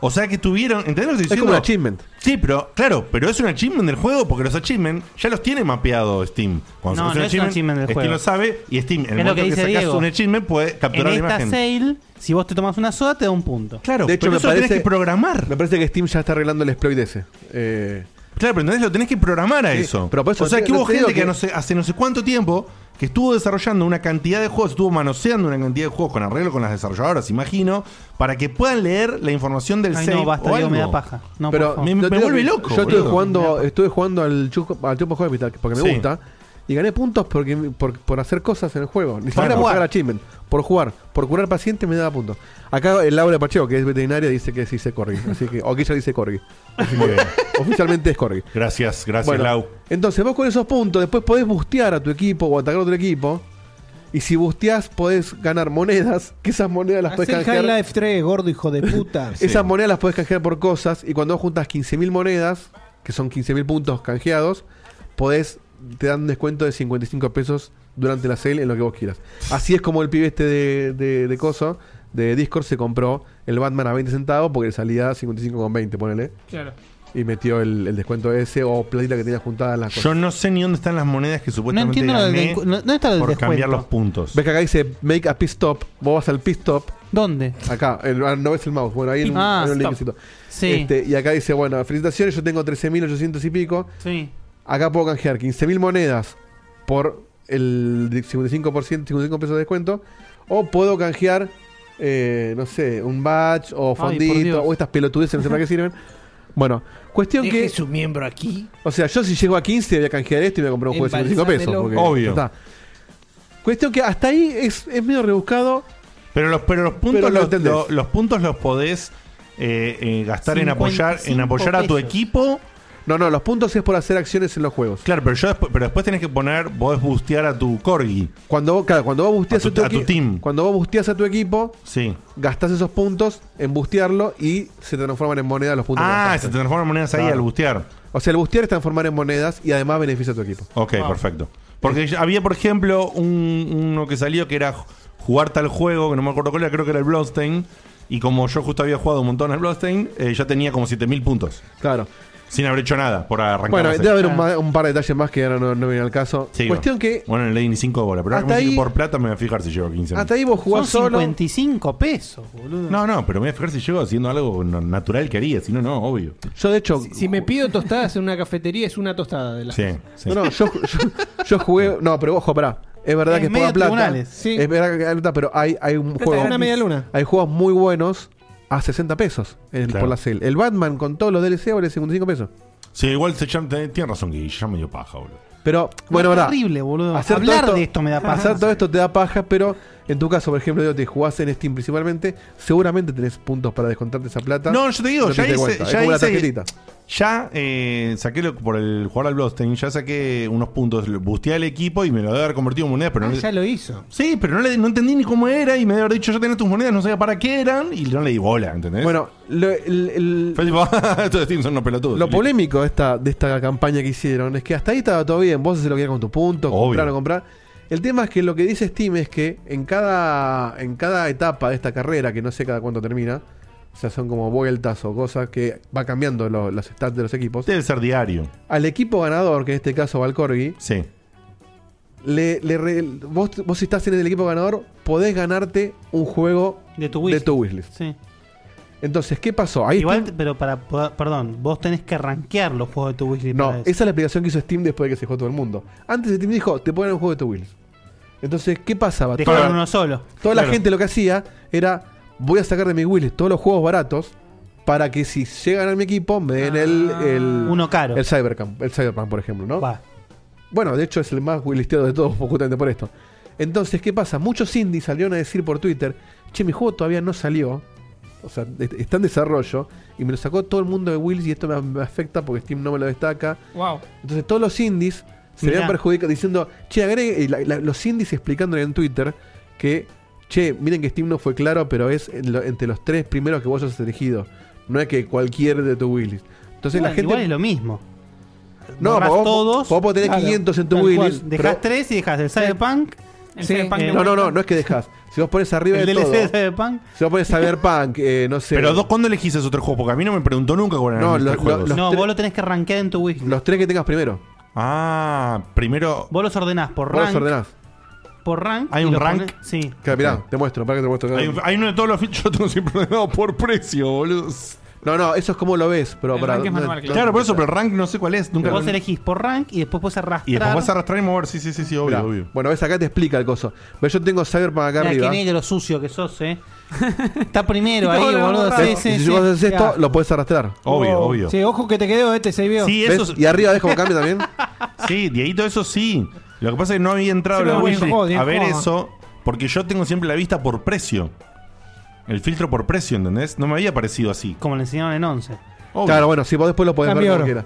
Speaker 2: O sea que tuvieron, ¿entendés lo que estoy
Speaker 3: Es
Speaker 2: diciendo?
Speaker 3: como un achievement.
Speaker 2: Sí, pero claro, pero es un achievement del juego porque los achievements ya los tiene mapeado Steam. Cuando
Speaker 6: No,
Speaker 2: sacas
Speaker 6: no es un achievement del
Speaker 2: Steam
Speaker 6: juego.
Speaker 2: lo sabe y Steam, en el
Speaker 6: Es lo que
Speaker 2: momento que,
Speaker 6: dice
Speaker 2: sacas
Speaker 6: Diego.
Speaker 2: un achievement puede
Speaker 6: En
Speaker 2: capturar la
Speaker 6: esta
Speaker 2: imagen.
Speaker 6: sale, si vos te tomas una soda, te da un punto.
Speaker 2: Claro,
Speaker 3: De hecho,
Speaker 2: pero
Speaker 3: me
Speaker 2: eso lo
Speaker 3: parece-
Speaker 2: tenés que programar.
Speaker 3: Me parece que Steam ya está arreglando el exploit ese. Eh,
Speaker 2: Claro, pero entonces lo tenés que programar a
Speaker 3: Sí,
Speaker 2: eso.
Speaker 3: pero por eso
Speaker 2: o sea,
Speaker 3: te-
Speaker 2: que hubo
Speaker 3: te digo
Speaker 2: gente que,
Speaker 3: que-
Speaker 2: no sé- hace no sé cuánto tiempo que estuvo desarrollando una cantidad de juegos, estuvo manoseando una cantidad de juegos con arreglo con las desarrolladoras, imagino, para que puedan leer la información del
Speaker 6: Ay,
Speaker 2: save
Speaker 6: no, basta,
Speaker 2: o
Speaker 6: Diego, me da
Speaker 2: algo.
Speaker 6: paja. No, por
Speaker 3: pero
Speaker 6: favor.
Speaker 2: Me-
Speaker 3: yo
Speaker 2: me
Speaker 3: te digo
Speaker 2: vuelve
Speaker 3: que
Speaker 2: loco,
Speaker 3: Yo estuve
Speaker 2: boludo.
Speaker 3: jugando, estuve jugando al Chuco, al Chuco Hospital porque me
Speaker 2: Sí.
Speaker 3: gusta y gané puntos porque por, por hacer cosas en el juego, ni siquiera por
Speaker 2: jugar.
Speaker 3: sacar achievement, por jugar, por curar pacientes me daba puntos. Acá el Laura Pacheco, que es veterinaria, dice que sí se corgi, así que o que ella dice corgi. Así que, oficialmente es corgi.
Speaker 2: Gracias, gracias,
Speaker 3: Bueno,
Speaker 2: Lau.
Speaker 3: entonces vos con esos puntos después podés bustear a tu equipo o atacar a otro equipo. Y si busteas podés ganar monedas, que esas monedas las podés
Speaker 4: Hacé el High
Speaker 3: canjear.
Speaker 4: Life 3, gordo hijo de puta.
Speaker 2: Sí.
Speaker 3: Esas monedas las puedes canjear por cosas y cuando vos juntas 15.000 monedas, que son 15.000 puntos canjeados, podés te dan un descuento de 55 pesos durante la sale en lo que vos quieras. Así es como el pibe este de, de, de Coso, de Discord, se compró el Batman a 20 centavos porque le salía 55,20, ponele.
Speaker 5: Claro.
Speaker 3: Y metió el, el descuento ese o platita que tenía juntada las cosas.
Speaker 2: Yo no sé ni dónde están las monedas que
Speaker 6: no
Speaker 2: supuestamente
Speaker 6: entiendo lo del
Speaker 2: gané
Speaker 6: descu- no, ¿dónde está lo del
Speaker 2: por
Speaker 6: descuento?
Speaker 2: cambiar los puntos.
Speaker 3: Ves que acá dice make a pit stop, vos vas al pit stop,
Speaker 6: ¿Dónde?
Speaker 3: acá, el- ah, no ves el mouse, bueno, ahí en-
Speaker 6: Ah,
Speaker 3: en un
Speaker 6: stop.
Speaker 3: linkcito.
Speaker 6: Sí.
Speaker 4: Eh,
Speaker 3: Este, y acá dice, bueno, felicitaciones, yo tengo 13.800 y pico.
Speaker 6: Sí.
Speaker 3: Acá puedo canjear 15.000 monedas por el 55%, 55 pesos de descuento. O puedo canjear, eh, no sé, un batch o
Speaker 6: Ay, por
Speaker 3: fondito
Speaker 6: Dios.
Speaker 3: o estas pelotudeces, no sé para qué sirven. Bueno, cuestión que.
Speaker 7: su miembro aquí.
Speaker 3: O sea, yo si llego a 15 voy a canjear esto y voy a comprar un juego de 55 pesos.
Speaker 7: Embalsámelo.
Speaker 3: porque
Speaker 2: Obvio.
Speaker 3: ya está. Cuestión que hasta ahí es, es medio rebuscado.
Speaker 2: Pero los, pero los puntos
Speaker 3: Pero lo
Speaker 2: los,
Speaker 3: entendés.
Speaker 2: lo- los puntos los podés eh, eh, gastar en apoyar, en
Speaker 6: 55
Speaker 2: apoyar a tu
Speaker 6: pesos.
Speaker 2: equipo.
Speaker 3: No, no, los puntos es por hacer acciones en los juegos.
Speaker 2: Claro, pero yo después, pero después tenés que poner, podés bustear a tu corgi.
Speaker 3: Cuando vos, claro, cuando vos busteas
Speaker 2: A tu- a tu
Speaker 3: equi-
Speaker 2: team.
Speaker 3: Cuando vos busteas a tu equipo,
Speaker 2: Sí.
Speaker 3: gastás esos puntos en bustearlo y se transforman en moneda los puntos. que
Speaker 2: Ah,
Speaker 3: gastaste.
Speaker 2: se transforman monedas ahí
Speaker 3: Claro.
Speaker 2: al bustear.
Speaker 3: O sea, el bustear es transformar en monedas y además beneficia a tu equipo.
Speaker 2: Ok, perfecto. Porque ya había, por ejemplo, un- uno que salió que era ju- jugar tal juego, que no me acuerdo cuál era, creo que era el Bloodstained. Y como yo justo había jugado un montón al Bloodstained, eh, ya tenía como 7000 puntos.
Speaker 3: Claro.
Speaker 2: Sin haber hecho nada por arrancar.
Speaker 3: Bueno,
Speaker 2: la
Speaker 3: debe
Speaker 2: serie.
Speaker 3: haber un, ma- un par de detalles más que ahora no, no viene al caso.
Speaker 2: Sí,
Speaker 3: Cuestión
Speaker 2: bueno.
Speaker 3: que
Speaker 2: Bueno, en ley ni 5 bolas, pero ahora
Speaker 3: Hasta
Speaker 2: como sé que
Speaker 3: ahí-
Speaker 2: por plata me voy a fijar si llego a 15
Speaker 3: hasta ahí vos jugás
Speaker 6: Son
Speaker 3: solo.
Speaker 6: 55 pesos, boludo.
Speaker 2: No, no, pero me voy a fijar si llego haciendo algo no- natural que haría, si no, no, obvio.
Speaker 3: Yo, de hecho.
Speaker 4: Si me pido tostadas en una cafetería, es una tostada de Ah, la.
Speaker 2: Sí, sí.
Speaker 3: No, no, yo, yo, yo jugué. No, pero ojo, pará. Es verdad
Speaker 6: Es
Speaker 3: que es
Speaker 6: medio
Speaker 3: por plata.
Speaker 6: tribunales,
Speaker 4: sí.
Speaker 3: Es verdad que es plata, pero hay, hay un
Speaker 4: Plata de
Speaker 3: juego.
Speaker 4: una media luna.
Speaker 3: Hay juegos muy buenos a 60 pesos en-
Speaker 2: Claro.
Speaker 3: por la sale. El Batman con todos los DLC vale 55 pesos.
Speaker 2: Sí, igual se llama- ten- tiene razón, Guille, ya me dio paja, boludo.
Speaker 3: Pero, bueno,
Speaker 6: es
Speaker 3: verdad.
Speaker 6: horrible, boludo.
Speaker 3: hacer todo
Speaker 6: Hablar
Speaker 3: esto-
Speaker 6: de esto me da paja.
Speaker 3: Hacer todo esto te da paja, pero en tu caso, por ejemplo, digo, te jugás en Steam principalmente, seguramente tenés puntos para descontarte esa plata.
Speaker 2: No, yo te digo, ya
Speaker 3: te diste
Speaker 2: hice-
Speaker 3: cuenta. Es
Speaker 2: ya
Speaker 3: como la
Speaker 2: hice-
Speaker 3: tarjetita.
Speaker 2: Ya eh, saqué lo- por el jugar al Bloodstained, ya saqué unos puntos, lo- busteé al equipo y me lo debe haber convertido en monedas, pero
Speaker 4: Ah,
Speaker 2: no,
Speaker 4: ya lo hizo.
Speaker 2: Sí, pero no, le, no entendí ni cómo era y me debe haber dicho, ya tenés tus monedas, no sabía para qué eran y no le di bola, ¿entendés?
Speaker 3: Bueno, lo, el- el-
Speaker 2: Fue tipo, estos de Steam son unos pelotudos.
Speaker 3: lo
Speaker 2: Y-
Speaker 3: polémico de esta, de esta campaña que hicieron es que hasta ahí estaba todo bien. Vos haces lo que quieras con tus puntos,
Speaker 2: Obvio.
Speaker 3: comprar o no comprar. El tema es que lo que dice Steam es que en cada, en cada etapa de esta carrera, que no sé cada cuánto termina, o sea, son como vueltas o cosas que va cambiando lo- los stats de los equipos.
Speaker 2: Debe ser diario.
Speaker 3: Al equipo ganador, que en este caso va al Corgi,
Speaker 2: Sí.
Speaker 3: le, le re- vos, vos si estás en el equipo ganador, podés ganarte un juego
Speaker 6: De tu
Speaker 3: de
Speaker 6: Wii.
Speaker 3: tu wishlist.
Speaker 6: Sí.
Speaker 3: Entonces, ¿qué pasó? Ahí
Speaker 6: Igual,
Speaker 3: Steam-
Speaker 6: pero para poder- perdón, vos tenés que rankear los juegos de tu wishlist.
Speaker 3: no,
Speaker 6: para
Speaker 3: esa
Speaker 6: eso.
Speaker 3: es la explicación que hizo Steam después de que se dejó todo el mundo. Antes Steam dijo, te ponen un juego de tu wishlist. Entonces, ¿qué pasaba?
Speaker 6: Dejaron
Speaker 2: Para-
Speaker 6: uno solo.
Speaker 3: Toda la
Speaker 2: Claro.
Speaker 3: gente lo que hacía era, voy a sacar de mi wishlist todos los juegos baratos para que si llegan a mi equipo me den el, el,
Speaker 6: Ah. Uno caro.
Speaker 3: el Cybercamp, el Cyberpunk, por ejemplo, ¿no?
Speaker 6: Va.
Speaker 3: Bueno, de hecho es el más listeado de todos, justamente por esto. Entonces, ¿qué pasa? Muchos indies salieron a decir por Twitter, che, mi juego todavía no salió, o sea, est- está en desarrollo, y me lo sacó todo el mundo de Wills y esto me, me afecta porque Steam no me lo destaca.
Speaker 5: Wow.
Speaker 3: Entonces todos los indies se
Speaker 6: Mirá.
Speaker 3: habían perjudicado diciendo, che, agregue, y la- la- los indies explicándole en Twitter que, che, miren que Steam no fue claro, pero es en lo- entre los tres primeros que vos has elegido, no es que cualquier de tu Wills. Entonces
Speaker 6: Igual-
Speaker 3: la gente...
Speaker 6: Igual es lo mismo.
Speaker 3: no,
Speaker 6: borrás
Speaker 3: vos,
Speaker 6: todos,
Speaker 3: vos podés tener
Speaker 4: claro,
Speaker 3: 500 en tu
Speaker 4: tal cual,
Speaker 3: Wills.
Speaker 6: Dejás tres y dejás el Cyberpunk,
Speaker 5: El
Speaker 4: Sí,
Speaker 5: Cyberpunk
Speaker 6: eh,
Speaker 5: de
Speaker 3: No, no,
Speaker 5: vuelta.
Speaker 3: no, no es que dejas. Si vos pones arriba
Speaker 6: el
Speaker 3: de
Speaker 6: DLC de
Speaker 3: todo.
Speaker 6: Cyberpunk.
Speaker 3: Si vos pones Cyberpunk, eh, no sé.
Speaker 2: Pero dos, ¿cuándo elegís esos otros juegos? Porque a mí no me preguntó nunca cuáles
Speaker 3: No,
Speaker 2: eran
Speaker 3: lo-
Speaker 2: los
Speaker 3: lo-
Speaker 2: juegos.
Speaker 3: los
Speaker 6: No,
Speaker 3: tres-
Speaker 6: vos lo tenés que rankear en tu wishlist.
Speaker 3: Los tres que tengas primero.
Speaker 2: Ah, primero.
Speaker 6: Vos los ordenás por
Speaker 3: Vos los
Speaker 6: rank.
Speaker 3: ordenás.
Speaker 6: Por rank.
Speaker 2: ¿Hay
Speaker 6: y
Speaker 2: un
Speaker 6: los
Speaker 2: rank?
Speaker 6: ponés- Sí.
Speaker 3: Claro, mirá,
Speaker 2: Sí.
Speaker 3: te muestro, para que te muestro.
Speaker 2: Hay, hay uno de todos los filtros, yo tengo siempre ordenado por precio, boludo.
Speaker 3: No, no, eso es como lo ves, pero
Speaker 5: El
Speaker 3: para.
Speaker 5: rank es manual, claro.
Speaker 2: Claro, por eso, pero el rank no sé cuál es. Nunca
Speaker 6: Vos
Speaker 2: lo-
Speaker 6: elegís por rank y después puedes arrastrar.
Speaker 2: Y después vas a arrastrar y mover. Sí, sí, sí, sí, obvio,
Speaker 3: Mirá,
Speaker 2: obvio.
Speaker 3: Bueno, ves acá te explica el coso. Pero yo tengo Cyberpunk acá
Speaker 6: Mirá, qué
Speaker 3: arriba.
Speaker 6: negro sucio que sos, eh. Está primero ahí,
Speaker 4: No, no,
Speaker 6: boludo.
Speaker 4: no,
Speaker 6: sí,
Speaker 3: Ves,
Speaker 6: sí,
Speaker 3: y si
Speaker 6: sí.
Speaker 3: vos haces esto,
Speaker 4: Ya.
Speaker 3: lo puedes arrastrar.
Speaker 2: Obvio,
Speaker 4: Oh.
Speaker 2: obveo.
Speaker 4: Sí, ojo que te quedó este se vio.
Speaker 2: Sí,
Speaker 3: ¿Ves?
Speaker 2: eso.
Speaker 3: Y arriba ves cómo cambia también.
Speaker 2: Sí, Dieguito, eso sí. Lo que pasa es que no había entrado
Speaker 4: Sí,
Speaker 2: a la
Speaker 4: pero bien
Speaker 2: wishlist
Speaker 4: jugado, bien
Speaker 2: a ver
Speaker 4: jugado.
Speaker 2: eso, porque yo tengo siempre la vista por precio. El filtro por precio, ¿entendés? No me había parecido así.
Speaker 6: Como le enseñaron en 11.
Speaker 2: Obvio.
Speaker 3: Claro, bueno, si vos después lo podés
Speaker 4: Cambio
Speaker 3: ver como
Speaker 4: oro.
Speaker 3: quieras.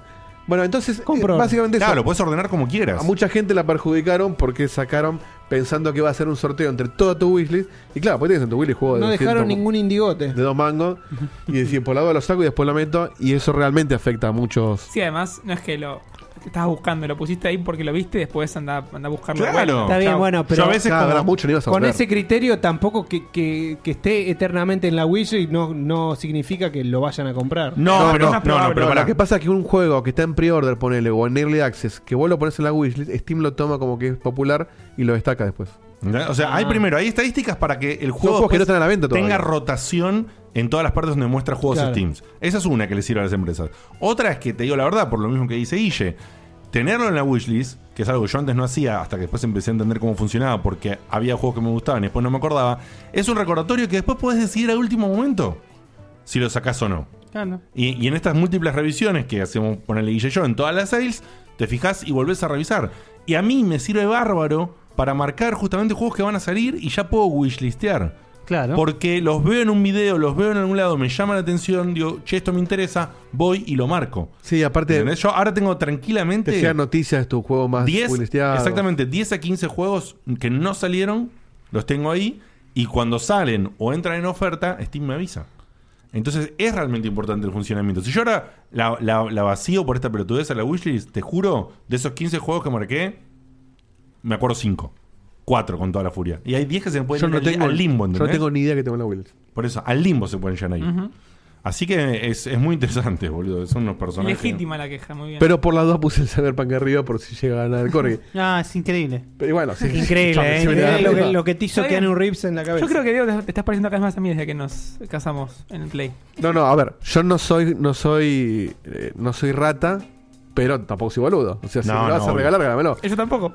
Speaker 3: Bueno, entonces, eh,
Speaker 4: Compro oro.
Speaker 3: básicamente eso.
Speaker 2: Claro, lo puedes ordenar como quieras.
Speaker 3: A mucha gente la perjudicaron porque sacaron pensando que iba a ser un sorteo entre toda tu wishlist. Y claro, pues tienes en tu wishlist juego de
Speaker 4: No
Speaker 3: 200
Speaker 4: dejaron ningún indigote.
Speaker 3: de dos mangos y decir, por la duda lo saco y después lo meto. Y eso realmente afecta a muchos.
Speaker 5: Sí, además, no es que lo que estabas buscando, lo pusiste ahí porque lo viste y después anda, anda a buscarlo. de
Speaker 2: Claro.
Speaker 5: vuelta.
Speaker 4: Está bien,
Speaker 5: Chau.
Speaker 4: bueno,
Speaker 2: yo
Speaker 4: pero
Speaker 2: a veces
Speaker 3: Claro,
Speaker 2: como-
Speaker 3: habrá mucho, no ibas a
Speaker 4: con
Speaker 3: volver.
Speaker 4: ese criterio tampoco que, que- que esté eternamente en la Wii y no, no significa que lo vayan a comprar.
Speaker 2: No,
Speaker 3: No,
Speaker 2: pero
Speaker 3: no,
Speaker 2: no, no,
Speaker 5: probable.
Speaker 2: pero
Speaker 3: Pero
Speaker 2: pará.
Speaker 3: lo que pasa es que un juego que está en pre-order, ponele, o en early access, que vos lo pones en la wishlist, Steam lo toma como que es popular y lo destaca después.
Speaker 2: O sea, hay primero, hay estadísticas para que el juego
Speaker 3: Ah. juegos
Speaker 2: después
Speaker 3: que no están a la venta todavía.
Speaker 2: tenga rotación en todas las partes donde muestra juegos
Speaker 4: Claro.
Speaker 2: Steam. Esa es una que le sirve a las empresas. Otra es que te digo la verdad, por lo mismo que dice Guille, tenerlo en la wishlist, que es algo que yo antes no hacía, hasta que después empecé a entender cómo funcionaba, porque había juegos que me gustaban y después no me acordaba, es un recordatorio que después podés decidir a último momento si lo sacás o no.
Speaker 6: Claro.
Speaker 2: Y, y en estas múltiples revisiones que hacemos, ponele Guille y yo, en todas las sales, te fijas y volvés a revisar. Y a mí me sirve bárbaro para marcar justamente juegos que van a salir y ya puedo wishlistear.
Speaker 6: Claro.
Speaker 2: Porque los veo en un video, los veo en algún lado, me llama la atención, digo, che, esto me interesa, voy y lo marco.
Speaker 3: Sí, aparte,
Speaker 2: ¿Entendés? Yo ahora tengo
Speaker 3: te
Speaker 2: tranquilamente
Speaker 3: llegan noticias de tu juego más
Speaker 2: 10,
Speaker 3: publicitado.
Speaker 2: exactamente, 10 a 15 juegos que no salieron, los tengo ahí, y cuando salen o entran en oferta, Steam me avisa. Entonces es realmente importante el funcionamiento. Si yo ahora la, la- la vacío por esta pelotudez a la wishlist, te juro, de esos 15 juegos que marqué, me acuerdo 5. 4 con toda la furia. Y hay 10 que se pueden
Speaker 3: Yo
Speaker 2: ir
Speaker 3: no
Speaker 2: al-
Speaker 3: tengo
Speaker 2: al limbo,
Speaker 3: Yo no
Speaker 2: ¿entendés?
Speaker 3: tengo ni idea que tengo en la wishlist.
Speaker 2: Por eso, al limbo se pueden llenar ahí. Así que es, es muy interesante, boludo. Son unos personajes.
Speaker 5: Legítima la queja, muy bien.
Speaker 3: Pero por las dos puse el Cyberpunk arriba por si llega a ganar el Corgi.
Speaker 6: Ah, es increíble.
Speaker 3: Pero bueno, sí.
Speaker 4: Increíble,
Speaker 3: Chame,
Speaker 4: ¿eh?
Speaker 3: si me
Speaker 4: Increíble
Speaker 3: da-
Speaker 4: lo, que, lo que te hizo
Speaker 5: Está bien.
Speaker 4: Keanu Reeves en la cabeza.
Speaker 5: Yo
Speaker 3: pues-
Speaker 5: creo que Diego te te estás pareciendo cada vez más a mí desde que nos casamos en el play.
Speaker 3: No, no, a ver, yo no soy, no soy, eh, no soy rata, pero tampoco soy boludo. O sea, si
Speaker 2: No,
Speaker 3: me lo
Speaker 2: no,
Speaker 3: vas a
Speaker 2: obvio.
Speaker 3: regalar, regálamelo.
Speaker 5: Yo tampoco.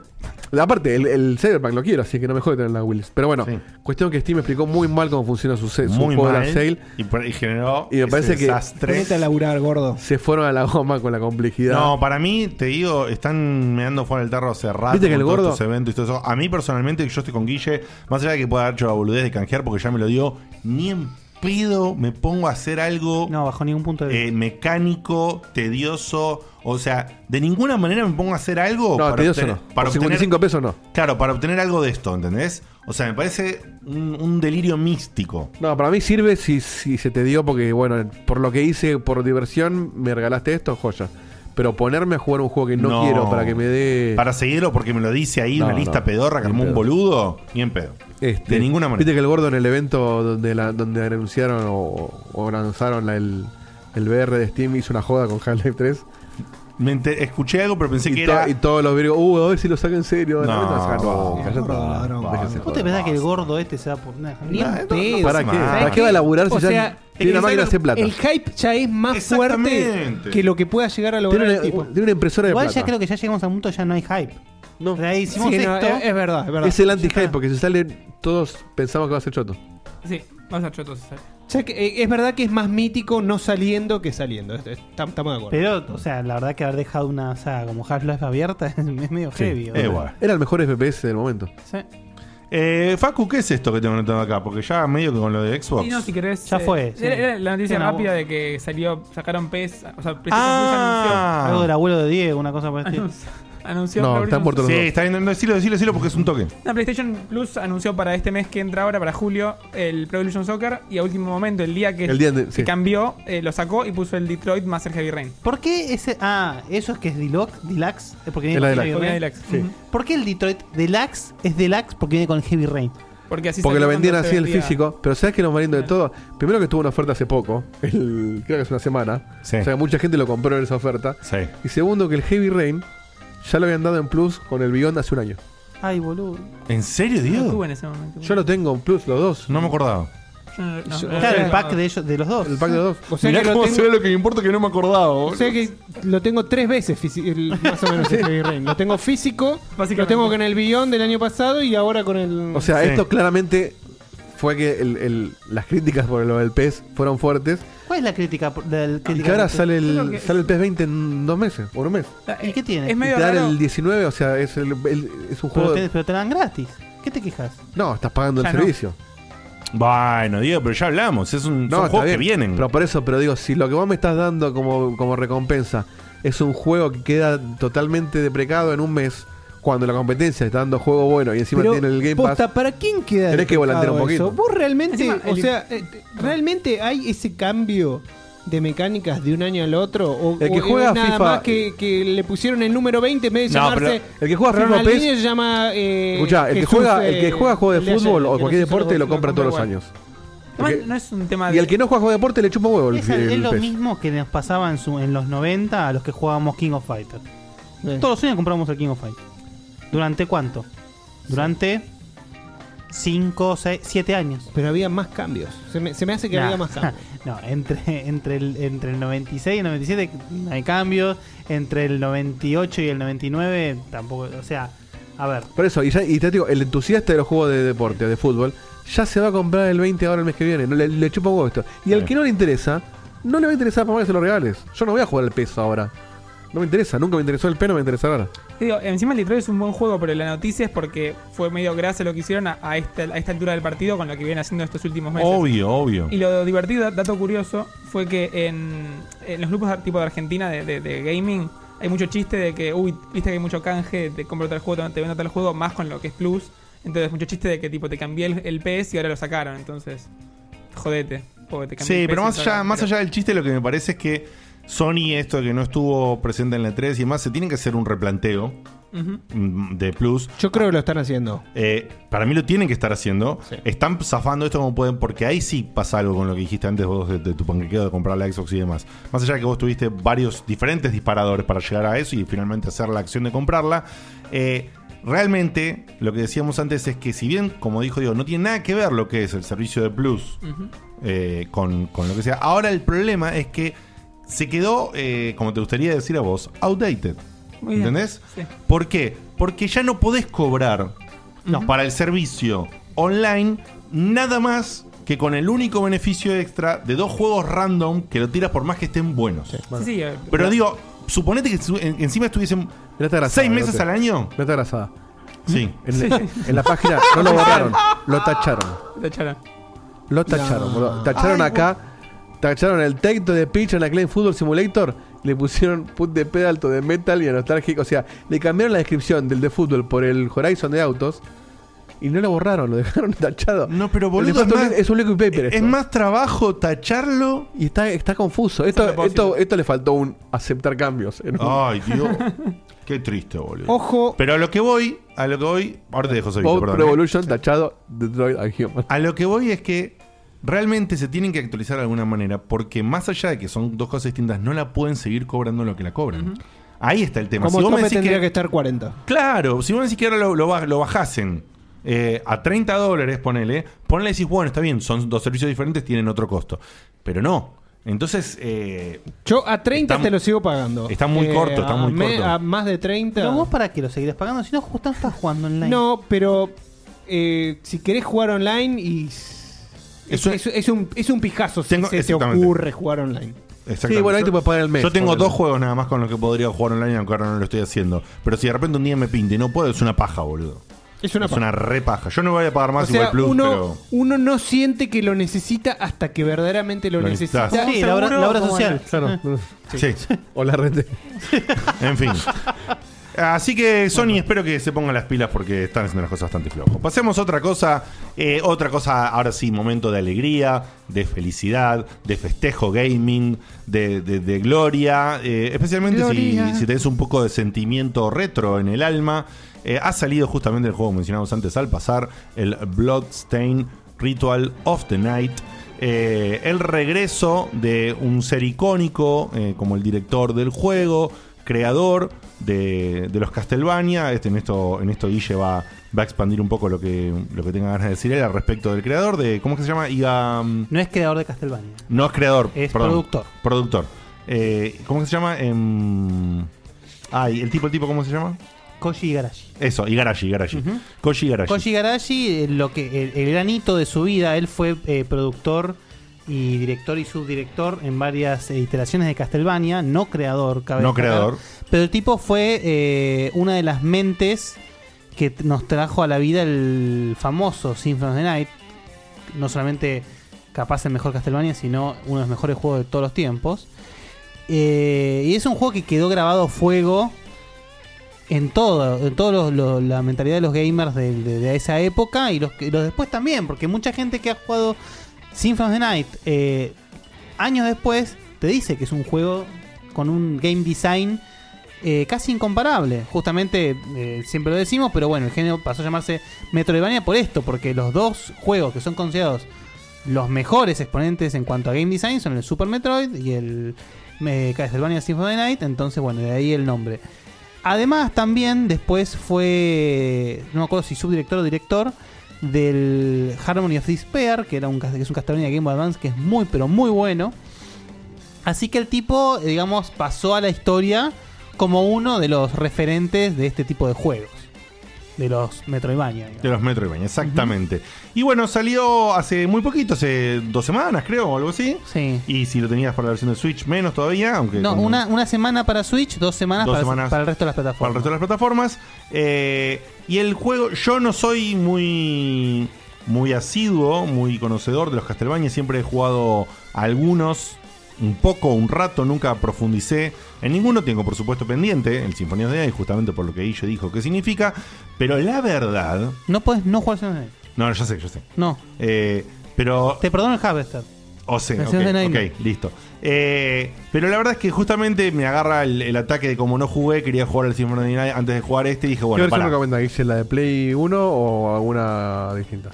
Speaker 3: Aparte, el, el Cyberpunk lo quiero, así que no me jode tener la Willis. Pero bueno,
Speaker 2: Sí.
Speaker 3: cuestión que Steam explicó muy mal cómo funciona su, se- su
Speaker 2: muy
Speaker 3: juego de
Speaker 2: mal.
Speaker 3: la sale.
Speaker 2: Y, por- y generó.
Speaker 3: Y me
Speaker 2: ese
Speaker 3: parece que-
Speaker 2: desastre.
Speaker 4: Ponete a laburar, gordo.
Speaker 3: Se fueron a la goma con la complejidad.
Speaker 2: No, para mí, te digo, están meando fuera del tarro hace rato
Speaker 3: Viste que
Speaker 2: con
Speaker 3: el
Speaker 2: todos
Speaker 3: gordo-
Speaker 2: estos eventos y todo eso. A mí personalmente, yo estoy con Guille, más allá de que pueda haber hecho la boludez de canjear porque ya me lo dio, ni en pedo me pongo a hacer algo
Speaker 6: No, bajo ningún punto de vista.
Speaker 2: eh, mecánico, tedioso. O sea, de ninguna manera me pongo a hacer algo
Speaker 3: no, te dio eso
Speaker 2: obtener-
Speaker 3: no.
Speaker 2: para
Speaker 3: Por
Speaker 2: obtener-
Speaker 3: 55 pesos no.
Speaker 2: Claro, para obtener algo de esto, ¿entendés? O sea, me parece un, un delirio místico.
Speaker 3: No, para mí sirve si, si se te dio, porque bueno, por lo que hice, por diversión, me regalaste esto, joya. Pero ponerme a jugar un juego que no, quiero para que me dé.
Speaker 2: Para seguirlo porque me lo dice ahí
Speaker 3: No,
Speaker 2: una lista
Speaker 3: no.
Speaker 2: pedorra que
Speaker 3: Ni
Speaker 2: armó un
Speaker 3: pedo.
Speaker 2: boludo, ni en pedo.
Speaker 3: Este,
Speaker 2: de ninguna manera.
Speaker 3: Viste que el gordo en el evento donde, la, donde anunciaron o, o lanzaron la- el, el VR de Steam hizo una joda con Half-Life 3.
Speaker 2: Me enter- escuché algo, pero pensé
Speaker 3: Y,
Speaker 2: que
Speaker 3: to-
Speaker 2: era.
Speaker 3: y todos los virgos, uh, a ver si lo sacan en serio.
Speaker 2: No, no,
Speaker 3: no,
Speaker 4: no, no,
Speaker 3: déjense
Speaker 6: ¿Vos
Speaker 3: joder.
Speaker 6: te pensás que el gordo este se va por nada?
Speaker 4: Ni en pedo.
Speaker 3: Ah, ¿Para
Speaker 2: no
Speaker 3: qué?
Speaker 2: hace mal.
Speaker 3: ¿Para qué va a laburar si
Speaker 4: O
Speaker 3: ya
Speaker 4: sea,
Speaker 3: tiene
Speaker 4: el-
Speaker 3: una máquina de hacer plata?
Speaker 4: El hype ya es más fuerte
Speaker 2: Exactamente.
Speaker 4: que lo que pueda llegar a lograr
Speaker 3: Tiene una,
Speaker 4: el tipo.
Speaker 3: tiene una impresora de
Speaker 6: Igual
Speaker 3: plata.
Speaker 6: ya creo que ya llegamos a un punto ya no hay hype.
Speaker 3: No.
Speaker 6: Ahí hicimos
Speaker 4: Sí,
Speaker 6: esto.
Speaker 4: no, es, es verdad, es verdad.
Speaker 3: Es el anti-hype, porque si sale, todos pensamos que va a ser choto.
Speaker 5: Sí, vamos a ser chotos. ¿sabes?
Speaker 4: Ya que, eh, es verdad que es más mítico no saliendo que saliendo. Es- es- tam- Estamos de acuerdo.
Speaker 6: Pero, o sea, la verdad que haber dejado una saga como Half-Life abierta es medio
Speaker 2: Sí,
Speaker 6: heavy.
Speaker 2: eh,
Speaker 6: ¿verdad?
Speaker 2: bueno.
Speaker 3: Era el mejor FPS del momento.
Speaker 6: Sí.
Speaker 2: Eh, Facu, ¿qué es esto que tengo anotado acá? Porque ya medio que con lo de Xbox.
Speaker 5: Sí, no, si querés. eh,
Speaker 6: Ya fue,
Speaker 5: era-
Speaker 6: sí.
Speaker 5: era la noticia
Speaker 6: Una
Speaker 5: rápida
Speaker 6: voz.
Speaker 5: de que salió, sacaron PES. O sea, PlayStation
Speaker 2: Ah.
Speaker 6: Algo del abuelo de Diego, una cosa por el
Speaker 4: Ah,
Speaker 5: Plus
Speaker 6: estilo.
Speaker 5: anunció. Anunció. anunció
Speaker 3: No,
Speaker 5: Raúl
Speaker 3: están
Speaker 5: Russo.
Speaker 3: muertos.
Speaker 2: Sí, está bien, no, decilo, decilo, decilo porque es un toque.
Speaker 5: No, PlayStation Plus anunció para este mes que entra ahora, para julio, el Pro Evolution Soccer. Y a último momento, el día que
Speaker 3: El día de-
Speaker 5: se
Speaker 3: sí.
Speaker 5: cambió, eh, lo sacó y puso el Detroit más el Heavy Rain.
Speaker 6: ¿Por qué ese.? Ah, eso es que es Deluxe. Deluxe es porque
Speaker 3: Es
Speaker 6: viene
Speaker 3: la Deluxe.
Speaker 6: con
Speaker 5: Porque
Speaker 6: Heavy
Speaker 5: era
Speaker 6: Rain.
Speaker 5: deluxe.
Speaker 3: Sí.
Speaker 5: Ujú.
Speaker 6: ¿Por qué el Detroit Deluxe es Deluxe porque viene con Heavy Rain?
Speaker 5: Porque así
Speaker 3: Porque
Speaker 5: salió
Speaker 3: lo vendían
Speaker 5: cuando se
Speaker 3: así el
Speaker 5: vendía.
Speaker 3: físico. Pero ¿sabes que lo más lindo de todo? Primero que tuvo una oferta hace poco, el, creo que hace una semana.
Speaker 2: Sí.
Speaker 3: O sea, mucha gente lo compró en esa oferta.
Speaker 2: Sí.
Speaker 3: Y segundo, que el Heavy Rain ya lo habían dado en Plus con el Beyond hace un año.
Speaker 6: Ay, boludo.
Speaker 2: ¿En serio,
Speaker 5: No estuve
Speaker 2: Diego?
Speaker 5: en ese momento.
Speaker 3: Yo lo tengo en Plus, los dos.
Speaker 2: No me acordaba.
Speaker 5: Yo Eh, no- no, no,
Speaker 6: Claro,
Speaker 5: no,
Speaker 6: el pack
Speaker 5: no.
Speaker 6: de, ellos, de los dos.
Speaker 3: El pack de los
Speaker 4: o
Speaker 5: Pues,
Speaker 3: dos.
Speaker 4: sea que lo tengo,
Speaker 2: lo que me importa que no me acordaba.
Speaker 4: o sea que lo tengo tres veces fisi- el- más o menos el Heavy Rain. Lo tengo físico,
Speaker 5: Básicamente.
Speaker 4: lo tengo con el billón del año pasado y ahora con el.
Speaker 3: O sea,
Speaker 2: Sí.
Speaker 3: esto claramente fue que el- el- las críticas por lo del PES fueron fuertes.
Speaker 6: ¿Cuál es la crítica por- del
Speaker 3: Y
Speaker 6: crítica
Speaker 3: que ahora
Speaker 6: del-
Speaker 3: sale
Speaker 5: Yo
Speaker 3: el,
Speaker 5: creo que-
Speaker 3: sale el PES 20 en dos meses, o en un mes.
Speaker 6: ¿Y qué tiene?
Speaker 5: eh, Es
Speaker 3: Y
Speaker 5: medio
Speaker 3: te dan
Speaker 5: raro.
Speaker 3: el 19, o sea, es, el- el- es un
Speaker 6: Pero
Speaker 3: juego.
Speaker 6: te, pero te la dan gratis. ¿Qué te quejas?
Speaker 3: No, estás pagando
Speaker 5: Ya
Speaker 3: el
Speaker 5: no.
Speaker 3: servicio.
Speaker 2: Bueno, Diego, pero ya hablamos. Es un,
Speaker 3: No,
Speaker 2: son
Speaker 3: está
Speaker 2: juegos que
Speaker 3: bien.
Speaker 2: vienen.
Speaker 3: Pero por eso, pero digo, si lo que vos me estás dando como, como recompensa es un juego que queda totalmente deprecado en un mes, cuando la competencia está dando juego bueno y encima
Speaker 4: Pero,
Speaker 3: tiene el Game Pass.
Speaker 4: posta, ¿para quién queda?
Speaker 3: Tenés que volantear un
Speaker 4: despejado
Speaker 3: poquito.
Speaker 4: Vos realmente,
Speaker 5: Encima,
Speaker 4: o
Speaker 5: el-
Speaker 4: sea, eh, realmente hay ese cambio de mecánicas de un año al otro o,
Speaker 3: El que
Speaker 4: o
Speaker 3: juega
Speaker 4: es nada
Speaker 3: FIFA-
Speaker 4: más que, que le pusieron el número 20 en vez de
Speaker 2: No,
Speaker 4: llamarse
Speaker 2: pero
Speaker 3: el que juega Real
Speaker 4: Ronaldinho
Speaker 3: López-
Speaker 4: se llama eh,
Speaker 3: Escuchá, el que,
Speaker 4: Jesús,
Speaker 3: juega, el
Speaker 4: eh,
Speaker 3: que juega juego de
Speaker 4: el ayer,
Speaker 3: fútbol
Speaker 4: el
Speaker 3: o
Speaker 4: que
Speaker 3: cualquier
Speaker 4: nos hizo los
Speaker 3: deporte lo
Speaker 5: goles,
Speaker 3: compra
Speaker 5: lo
Speaker 3: todos los
Speaker 5: compra
Speaker 3: años.
Speaker 5: Además,
Speaker 3: Porque-
Speaker 5: no es un tema de.
Speaker 3: Y el que no juega juego de deporte le chupa huevo el,
Speaker 6: Es, es
Speaker 3: el
Speaker 6: lo
Speaker 3: PES.
Speaker 6: mismo que nos pasaba en, su- en los 90 a los que jugábamos King of Fighters.
Speaker 4: Eh.
Speaker 6: Todos los años compramos el King of Fighters. ¿Durante cuánto? Durante 5, 6, 7 años.
Speaker 4: Pero había más cambios. Se me, se me hace que
Speaker 6: Nah.
Speaker 4: había más cambios.
Speaker 6: No, entre, entre, el, entre el 96 y el 97 no hay cambios. Entre el 98 y el 99 tampoco. O sea, a ver.
Speaker 3: Por eso, y, ya- y te digo, el entusiasta de los juegos de deporte, de fútbol, ya se va a comprar el 20 ahora el mes que viene. No, le, le chupa huevo esto. Y al
Speaker 2: Sí.
Speaker 3: que no le interesa, no le va a interesar por más que se lo regales. Yo no voy a jugar al peso ahora. No me interesa, nunca me interesó el pelo, me interesa ahora.
Speaker 5: Te digo, encima el Detroit es un buen juego, pero la noticia es porque fue medio gracia lo que hicieron a, a esta, a esta altura del partido con lo que vienen haciendo estos últimos meses.
Speaker 2: Obvio, obvio.
Speaker 5: Y lo divertido, dato curioso, fue que en, en los grupos de- tipo de Argentina de, de- de gaming hay mucho chiste de que, uy, viste que hay mucho canje, te compro tal juego, te vendo tal juego, más con lo que es Plus. Entonces, mucho chiste de que tipo te cambié el, el PS y ahora lo sacaron. Entonces, jodete. porque te cambié
Speaker 2: Sí,
Speaker 5: el
Speaker 2: pero
Speaker 5: PS y
Speaker 2: más allá,
Speaker 5: ahora-
Speaker 2: más
Speaker 5: pero-
Speaker 2: allá del chiste, lo que me E parece es que Sony, esto de que no estuvo presente en la 3 y más, se tiene que hacer un replanteo mm, de Plus.
Speaker 4: Yo creo que lo están haciendo.
Speaker 2: Eh, para mí lo tienen que estar haciendo. Están zafando esto como pueden, porque ahí sí pasa algo con lo que dijiste antes vos de, de tu panquequeo de comprar la Xbox y demás. Más allá de que vos tuviste varios diferentes disparadores para llegar a eso y finalmente hacer la acción de comprarla. eh, realmente, lo que decíamos antes es que, si bien, como dijo Diego, no tiene nada que ver lo que es el servicio de Plus eh, con, con lo que sea. Ahora el problema es que se quedó, eh, como te gustaría decir a vos, outdated.
Speaker 5: Muy bien.
Speaker 2: ¿Entendés?
Speaker 5: Sí.
Speaker 2: ¿Por qué? Porque ya no podés cobrar para el servicio online nada más que con el único beneficio extra de dos juegos random que lo tiras por más que estén buenos.
Speaker 5: Sí, sí, eh,
Speaker 2: Pero digo, suponete que su- en- encima estuviesen seis meses al año.
Speaker 3: Plata grasada.
Speaker 2: Sí.
Speaker 3: En, en la página no lo borraron, lo tacharon.
Speaker 5: te echaron.
Speaker 3: Lo tacharon, boludo. Tacharon acá. Tacharon el texto de pitch en la Clean Football Simulator. Le pusieron put de pedal to de metal y a nostálgico. O sea, le cambiaron la descripción del de fútbol por el Horizon de autos. Y no lo borraron, lo dejaron tachado.
Speaker 2: No, pero
Speaker 3: El
Speaker 2: boludo,
Speaker 3: de
Speaker 2: es
Speaker 3: Fast
Speaker 2: más,
Speaker 3: Lane es un liquid paper.
Speaker 2: Eh, es
Speaker 3: esto.
Speaker 2: más trabajo tacharlo.
Speaker 3: Y está, está confuso.
Speaker 5: Es a
Speaker 3: Esto,
Speaker 5: propósito.
Speaker 3: esto, esto le faltó un aceptar cambios. en un-
Speaker 2: Ay, Dios. Qué triste, boludo.
Speaker 4: Ojo,
Speaker 2: Pero a lo que voy, a lo que voy, ahora te dejo servicio,
Speaker 3: Bob
Speaker 2: perdón.
Speaker 3: Pro
Speaker 2: ¿eh?
Speaker 3: Evolution tachado Detroit a Human.
Speaker 2: A lo que voy es que realmente se tienen que actualizar de alguna manera, porque más allá de que son dos cosas distintas, no la pueden seguir cobrando lo que la cobran. Ahí está el tema.
Speaker 4: como
Speaker 2: Si vos me
Speaker 4: tope
Speaker 2: decís
Speaker 4: tendría que...
Speaker 2: que-
Speaker 4: estar 40.
Speaker 2: Claro, si vos me decís que ahora lo, lo baj- lo bajasen eh, a 30 dólares, ponele, ponele y decís, bueno, está bien, son dos servicios diferentes, tienen otro costo. Pero no. Entonces, eh,
Speaker 4: Yo a 30
Speaker 2: Está-
Speaker 4: te lo sigo pagando. Eh,
Speaker 2: está muy corto, está
Speaker 4: a
Speaker 2: muy
Speaker 4: me-
Speaker 2: corto.
Speaker 4: A más de 30.
Speaker 6: Pero vos para qué lo seguirás pagando si no justo estás jugando online.
Speaker 4: No, pero eh, si querés jugar online y... Es,
Speaker 2: Eso-
Speaker 4: es- es un, es un pijazo si
Speaker 2: Tengo-
Speaker 4: se te
Speaker 2: exactamente.
Speaker 4: ocurre jugar online.
Speaker 2: exactamente.
Speaker 3: Sí, bueno, ahí te puedes pagar el mes.
Speaker 2: Yo tengo
Speaker 3: ponele.
Speaker 2: dos juegos nada más con los que podría jugar online, aunque ahora no lo estoy haciendo. Pero si de repente un día me pinte y no puedo, es una paja, boludo.
Speaker 4: Es una
Speaker 2: es
Speaker 4: paja.
Speaker 2: una re paja. Yo no voy a pagar más
Speaker 4: o sea,
Speaker 2: igual plus,
Speaker 4: uno,
Speaker 2: pero.
Speaker 4: uno no siente que lo necesita hasta que verdaderamente lo,
Speaker 2: Lo
Speaker 4: necesita.
Speaker 2: necesitas.
Speaker 6: Sí, la obra, la obra
Speaker 2: Ah,
Speaker 6: social.
Speaker 2: Sí.
Speaker 3: Claro. O la red.
Speaker 2: en fin. Así que Sony espero que se pongan las pilas porque están haciendo las cosas bastante flojas. Pasemos a otra cosa, eh, otra cosa, ahora sí, momento de alegría, de felicidad, de festejo gaming, de, de- de gloria, eh, especialmente si,
Speaker 7: Gloria.
Speaker 2: si tenés un poco de sentimiento retro en el alma. Eh, ha salido justamente el juego que mencionamos antes al pasar, el Bloodstain Ritual of the Night. Eh, el regreso de un ser icónico eh, como el director del juego, creador de, de los Castlevania. Este, en esto, en esto Guille va, va a expandir un poco lo que, lo que tenga ganas de decir él al respecto del creador de. ¿Cómo es que se llama? Iga. mm,
Speaker 6: No es creador de Castlevania.
Speaker 2: No es creador.
Speaker 6: Es
Speaker 2: perdón.
Speaker 6: productor.
Speaker 2: Productor. Eh, ¿Cómo es que se llama? Em, ay, el tipo, el tipo, ¿cómo se llama?
Speaker 6: Koji Igarashi.
Speaker 2: Eso, Igarashi, Igarashi. Koji Igarashi.
Speaker 6: Koji Igarashi, eh, lo que, el, el granito de su vida, él fue eh, productor y director y subdirector en varias eh, iteraciones de Castlevania, no creador, cabe
Speaker 2: No
Speaker 6: destacar.
Speaker 2: creador.
Speaker 6: Pero el tipo fue eh, una de las mentes que t- nos trajo a la vida el famoso Symphony of the Night. No solamente capaz el mejor Castlevania, sino uno de los mejores juegos de todos los tiempos. Eh, y es un juego que quedó grabado a fuego en todo, en toda la mentalidad de los gamers de, de- de esa época y los, que- los después también, porque mucha gente que ha jugado Symphony of the Night eh, años después te dice que es un juego con un game design eh, casi incomparable. Justamente eh, siempre lo decimos, pero bueno, el género pasó a llamarse Metroidvania por esto, porque los dos juegos que son considerados los mejores exponentes en cuanto a game design son el Super Metroid y el eh, Castlevania Symphony of the Night, entonces bueno, de ahí el nombre. Además, también después fue, no me acuerdo si subdirector o director, del Harmony of Despair, que, era un, cas- que es un Castlevania Game Boy Advance que es muy, pero muy bueno. Así que el tipo, eh, digamos, pasó a la historia como uno de los referentes de este tipo de juegos. De los Metroidvania. digamos.
Speaker 2: De los Metroidvania, exactamente. Y bueno, salió hace muy poquito, hace dos semanas creo, o algo así.
Speaker 6: Sí.
Speaker 2: Y si lo tenías para la versión de Switch, menos todavía, aunque...
Speaker 6: No,
Speaker 2: como-
Speaker 6: una, una semana para Switch, dos semanas,
Speaker 2: Dos
Speaker 6: para,
Speaker 2: semanas
Speaker 6: para el resto de las
Speaker 2: Para el
Speaker 6: plataformas.
Speaker 2: resto de las plataformas. Eh, y el juego, yo no soy muy muy asiduo, muy conocedor de los Castlevania. Siempre he jugado algunos, un poco, un rato, nunca profundicé en ninguno. Tengo, por supuesto, pendiente el Sinfonía de y justamente por lo que Guille dijo que significa. Pero la verdad...
Speaker 6: No puedes no jugar Symphony of the Night.
Speaker 2: No, ya sé, ya sé.
Speaker 6: No.
Speaker 2: Eh, pero
Speaker 6: Te perdono el Harvester.
Speaker 2: O sí,
Speaker 4: Deseos
Speaker 2: ok,
Speaker 4: de Naime.
Speaker 2: ok, listo. Eh, pero la verdad es que justamente me agarra el, el ataque de como no jugué, quería jugar el Symphony of the Night antes de jugar este y dije,
Speaker 3: ¿Qué
Speaker 2: bueno,
Speaker 3: versión
Speaker 2: pará,
Speaker 3: recomienda Guille? ¿La de Play 1 o alguna distinta?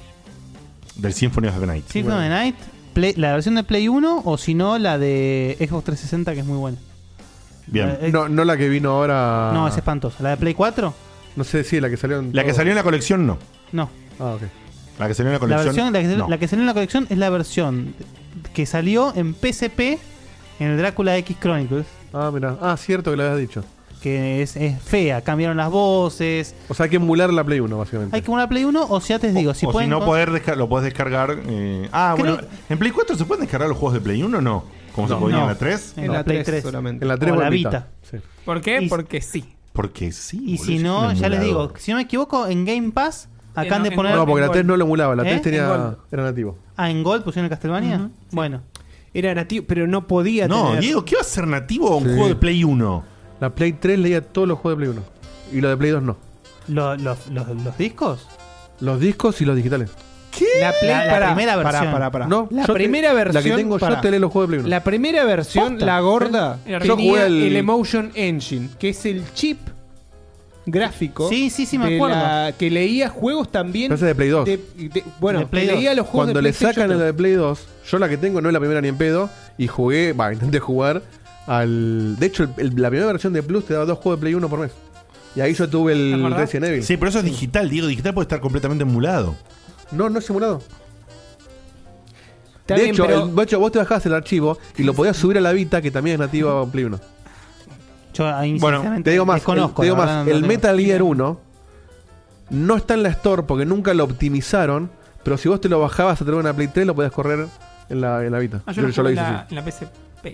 Speaker 2: del Symphony of the Night.
Speaker 6: Symphony of the Night, Play- la versión de Play 1 o si no la de Xbox 360 que es muy buena.
Speaker 2: Bien. Ah.
Speaker 6: Eh,
Speaker 3: No, no la que vino ahora.
Speaker 6: No, es espantosa. ¿La de Play 4?
Speaker 3: No sé, sí, la que salió
Speaker 6: eh,
Speaker 3: en
Speaker 2: La que
Speaker 3: todo.
Speaker 2: salió en la colección no.
Speaker 6: No.
Speaker 3: Ah, ok.
Speaker 2: La que salió en la
Speaker 6: La,
Speaker 2: colección.
Speaker 6: versión, la, que,
Speaker 2: no.
Speaker 6: la que salió en la colección es la versión que salió en PSP en el Drácula X Chronicles,
Speaker 3: Ah, mira. Ah, cierto que lo habías dicho.
Speaker 6: que es, es fea. Cambiaron las voces.
Speaker 3: O sea, hay que emular la Play 1, básicamente.
Speaker 6: Hay que poner la Play 1 o si ya te digo, si
Speaker 2: o
Speaker 6: pueden...
Speaker 2: si no
Speaker 6: con-
Speaker 2: poder desca- lo podés descargar. eh, ah,
Speaker 6: Creo-
Speaker 2: bueno. ¿En Play 4 se pueden descargar los juegos de Play 1 o no? Como se
Speaker 4: No.
Speaker 2: podían en
Speaker 6: No.
Speaker 2: la 3.
Speaker 4: En
Speaker 6: No,
Speaker 4: la
Speaker 6: Play
Speaker 4: 3,
Speaker 6: 3.
Speaker 4: solamente.
Speaker 3: En la 3
Speaker 6: o
Speaker 3: o
Speaker 6: la
Speaker 3: en
Speaker 6: Vita.
Speaker 3: Sí.
Speaker 5: ¿Por qué?
Speaker 6: Y-
Speaker 5: Porque sí.
Speaker 2: Porque sí.
Speaker 6: Y
Speaker 2: boludo,
Speaker 6: si
Speaker 2: es un
Speaker 6: no, ya les
Speaker 2: emulador.
Speaker 6: digo, si no me equivoco, en Game Pass,
Speaker 5: Eh, no,
Speaker 6: acá han de
Speaker 5: en
Speaker 6: poner...
Speaker 3: No, porque la
Speaker 5: Gol.
Speaker 3: 3 no lo emulaba. La 3
Speaker 6: ¿Eh?
Speaker 3: tenía.
Speaker 5: Gol.
Speaker 3: Era nativo.
Speaker 6: Ah, en Gold pusieron Castlevania.
Speaker 5: Ujú,
Speaker 6: Bueno,
Speaker 4: Era nativo, pero no podía
Speaker 2: No,
Speaker 4: tener.
Speaker 2: Diego, ¿qué va a ser nativo a un
Speaker 3: Sí.
Speaker 2: juego de Play 1?
Speaker 3: La Play 3 leía todos los juegos de Play 1. Y los de Play 2 no.
Speaker 6: lo- los- los- los discos.
Speaker 3: Los discos y los digitales.
Speaker 4: La, Play,
Speaker 6: La- la
Speaker 4: pará,
Speaker 6: primera
Speaker 4: pará,
Speaker 6: versión.
Speaker 4: pará, pará.
Speaker 3: No,
Speaker 4: Ah. la
Speaker 3: yo te-
Speaker 4: primera versión.
Speaker 3: La que tengo
Speaker 4: pará.
Speaker 3: yo te lee los juegos de Play 1.
Speaker 4: La primera versión,
Speaker 6: Posta.
Speaker 4: la gorda,
Speaker 5: Era
Speaker 4: tenía
Speaker 3: jugué al-
Speaker 4: el... Emotion Engine, que es el chip gráfico.
Speaker 6: Sí, sí, sí, me
Speaker 4: de
Speaker 6: acuerdo.
Speaker 4: la- que leía juegos también.
Speaker 3: Pero ese es de Play 2.
Speaker 4: de- de- bueno,
Speaker 6: De Play
Speaker 4: que leía los juegos
Speaker 3: Cuando
Speaker 4: de
Speaker 3: le
Speaker 4: PlayStation
Speaker 3: sacan la
Speaker 4: 3.
Speaker 3: de Play 2, yo la que tengo no es la primera ni en pedo. Y jugué, va, intenté jugar al. De hecho, el- el- la primera versión de Plus te daba dos juegos de Play 1 por mes. Y ahí yo tuve
Speaker 5: ¿Te
Speaker 3: el
Speaker 5: acordás?
Speaker 3: Resident Evil.
Speaker 2: Sí, pero eso es digital, Diego. Digital puede estar completamente emulado.
Speaker 3: No, no es simulado.
Speaker 4: Está
Speaker 3: de,
Speaker 4: bien,
Speaker 3: hecho,
Speaker 4: pero
Speaker 3: el- de hecho, vos te bajabas el archivo y lo podías subir a la Vita, que también es nativa Play 1.
Speaker 6: Yo ahí,
Speaker 2: Bueno,
Speaker 6: sinceramente,
Speaker 3: Te digo más, el,
Speaker 6: desconozco,
Speaker 3: te digo
Speaker 6: la
Speaker 3: más,
Speaker 6: verdad, no
Speaker 3: el
Speaker 6: tengo.
Speaker 3: Metal Gear 1 no está en la Store porque nunca lo optimizaron, pero si vos te lo bajabas a través de una Play 3 lo podías correr en la, en la Vita.
Speaker 5: Ah,
Speaker 3: Yo-
Speaker 5: lo
Speaker 3: yo lo
Speaker 5: jugué en
Speaker 3: hice
Speaker 5: la,
Speaker 3: así.
Speaker 5: en la PSP.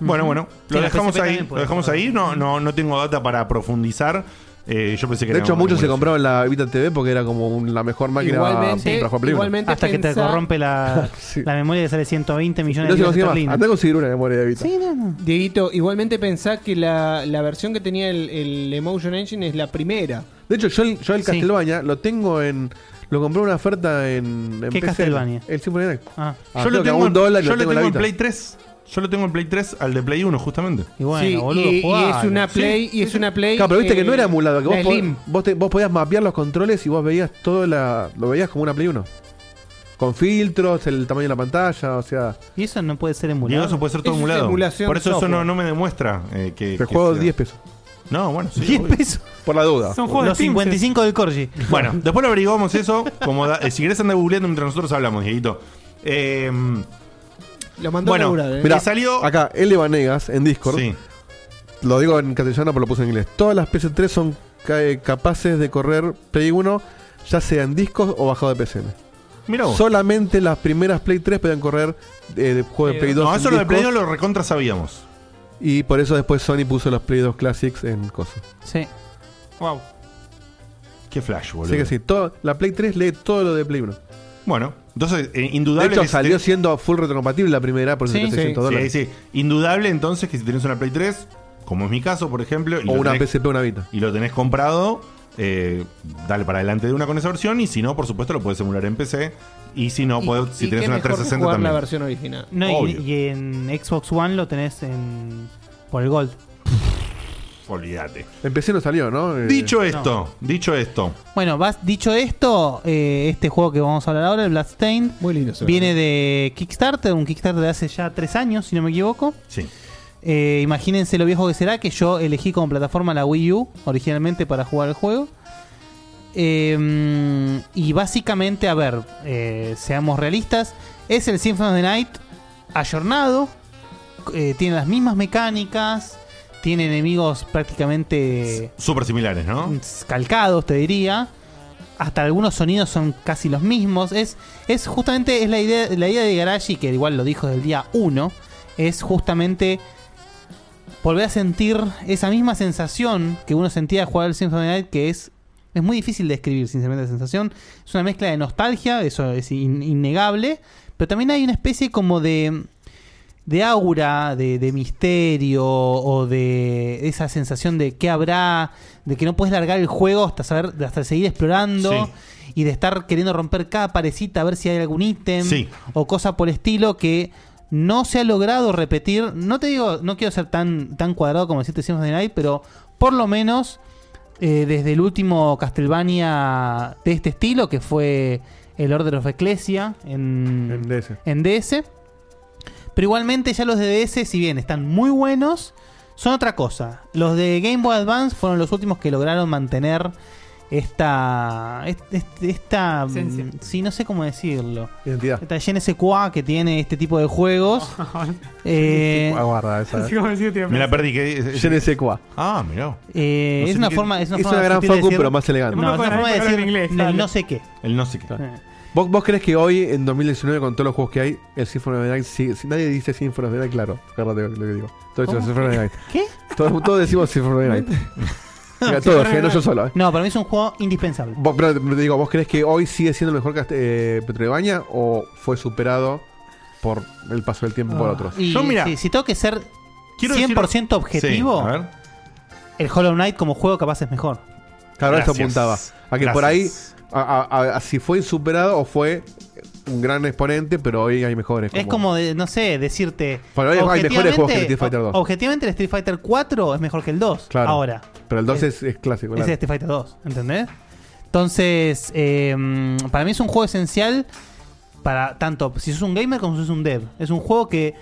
Speaker 2: Bueno, bueno, lo
Speaker 6: Sí, la
Speaker 2: dejamos
Speaker 6: PSP
Speaker 2: ahí.
Speaker 6: también
Speaker 2: Lo
Speaker 6: puede
Speaker 2: dejamos
Speaker 6: jugar.
Speaker 2: ahí. No, no, no tengo data para profundizar. Eh, yo pensé que
Speaker 3: De
Speaker 2: era
Speaker 3: hecho,
Speaker 2: una
Speaker 3: muchos se
Speaker 2: emulación.
Speaker 3: compraron la Vita TV porque era como un- la mejor máquina
Speaker 4: igualmente,
Speaker 3: para jugar Play 1.
Speaker 4: igualmente
Speaker 6: Hasta que te
Speaker 4: pensá-
Speaker 6: corrompe la,
Speaker 3: Sí.
Speaker 6: la memoria que sale 120 millones
Speaker 3: No se
Speaker 6: de libras
Speaker 3: consigue más.
Speaker 6: esterlinas.
Speaker 3: Andá a conseguir una memoria de Vita.
Speaker 6: Sí, no, no.
Speaker 4: Dieguito, igualmente pensá que la, la versión que tenía el, el Emotion Engine es la primera.
Speaker 3: De hecho, yo el, yo el
Speaker 6: Sí.
Speaker 3: Castlevania lo tengo en. Lo compré en una oferta en. en
Speaker 6: ¿Qué Castlevania?
Speaker 3: El Symphony of the Night.
Speaker 6: Ah,
Speaker 3: Ah,
Speaker 2: yo lo
Speaker 3: que a
Speaker 2: tengo,
Speaker 3: un
Speaker 2: en,
Speaker 3: dólar y
Speaker 2: yo
Speaker 3: lo
Speaker 2: lo
Speaker 3: tengo en la
Speaker 2: tengo en
Speaker 3: Vita.
Speaker 2: Play 3. Yo lo tengo en Play 3 al de Play 1, justamente.
Speaker 6: y bueno,
Speaker 4: Sí,
Speaker 6: boludo,
Speaker 4: y, y
Speaker 6: jugalo.
Speaker 4: es una
Speaker 2: Sí,
Speaker 4: Play,
Speaker 2: sí,
Speaker 4: y es
Speaker 2: sí.
Speaker 4: una Play.
Speaker 3: Claro, pero viste que no era
Speaker 4: eh,
Speaker 3: emulado, que
Speaker 4: la
Speaker 3: vos, pod-
Speaker 4: Slim.
Speaker 3: vos, te- vos podías mapear los controles y vos veías todo la. lo veías como una Play 1. Con filtros, el tamaño de la pantalla, o sea.
Speaker 6: Y eso no puede ser
Speaker 2: Y ahora
Speaker 6: emulado.
Speaker 2: eso puede ser todo
Speaker 4: Es
Speaker 2: emulado.
Speaker 4: emulación
Speaker 2: Por eso eso
Speaker 4: software.
Speaker 2: no, no me demuestra eh, que. que
Speaker 3: Te juego
Speaker 2: sea.
Speaker 3: 10 pesos.
Speaker 2: No, bueno, sí.
Speaker 6: 10
Speaker 2: obvio.
Speaker 6: pesos.
Speaker 3: Por la duda.
Speaker 5: Son juegos
Speaker 6: Los
Speaker 5: de Steam.
Speaker 6: 55 del Corgi.
Speaker 2: Bueno, después lo averiguamos eso. Como da- eh, si querés andar googleando mientras nosotros hablamos, Dieguito. Eh,
Speaker 4: Lo mandó a
Speaker 2: bueno,
Speaker 4: laburar, eh.
Speaker 2: mirá,
Speaker 3: Mirá,
Speaker 2: salió.
Speaker 3: Acá, L. de Vanegas en Discord.
Speaker 2: Sí.
Speaker 3: Lo digo en castellano, pero lo puse en inglés. Todas las PS3 son ca- eh, capaces de correr Play 1, ya sean discos o bajado de PCM.
Speaker 2: Mirá vos.
Speaker 3: Solamente las primeras Play 3 podían correr eh, de juegos de Play 2.
Speaker 2: No,
Speaker 3: en
Speaker 2: eso lo de Play
Speaker 3: discos,
Speaker 2: 2 lo recontra sabíamos.
Speaker 3: Y por eso después Sony puso los Play 2 Classics en cosas.
Speaker 6: Sí.
Speaker 5: Wow.
Speaker 2: Qué flash, boludo.
Speaker 3: Así que sí, todo- la Play 3 lee todo lo de Play 1.
Speaker 2: Bueno, entonces, eh,
Speaker 3: De
Speaker 2: indudable.
Speaker 3: hecho,
Speaker 2: que si
Speaker 3: salió
Speaker 2: tenés-
Speaker 3: siendo full retrocompatible la primera por
Speaker 4: Sí,
Speaker 3: 700
Speaker 2: Sí,
Speaker 3: dólares.
Speaker 2: sí. Indudable entonces que si tenés una Play 3, como es mi caso, por ejemplo, y,
Speaker 3: O
Speaker 2: lo,
Speaker 3: una
Speaker 2: tenés,
Speaker 3: PSP o una Vita.
Speaker 2: y lo tenés comprado, eh, dale para adelante de una con esa versión. Y si no, por supuesto, lo puedes emular en PC. Y si no,
Speaker 4: Y-
Speaker 2: podés- si
Speaker 4: y
Speaker 2: tenés
Speaker 4: qué
Speaker 2: una
Speaker 4: mejor que
Speaker 2: 360
Speaker 4: jugar
Speaker 2: también.
Speaker 4: la versión original.
Speaker 6: No, y,
Speaker 2: Obvio.
Speaker 6: y en Xbox One lo tenés en, por el Gold.
Speaker 2: Olvídate.
Speaker 3: Empecé no salió, ¿no? Eh,
Speaker 2: Dicho esto, dicho esto.
Speaker 6: Bueno, vas, dicho esto, eh, este juego que vamos a hablar ahora, el Bloodstained,
Speaker 4: Muy lindo. se ve.
Speaker 6: viene de Kickstarter, un Kickstarter de hace ya tres años, si no me equivoco.
Speaker 2: Sí.
Speaker 6: Eh, imagínense lo viejo que será que yo elegí como plataforma la Wii U originalmente para jugar el juego. Eh, y básicamente, a ver, eh, seamos realistas, es el Symphony of the Night ayornado, eh, tiene las mismas mecánicas, tiene enemigos prácticamente
Speaker 2: Súper similares, ¿no?
Speaker 6: Mm, calcados, te diría. Hasta algunos sonidos son casi los mismos. Es, es justamente es la idea, la idea de Garashi, que igual lo dijo desde el día 1, es justamente volver a sentir esa misma sensación que uno sentía al jugar el Symphony of the Night, que es, es muy difícil de describir, sinceramente, la sensación. Es una mezcla de nostalgia, eso es in- innegable, pero también hay una especie como de de aura, de, de misterio o de esa sensación de qué habrá, de que no puedes largar el juego hasta saber, hasta seguir explorando
Speaker 2: Sí.
Speaker 6: y de estar queriendo romper cada parecita a ver si hay algún ítem
Speaker 2: Sí.
Speaker 6: o cosa por estilo que no se ha logrado repetir. No te digo, no quiero ser tan, tan cuadrado como decirte Symphony de Night, pero por lo menos eh, desde el último Castlevania de este estilo, que fue el Order of Ecclesia en,
Speaker 3: En DS.
Speaker 6: en DS. Pero igualmente ya los de DS, si bien están muy buenos, son otra cosa. Los de Game Boy Advance fueron los últimos que lograron mantener esta... est- est- Esta... mm,
Speaker 5: Esencia.
Speaker 6: Sí, no sé cómo decirlo.
Speaker 3: Identidad.
Speaker 6: Esta GNSQA que tiene este tipo de juegos. Eh,
Speaker 3: Aguarda Ah, esa.
Speaker 5: Así como decía, tío,
Speaker 2: Me la perdí. Que es,
Speaker 3: Je ne sais quoi.
Speaker 2: Ah, mirá.
Speaker 6: eh,
Speaker 2: No sé
Speaker 6: es, una
Speaker 2: qué-
Speaker 6: forma, es una
Speaker 3: es
Speaker 6: forma
Speaker 3: una gran
Speaker 6: sutil de
Speaker 3: facu,
Speaker 6: decir-
Speaker 3: pero más elegante.
Speaker 6: No, es una
Speaker 5: Bueno,
Speaker 6: forma de
Speaker 5: hablar en
Speaker 6: decir
Speaker 5: inglés,
Speaker 6: el
Speaker 5: dale.
Speaker 6: no sé qué.
Speaker 2: El no sé qué.
Speaker 6: Eh.
Speaker 3: ¿Vos, ¿Vos crees que hoy, en 2019, con todos los juegos que hay, el Symphony of the Night, si, si nadie dice Symphony of the Night, claro, agárrate lo que digo. Todos
Speaker 6: ¿Cómo?
Speaker 3: decimos Symphony of the Night.
Speaker 6: ¿Qué?
Speaker 3: Todos, todos decimos Symphony of the Night. Mira, todos, eh, no yo solo. eh.
Speaker 6: No, para mí es un juego indispensable.
Speaker 3: Vos- pero te digo, ¿vos crees que hoy sigue siendo el mejor cast- eh, Petrolebaña o fue superado por el paso del tiempo por otros?
Speaker 6: Y
Speaker 2: Yo, mira,
Speaker 6: si, si tengo que ser
Speaker 2: Quiero
Speaker 6: 100%
Speaker 2: decir-
Speaker 6: objetivo,
Speaker 2: Sí, a ver.
Speaker 6: el Hollow Knight como juego capaz es mejor.
Speaker 3: Claro, esto
Speaker 2: Gracias.
Speaker 3: apuntaba. A que por ahí,
Speaker 2: Gracias.
Speaker 3: a, a- a- a si fue insuperado o fue un gran exponente, pero hoy hay mejores.
Speaker 6: Es como, de, no sé, decirte.
Speaker 3: Bueno, hay- hay mejores
Speaker 6: objetivamente-
Speaker 3: juegos que el Street Fighter 2.
Speaker 6: Objetivamente, el Street Fighter 4 es mejor que el 2.
Speaker 3: Claro.
Speaker 6: Ahora.
Speaker 3: Pero el 2 es, es clásico.
Speaker 6: Es
Speaker 3: claro.
Speaker 6: el Street Fighter 2, ¿entendés? Entonces, eh, para mí es un juego esencial para tanto si sos un gamer como si sos un dev. Es un juego que,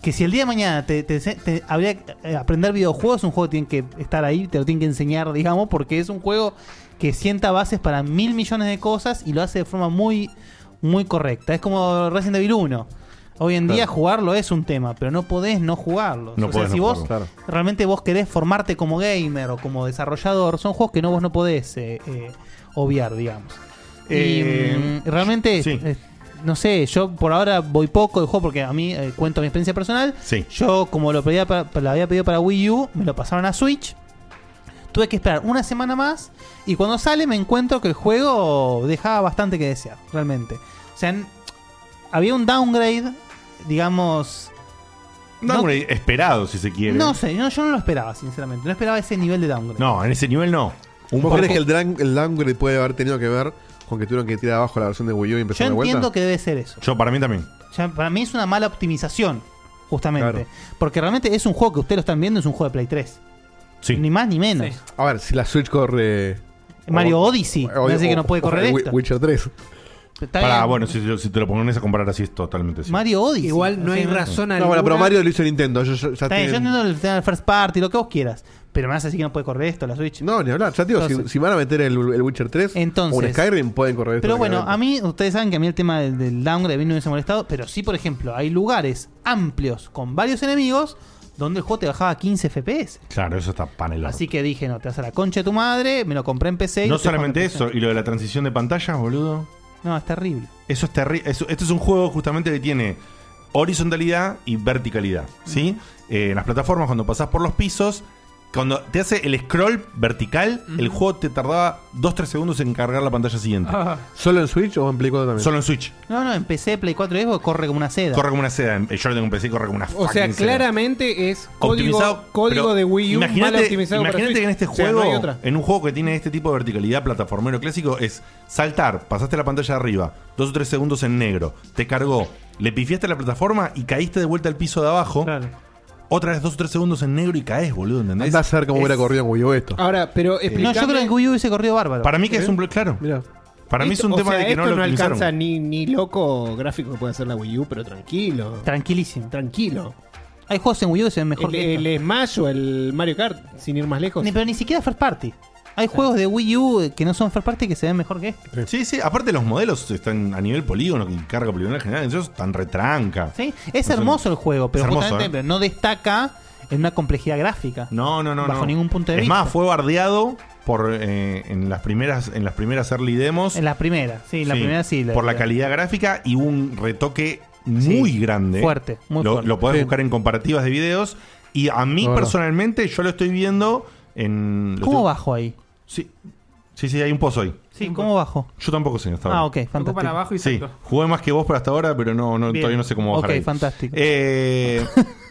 Speaker 6: que si el día de mañana te, te- te- habría que eh, aprender videojuegos, es un juego que tiene que estar ahí, te lo tienen que enseñar, digamos, porque es un juego que sienta bases para mil millones de cosas y lo hace de forma muy, muy correcta. Es como Resident Evil 1. Hoy en día
Speaker 3: Claro.
Speaker 6: jugarlo es un tema, pero no podés no jugarlo.
Speaker 2: No
Speaker 6: o sea,
Speaker 2: podés
Speaker 6: si
Speaker 2: no
Speaker 6: vos
Speaker 2: jugarlo.
Speaker 3: Claro.
Speaker 6: realmente vos querés formarte como gamer o como desarrollador, son juegos que no vos no podés eh, eh, obviar, digamos.
Speaker 2: Eh,
Speaker 6: y mm, realmente,
Speaker 2: sí.
Speaker 6: eh, no sé, yo por ahora voy poco de juego porque a mí eh, cuento mi experiencia personal.
Speaker 2: Sí.
Speaker 6: Yo, como lo, pedía para- lo había pedido para Wii U, me lo pasaron a Switch. Tuve que esperar una semana más y cuando sale me encuentro que el juego dejaba bastante que desear, realmente. O sea, n- había un downgrade, digamos,
Speaker 2: No,
Speaker 6: No-
Speaker 2: hombre, esperado, si se quiere.
Speaker 6: no sé, no, yo no lo esperaba, sinceramente. No esperaba ese nivel de downgrade.
Speaker 2: No, en ese nivel no. Un
Speaker 3: ¿Vos
Speaker 2: poco-
Speaker 3: crees que el, dran- el downgrade puede haber tenido que ver con que tuvieron que tirar abajo la versión de Wii U y
Speaker 6: yo
Speaker 3: empezar de vuelta?
Speaker 6: entiendo que debe ser eso.
Speaker 2: Yo, para mí también.
Speaker 6: Ya, para mí es una mala optimización, justamente.
Speaker 3: Claro.
Speaker 6: Porque realmente es un juego que ustedes lo están viendo, es un juego de Play 3.
Speaker 2: Sí.
Speaker 6: Ni más ni menos.
Speaker 5: Sí.
Speaker 3: A ver, si la Switch corre.
Speaker 6: Mario Odyssey,
Speaker 3: o-
Speaker 6: parece que
Speaker 3: o-
Speaker 6: no puede
Speaker 3: o-
Speaker 6: correr
Speaker 3: Wi-
Speaker 6: esto.
Speaker 3: Witcher 3.
Speaker 6: Está
Speaker 2: Para,
Speaker 6: bien.
Speaker 2: bueno, si, si te lo pones a comparar así, es totalmente así.
Speaker 6: Mario Odyssey.
Speaker 7: Igual no
Speaker 6: O sea,
Speaker 7: hay razón
Speaker 3: No,
Speaker 7: alguna.
Speaker 3: bueno, pero Mario lo hizo Nintendo. Yo, yo- ya
Speaker 6: Está bien, yo
Speaker 3: tienen-
Speaker 6: entiendo el tema del first party, lo que vos quieras. Pero me vas a decir que no puede correr esto, la Switch.
Speaker 3: No, ni hablar. Ya te digo, si,
Speaker 6: Entonces-
Speaker 3: si van a meter el, el Witcher 3
Speaker 6: Entonces-
Speaker 3: o un Skyrim, pueden correr esto
Speaker 6: Pero bueno,
Speaker 3: tranquilamente.
Speaker 6: a mí, ustedes saben que a mí el tema del, del downgrade a mí no me hubiese molestado, pero sí, por ejemplo, hay lugares amplios con varios enemigos donde el juego te bajaba 15 FPS.
Speaker 2: Claro, eso está panelado.
Speaker 6: Así que dije, no, te vas a la concha de tu madre, me lo compré en PC. y
Speaker 2: no
Speaker 6: lo estoy jugando
Speaker 2: solamente
Speaker 6: en PC.
Speaker 2: eso, y lo de la transición de pantallas, boludo.
Speaker 6: No, es terrible.
Speaker 2: Eso es terrible. Este es un juego justamente que tiene horizontalidad y verticalidad. ¿Sí? Eh, en las plataformas, cuando pasás por los pisos, cuando te hace el scroll vertical, el juego te tardaba 2-3 segundos en cargar la pantalla siguiente.
Speaker 5: Ah,
Speaker 3: ¿Solo en Switch o en Play 4 también?
Speaker 2: Solo en Switch.
Speaker 6: No, no, en PC, Play 4 y Xbox corre como una seda.
Speaker 2: Corre como una seda. En- Yo lo tengo en PC y corre como una
Speaker 4: O sea,
Speaker 2: fucking seda.
Speaker 4: claramente es código,
Speaker 2: Optimizado,
Speaker 4: código
Speaker 2: pero
Speaker 4: de Wii U mal
Speaker 2: Imagínate,
Speaker 4: optimizado para
Speaker 2: imagínate que
Speaker 4: Switch.
Speaker 2: en este
Speaker 4: O sea,
Speaker 2: juego,
Speaker 4: no hay otra.
Speaker 2: en un juego que tiene este tipo de verticalidad plataformero clásico, es saltar, pasaste la pantalla de arriba, dos o tres segundos en negro, te cargó, le pifiaste la plataforma y caíste de vuelta al piso de abajo.
Speaker 4: Claro.
Speaker 2: Otra vez dos o tres segundos en negro y caes, boludo, ¿entendés?
Speaker 3: Anda a saber cómo hubiera
Speaker 4: es-
Speaker 3: corrido en Wii U esto.
Speaker 4: Ahora, pero
Speaker 6: No, yo creo que en Wii U hubiese corrido bárbaro.
Speaker 2: Para mí que es un... blo- Claro.
Speaker 3: Mira,
Speaker 2: Para mí es un
Speaker 4: o
Speaker 2: tema
Speaker 4: sea,
Speaker 2: de que
Speaker 4: esto
Speaker 2: no lo optimizaron.
Speaker 4: alcanza ni, ni loco gráfico que puede hacer la Wii U, pero tranquilo.
Speaker 6: Tranquilísimo.
Speaker 4: tranquilo.
Speaker 6: Hay juegos en Wii U que se ven mejor
Speaker 4: El,
Speaker 6: que esto.
Speaker 4: el Smash o el Mario Kart, sin ir más lejos.
Speaker 6: Ni- Pero ni siquiera first party. Hay juegos de Wii U que no son first party que se ven mejor que este, esto.
Speaker 2: Sí, sí. Aparte los modelos están a nivel polígono, que carga polígono general, ellos están retranca.
Speaker 6: ¿sí? Es
Speaker 2: No son-
Speaker 6: hermoso el juego, pero
Speaker 2: es hermoso,
Speaker 6: justamente
Speaker 2: ¿eh?
Speaker 6: pero no destaca en una complejidad gráfica.
Speaker 2: No, no, no.
Speaker 6: Bajo
Speaker 2: no.
Speaker 6: ningún punto de
Speaker 2: es
Speaker 6: vista.
Speaker 2: más, fue bardeado por eh, en las primeras en las primeras early demos.
Speaker 6: En la primera, sí, en la
Speaker 2: Sí,
Speaker 6: primera sí.
Speaker 2: por la calidad gráfica y un retoque muy grande.
Speaker 6: fuerte, muy
Speaker 2: lo,
Speaker 6: fuerte.
Speaker 2: Lo podés
Speaker 3: Sí.
Speaker 2: buscar en comparativas de videos. Y a mí
Speaker 3: No, no.
Speaker 2: personalmente, yo lo estoy viendo en. lo
Speaker 6: ¿Cómo
Speaker 2: estoy-
Speaker 6: bajo ahí?
Speaker 2: Sí. Sí, sí, hay un pozo ahí.
Speaker 6: Sí, ¿cómo bajo?
Speaker 2: Yo tampoco sé hasta
Speaker 6: Ah,
Speaker 2: ahora.
Speaker 6: ok, fantástico.
Speaker 5: Ocupan abajo y
Speaker 2: Sí,
Speaker 5: salto.
Speaker 2: jugué más que vos por hasta ahora, pero no, no
Speaker 6: Bien.
Speaker 2: todavía no sé cómo bajar.
Speaker 6: Ok,
Speaker 2: ahí.
Speaker 6: fantástico.
Speaker 2: Eh,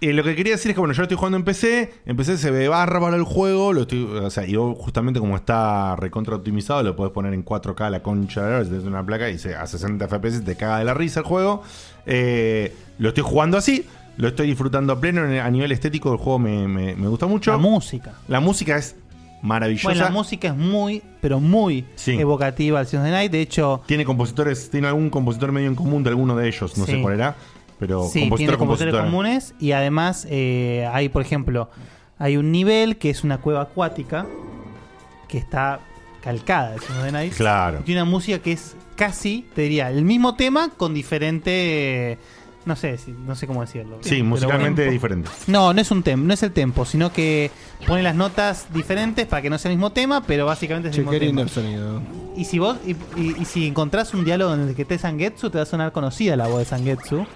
Speaker 2: eh, lo que quería decir es que, bueno, yo lo estoy jugando en PC. En PC se ve bárbaro el juego. Lo estoy, o sea, y vos, justamente como está recontra optimizado, lo podés poner en 4K la concha de desde una placa y se, a 60 FPS te caga de la risa el juego. Eh, lo estoy jugando así. Lo estoy disfrutando a pleno. En- A nivel estético, el juego me, me- me gusta mucho.
Speaker 6: La música.
Speaker 2: La música es maravillosa.
Speaker 6: Bueno, la música es muy, pero muy
Speaker 2: Sí.
Speaker 6: evocativa al Sins of the Night. De hecho,
Speaker 2: Tiene compositores, tiene algún compositor medio en común de alguno de ellos, no
Speaker 6: Sí.
Speaker 2: sé cuál era, pero
Speaker 6: sí,
Speaker 2: compositor,
Speaker 6: tiene compositores
Speaker 2: compositora.
Speaker 6: comunes. Y además eh, hay, por ejemplo, hay un nivel que es una cueva acuática que está calcada al Sins of the Night.
Speaker 2: Claro.
Speaker 6: Y Tiene una música que es casi, te diría, el mismo tema con diferente... No sé, si- no sé cómo decirlo.
Speaker 2: Sí,
Speaker 6: Pero
Speaker 2: musicalmente
Speaker 6: bueno.
Speaker 2: diferente.
Speaker 6: No, no es un tem, no es el tempo, sino que pone las notas diferentes para que no sea el mismo tema, pero básicamente es el mismo
Speaker 10: Che, qué lindo
Speaker 6: tema.
Speaker 10: el sonido.
Speaker 6: Y si vos y, y- y si encontrás un diálogo en el que esté Sangetsu, te va a sonar conocida la voz de Sangetsu.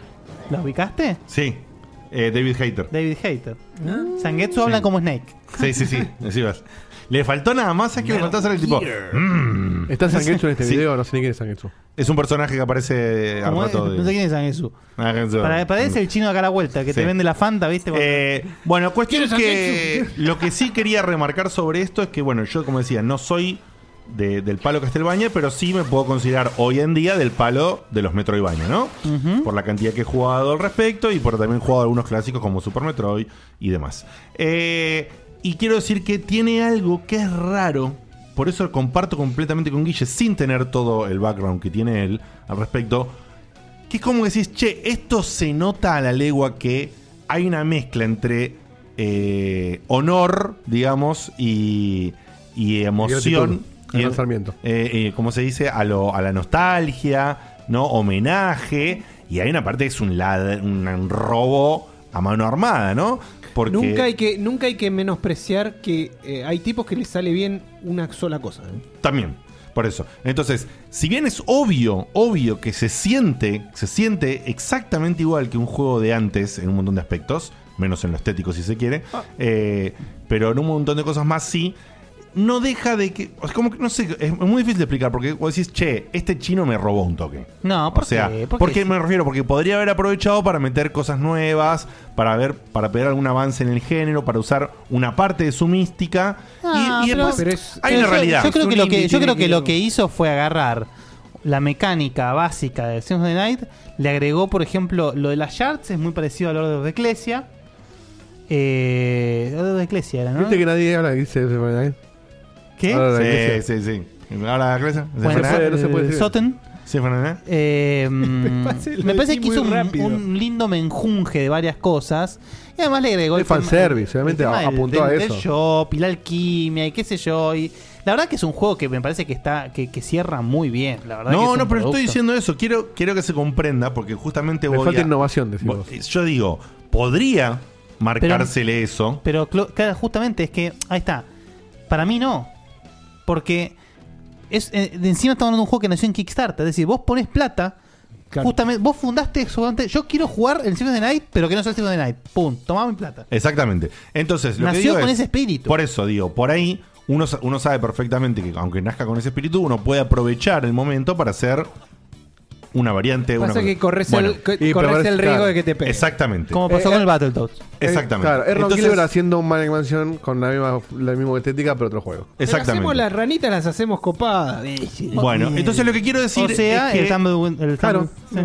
Speaker 6: ¿La ubicaste?
Speaker 2: Sí, eh, David Hater.
Speaker 6: David Hater. Sangetsu habla como Snake.
Speaker 2: Sí, sí, sí, así vas. Le faltó nada más, es que le faltó hacer el tipo. "Mm".
Speaker 3: ¿Está Sangetsu en este
Speaker 2: Sí.
Speaker 3: video? No sé ni quién es Sangetsu.
Speaker 2: Es un personaje que aparece al
Speaker 6: Como es-
Speaker 2: rato
Speaker 6: no sé
Speaker 2: de.
Speaker 6: quién es Sangetsu.
Speaker 2: Ah, eso.
Speaker 6: Para, para él es el chino de acá a la vuelta, que
Speaker 2: Sí.
Speaker 6: te vende la Fanta, ¿viste?
Speaker 2: Eh, bueno, cuestión
Speaker 10: ¿Quién es
Speaker 2: que lo que sí quería remarcar sobre esto es que, bueno, yo como decía, no soy de- del palo Castelbaña, pero sí me puedo considerar hoy en día del palo de los Metroidvania, ¿no? Por la cantidad que he jugado al respecto y por también he jugado algunos clásicos como Super Metroid y demás. Eh, y quiero decir que tiene algo que es raro. Por eso comparto completamente con Guille, sin tener todo el background que tiene él al respecto. Que es como que decís, che, esto se nota a la legua que hay una mezcla entre eh, honor, digamos, y, y emoción.
Speaker 3: Y gratitud. Hernán Sarmiento.
Speaker 2: eh, eh, como se dice, a, lo- a la nostalgia, ¿no? Homenaje. Y hay una parte que es un, lad- un, un robo a mano armada, ¿no? Porque
Speaker 10: Nunca hay que nunca hay que menospreciar que eh, hay tipos que les sale bien una sola cosa. ¿eh?
Speaker 2: También, por eso. Entonces, si bien es obvio, obvio que se siente, se siente exactamente igual que un juego de antes en un montón de aspectos, menos en lo estético si se quiere,
Speaker 6: Ah.
Speaker 2: eh, pero en un montón de cosas más sí. No deja de que. Es como que no sé, es muy difícil de explicar porque vos decís, che, este chino me robó un toque.
Speaker 6: No, ¿por
Speaker 2: o sea,
Speaker 6: qué? ¿Por
Speaker 2: ¿por
Speaker 6: qué?
Speaker 2: qué me refiero? Porque podría haber aprovechado para meter cosas nuevas, para ver, para pedir algún avance en el género, para usar una parte de su mística.
Speaker 6: Ah,
Speaker 2: y, y
Speaker 6: pero-
Speaker 2: después
Speaker 10: pero es-
Speaker 2: hay
Speaker 6: Pero
Speaker 2: una
Speaker 6: yo-
Speaker 2: realidad.
Speaker 6: Yo creo, que lo que,
Speaker 10: Zulín
Speaker 6: yo creo que
Speaker 10: tiene
Speaker 6: lo
Speaker 10: que-
Speaker 6: que hizo fue agarrar la mecánica básica de Sins of the Night, le agregó, por ejemplo, lo de las shards, es muy parecido al Order de Ecclesia. Eh, Order of Ecclesia era, ¿no?
Speaker 3: ¿Viste que nadie habla? Dice, se fue nadie.
Speaker 6: ¿Qué?
Speaker 3: Ahora la iglesia.
Speaker 2: Sí, sí, sí. Ahora la clase. ¿Se
Speaker 6: Bueno,
Speaker 2: fue
Speaker 3: puede-
Speaker 2: nada?
Speaker 3: no se puede
Speaker 6: eh,
Speaker 3: decir.
Speaker 6: Sotten.
Speaker 2: ¿Se fue nada?
Speaker 6: Eh,
Speaker 10: parece que lo
Speaker 6: me parece
Speaker 10: decí
Speaker 6: que hizo
Speaker 10: muy
Speaker 6: un,
Speaker 10: rápido.
Speaker 6: un lindo menjunje de varias cosas. Y además le agregó
Speaker 3: Hay
Speaker 6: tema-
Speaker 3: fanservice, obviamente
Speaker 6: tema
Speaker 3: a- apuntó
Speaker 6: del-
Speaker 3: a
Speaker 6: del
Speaker 3: eso.
Speaker 6: shop y la alquimia y qué sé yo. Y la verdad que es un juego que me parece que está que, que cierra muy bien. La verdad que es
Speaker 2: No,
Speaker 6: un
Speaker 2: no, pero
Speaker 6: producto.
Speaker 2: estoy diciendo eso. Quiero, quiero que se comprenda porque justamente
Speaker 3: Le
Speaker 2: voy
Speaker 3: falta
Speaker 2: a-
Speaker 3: innovación, decís
Speaker 2: vo-
Speaker 3: vos.
Speaker 2: Yo digo, podría marcársele eso.
Speaker 6: Pero clo- claro, justamente es que ahí está. Para mí no. Porque es, eh, de encima estamos hablando de un juego que nació en Kickstarter. Es decir, vos pones plata.
Speaker 10: Claro.
Speaker 6: Justamente, vos fundaste seguramente, Yo quiero jugar el Symphony of the Night, pero que no sea el Symphony of the Night. Pum, tomá mi plata.
Speaker 2: Exactamente. Entonces, lo que
Speaker 6: Nació
Speaker 2: digo
Speaker 6: con
Speaker 2: es-
Speaker 6: ese espíritu.
Speaker 2: Por eso digo, por ahí uno, sa- uno sabe perfectamente que aunque nazca con ese espíritu, uno puede aprovechar el momento para hacer una variante. una
Speaker 10: Pasa
Speaker 2: cosa.
Speaker 10: que corres,
Speaker 2: Bueno,
Speaker 10: el, co-
Speaker 3: y
Speaker 10: corres
Speaker 3: prepararse-
Speaker 10: el riesgo
Speaker 3: claro.
Speaker 10: de que te peguen.
Speaker 2: Exactamente.
Speaker 6: Como pasó
Speaker 3: Eh,
Speaker 6: con
Speaker 3: eh,
Speaker 6: el Battletoads.
Speaker 2: Exactamente.
Speaker 3: Eh, Claro, es Ron
Speaker 2: Entonces-
Speaker 3: Gilbert haciendo un Maniac Mansion con la misma, la misma estética, pero otro juego.
Speaker 10: Pero
Speaker 2: Exactamente.
Speaker 10: hacemos las ranitas, las hacemos copadas.
Speaker 2: Bueno, entonces lo que quiero decir
Speaker 6: O sea,
Speaker 2: es que-
Speaker 6: el Thumb- el Thumb-
Speaker 3: Claro.
Speaker 6: sí.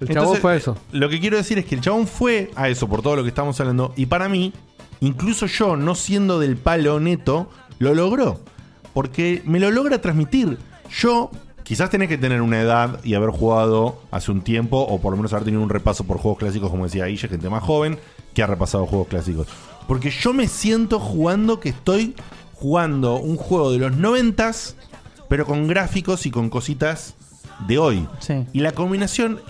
Speaker 3: El chabón
Speaker 2: eh,
Speaker 3: fue a eso.
Speaker 2: Lo que quiero decir es que el chabón fue a eso por todo lo que estamos hablando. Y para mí, incluso yo, no siendo del palo neto, lo logró. Porque me lo logra transmitir. Yo, quizás tenés que tener una edad y haber jugado hace un tiempo, o por lo menos haber tenido un repaso por juegos clásicos, como decía Guille, gente más joven, que ha repasado juegos clásicos. Porque yo me siento jugando que estoy jugando un juego de los noventas, pero con gráficos y con cositas de hoy.
Speaker 6: Sí.
Speaker 2: Y la combinación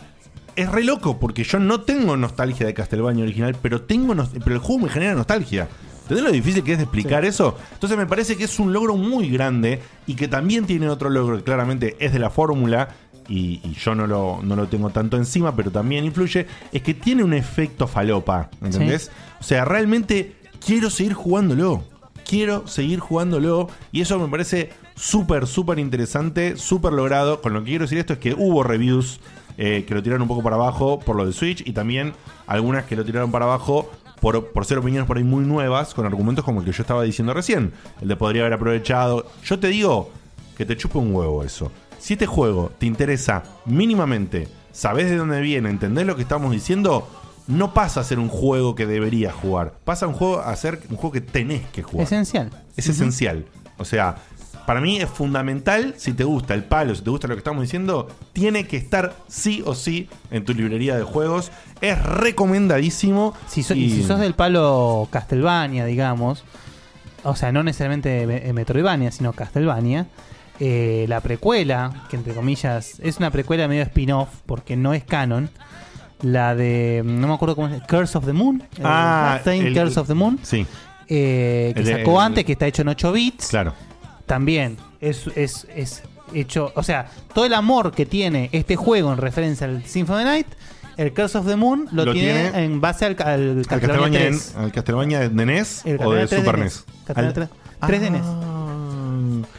Speaker 2: es re loco, porque yo no tengo nostalgia de Castlevania original, pero tengo nos- pero el juego me genera nostalgia. ¿Entendés lo difícil que es de explicar eso? Entonces me parece que es un logro muy grande y que también tiene otro logro que claramente es de la fórmula y, y yo no lo, no lo tengo tanto encima, pero también influye, es que tiene un efecto falopa, ¿entendés? O sea, realmente quiero seguir jugándolo quiero seguir jugándolo. Y eso me parece súper, súper interesante, súper logrado. Con lo que quiero decir esto es que hubo reviews eh, que lo tiraron un poco para abajo por lo de Switch y también algunas que lo tiraron para abajo. Por, por ser opiniones por ahí muy nuevas, con argumentos como el que yo estaba diciendo recién. El de podría haber aprovechado. Yo te digo que te chupe un huevo eso. Si este juego te interesa mínimamente, sabes de dónde viene, entendés lo que estamos diciendo, no pasa a ser un juego que deberías jugar. Pasa a un juego a ser un juego que tenés que jugar.
Speaker 6: Esencial.
Speaker 2: Es esencial. O sea, para mí es fundamental si te gusta el palo, si te gusta lo que estamos diciendo, tiene que estar sí o sí en tu librería de juegos. Es recomendadísimo.
Speaker 6: Si, so- y si sos del palo Castlevania, digamos, o sea, no necesariamente me- eh, Metroidvania, sino Castlevania, eh, la precuela, que entre comillas es una precuela medio spin-off, porque no es canon, la de, mm, no me acuerdo cómo es, Curse of the Moon, eh,
Speaker 2: Ah,
Speaker 6: Bloodstained
Speaker 2: el-
Speaker 6: Curse of the Moon,
Speaker 2: Sí,
Speaker 6: eh, que
Speaker 2: El-
Speaker 6: sacó
Speaker 2: el-
Speaker 6: antes, que está hecho en 8 bits,
Speaker 2: claro.
Speaker 6: también es, es, es hecho, o sea, todo el amor que tiene este juego en referencia al Symphony of the Night, el Curse of the Moon lo,
Speaker 2: Lo
Speaker 6: tiene,
Speaker 2: tiene
Speaker 6: en base al, ca- al
Speaker 2: Al
Speaker 6: Castlevania
Speaker 2: Castlevania,
Speaker 6: 3.
Speaker 2: al Castlevania de NES
Speaker 6: El
Speaker 2: o de
Speaker 6: Castlevania 3
Speaker 2: Super
Speaker 6: de
Speaker 2: NES.
Speaker 6: Castlevania
Speaker 2: Al- Ah,
Speaker 6: 3, 3 de NES.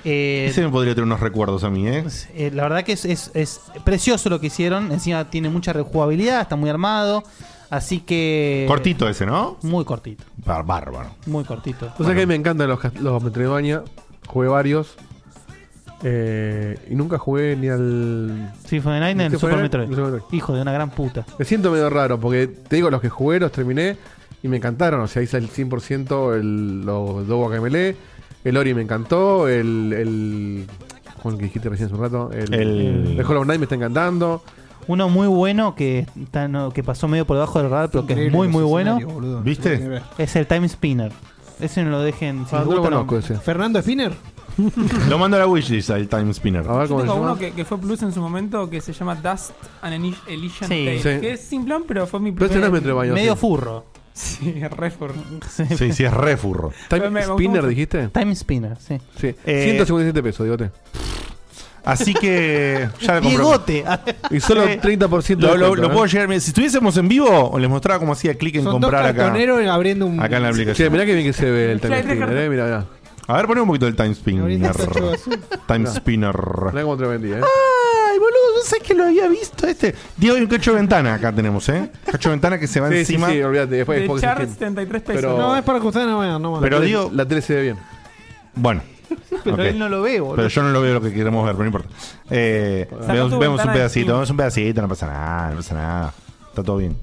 Speaker 6: Eh,
Speaker 2: Ese me podría tener unos recuerdos a mí, ¿eh?
Speaker 6: eh, la verdad que es, es- es precioso lo que hicieron. Encima tiene mucha rejugabilidad, está muy armado. Así que.
Speaker 2: Cortito ese, ¿no?
Speaker 6: Muy cortito,
Speaker 2: Bar- Bárbaro.
Speaker 6: muy cortito.
Speaker 3: O sea que a mí me encantan los, cas- los Metroidvania. Jugué varios. Eh, y nunca jugué ni al.
Speaker 6: Symphony of the Night en el
Speaker 3: ¿Qué fue?
Speaker 6: Super Metroid.
Speaker 3: El Super Metroid.
Speaker 6: Hijo de una gran puta.
Speaker 3: Me siento medio raro porque te digo, los que jugué los terminé y me encantaron. O sea, hice el 100% el, los dos Guacamelee. El Ori me encantó. El. el ¿Cómo el que dijiste recién hace un rato? El,
Speaker 2: El-
Speaker 3: el Hollow Knight me está encantando.
Speaker 6: Uno muy bueno que, está- no- que pasó medio por debajo del radar, pero que es
Speaker 10: Increíble
Speaker 6: muy,
Speaker 10: los
Speaker 6: muy bueno,
Speaker 10: escenarios, boludo.
Speaker 2: ¿Viste?
Speaker 10: Tiene que ver.
Speaker 6: es el Time Spinner. Ese no lo dejen. Si
Speaker 3: Ah,
Speaker 6: les
Speaker 3: no lo
Speaker 6: gusta, no-
Speaker 3: conozco ese.
Speaker 10: Fernando Spinner.
Speaker 2: Lo mando a la wishlist al Time Spinner.
Speaker 3: A ver
Speaker 5: Yo
Speaker 3: cómo se
Speaker 5: tengo
Speaker 3: llama.
Speaker 5: uno que, que fue plus en su momento que se llama Dust and an Elysian
Speaker 6: Sí.
Speaker 5: Tale,
Speaker 3: Sí.
Speaker 5: que es simplón, pero fue mi
Speaker 3: Pero este no es Metroidvania.
Speaker 6: medio
Speaker 3: sí.
Speaker 6: furro.
Speaker 5: Sí, re por-
Speaker 2: Sí, sí, es refurro.
Speaker 3: Time
Speaker 5: Me- me gustó
Speaker 3: Spinner,
Speaker 5: mucho.
Speaker 3: dijiste.
Speaker 6: Time Spinner, sí.
Speaker 3: Sí.
Speaker 2: Eh,
Speaker 3: 157 pesos, digote.
Speaker 2: Así que ya lo comprobé.
Speaker 6: Diegote.
Speaker 3: Y solo
Speaker 2: Eh, Lo,
Speaker 3: 30% de
Speaker 2: lo-
Speaker 3: descuento,
Speaker 2: lo
Speaker 3: ¿eh?
Speaker 2: puedo llegar. mira, Si estuviésemos en vivo, les mostraba cómo hacía clic en
Speaker 10: Son dos
Speaker 2: comprar acá.
Speaker 10: cartoneros abriendo un.
Speaker 2: Acá en la
Speaker 3: Che,
Speaker 2: aplicación.
Speaker 3: mirá que bien que se ve el Time
Speaker 5: Claro,
Speaker 3: Spinner, eh. Mirá, mirá.
Speaker 2: A ver, poné un poquito el Time
Speaker 10: abriendo
Speaker 2: Spinner.
Speaker 10: un tacho azul.
Speaker 2: Time
Speaker 3: No.
Speaker 2: Spinner.
Speaker 3: Mirá cómo te lo vendí, eh.
Speaker 2: Ay, boludo, no sé que lo había visto este. Diego, hay un cacho de ventana acá tenemos, ¿eh? Cacho de ventana que se va
Speaker 3: Sí, sí,
Speaker 2: encima.
Speaker 3: sí, olvídate. Después
Speaker 5: De
Speaker 3: Xbox
Speaker 5: Charles,
Speaker 3: Steam.
Speaker 5: 73 pesos.
Speaker 3: Pero-
Speaker 10: No, es para que ustedes no vean, no más.
Speaker 2: Pero
Speaker 3: La tele-
Speaker 2: digo-
Speaker 3: La tele se ve bien.
Speaker 2: Bueno.
Speaker 6: Pero
Speaker 2: ok.
Speaker 6: él no lo ve, boludo.
Speaker 2: Pero yo no lo veo lo que queremos ver, pero no importa. Eh,
Speaker 5: Sacá
Speaker 2: vemos vemos
Speaker 5: tu
Speaker 2: un
Speaker 5: ventana de
Speaker 2: pedacito,
Speaker 5: Steam.
Speaker 2: vemos un pedacito, no pasa nada, no pasa nada. Está todo bien.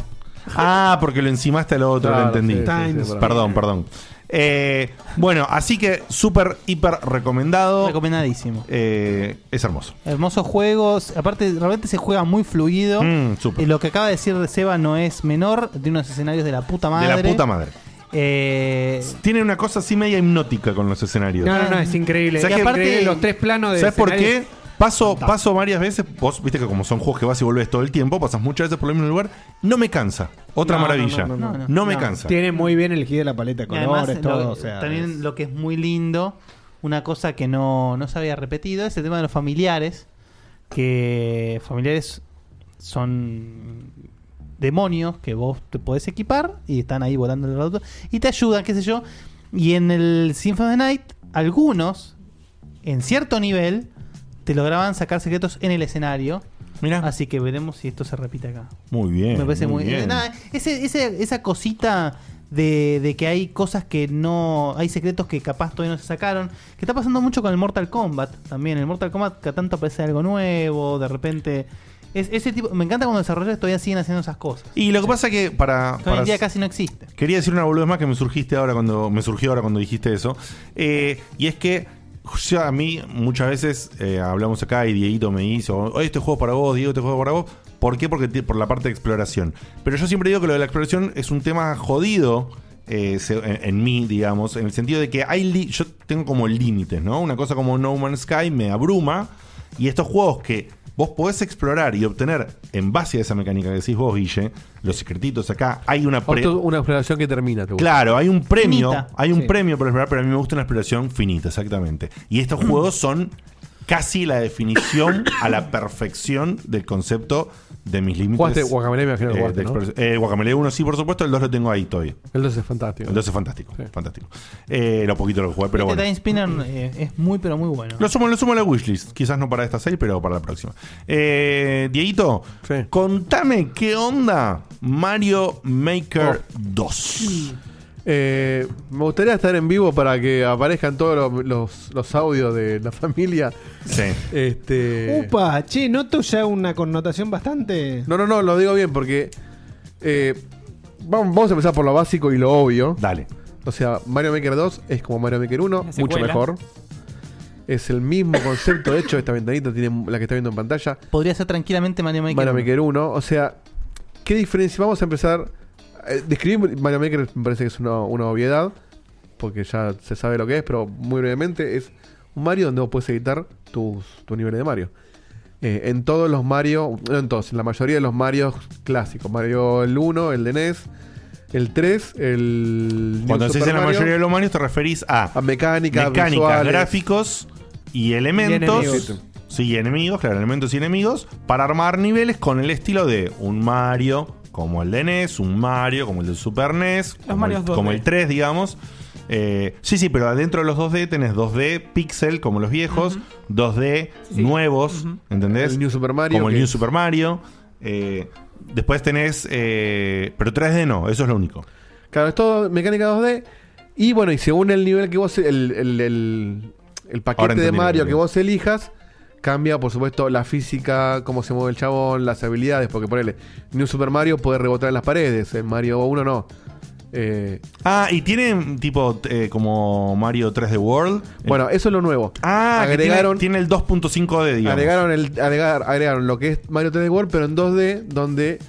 Speaker 2: Ah, porque lo encimaste al otro,
Speaker 3: Claro,
Speaker 2: lo entendí.
Speaker 3: sí, sí, sí,
Speaker 10: Times.
Speaker 3: para-
Speaker 2: Perdón, perdón. Eh, bueno, así que súper, hiper recomendado.
Speaker 6: Recomendadísimo.
Speaker 2: Eh, es hermoso.
Speaker 6: Hermosos juegos. Aparte, realmente se juega muy fluido.
Speaker 2: Mm,
Speaker 6: Y
Speaker 2: súper.
Speaker 6: lo que acaba de decir Seba no es menor. De unos escenarios de la puta
Speaker 2: De
Speaker 6: madre.
Speaker 2: la puta madre.
Speaker 6: Eh,
Speaker 2: Tiene una cosa así media hipnótica con los escenarios.
Speaker 10: No, no, no, es increíble.
Speaker 2: ¿Sabes
Speaker 10: Es
Speaker 2: qué?
Speaker 10: increíble
Speaker 6: Aparte-
Speaker 10: los tres planos de.
Speaker 2: ¿Sabes por qué?
Speaker 10: escenarios.
Speaker 2: Paso, paso varias veces, vos viste que como son juegos que vas y volvés todo el tiempo, pasas muchas veces por el mismo lugar, no me cansa. Otra
Speaker 10: No, no,
Speaker 2: maravilla. No,
Speaker 10: no,
Speaker 6: no, no.
Speaker 2: me
Speaker 10: No,
Speaker 2: cansa.
Speaker 10: Tiene muy bien elegida la paleta de
Speaker 6: y además,
Speaker 10: colores,
Speaker 6: lo-
Speaker 10: todo. o sea,
Speaker 6: también
Speaker 10: es-
Speaker 6: lo que es muy lindo, una cosa que no, no se había repetido, es el tema de los familiares. Que familiares son demonios que vos te podés equipar y están ahí volando en el auto y te ayudan, qué sé yo. Y en el Symphony of the Night, algunos, en cierto nivel, te lograban sacar secretos en el escenario.
Speaker 10: Ah.
Speaker 2: Mira,
Speaker 6: Así que veremos si esto se repite acá.
Speaker 2: muy bien.
Speaker 6: Me parece muy, eh, nada, ese- ese- esa cosita de, de que hay cosas que no. Hay secretos que capaz todavía no se sacaron. Que está pasando mucho con el Mortal Kombat también. El Mortal Kombat cada tanto aparece algo nuevo. De repente. Es, ese tipo, me encanta cuando los desarrolladores todavía siguen haciendo esas cosas.
Speaker 2: Y lo que pasa que para,
Speaker 6: Que hoy en
Speaker 2: para-
Speaker 6: día casi no existe.
Speaker 2: Quería decir una boludez más que me surgiste ahora cuando me surgió ahora cuando dijiste eso. Eh, y es que yo a mí muchas veces eh, hablamos acá y Dieguito me hizo, oye, este juego es para vos, Diego, este juego es para vos. ¿Por qué? Porque ti- por la parte de exploración. Pero yo siempre digo que lo de la exploración es un tema jodido eh, se- en, en mí, digamos, en el sentido de que hay li- yo tengo como límites, ¿no? Una cosa como No Man's Sky me abruma y estos juegos que Vos podés explorar y obtener, en base a esa mecánica que decís vos, Guille, los secretitos acá. Hay una pre-
Speaker 3: Otro- una exploración que termina, te gusta.
Speaker 2: Claro, hay un premio,
Speaker 6: Finita.
Speaker 2: hay un
Speaker 10: Sí.
Speaker 2: premio por explorar, pero a mí me gusta una exploración finita, exactamente. Y estos
Speaker 3: Mm.
Speaker 2: juegos son casi la definición a la perfección del concepto de mis límites.
Speaker 3: Jugaste Guacamelee, me imagino que
Speaker 2: Eh,
Speaker 3: jugaste,
Speaker 2: de
Speaker 3: ¿no?
Speaker 2: expres- eh, Guacamelee 1 sí, por supuesto. El 2 lo tengo ahí todavía.
Speaker 3: El 2 es fantástico.
Speaker 2: El 2 es fantástico.
Speaker 3: Sí.
Speaker 2: Fantástico. Eh, lo poquito lo jugué, pero
Speaker 6: este
Speaker 2: bueno. Mm.
Speaker 6: Time Spinner eh, es muy, pero muy bueno.
Speaker 2: Lo sumo, lo sumo a la wishlist. Quizás no para esta serie, pero para la próxima. Eh, Dieguito, contame qué onda Mario
Speaker 3: Oh.
Speaker 2: Maker 2.
Speaker 3: Eh, me gustaría estar en vivo para que aparezcan todos los, los- los audios de la familia.
Speaker 2: Sí.
Speaker 3: Este.
Speaker 10: Upa, che, noto ya una connotación bastante.
Speaker 3: No, no, no, lo digo bien porque. eh, vamos, vamos a empezar por lo básico y lo obvio.
Speaker 2: Dale.
Speaker 3: O sea, Mario Maker 2 es como Mario Maker 1,
Speaker 5: La secuela.
Speaker 3: mucho mejor. Es el mismo concepto. De hecho, esta ventanita tiene la que está viendo en pantalla.
Speaker 6: Podría ser tranquilamente Mario Maker.
Speaker 3: Mario
Speaker 6: uno.
Speaker 3: Maker 1. O sea, ¿qué diferencia? Vamos a empezar. eh, describir Mario Maker me parece que es una, una obviedad, porque ya se sabe lo que es, pero muy brevemente es un Mario donde vos puedes editar tus, tus niveles de Mario. Eh, en todos los Mario, no en todos, en la mayoría de los Marios clásicos. Mario el 1, el de NES, el 3, el...
Speaker 2: Cuando
Speaker 3: New
Speaker 2: decís
Speaker 3: Super
Speaker 2: en la
Speaker 3: Mario,
Speaker 2: mayoría de los Marios, te referís a,
Speaker 3: a mecánica,
Speaker 2: mecánicas,
Speaker 3: visuales.
Speaker 2: gráficos y elementos.
Speaker 3: enemigos.
Speaker 2: sí, y enemigos, claro, elementos y enemigos. Para armar niveles con el estilo de un Mario como el de NES, un Mario como el del Super NES, como,
Speaker 5: Marios
Speaker 2: el,
Speaker 5: 2D.
Speaker 2: como el 3, digamos. Eh, sí, sí, pero adentro de los 2D tenés 2D pixel como los viejos, 2D
Speaker 5: sí.
Speaker 2: nuevos,
Speaker 5: Ujú.
Speaker 2: ¿entendés?
Speaker 3: El New Super Mario,
Speaker 2: Como el
Speaker 3: que
Speaker 2: New
Speaker 3: es-
Speaker 2: Super Mario. Eh, después tenés. eh, pero 3D no, eso es lo único.
Speaker 3: Claro, es todo mecánica 2D. Y bueno, y según el nivel que vos, el, el, el- el
Speaker 2: Ahora
Speaker 3: paquete
Speaker 2: entendí
Speaker 3: de
Speaker 2: lo
Speaker 3: Mario
Speaker 2: que
Speaker 3: que
Speaker 2: digo.
Speaker 3: vos elijas, cambia por supuesto la física, cómo se mueve el chabón, las habilidades. Porque ponele, New Super Mario puede rebotar en las paredes, en Mario 1 no. Eh,
Speaker 2: Ah, y tienen tipo eh, como Mario 3D World. Eh,
Speaker 3: bueno, eso es lo nuevo.
Speaker 2: ah, que
Speaker 3: agregaron,
Speaker 2: tiene, tiene el 2.5D, digamos.
Speaker 3: agregaron, el, agregar- agregaron lo que es Mario 3D World, pero en 2D, donde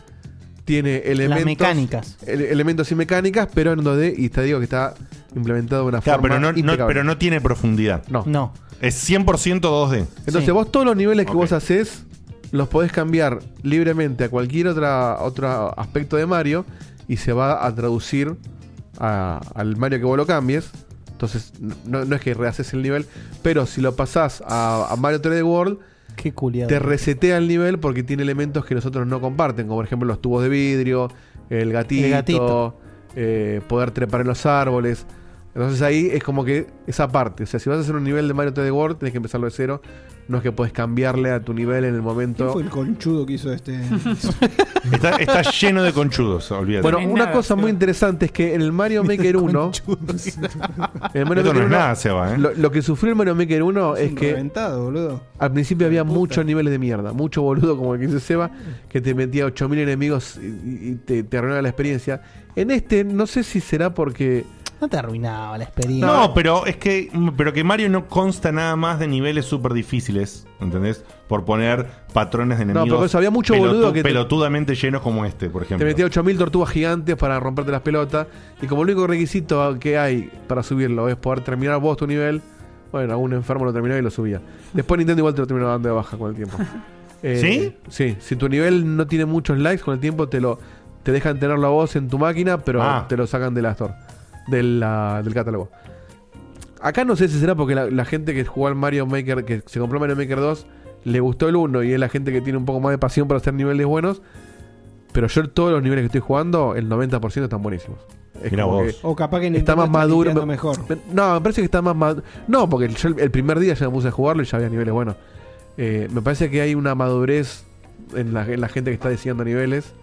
Speaker 3: tiene elementos.
Speaker 6: mecánicas.
Speaker 3: ele- elementos y mecánicas, pero en 2D, y te digo que está implementado de una
Speaker 2: Claro,
Speaker 3: forma.
Speaker 2: pero no, no-
Speaker 3: impecable.
Speaker 2: pero no tiene profundidad.
Speaker 3: No.
Speaker 6: No.
Speaker 2: Es 100% 2D.
Speaker 3: Entonces
Speaker 6: Sí.
Speaker 3: vos todos los niveles que
Speaker 2: Ok.
Speaker 3: vos haces los podés cambiar libremente a cualquier otra, otro aspecto de Mario y se va a traducir a- al Mario que vos lo cambies. Entonces no, no es que rehaces el nivel, pero si lo pasás a, a Mario 3D World,
Speaker 6: Qué culiado.
Speaker 3: te resetea el nivel porque tiene elementos que los otros no comparten, como por ejemplo los tubos de vidrio, el gatito,
Speaker 6: El gatito.
Speaker 3: eh, poder trepar en los árboles. Entonces ahí es como que esa parte. O sea, si vas a hacer un nivel de Mario 3D World, tenés que empezarlo de cero. No es que puedes cambiarle a tu nivel en el
Speaker 10: ¿Quién
Speaker 3: momento.
Speaker 10: fue el conchudo que hizo este?
Speaker 2: Está, está lleno de conchudos, olvídate.
Speaker 3: Bueno,
Speaker 5: No es
Speaker 3: una
Speaker 5: nada,
Speaker 3: cosa
Speaker 5: sí.
Speaker 3: muy interesante es que en el Mario Maker 1. en
Speaker 2: Esto no
Speaker 3: el Mario
Speaker 2: es
Speaker 3: Maker 1,
Speaker 2: nada, Seba, ¿eh?
Speaker 3: Lo, lo que sufrió el Mario Maker 1 es
Speaker 10: Un
Speaker 3: que
Speaker 10: Reventado, boludo.
Speaker 3: Al principio había muchos niveles de mierda, mucho boludo como el que dice Seba, que te metía 8000 enemigos y, y- y te, te arruinaba la experiencia. En este, no sé si será porque.
Speaker 6: No te arruinaba la experiencia.
Speaker 2: No, pero es que mm, pero que Mario no consta nada más de niveles súper difíciles, ¿entendés? Por poner patrones de enemigos.
Speaker 3: pero por eso había mucho boludo que te-
Speaker 2: pelotudamente llenos como este, por
Speaker 3: Te
Speaker 2: ejemplo.
Speaker 3: metía 8000 tortugas gigantes para romperte las pelotas. Y como el único requisito que hay para subirlo es poder terminar vos tu nivel, bueno, algún enfermo lo terminaba y lo subía. Después Nintendo igual te lo terminaba dando de baja con el tiempo. Eh,
Speaker 2: ¿Sí?
Speaker 3: Sí. Si tu nivel no tiene muchos likes, con el tiempo te lo te dejan tenerlo a vos en tu máquina, pero
Speaker 2: Ah.
Speaker 3: te lo sacan de la store, de la- del catálogo. Acá no sé si será porque la, la gente que jugó al Mario Maker, que se compró Mario Maker 2, le gustó el 1 y es la gente que tiene un poco más de pasión para hacer niveles buenos. Pero yo todos los niveles que estoy jugando, el 90% están buenísimos. Es
Speaker 2: Mirá
Speaker 3: como
Speaker 2: vos.
Speaker 3: que-
Speaker 10: O capaz que
Speaker 3: está más maduro. me-
Speaker 10: mejor.
Speaker 3: me- No, me parece que está más maduro. No, porque yo el, el primer día ya me puse a jugarlo y ya había niveles buenos. Eh, me parece que hay una madurez en la, en la gente que está diseñando niveles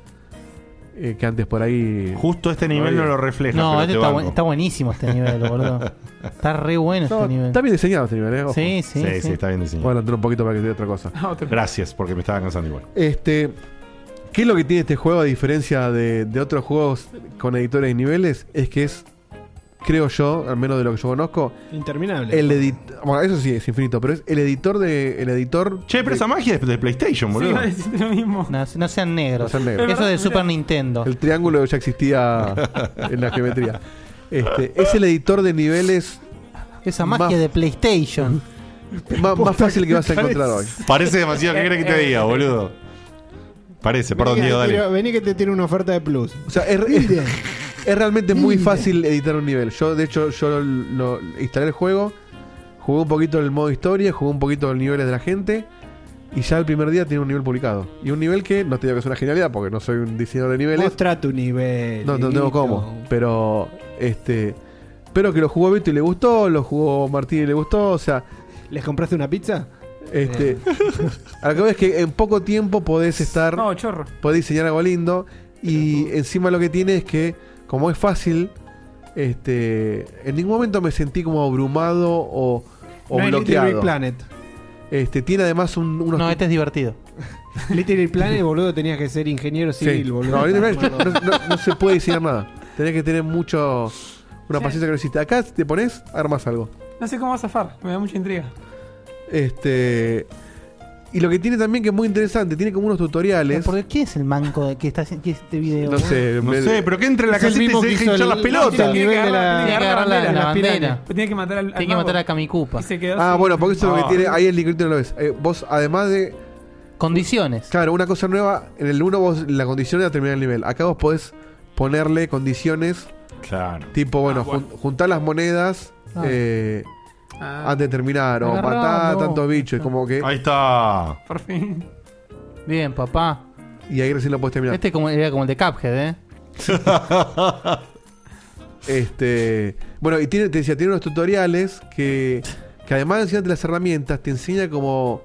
Speaker 3: eh, que antes por ahí.
Speaker 2: Justo este nivel no,
Speaker 3: No,
Speaker 2: lo refleja.
Speaker 6: No,
Speaker 2: pero
Speaker 6: este
Speaker 2: te
Speaker 6: está,
Speaker 2: banco.
Speaker 6: buen- está buenísimo este nivel, boludo. Está re bueno
Speaker 3: No,
Speaker 6: este nivel.
Speaker 3: está bien diseñado este nivel, ¿eh? Ojo.
Speaker 6: sí,
Speaker 2: Sí,
Speaker 6: sí,
Speaker 2: sí, está bien diseñado.
Speaker 3: Voy a adelantar un poquito para que te dé otra cosa.
Speaker 5: Ah, otro.
Speaker 2: Gracias, porque me estaba cansando igual.
Speaker 3: Este, ¿Qué es lo que tiene este juego a diferencia de, de otros juegos con editores de niveles? Es que es, creo yo, al menos de lo que yo conozco,
Speaker 10: Interminable.
Speaker 3: el editor. Bueno, eso sí es infinito, pero es el editor de. El editor.
Speaker 2: Che, pero
Speaker 3: de-
Speaker 2: esa magia es de PlayStation,
Speaker 5: Sí,
Speaker 2: boludo.
Speaker 5: iba a decirte lo mismo.
Speaker 6: No, no sean negros.
Speaker 3: No sean negros.
Speaker 6: Eso es de Super Nintendo.
Speaker 3: El triángulo ya existía en la geometría. Este, es el editor de niveles
Speaker 6: Esa magia
Speaker 3: Más-
Speaker 6: de PlayStation.
Speaker 3: más, más fácil que vas a encontrar hoy.
Speaker 2: Parece demasiado. ¿Qué crees que te diga, boludo? Parece, perdón,
Speaker 10: vení, que
Speaker 2: Diego,
Speaker 10: te
Speaker 2: dale.
Speaker 10: tiro- vení que te tiene una oferta de plus.
Speaker 3: O sea, es, es- es realmente muy fácil editar un nivel. Yo, de hecho, yo lo, lo- instalé el juego, jugué un poquito el modo historia, jugué un poquito los niveles de la gente Y ya el primer día tiene un nivel publicado. Y un nivel que no te digo que es una genialidad porque no soy un diseñador de niveles.
Speaker 10: Mostrá tu nivel.
Speaker 3: No, no tengo
Speaker 10: Dieguito.
Speaker 3: cómo. Pero, este. Pero que lo jugó Vito y le gustó, lo jugó Martín y le gustó, o sea.
Speaker 10: ¿Les compraste una pizza?
Speaker 3: Este. a lo que veo es que en poco tiempo podés estar.
Speaker 5: No, chorro.
Speaker 3: podés diseñar algo lindo. Y encima lo que tiene es que, como es fácil, este. En ningún momento me sentí como abrumado o, o
Speaker 10: No hay Little Big
Speaker 3: bloqueado.
Speaker 10: Planet.
Speaker 3: Este, tiene además un, unos.
Speaker 6: No, este es divertido.
Speaker 10: Little Big Planet, boludo, tenías que ser ingeniero
Speaker 3: Sí.
Speaker 10: civil, boludo.
Speaker 3: No, Little Big Planet, no- no- no se puede diseñar nada. Tenés que tener mucho. Una paciencia que no existe. Acá te pones, armas algo.
Speaker 5: No sé cómo vas a zafar, me da mucha intriga.
Speaker 3: Este. Y lo que tiene también que es muy interesante, tiene como unos tutoriales.
Speaker 6: Porque ¿qué es el manco de- que está haciendo que este video?
Speaker 3: No sé,
Speaker 2: No
Speaker 3: me-
Speaker 2: sé, pero que entre en la
Speaker 10: Es el
Speaker 2: casita y
Speaker 10: mismo
Speaker 2: se
Speaker 10: que
Speaker 2: deje
Speaker 10: hizo
Speaker 2: hinchar
Speaker 10: el-
Speaker 2: las pelotas.
Speaker 10: el- nivel de la-
Speaker 5: tiene que
Speaker 6: agarrar
Speaker 5: agarrar
Speaker 6: la-
Speaker 5: bandera,
Speaker 6: la
Speaker 5: las pilas.
Speaker 6: bandera.
Speaker 5: Pero Tiene que matar al. al
Speaker 6: Tiene que
Speaker 5: mago.
Speaker 6: matar a Kamikupa.
Speaker 5: Y se quedó
Speaker 3: Ah,
Speaker 5: sin-
Speaker 3: bueno, porque eso es lo
Speaker 6: Ah.
Speaker 3: que tiene. Ahí el licrito no lo ves. Eh, vos, además de.
Speaker 6: Condiciones.
Speaker 3: Claro, una cosa nueva, en el 1 vos la condición era terminar el nivel. Acá vos podés ponerle condiciones,
Speaker 2: Claro.
Speaker 3: tipo, bueno,
Speaker 5: Ah, bueno.
Speaker 3: jun- juntar las monedas.
Speaker 6: Ah.
Speaker 3: eh,
Speaker 5: Ah,
Speaker 3: antes de terminar, o
Speaker 6: Agarrá,
Speaker 3: matar
Speaker 6: no.
Speaker 3: tantos bichos, es como que.
Speaker 2: Ahí está.
Speaker 5: por fin.
Speaker 6: Bien, papá.
Speaker 3: Y ahí recién lo podés terminar.
Speaker 6: Este como, era como el de Cuphead, ¿eh?
Speaker 3: Este, bueno, y tiene, te decía, tiene unos tutoriales que, que además de enseñarte las herramientas, te enseña como,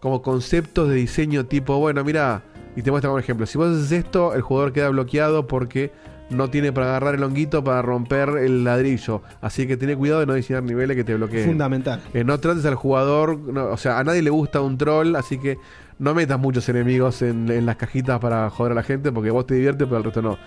Speaker 3: como conceptos de diseño tipo, bueno, mira, y te muestra como ejemplo, si vos haces esto, el jugador queda bloqueado porque no tiene para agarrar el honguito para romper el ladrillo. Así que ten cuidado de no diseñar niveles que te bloqueen.
Speaker 10: Fundamental.
Speaker 3: Eh, no trates al jugador, no, o sea, a nadie le gusta un troll, así que no metas muchos enemigos en, en las cajitas para joder a la gente porque vos te diviertes, pero el resto no.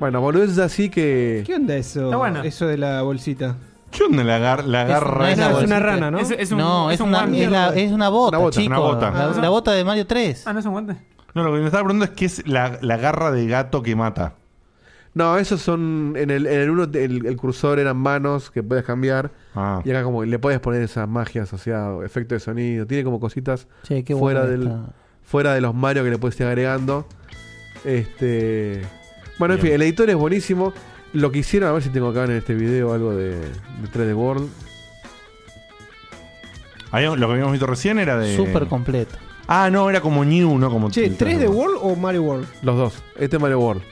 Speaker 3: Bueno, boludeces así que...
Speaker 10: ¿Qué onda eso?
Speaker 5: Está bueno.
Speaker 10: Eso de la bolsita.
Speaker 2: ¿Qué onda la, gar- la garra? esa?
Speaker 6: no,
Speaker 3: Ah,
Speaker 10: es
Speaker 6: es
Speaker 10: una
Speaker 6: bolsita.
Speaker 10: rana, ¿no?
Speaker 5: Es, es un,
Speaker 6: No, es,
Speaker 5: un
Speaker 6: una,
Speaker 5: guante.
Speaker 6: es, la- es una bota,
Speaker 3: Una bota,
Speaker 6: chico.
Speaker 2: una bota.
Speaker 6: La, la bota de Mario 3.
Speaker 5: Ah, no es un guante.
Speaker 2: No, lo que me estaba preguntando es qué es la, la garra de gato que mata.
Speaker 3: No, esos son. En el, en el uno, el, el cursor eran manos que puedes cambiar.
Speaker 2: Ah.
Speaker 3: Y acá, como le puedes poner esas magias asociadas, efecto de sonido. Tiene como cositas
Speaker 6: Che, qué
Speaker 3: fuera,
Speaker 6: bueno
Speaker 3: del,
Speaker 6: está.
Speaker 3: fuera de los Mario que le puedes ir agregando. Este. Bueno, en
Speaker 2: Bien.
Speaker 3: fin, el editor es buenísimo. Lo que hicieron, a ver si tengo acá en este video algo de, de 3D World.
Speaker 2: Ahí lo que habíamos visto recién era de.
Speaker 6: Súper completo.
Speaker 2: Ah, no, era como New, no como.
Speaker 10: Che, ¿3 de World o Mario World?
Speaker 3: Los dos. Este es Mario World.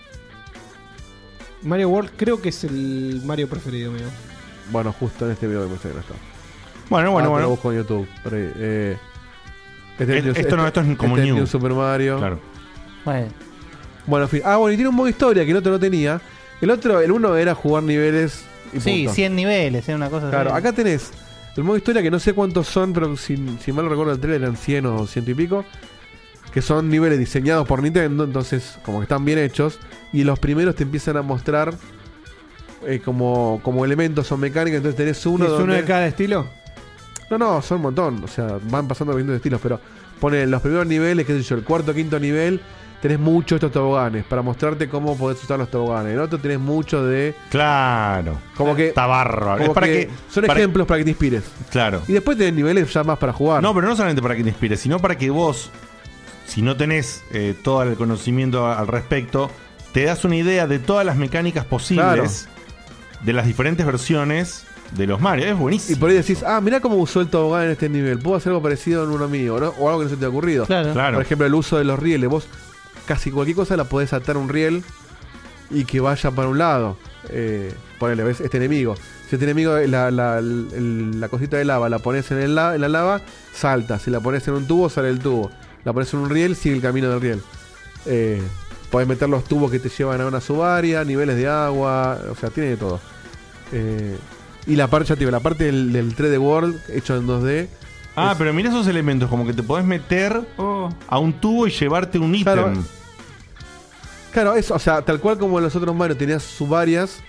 Speaker 10: Mario World creo que es el Mario preferido mío.
Speaker 3: Bueno, justo en este video que me estoy está.
Speaker 2: Bueno,
Speaker 3: Ah,
Speaker 2: bueno,
Speaker 3: te Lo
Speaker 2: bueno.
Speaker 3: busco en YouTube. por ahí. Eh,
Speaker 2: Es-
Speaker 3: New-
Speaker 2: esto no, esto es como
Speaker 3: este
Speaker 2: New.
Speaker 3: New Super Mario.
Speaker 2: Claro.
Speaker 6: Bueno,
Speaker 3: Bueno, en fin. Ah, bueno, y tiene un modo historia que el otro no tenía. El otro, el uno era jugar niveles y
Speaker 6: sí,
Speaker 3: punto.
Speaker 6: 100 niveles, ¿eh? una cosa
Speaker 3: Claro,
Speaker 6: así.
Speaker 3: acá tenés el modo historia que no sé cuántos son, pero si, si mal no recuerdo el trailer eran 100 o ciento y pico. Que son niveles diseñados por Nintendo, entonces como que están bien hechos. Y los primeros te empiezan a mostrar eh, como, como elementos o mecánicas. Entonces tenés uno
Speaker 10: ¿Es uno
Speaker 3: donde-
Speaker 10: de cada estilo?
Speaker 3: no, no, son un montón. O sea, van pasando distintos estilos, pero ponen los primeros niveles, qué sé yo, el cuarto, quinto nivel, tenés mucho estos toboganes para mostrarte cómo podés usar los toboganes. El otro tenés mucho de.
Speaker 2: Claro.
Speaker 3: Como que.
Speaker 2: Está bárbaro.
Speaker 3: como
Speaker 2: Es para
Speaker 3: que
Speaker 2: que.
Speaker 3: son
Speaker 2: para-
Speaker 3: ejemplos para que te inspires.
Speaker 2: Claro.
Speaker 3: Y después tenés niveles ya más para jugar.
Speaker 2: No, pero no solamente para que te inspire, sino para que vos, si no tenés eh, todo el conocimiento a- al respecto, te das una idea de todas las mecánicas posibles de las diferentes versiones de los Mario. Es
Speaker 3: y
Speaker 2: buenísimo.
Speaker 3: por ahí decís, ah, mirá cómo usó el tobogán en este nivel. Puedo hacer algo parecido en uno mío, ¿no? O algo que no se te ha ocurrido.
Speaker 6: Claro.
Speaker 2: Claro.
Speaker 3: ah, Por ejemplo, el uso de los rieles. Vos casi cualquier cosa la podés atar a un riel y que vaya para un lado. Eh, ponele, ves este enemigo. Si este enemigo, la, la- el- la cosita de lava, la pones en, el la, en la lava, salta. Si la pones en un tubo, sale el tubo. La pones en un riel, sigue el camino del riel. Eh, podés meter los tubos que te llevan a una subárea, niveles de agua, o sea, tiene de todo. Eh, y la parte, ya te digo, la parte del, del 3D World, hecho en 2D.
Speaker 2: Ah, pero mira esos elementos, como que te podés meter
Speaker 5: Oh.
Speaker 2: a un tubo y llevarte un ítem.
Speaker 3: Claro. Claro, eso, o sea, tal cual como en los otros Mario tenías subarias,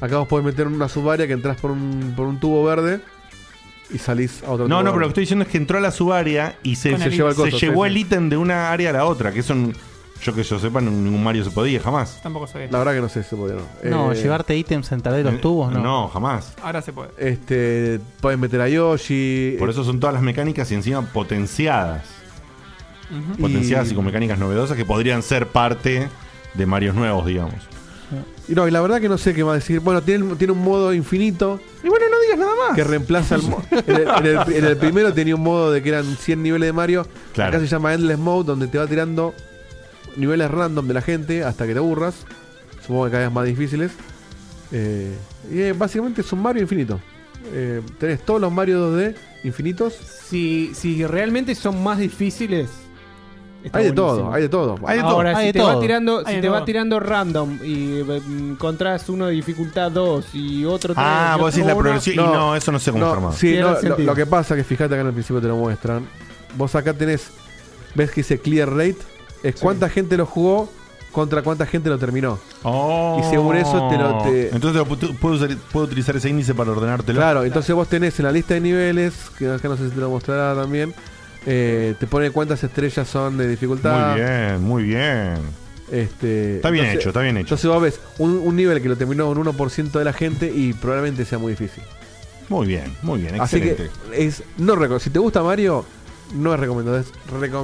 Speaker 3: acá vos podés meter una subaria que entras por un, por un tubo verde y salís a otro
Speaker 2: No, no, pero
Speaker 3: tubo
Speaker 2: lo que
Speaker 3: verde.
Speaker 2: estoy diciendo es que entró a la subárea y se,
Speaker 5: Con
Speaker 2: se
Speaker 5: el
Speaker 2: llevó,
Speaker 3: ítem.
Speaker 2: se
Speaker 3: Sí,
Speaker 2: llevó
Speaker 3: sí.
Speaker 2: el ítem de una área a la otra, que eso, n- yo que yo sepa, n- ningún Mario se podía jamás.
Speaker 5: Tampoco sabía.
Speaker 3: La verdad que no sé si se podía, ¿no?
Speaker 6: No,
Speaker 3: Eh,
Speaker 6: llevarte ítems en tal vez los tubos, no.
Speaker 2: Eh, No, jamás.
Speaker 5: Ahora se puede.
Speaker 3: Este, podés meter a Yoshi. Eh,
Speaker 2: Por eso son todas las mecánicas y encima potenciadas.
Speaker 5: Ujú.
Speaker 3: Y-
Speaker 2: Potenciadas y con mecánicas novedosas que podrían ser parte de Marios nuevos, digamos.
Speaker 3: Y no, y la verdad que no sé qué más decir. Bueno, tiene, tiene un modo infinito. Y bueno, no digas
Speaker 5: niveles nada más.
Speaker 3: que reemplaza al mo- en, el, en el- en el primero tenía un modo de que eran 100 niveles de Mario.
Speaker 2: Claro.
Speaker 3: Acá se llama Endless Mode, donde te va tirando niveles random de la gente hasta que te aburras. Supongo que cada vez más difíciles. Eh, y eh, básicamente es un Mario infinito. Eh, tenés todos los Mario 2D infinitos.
Speaker 4: Si, si realmente son más difíciles. está
Speaker 3: hay de
Speaker 4: buenísimo.
Speaker 3: todo, hay de todo. Hay de todo.
Speaker 4: Ahora,
Speaker 6: Hay
Speaker 4: si
Speaker 6: de
Speaker 4: te,
Speaker 6: todo.
Speaker 4: va tirando,
Speaker 5: Hay
Speaker 4: si
Speaker 5: de
Speaker 4: te va
Speaker 5: todo.
Speaker 4: tirando random y eh, encontrás uno de dificultad 2 y otro tres,
Speaker 2: Ah,
Speaker 4: y
Speaker 2: vos
Speaker 4: otro
Speaker 2: decís la
Speaker 4: uno,
Speaker 2: progresión.
Speaker 3: no.
Speaker 2: y no, eso no se
Speaker 3: No,
Speaker 2: conforma.
Speaker 3: sí,
Speaker 4: Tiene
Speaker 3: no, lo,
Speaker 4: sentido.
Speaker 3: lo que pasa que fíjate acá en el principio te lo muestran. Vos acá tenés, ves que dice clear rate, es cuánta gente lo jugó contra cuánta gente lo terminó.
Speaker 2: Oh.
Speaker 3: Y según eso te lo- te-
Speaker 2: Entonces lo pu- puedo, usar- puedo utilizar ese índice para ordenártelo.
Speaker 3: Claro, entonces vos tenés en la lista de niveles, que acá no sé si te lo mostrará también, eh, te pone cuántas estrellas son de dificultad.
Speaker 2: Muy bien, muy bien.
Speaker 3: Este,
Speaker 2: Está bien hecho, está bien hecho.
Speaker 3: Entonces vos ves un, un nivel que lo terminó un 1% de la gente y probablemente sea muy difícil.
Speaker 2: Muy bien, muy bien,
Speaker 3: Así
Speaker 2: excelente.
Speaker 3: que es no reco- si te gusta Mario, no es recomendado, es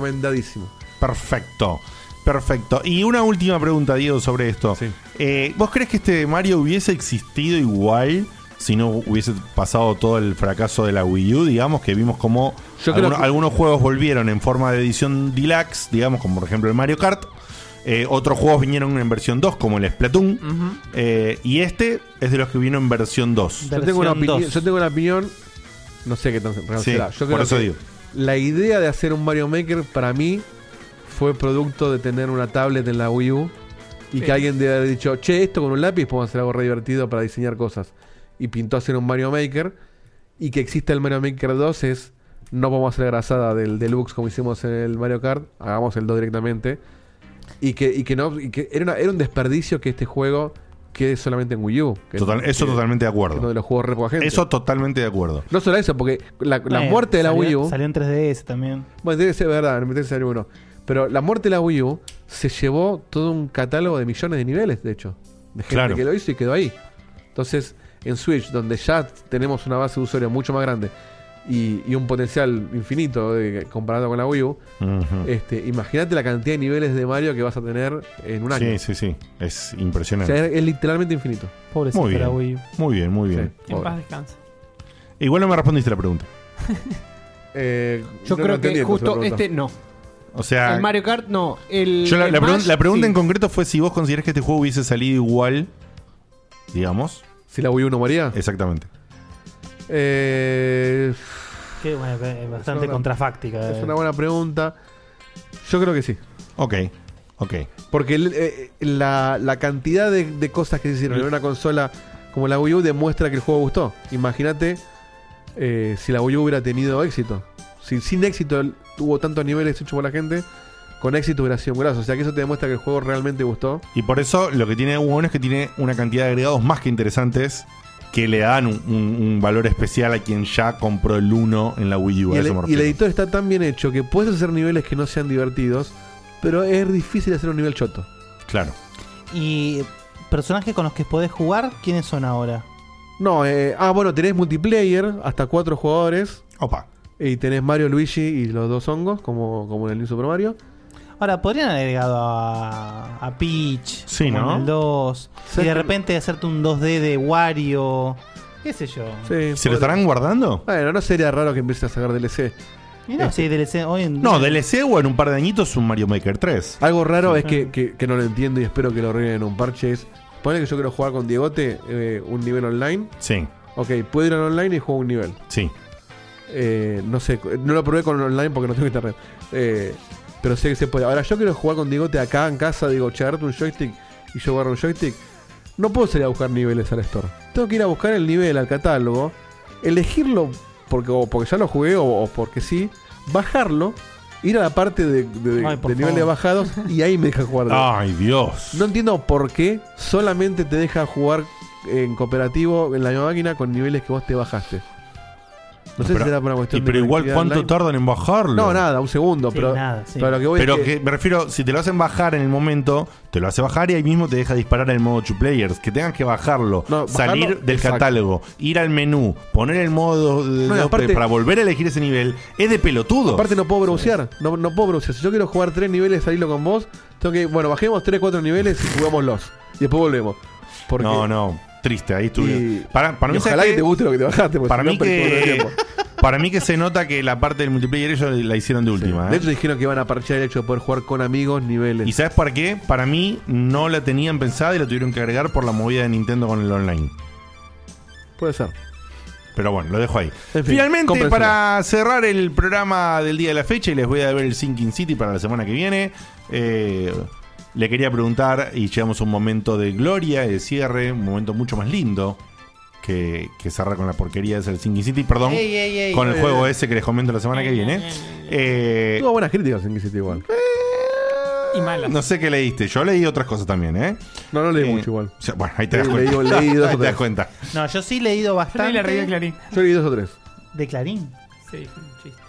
Speaker 3: recomendadísimo.
Speaker 2: Perfecto. Perfecto. Y una última pregunta, Diego, sobre esto.
Speaker 3: Sí.
Speaker 2: Eh, ¿Vos crees que este Mario hubiese existido igual si no hubiese pasado todo el fracaso de la Wii U? Digamos que vimos como
Speaker 3: Yo creo que-
Speaker 2: algunos juegos volvieron en forma de edición deluxe, digamos, como por ejemplo el Mario Kart. Eh, otros juegos vinieron en versión 2, como el Splatoon. Eh, y este es de los que vino en versión 2.
Speaker 3: Yo tengo, una
Speaker 6: Versión
Speaker 3: opinión,
Speaker 6: dos.
Speaker 3: yo tengo una opinión, no sé qué tan real
Speaker 2: Sí,
Speaker 3: será. Yo
Speaker 2: por eso
Speaker 3: que
Speaker 2: digo.
Speaker 3: La idea de hacer un Mario Maker para mí fue producto de tener una tablet en la Wii U y
Speaker 5: Sí.
Speaker 3: que alguien debe haber dicho, che, esto con un lápiz podemos hacer algo re divertido para diseñar cosas. Y pintó hacer un Mario Maker y que exista el Mario Maker 2 es, no vamos a hacer la grasada del deluxe como hicimos en el Mario Kart, hagamos el 2 directamente. Y que, y que no, y que era, una- era un desperdicio que este juego quede solamente en Wii U. que-
Speaker 2: Total- eso
Speaker 3: que-
Speaker 2: totalmente de
Speaker 3: que
Speaker 2: acuerdo.
Speaker 3: donde los juegos re poca gente.
Speaker 2: Eso totalmente de acuerdo.
Speaker 3: no solo eso, porque la, la
Speaker 6: Bueno,
Speaker 3: muerte de la
Speaker 6: salió-
Speaker 3: Wii U.
Speaker 6: Salió en 3DS también.
Speaker 3: Bueno, debe ser verdad, me salió uno. Pero la muerte de la Wii U se llevó todo un catálogo de millones de niveles, de hecho. De gente
Speaker 2: Claro.
Speaker 3: que lo hizo y quedó ahí. Entonces, en Switch, donde ya tenemos una base de usuarios mucho más grande y, y un potencial infinito eh, comparado con la Wii U,
Speaker 2: Ujú.
Speaker 3: este, imagínate la cantidad de niveles de Mario que vas a tener en un año.
Speaker 2: Sí, sí, sí. Es
Speaker 3: O sea,
Speaker 2: impresionante.
Speaker 3: es, es literalmente infinito.
Speaker 6: Pobrecita
Speaker 2: Muy bien.
Speaker 6: la Wii U.
Speaker 2: Muy bien, muy bien.
Speaker 3: Sí,
Speaker 5: En
Speaker 3: pobre.
Speaker 5: paz descansa.
Speaker 2: Igual no me respondiste la pregunta.
Speaker 3: Eh,
Speaker 4: Yo
Speaker 3: no lo
Speaker 4: creo
Speaker 3: entendí,
Speaker 4: que
Speaker 3: entonces,
Speaker 4: justo
Speaker 3: la pregunta.
Speaker 4: este no.
Speaker 2: O sea,
Speaker 4: El Mario Kart no. El,
Speaker 2: Ah. yo la,
Speaker 4: el
Speaker 2: la pregun-
Speaker 4: Smash,
Speaker 2: la pregunta
Speaker 4: sí.
Speaker 2: en concreto fue si vos considerás que este juego hubiese salido igual, digamos.
Speaker 4: este-
Speaker 3: Si la Wii U no moría.
Speaker 2: Exactamente.
Speaker 3: Eh,
Speaker 6: Que, bueno, es bastante
Speaker 3: Es una-
Speaker 6: contrafáctica.
Speaker 2: Oh.
Speaker 3: Es
Speaker 6: eh.
Speaker 3: una buena pregunta. Yo creo que sí.
Speaker 2: Ok, ok.
Speaker 3: Porque el- eh, la, la cantidad de, de cosas que se hicieron en una consola como la Wii U demuestra que el juego gustó. Imagínate eh, si la Wii U hubiera tenido éxito. Si sin éxito el- hubo tantos niveles hechos por la gente, con éxito hubiera sido un golazo. O sea que eso te demuestra que el juego realmente gustó.
Speaker 2: Y por eso lo que tiene bueno es que tiene una cantidad de agregados más que interesantes que le dan un, un- un valor especial a quien ya compró el 1 en la Wii U.
Speaker 3: Y
Speaker 2: a
Speaker 3: el, e-
Speaker 2: eso me
Speaker 3: y el
Speaker 2: refiero.
Speaker 3: editor está tan bien hecho que puedes hacer niveles que no sean divertidos, pero es difícil hacer un nivel choto.
Speaker 2: Claro.
Speaker 6: Y personajes con los que podés jugar, ¿quiénes son ahora?
Speaker 3: No, eh, ah, bueno, tenés multiplayer, hasta cuatro jugadores.
Speaker 2: Opa.
Speaker 3: Y tenés Mario, Luigi y los dos hongos, como, como en el New Super Mario.
Speaker 6: Ahora, podrían haber agregado a, a Peach,
Speaker 2: Sí,
Speaker 6: como en
Speaker 2: ¿no?
Speaker 6: el 2, y
Speaker 3: ¿Sabes
Speaker 6: de
Speaker 3: que-
Speaker 6: repente hacerte un 2D de Wario, qué sé yo.
Speaker 3: Sí,
Speaker 2: ¿Se lo
Speaker 3: pobre.
Speaker 2: estarán guardando?
Speaker 3: Bueno, no sería raro que empiecen a sacar DLC.
Speaker 6: Y no, si hay DLC hoy en
Speaker 2: Este- No, DLC o en un par de añitos un Mario Maker 3.
Speaker 3: Algo raro es que, que- que no lo entiendo y espero que lo arreglen en un parche. Es, ponle que yo quiero jugar con Diegote eh, un nivel online.
Speaker 2: Sí,
Speaker 3: Ok, puedo ir al online y juego un nivel.
Speaker 2: sí.
Speaker 3: Eh, no sé, no lo probé con online porque no tengo internet. Eh, pero sé que se puede. Ahora, yo quiero jugar con Diegote acá en casa. Digo, che, agarrate un joystick y yo agarro un joystick. No puedo salir a buscar niveles al store. Tengo que ir a buscar el nivel al catálogo, elegirlo porque, o porque ya lo jugué o, o porque sí, bajarlo, ir a la parte de, de-
Speaker 6: Ay, por
Speaker 3: de nivel de
Speaker 6: favor.
Speaker 3: bajados y ahí me deja jugar. de-
Speaker 2: Ay, Dios.
Speaker 3: No entiendo por qué solamente te deja jugar en cooperativo en la misma máquina con niveles que vos te bajaste. No sé
Speaker 2: Pero-
Speaker 3: si será por una
Speaker 2: Y
Speaker 3: cuestión de
Speaker 2: pero igual,
Speaker 3: conectividad
Speaker 2: ¿cuánto
Speaker 3: online.
Speaker 2: tardan en bajarlo?
Speaker 3: No, nada, un segundo,
Speaker 6: Sí,
Speaker 3: pero,
Speaker 6: nada, sí.
Speaker 3: pero lo que voy
Speaker 2: Pero
Speaker 3: es
Speaker 2: que me refiero, si te lo hacen bajar en el momento, te lo hace bajar y ahí mismo te deja disparar el modo two players. Que tengas que bajarlo,
Speaker 3: No, bajarlo,
Speaker 2: salir del
Speaker 3: exacto.
Speaker 2: catálogo, ir al menú, poner el modo de- de-
Speaker 3: No, y
Speaker 2: de-
Speaker 3: aparte-
Speaker 2: para volver a elegir ese nivel, es de pelotudo.
Speaker 3: aparte no puedo browsear, no, no puedo browsear. Si yo quiero jugar tres niveles, salirlo con vos, tengo que, bueno, bajemos tres, cuatro niveles y jugámoslos. Y después volvemos. Porque
Speaker 2: no, no. Triste, ahí estuvieron.
Speaker 3: Y-
Speaker 2: para, para
Speaker 3: y
Speaker 2: mí,
Speaker 3: ojalá
Speaker 2: ¿sabes
Speaker 3: que
Speaker 2: qué?
Speaker 3: te guste lo que te bajaste, porque
Speaker 2: Para
Speaker 3: si no
Speaker 2: mí,
Speaker 3: perdí todo el
Speaker 2: que,
Speaker 3: tiempo.
Speaker 2: para mí que se nota que la parte del multiplayer ellos la hicieron de última. ¿eh?
Speaker 3: De hecho, dijeron que iban a parchear el hecho de poder jugar con amigos niveles.
Speaker 2: ¿Y sabes por qué? Para mí no la tenían pensada y la tuvieron que agregar por la movida de Nintendo con el online.
Speaker 3: Puede ser.
Speaker 2: Pero bueno, lo dejo ahí.
Speaker 3: En fin,
Speaker 2: Finalmente,
Speaker 3: cómprenselo.
Speaker 2: para cerrar el programa del día de la fecha, y les voy a ver el Sinking City para la semana que viene, eh, le quería preguntar, y llegamos a un momento de gloria y de cierre, un momento mucho más lindo que, que cerrar con la porquería de ser Sinking City, perdón,
Speaker 11: Ey, ey, ey,
Speaker 2: con el
Speaker 11: ey,
Speaker 6: Eh,
Speaker 2: juego
Speaker 11: ey.
Speaker 2: ese que les comento la semana que viene. Eh,
Speaker 3: Tuvo buenas críticas en City igual.
Speaker 5: Y mala.
Speaker 2: no sé qué leíste, yo leí otras cosas también, ¿eh?
Speaker 3: No, no leí
Speaker 2: Eh,
Speaker 3: mucho igual.
Speaker 2: o sea, bueno, ahí te das
Speaker 3: Leí-
Speaker 2: cuenta.
Speaker 3: leí- leí dos
Speaker 2: ahí
Speaker 3: o
Speaker 2: te das
Speaker 3: tres.
Speaker 2: cuenta.
Speaker 6: No, yo sí he leído
Speaker 5: Yo leí
Speaker 6: bastante.
Speaker 5: la review de Clarín.
Speaker 3: Yo leí dos o tres.
Speaker 6: De Clarín.
Speaker 5: Sí, fue un chiste.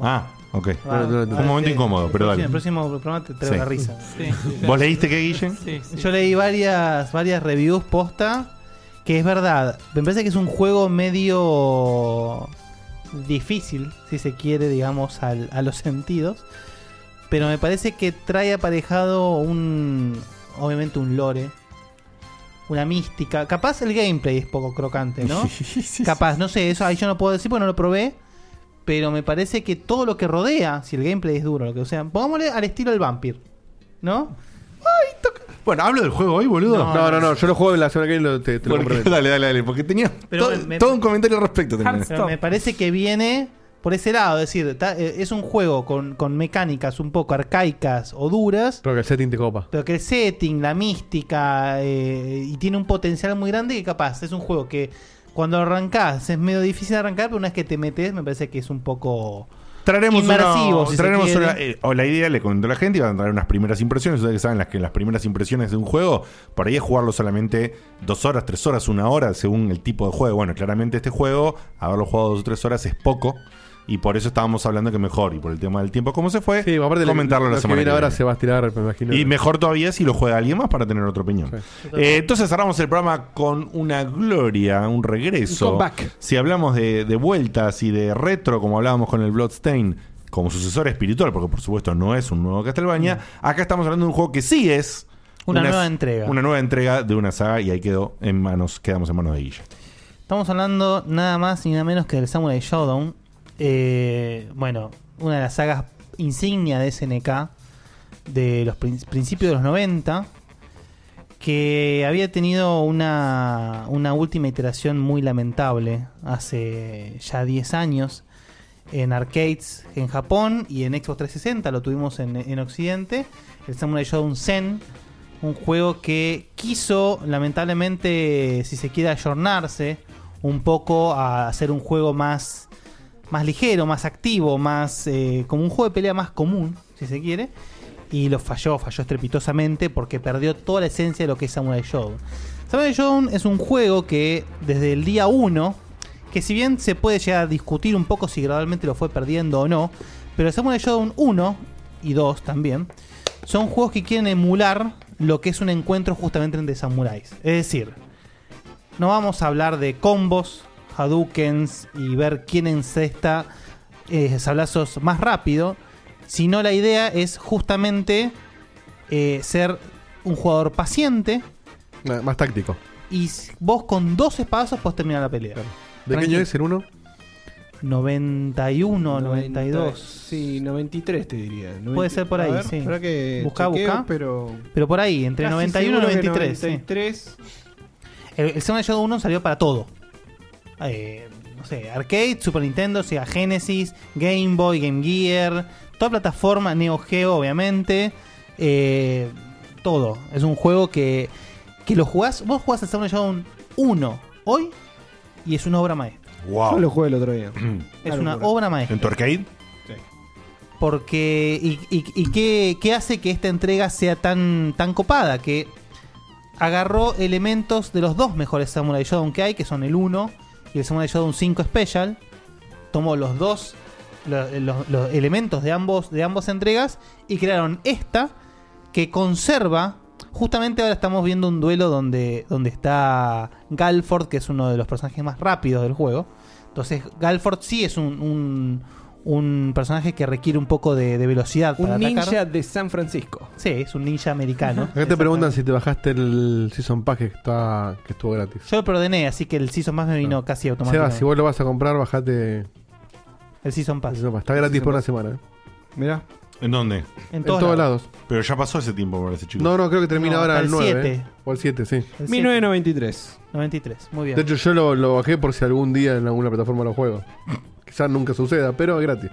Speaker 2: Ah, ok.
Speaker 3: No, no, no, no.
Speaker 2: Fue un momento incómodo, pero
Speaker 6: En
Speaker 2: dale.
Speaker 6: el próximo programa te traigo
Speaker 2: Sí.
Speaker 6: la risa.
Speaker 5: Sí, sí.
Speaker 2: ¿Vos leíste qué, Guille?
Speaker 5: Sí, sí.
Speaker 6: Yo leí varias, varias reviews posta. Que es verdad. Me parece que es un juego medio difícil, si se quiere, digamos, al- a los sentidos. Pero me parece que trae aparejado un. Obviamente un lore. Una mística. Capaz el gameplay es poco crocante, ¿no? Capaz, no sé, eso ahí yo no puedo decir porque no lo probé. Pero me parece que todo lo que rodea, si el gameplay es duro, lo que o sea, pongámosle al estilo el vampir, ¿no?
Speaker 2: Bueno, hablo del juego hoy, boludo.
Speaker 6: No,
Speaker 3: No, no, no. Yo lo juego la semana que viene lo- te, te lo
Speaker 2: Porque-
Speaker 3: comprometo.
Speaker 2: dale, dale, dale. Porque tenía
Speaker 6: Pero
Speaker 2: todo,
Speaker 6: me-
Speaker 2: todo un comentario al respecto. tenía.
Speaker 5: Hans-
Speaker 6: Pero me parece que viene por ese lado, es decir, ta- eh, es un juego con, con mecánicas un poco arcaicas o duras,
Speaker 3: Creo que el setting te copa.
Speaker 6: pero que el setting, la mística, eh, y tiene un potencial muy grande que capaz, es un juego que cuando arrancás es medio difícil arrancar, pero una vez que te metes me parece que es un poco...
Speaker 2: Traeremos una-
Speaker 6: Inmersivo, si se
Speaker 2: traeremos
Speaker 6: quiere.
Speaker 2: una- eh, o la idea le comentó a la gente y van a traer unas primeras impresiones. Ustedes que saben las que las primeras impresiones de un juego, por ahí es jugarlo solamente dos horas, tres horas, una hora, según el tipo de juego. Bueno, claramente este juego, haberlo jugado dos o tres horas es poco. Y por eso estábamos hablando que mejor. Y por el tema del tiempo, ¿cómo se fue?
Speaker 3: Sí, aparte
Speaker 2: comentarlo
Speaker 3: lo,
Speaker 2: la
Speaker 3: lo que
Speaker 2: semana
Speaker 3: viene
Speaker 2: que
Speaker 3: ahora
Speaker 2: viene.
Speaker 3: se va a estirar, me imagino.
Speaker 2: Y mejor todavía si lo juega alguien más para tener otra opinión. Eh, entonces cerramos el programa con una gloria, un regreso.
Speaker 10: Un comeback.
Speaker 2: Si hablamos de, de vueltas y de retro, como hablábamos con el Bloodstain, como sucesor espiritual, porque por supuesto no es un nuevo Castlevania, acá estamos hablando de un juego que sí es.
Speaker 6: Una nueva entrega.
Speaker 2: Una nueva entrega de una saga y ahí quedó en manos, quedamos en manos de Guille.
Speaker 6: Estamos hablando nada más y nada menos que del Samurai Showdown. Eh, bueno, una de las sagas insignia de SNK de los prin- principios de los 90. Que había tenido una, una última iteración muy lamentable hace ya 10 años en arcades en Japón y en Xbox 360, lo tuvimos en, en Occidente. El Samurai Shodown Zen, un juego que quiso, lamentablemente, si se quiere, ayornarse un poco a hacer un juego más, más ligero, más activo, más eh, como un juego de pelea más común, si se quiere. Y lo falló, falló estrepitosamente porque perdió toda la esencia de lo que es Samurai Shodown. Samurai Shodown es un juego que desde el día 1, que si bien se puede llegar a discutir un poco si gradualmente lo fue perdiendo o no, pero Samurai Shodown 1 y 2 también son juegos que quieren emular lo que es un encuentro justamente entre samuráis. Es decir, no vamos a hablar de combos, hadoukens y ver quién encesta eh, sablazos más rápido, sino la idea es justamente eh, ser un jugador paciente
Speaker 3: Más, más táctico.
Speaker 6: y s- vos con dos espadazos podés terminar la pelea.
Speaker 3: ¿De qué
Speaker 6: Tranqui.
Speaker 3: año es el uno?
Speaker 6: 91, 92.
Speaker 10: Sí, 93 te diría.
Speaker 6: Puede ser por ahí, sí.
Speaker 10: Busca, que
Speaker 6: Buscá,
Speaker 10: chequeo,
Speaker 6: buscá.
Speaker 10: Pero
Speaker 6: Pero por ahí, entre
Speaker 10: casi
Speaker 6: 91 y
Speaker 10: seguro que
Speaker 6: 93. sí.
Speaker 10: 93,
Speaker 6: El, el Samurai Shodown 1 salió para todo. Eh, no sé, arcade, Super Nintendo, Sega Genesis, Game Boy, Game Gear, toda plataforma, Neo Geo, obviamente. eh, todo. Es un juego que, que lo jugás. Vos jugás el Samurai Shodown 1 hoy y es una obra maestra.
Speaker 10: Yo lo
Speaker 2: Wow.
Speaker 10: jugué el otro día.
Speaker 6: Es
Speaker 10: Una
Speaker 6: una
Speaker 10: locura.
Speaker 6: obra maestra.
Speaker 2: ¿En tu arcade?
Speaker 6: Porque. ¿Y, y, y qué, qué hace que esta entrega sea tan, tan copada? Que agarró elementos de los dos mejores Samurai Shodown que hay, que son el 1 y el Samurai Shodown 5 Special. Tomó los dos. lo- los, los elementos de ambos de ambas entregas y crearon esta que conserva justamente ahora estamos viendo un duelo donde donde está Galford que es uno de los personajes más rápidos del juego entonces Galford sí es un, un- un personaje que requiere un poco de, de velocidad
Speaker 11: Un
Speaker 6: para
Speaker 11: ninja
Speaker 6: atacar.
Speaker 11: de San Francisco.
Speaker 6: Sí, es un ninja americano.
Speaker 3: Acá te preguntan si te bajaste el Season Pack que, está, que estuvo gratis.
Speaker 6: Yo lo ordené, así que el Season Pass me vino
Speaker 3: Ah.
Speaker 6: casi
Speaker 3: Seba,
Speaker 6: automáticamente.
Speaker 3: si vos lo vas a comprar, bajate.
Speaker 6: El Season Pass.
Speaker 3: Está gratis por una semana.
Speaker 11: Mirá.
Speaker 2: ¿En dónde?
Speaker 6: En
Speaker 3: todos todos lados.
Speaker 2: Pero ya pasó ese tiempo para ese chico.
Speaker 3: No, no, creo que termina
Speaker 6: No,
Speaker 3: ahora
Speaker 6: hasta
Speaker 3: el
Speaker 6: el
Speaker 3: 9.
Speaker 6: siete.
Speaker 3: eh. O el 7, sí.
Speaker 6: El
Speaker 11: 1993.
Speaker 6: 93, muy bien.
Speaker 3: De hecho, yo lo, lo bajé por si algún día en alguna plataforma lo juego. Quizás nunca suceda, pero es gratis.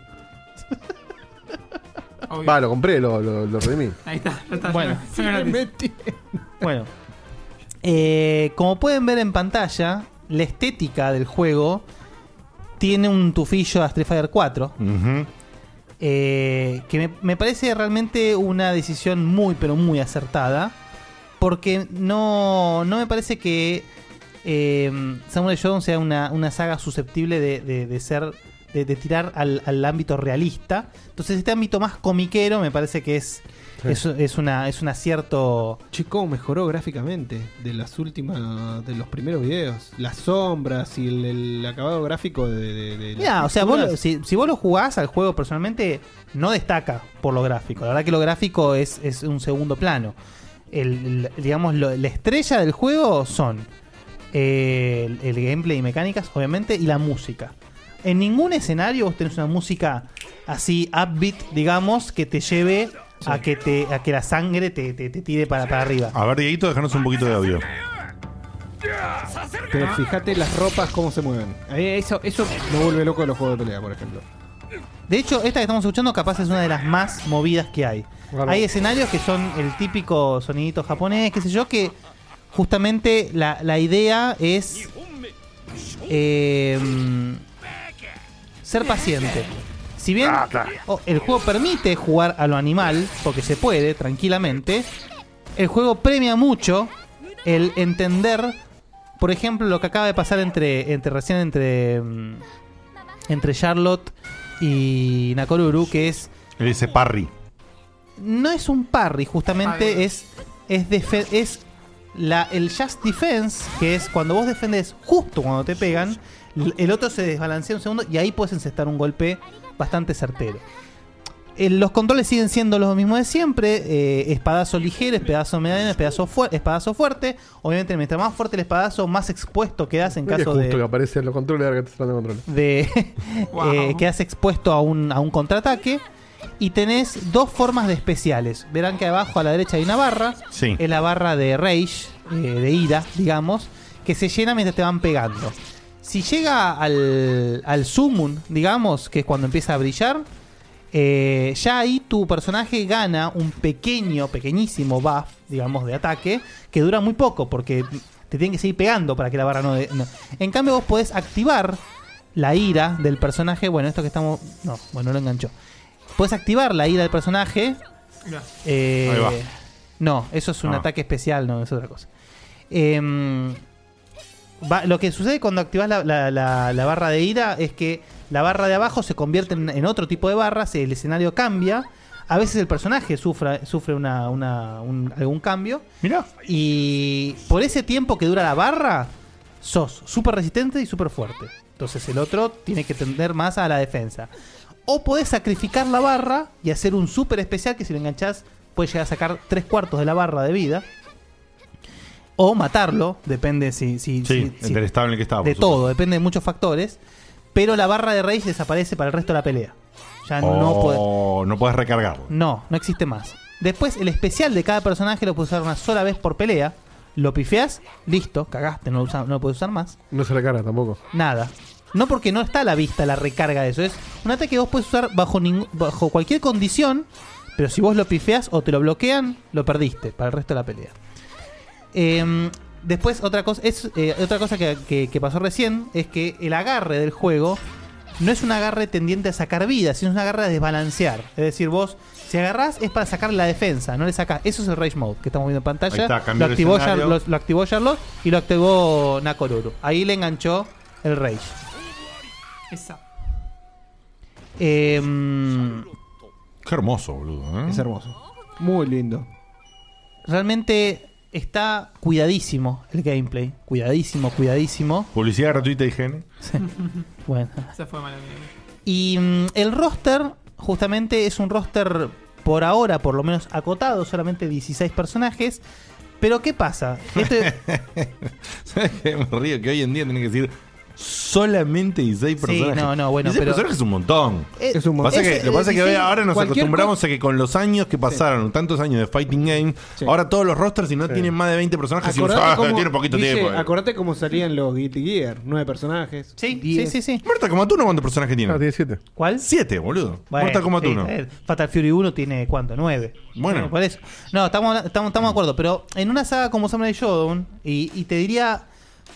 Speaker 3: Va, lo compré, lo, lo, lo redimí.
Speaker 5: Ahí está, ya está.
Speaker 6: Bueno.
Speaker 5: Sí, gratis.
Speaker 6: Bueno, eh, como pueden ver en pantalla, la estética del juego tiene un tufillo a Street Fighter 4. eh, que me, me parece realmente una decisión muy, pero muy acertada. Porque no, no me parece que eh, Samurai Shodown sea una, una saga susceptible de, de- de ser. De, de tirar al, al ámbito realista. Entonces, este ámbito más comiquero me parece que es.
Speaker 10: Sí.
Speaker 6: Es, es una, es un acierto.
Speaker 10: Chico mejoró gráficamente de las últimas, de los primeros videos. Las sombras y el, el acabado gráfico de. de- de las
Speaker 6: Mirá, o sea, vos lo-
Speaker 10: texturas.
Speaker 6: si, si vos lo jugás al juego personalmente, no destaca por lo gráfico. La verdad que lo gráfico es, es un segundo plano. El, el- digamos, lo- la estrella del juego son eh, el, el gameplay y mecánicas, obviamente, y la música. En ningún escenario vos tenés una música así upbeat, digamos, que te lleve a que te a que la sangre te, te- te tire para, para arriba.
Speaker 2: A ver, Dieguito, déjanos un poquito de audio.
Speaker 10: Pero fíjate las ropas cómo se mueven. Eh, Eso, eso me vuelve loco de los juegos de pelea, por ejemplo.
Speaker 6: De hecho, esta que estamos escuchando capaz es una de las más movidas que hay.
Speaker 10: Claro.
Speaker 6: Hay escenarios que son el típico sonidito japonés, qué sé yo, que justamente la, la idea es eh, ser paciente. Si bien oh, el juego permite jugar a lo animal, porque se puede tranquilamente, el juego premia mucho el entender, por ejemplo, lo que acaba de pasar entre, entre recién entre, mm, entre Charlotte y Nakoruru, que es
Speaker 2: Él dice Parry.
Speaker 6: no es un parry, justamente es es defe- es la, el just defense, que es cuando vos defendes justo cuando te pegan, l- el otro se desbalancea un segundo y ahí puedes encestar un golpe bastante certero. Eh, los controles siguen siendo los mismos de siempre, eh, espadazo ligero, espadazo mediano, espadazo, fuer- espadazo fuerte. Obviamente, mientras más fuerte el espadazo, más expuesto quedas en
Speaker 3: Creo que
Speaker 6: caso
Speaker 3: es justo
Speaker 6: de,
Speaker 3: que aparecen los controles ahora que te están dando controles.
Speaker 6: de eh, quedas expuesto a un, a un contraataque y tenés dos formas de especiales. Verán que abajo a la derecha hay una barra,
Speaker 2: Sí.
Speaker 6: es la barra de rage, eh, de ira, digamos, que se llena mientras te van pegando. Si llega al, al summon, digamos, que es cuando empieza a brillar, eh, ya ahí tu personaje gana un pequeño, pequeñísimo buff, digamos, de ataque, que dura muy poco, porque te tienen que seguir pegando para que la barra no... de- no. En cambio, vos podés activar la ira del personaje. Bueno, esto que estamos... No, bueno, lo enganchó. Podés activar la ira del personaje
Speaker 5: Mirá.
Speaker 6: eh,
Speaker 5: Ahí va.
Speaker 6: No, eso es un
Speaker 5: Ah.
Speaker 6: ataque especial, no, es otra cosa. Em, va- lo que sucede cuando activas la, la- la- la barra de ira es que la barra de abajo se convierte en, en otro tipo de barras, el escenario cambia. A veces el personaje sufra- sufre una, una- un- algún cambio. Y por ese tiempo que dura la barra, sos súper resistente y súper fuerte. Entonces el otro tiene que tender más a la defensa. O podés sacrificar la barra y hacer un super especial que si lo enganchás puede llegar a sacar tres cuartos de la barra de vida. O matarlo, depende si... si,
Speaker 2: Sí,
Speaker 6: si- si-
Speaker 2: del estado en el que estaba. por
Speaker 6: de
Speaker 2: supuesto.
Speaker 6: todo, depende de muchos factores. Pero la barra de raíz desaparece para el resto de la pelea. Ya no podés...
Speaker 2: Oh, no puedes recargarlo.
Speaker 6: No, no existe más. Después, el especial de cada personaje lo puedes usar una sola vez por pelea. Lo pifeas, listo, cagaste, no lo, usa- no lo puedes usar más.
Speaker 3: No se la cara tampoco.
Speaker 6: Nada. No porque no está a la vista la recarga de eso. Es un ataque que vos puedes usar bajo, ningú- bajo cualquier condición. Pero si vos lo pifeas o te lo bloquean, lo perdiste para el resto de la pelea. Eh, después, otra cosa, es, eh, otra cosa que, que- que pasó recién es que el agarre del juego no es un agarre tendiente a sacar vida, sino es un agarre a desbalancear. Es decir, vos, si agarrás es para sacar la defensa, no le sacás. Eso es el Rage Mode que estamos viendo en
Speaker 2: Ahí
Speaker 6: pantalla.
Speaker 2: está, cambió
Speaker 6: lo,
Speaker 2: el
Speaker 6: activó Char-
Speaker 2: escenario.
Speaker 6: lo- lo activó Charlotte y lo activó Nakoruru. Ahí le enganchó el Rage.
Speaker 5: Esa.
Speaker 6: Em,
Speaker 2: Qué hermoso, boludo. ¿eh?
Speaker 10: Es hermoso. Muy lindo.
Speaker 6: realmente está cuidadísimo el gameplay. Cuidadísimo, cuidadísimo.
Speaker 2: Publicidad gratuita de higiene.
Speaker 6: Bueno.
Speaker 5: Esa fue mala mía.
Speaker 6: Y mm, el roster, justamente, es un roster por ahora, por lo menos acotado, solamente 16 personajes. Pero ¿qué pasa? Este-
Speaker 2: ¿Sabes qué? Me río que hoy en día tienen que decir solamente 16
Speaker 6: Sí,
Speaker 2: personajes.
Speaker 6: no, no, bueno,
Speaker 2: 16
Speaker 6: pero-
Speaker 2: personajes es un montón.
Speaker 6: Eh, Es un montón.
Speaker 2: Pasa que-
Speaker 6: es-
Speaker 2: lo que pasa es que hoy-
Speaker 6: 16
Speaker 2: ahora nos
Speaker 6: cualquier
Speaker 2: acostumbramos a que con los años que pasaron, tantos años de Fighting Game, ahora todos los rosters, si no tienen más de 20 personajes, decimos,
Speaker 4: Acordate
Speaker 2: ah,
Speaker 4: cómo-
Speaker 2: tiene poquito
Speaker 4: Guille,
Speaker 2: tiempo.
Speaker 4: Acordate cómo salían los Guilty Gear. Nueve personajes.
Speaker 6: Sí,
Speaker 2: sí, Marta, como tú no cuántos personajes tiene.
Speaker 6: No,
Speaker 3: Ah, tiene 7.
Speaker 6: ¿Cuál?
Speaker 2: 7, boludo.
Speaker 6: Bueno,
Speaker 2: Mortal Kombat
Speaker 6: sí, eh,
Speaker 2: 1.
Speaker 6: a ver, Fatal Fury 1 tiene cuánto, 9.
Speaker 2: Bueno.
Speaker 6: por eso. No, estamos, estamos, estamos de acuerdo, pero en una saga como Samurai Shodown, y, y te diría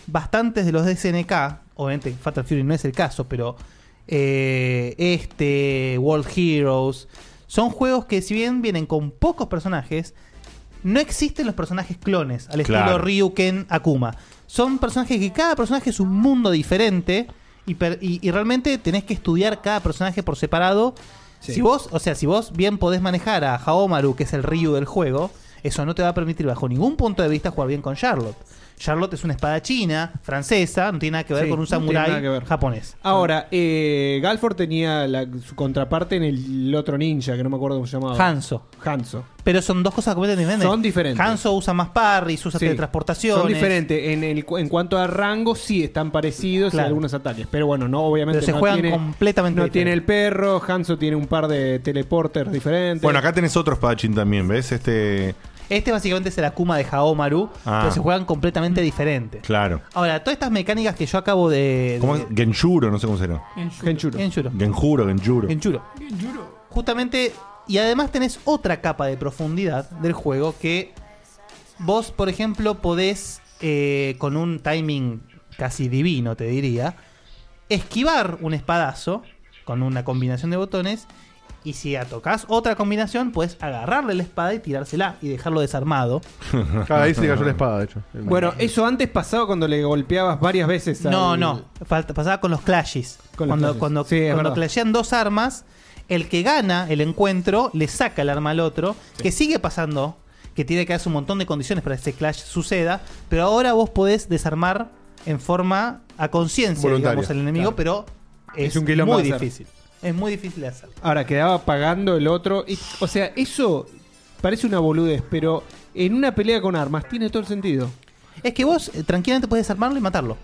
Speaker 6: bastantes de los de SNK, obviamente Fatal Fury no es el caso, pero eh, este, World Heroes, son juegos que si bien vienen con pocos personajes, no existen los personajes clones, al estilo
Speaker 2: Claro.
Speaker 6: Ryu, Ken, Akuma. Son personajes que cada personaje es un mundo diferente y, per- y- y realmente tenés que estudiar cada personaje por separado. Si vos, o sea, si vos bien podés manejar a Haomaru, que es el Ryu del juego, eso no te va a permitir bajo ningún punto de vista jugar bien con Charlotte. Charlotte es una espadachina, francesa, no tiene nada que ver
Speaker 4: Sí,
Speaker 6: con un
Speaker 4: no tiene nada
Speaker 6: samurái
Speaker 4: que ver.
Speaker 6: japonés.
Speaker 4: Ahora, eh, Galford tenía la- su contraparte en el otro ninja, que no me acuerdo cómo se llamaba.
Speaker 6: Hanzo.
Speaker 4: Hanzo.
Speaker 6: Pero son dos cosas completamente diferentes.
Speaker 4: Son diferentes.
Speaker 6: Hanzo usa más parries, usa
Speaker 4: Sí.
Speaker 6: teletransportaciones.
Speaker 4: Son diferentes. En, el, en cuanto a rango, sí están parecidos
Speaker 6: Claro.
Speaker 4: en algunos ataques. Pero bueno, no, obviamente.
Speaker 6: Pero se
Speaker 4: no
Speaker 6: juegan
Speaker 4: tiene,
Speaker 6: completamente
Speaker 4: No tiene el perro. Hanzo tiene un par de teleporters diferentes.
Speaker 2: Bueno, acá tenés otro espadachín también, ¿ves? Este.
Speaker 6: Este básicamente es el Akuma de Haomaru,
Speaker 2: Ah.
Speaker 6: pero se juegan completamente diferente.
Speaker 2: Claro.
Speaker 6: Ahora, todas estas mecánicas que yo acabo de.
Speaker 2: ¿Cómo es?
Speaker 6: de-
Speaker 2: Genjuro, no sé cómo será.
Speaker 6: Genjuro. Genjuro.
Speaker 2: Genjuro, Genjuro.
Speaker 6: Genjuro. Justamente, y además tenés otra capa de profundidad del juego que vos, por ejemplo, podés, eh, con un timing casi divino, te diría, esquivar un espadazo con una combinación de botones. Y si tocas otra combinación, puedes agarrarle la espada y tirársela y dejarlo desarmado.
Speaker 3: Ah, ahí se cayó la espada, de hecho.
Speaker 4: Bueno, eso antes pasaba cuando le golpeabas varias veces.
Speaker 6: No,
Speaker 4: al-
Speaker 6: no. Falta, pasaba con los clashes.
Speaker 4: Con los
Speaker 6: cuando
Speaker 4: clashes.
Speaker 6: cuando,
Speaker 4: Sí, es
Speaker 6: cuando
Speaker 4: verdad.
Speaker 6: clashean dos armas, el que gana el encuentro le saca el arma al otro, que sigue pasando, que tiene que hacer un montón de condiciones para que ese clash suceda, pero ahora vos podés desarmar en forma a conciencia,
Speaker 4: Voluntaria,
Speaker 6: digamos, al enemigo, pero es,
Speaker 4: Es un quilombo
Speaker 6: muy
Speaker 4: de hacer.
Speaker 6: difícil. Es muy difícil de hacer.
Speaker 4: Ahora quedaba pagando el otro. Y- o sea, eso parece una boludez, pero en una pelea con armas tiene todo el sentido.
Speaker 6: Es que vos eh, tranquilamente podés desarmarlo y matarlo.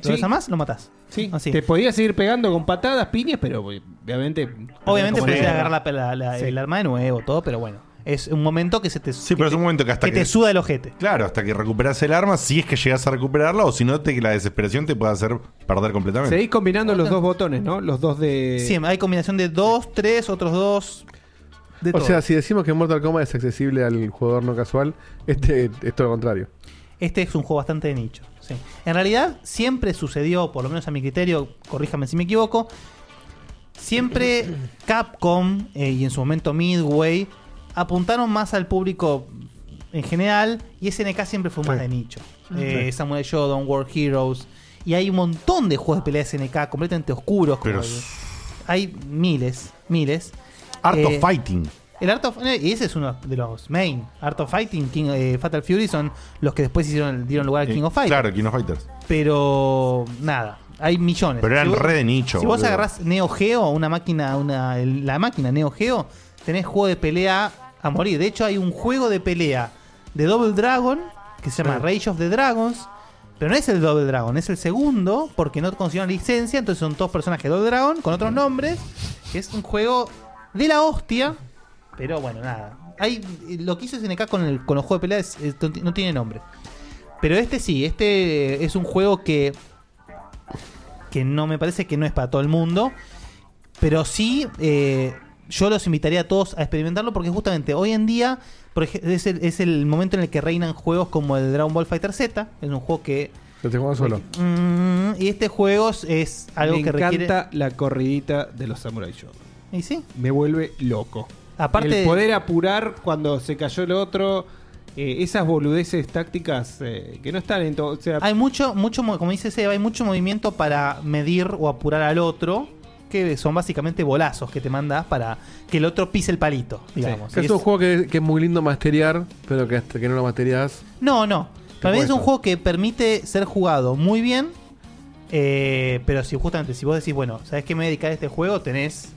Speaker 4: Sí.
Speaker 6: Lo desarmás, lo matás.
Speaker 4: Sí,
Speaker 6: Así.
Speaker 4: Te podías seguir pegando con patadas, piñas, pero obviamente.
Speaker 6: Obviamente
Speaker 4: como
Speaker 6: podés
Speaker 4: era.
Speaker 6: agarrar la- la- la-
Speaker 4: Sí.
Speaker 6: el arma de nuevo, todo, pero bueno. Es un momento que se te
Speaker 2: Sí, pero es un momento que hasta
Speaker 6: que te suda el ojete.
Speaker 2: Claro, hasta que recuperas el arma, si es que llegas a recuperarla, o si no, te, la desesperación te puede hacer perder completamente.
Speaker 4: Seguís combinando los dos botones, ¿no? Los dos
Speaker 2: Eh,
Speaker 4: de.
Speaker 6: Sí, hay combinación de dos, tres, otros dos. De
Speaker 3: o
Speaker 6: todo.
Speaker 3: sea, si decimos que Mortal Kombat es accesible al jugador no casual, este es todo lo contrario.
Speaker 6: Este es un juego bastante de nicho. sí. En realidad, siempre sucedió, por lo menos a mi criterio, corríjame si me equivoco, siempre Capcom eh, y en su momento Midway apuntaron más al público en general y SNK siempre fue más de nicho. Eh,
Speaker 2: Mm. Sí.
Speaker 6: Samurai Shodown, World Heroes. Y hay un montón de juegos de pelea de SNK completamente oscuros. como
Speaker 2: Pero
Speaker 6: el-
Speaker 2: s-
Speaker 6: hay miles, miles.
Speaker 2: Art
Speaker 6: Eh,
Speaker 2: of Fighting.
Speaker 6: El Art of eh, y ese es uno de los main. Art of Fighting, King, eh, Fatal Fury son los que después hicieron dieron lugar al King of Fighters.
Speaker 2: Eh, Claro, King of Fighters.
Speaker 6: Pero nada, hay millones.
Speaker 2: Pero eran
Speaker 6: vos-
Speaker 2: re de nicho,
Speaker 6: Si vos
Speaker 2: boludo.
Speaker 6: agarrás Neo Geo, una máquina, una el- la máquina Neo Geo, tenés juego de pelea a morir. De hecho, hay un juego de pelea de Double Dragon que se llama Rage of the Dragons. Pero no es el Double Dragon, es el segundo, porque no consiguieron licencia, entonces son dos personajes Double Dragon con otros nombres. Es un juego de la hostia, pero bueno, nada. Hay, lo que hizo SNK con, el, con los juegos de pelea es- es- no tiene nombre. Pero este sí, este es un juego que. que no me parece que no es para todo el mundo. Pero sí, eh, yo los invitaría a todos a experimentarlo porque justamente hoy en día por ej- es, el, es el momento en el que reinan juegos como el Dragon Ball Fighter Z. Es un juego que.
Speaker 3: Lo estoy jugando solo.
Speaker 6: Mm, y este juego es- es algo
Speaker 4: Me
Speaker 6: que
Speaker 4: encanta
Speaker 6: requiere.
Speaker 4: la corridita de los Samurai Shodown.
Speaker 6: ¿Y sí?
Speaker 4: Me vuelve loco.
Speaker 6: Aparte-
Speaker 4: El poder apurar cuando se cayó el otro. eh, esas boludeces tácticas eh, que no están en todo. O sea,
Speaker 6: Hay mucho, mucho, mo- como dice Seba, hay mucho movimiento para medir o apurar al otro. Que son básicamente bolazos que te mandas para que el otro pise el palito, digamos.
Speaker 3: Que
Speaker 6: Y
Speaker 3: es un juego que, que es muy lindo masterear, pero que hasta que no lo mastereás.
Speaker 6: No, no. Para mí es un
Speaker 3: cuesta?
Speaker 6: juego que permite ser jugado muy bien. Eh, pero si justamente, si vos decís, bueno, ¿sabés qué me voy a dedicar a este juego? Tenés.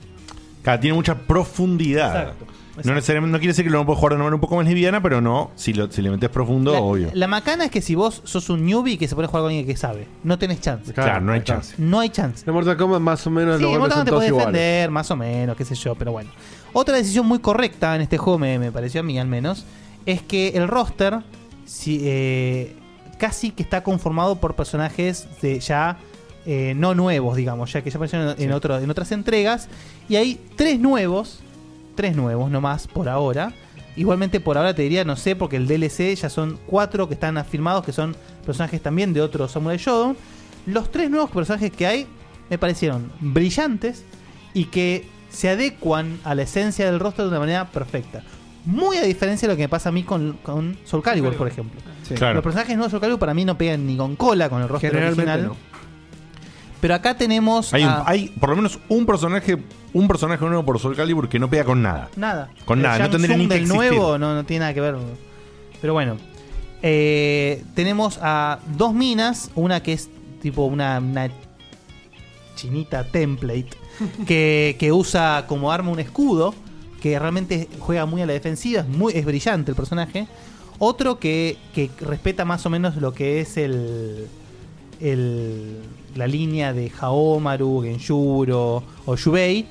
Speaker 2: Claro, tiene mucha profundidad.
Speaker 6: Exacto,
Speaker 2: No necesariamente no quiere decir que lo puedes jugar de una manera un poco más liviana, pero no, si, lo, si le metes profundo, obvio.
Speaker 6: La macana es que si vos sos un newbie que se pone a jugar con alguien que sabe, no tenés chance.
Speaker 2: Claro, no hay chance.
Speaker 6: No hay chance.
Speaker 3: En Mortal Kombat más o menos
Speaker 6: Sí,
Speaker 3: los
Speaker 6: en
Speaker 3: golpes
Speaker 6: Mortal
Speaker 3: son
Speaker 6: te
Speaker 3: todos
Speaker 6: podés
Speaker 3: iguales.
Speaker 6: defender, más o menos, qué sé yo, pero bueno. Otra decisión muy correcta en este juego, me, me pareció a mí al menos, es que el roster si, eh, casi que está conformado por personajes de ya eh, no nuevos, digamos, ya que ya aparecieron en, otro- en otras entregas. Y hay tres nuevos, tres nuevos nomás por ahora. Igualmente por ahora te diría, no sé, porque el DLC ya son cuatro que están afirmados, que son personajes también de otro Samurai Shodown. Los tres nuevos personajes que hay me parecieron brillantes y que se adecuan a la esencia del rostro de una manera perfecta. Muy a diferencia de lo que me pasa a mí con, con Soul Calibur, por ejemplo.
Speaker 10: Sí. Claro.
Speaker 6: Los personajes nuevos de Soul Calibur para mí no pegan ni con cola con el rostro
Speaker 2: Generalmente
Speaker 6: original.
Speaker 2: no.
Speaker 6: Pero acá tenemos
Speaker 2: Hay, un-
Speaker 6: a-
Speaker 2: hay por lo menos un personaje, un personaje nuevo por Soul Calibur que no pega con nada.
Speaker 6: Nada.
Speaker 2: Con
Speaker 6: El
Speaker 2: nada, no
Speaker 6: Shang
Speaker 2: tendría
Speaker 6: Tsung
Speaker 2: ni que
Speaker 6: del
Speaker 2: existir.
Speaker 6: nuevo no, no tiene nada que ver. Pero bueno. Eh, tenemos a dos minas. Una que es tipo una, una chinita template. que, que usa como arma un escudo. Que realmente juega muy a la defensiva. Es, muy, es brillante el personaje. Otro que, que respeta más o menos lo que es el. el- la línea de Haomaru, Genjuro o Yubei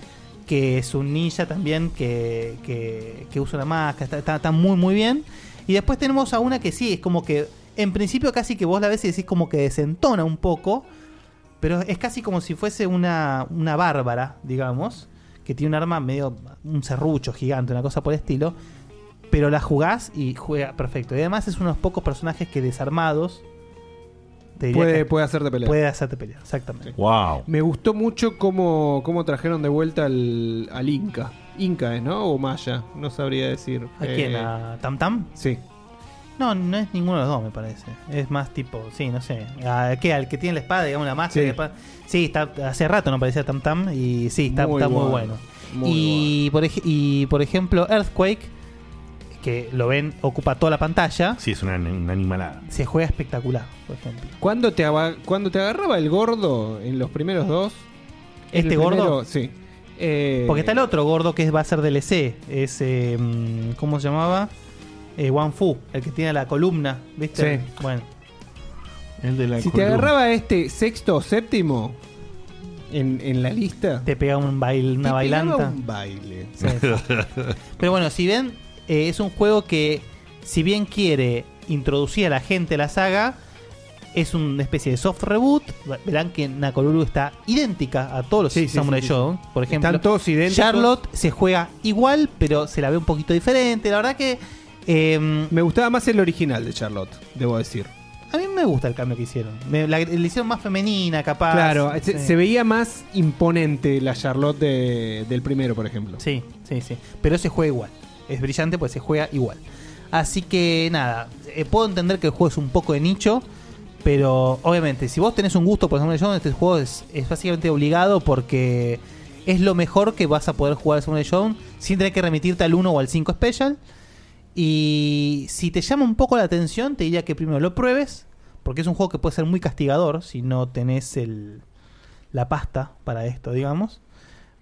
Speaker 6: que es un ninja también que, que, que usa una máscara, está, está- está muy muy bien. Y después tenemos a una que sí, es como que en principio casi que vos la ves y decís como que desentona un poco, pero es casi como si fuese una, una bárbara, digamos, que tiene un arma medio, un serrucho gigante, una cosa por el estilo, pero la jugás y juega perfecto. Y además es uno de los pocos personajes que desarmados... te diría
Speaker 11: Puede-
Speaker 6: que
Speaker 11: puede hacerte pelear.
Speaker 6: Puede hacerte pelear, exactamente.
Speaker 2: Wow.
Speaker 11: Me gustó mucho cómo, cómo trajeron de vuelta al, al Inca. Inca es, ¿no? O Maya, no sabría decir. eh,
Speaker 6: ¿A quién? ¿A Tam Tam?
Speaker 11: Sí.
Speaker 6: No, no es ninguno de los dos, me parece. Es más tipo, sí, no sé. ¿A qué? ¿Al que tiene la espada, digamos, la máscara?
Speaker 11: Sí.
Speaker 6: y la espada? Sí, está, hace rato no parecía Tam Tam y sí, está está
Speaker 11: Muy
Speaker 6: muy bueno.
Speaker 11: bueno, muy
Speaker 6: y, por ej- y por ejemplo, Earthquake, que lo ven, ocupa toda la pantalla,
Speaker 2: Sí, es una, una animalada.
Speaker 6: se juega espectacular, por ejemplo.
Speaker 11: Cuando te, aba- cuando te agarraba el gordo en los primeros dos.
Speaker 6: ¿Este
Speaker 11: el
Speaker 6: gordo?
Speaker 11: primero- sí. Eh,
Speaker 6: Porque está el otro gordo que va a ser DLC, es, eh, mm, ¿cómo se llamaba? Eh, Wang Fu, el que tiene la columna, ¿viste?
Speaker 11: Sí.
Speaker 6: Bueno.
Speaker 2: El de la
Speaker 11: Si te agarraba este sexto o séptimo en, en la lista.
Speaker 6: Te pega un bail, una
Speaker 11: te pegaba
Speaker 6: bailanta.
Speaker 11: un baile.
Speaker 6: Sí, Pero bueno, si bien eh, es un juego que, si bien quiere introducir a la gente a la saga, es una especie de soft reboot. Verán que Nakoluru está idéntica a todos los
Speaker 11: Sí, sí,
Speaker 6: Samurai
Speaker 11: sí, sí.
Speaker 6: Shodown, por ejemplo.
Speaker 11: Están todos idénticos.
Speaker 6: Charlotte se juega igual, pero se la ve un poquito diferente. La verdad que eh,
Speaker 11: me gustaba más el original de Charlotte, debo decir.
Speaker 6: a mí me gusta el cambio que hicieron. Me- la, le hicieron más femenina, capaz.
Speaker 11: Claro, se,
Speaker 6: Ah, Sí.
Speaker 11: se veía más imponente la Charlotte de- del primero, por ejemplo.
Speaker 6: Sí, sí, sí. Pero se juega igual. Es brillante porque se juega igual. Así que nada, eh, puedo entender que el juego es un poco de nicho, pero obviamente si vos tenés un gusto por Samurai Shodown, este juego es, es básicamente obligado porque es lo mejor que vas a poder jugar a Samurai Shodown sin tener que remitirte al 1 o al 5 Special. Y si te llama un poco la atención, te diría que primero lo pruebes, porque es un juego que puede ser muy castigador si no tenés el, la pasta para esto, digamos.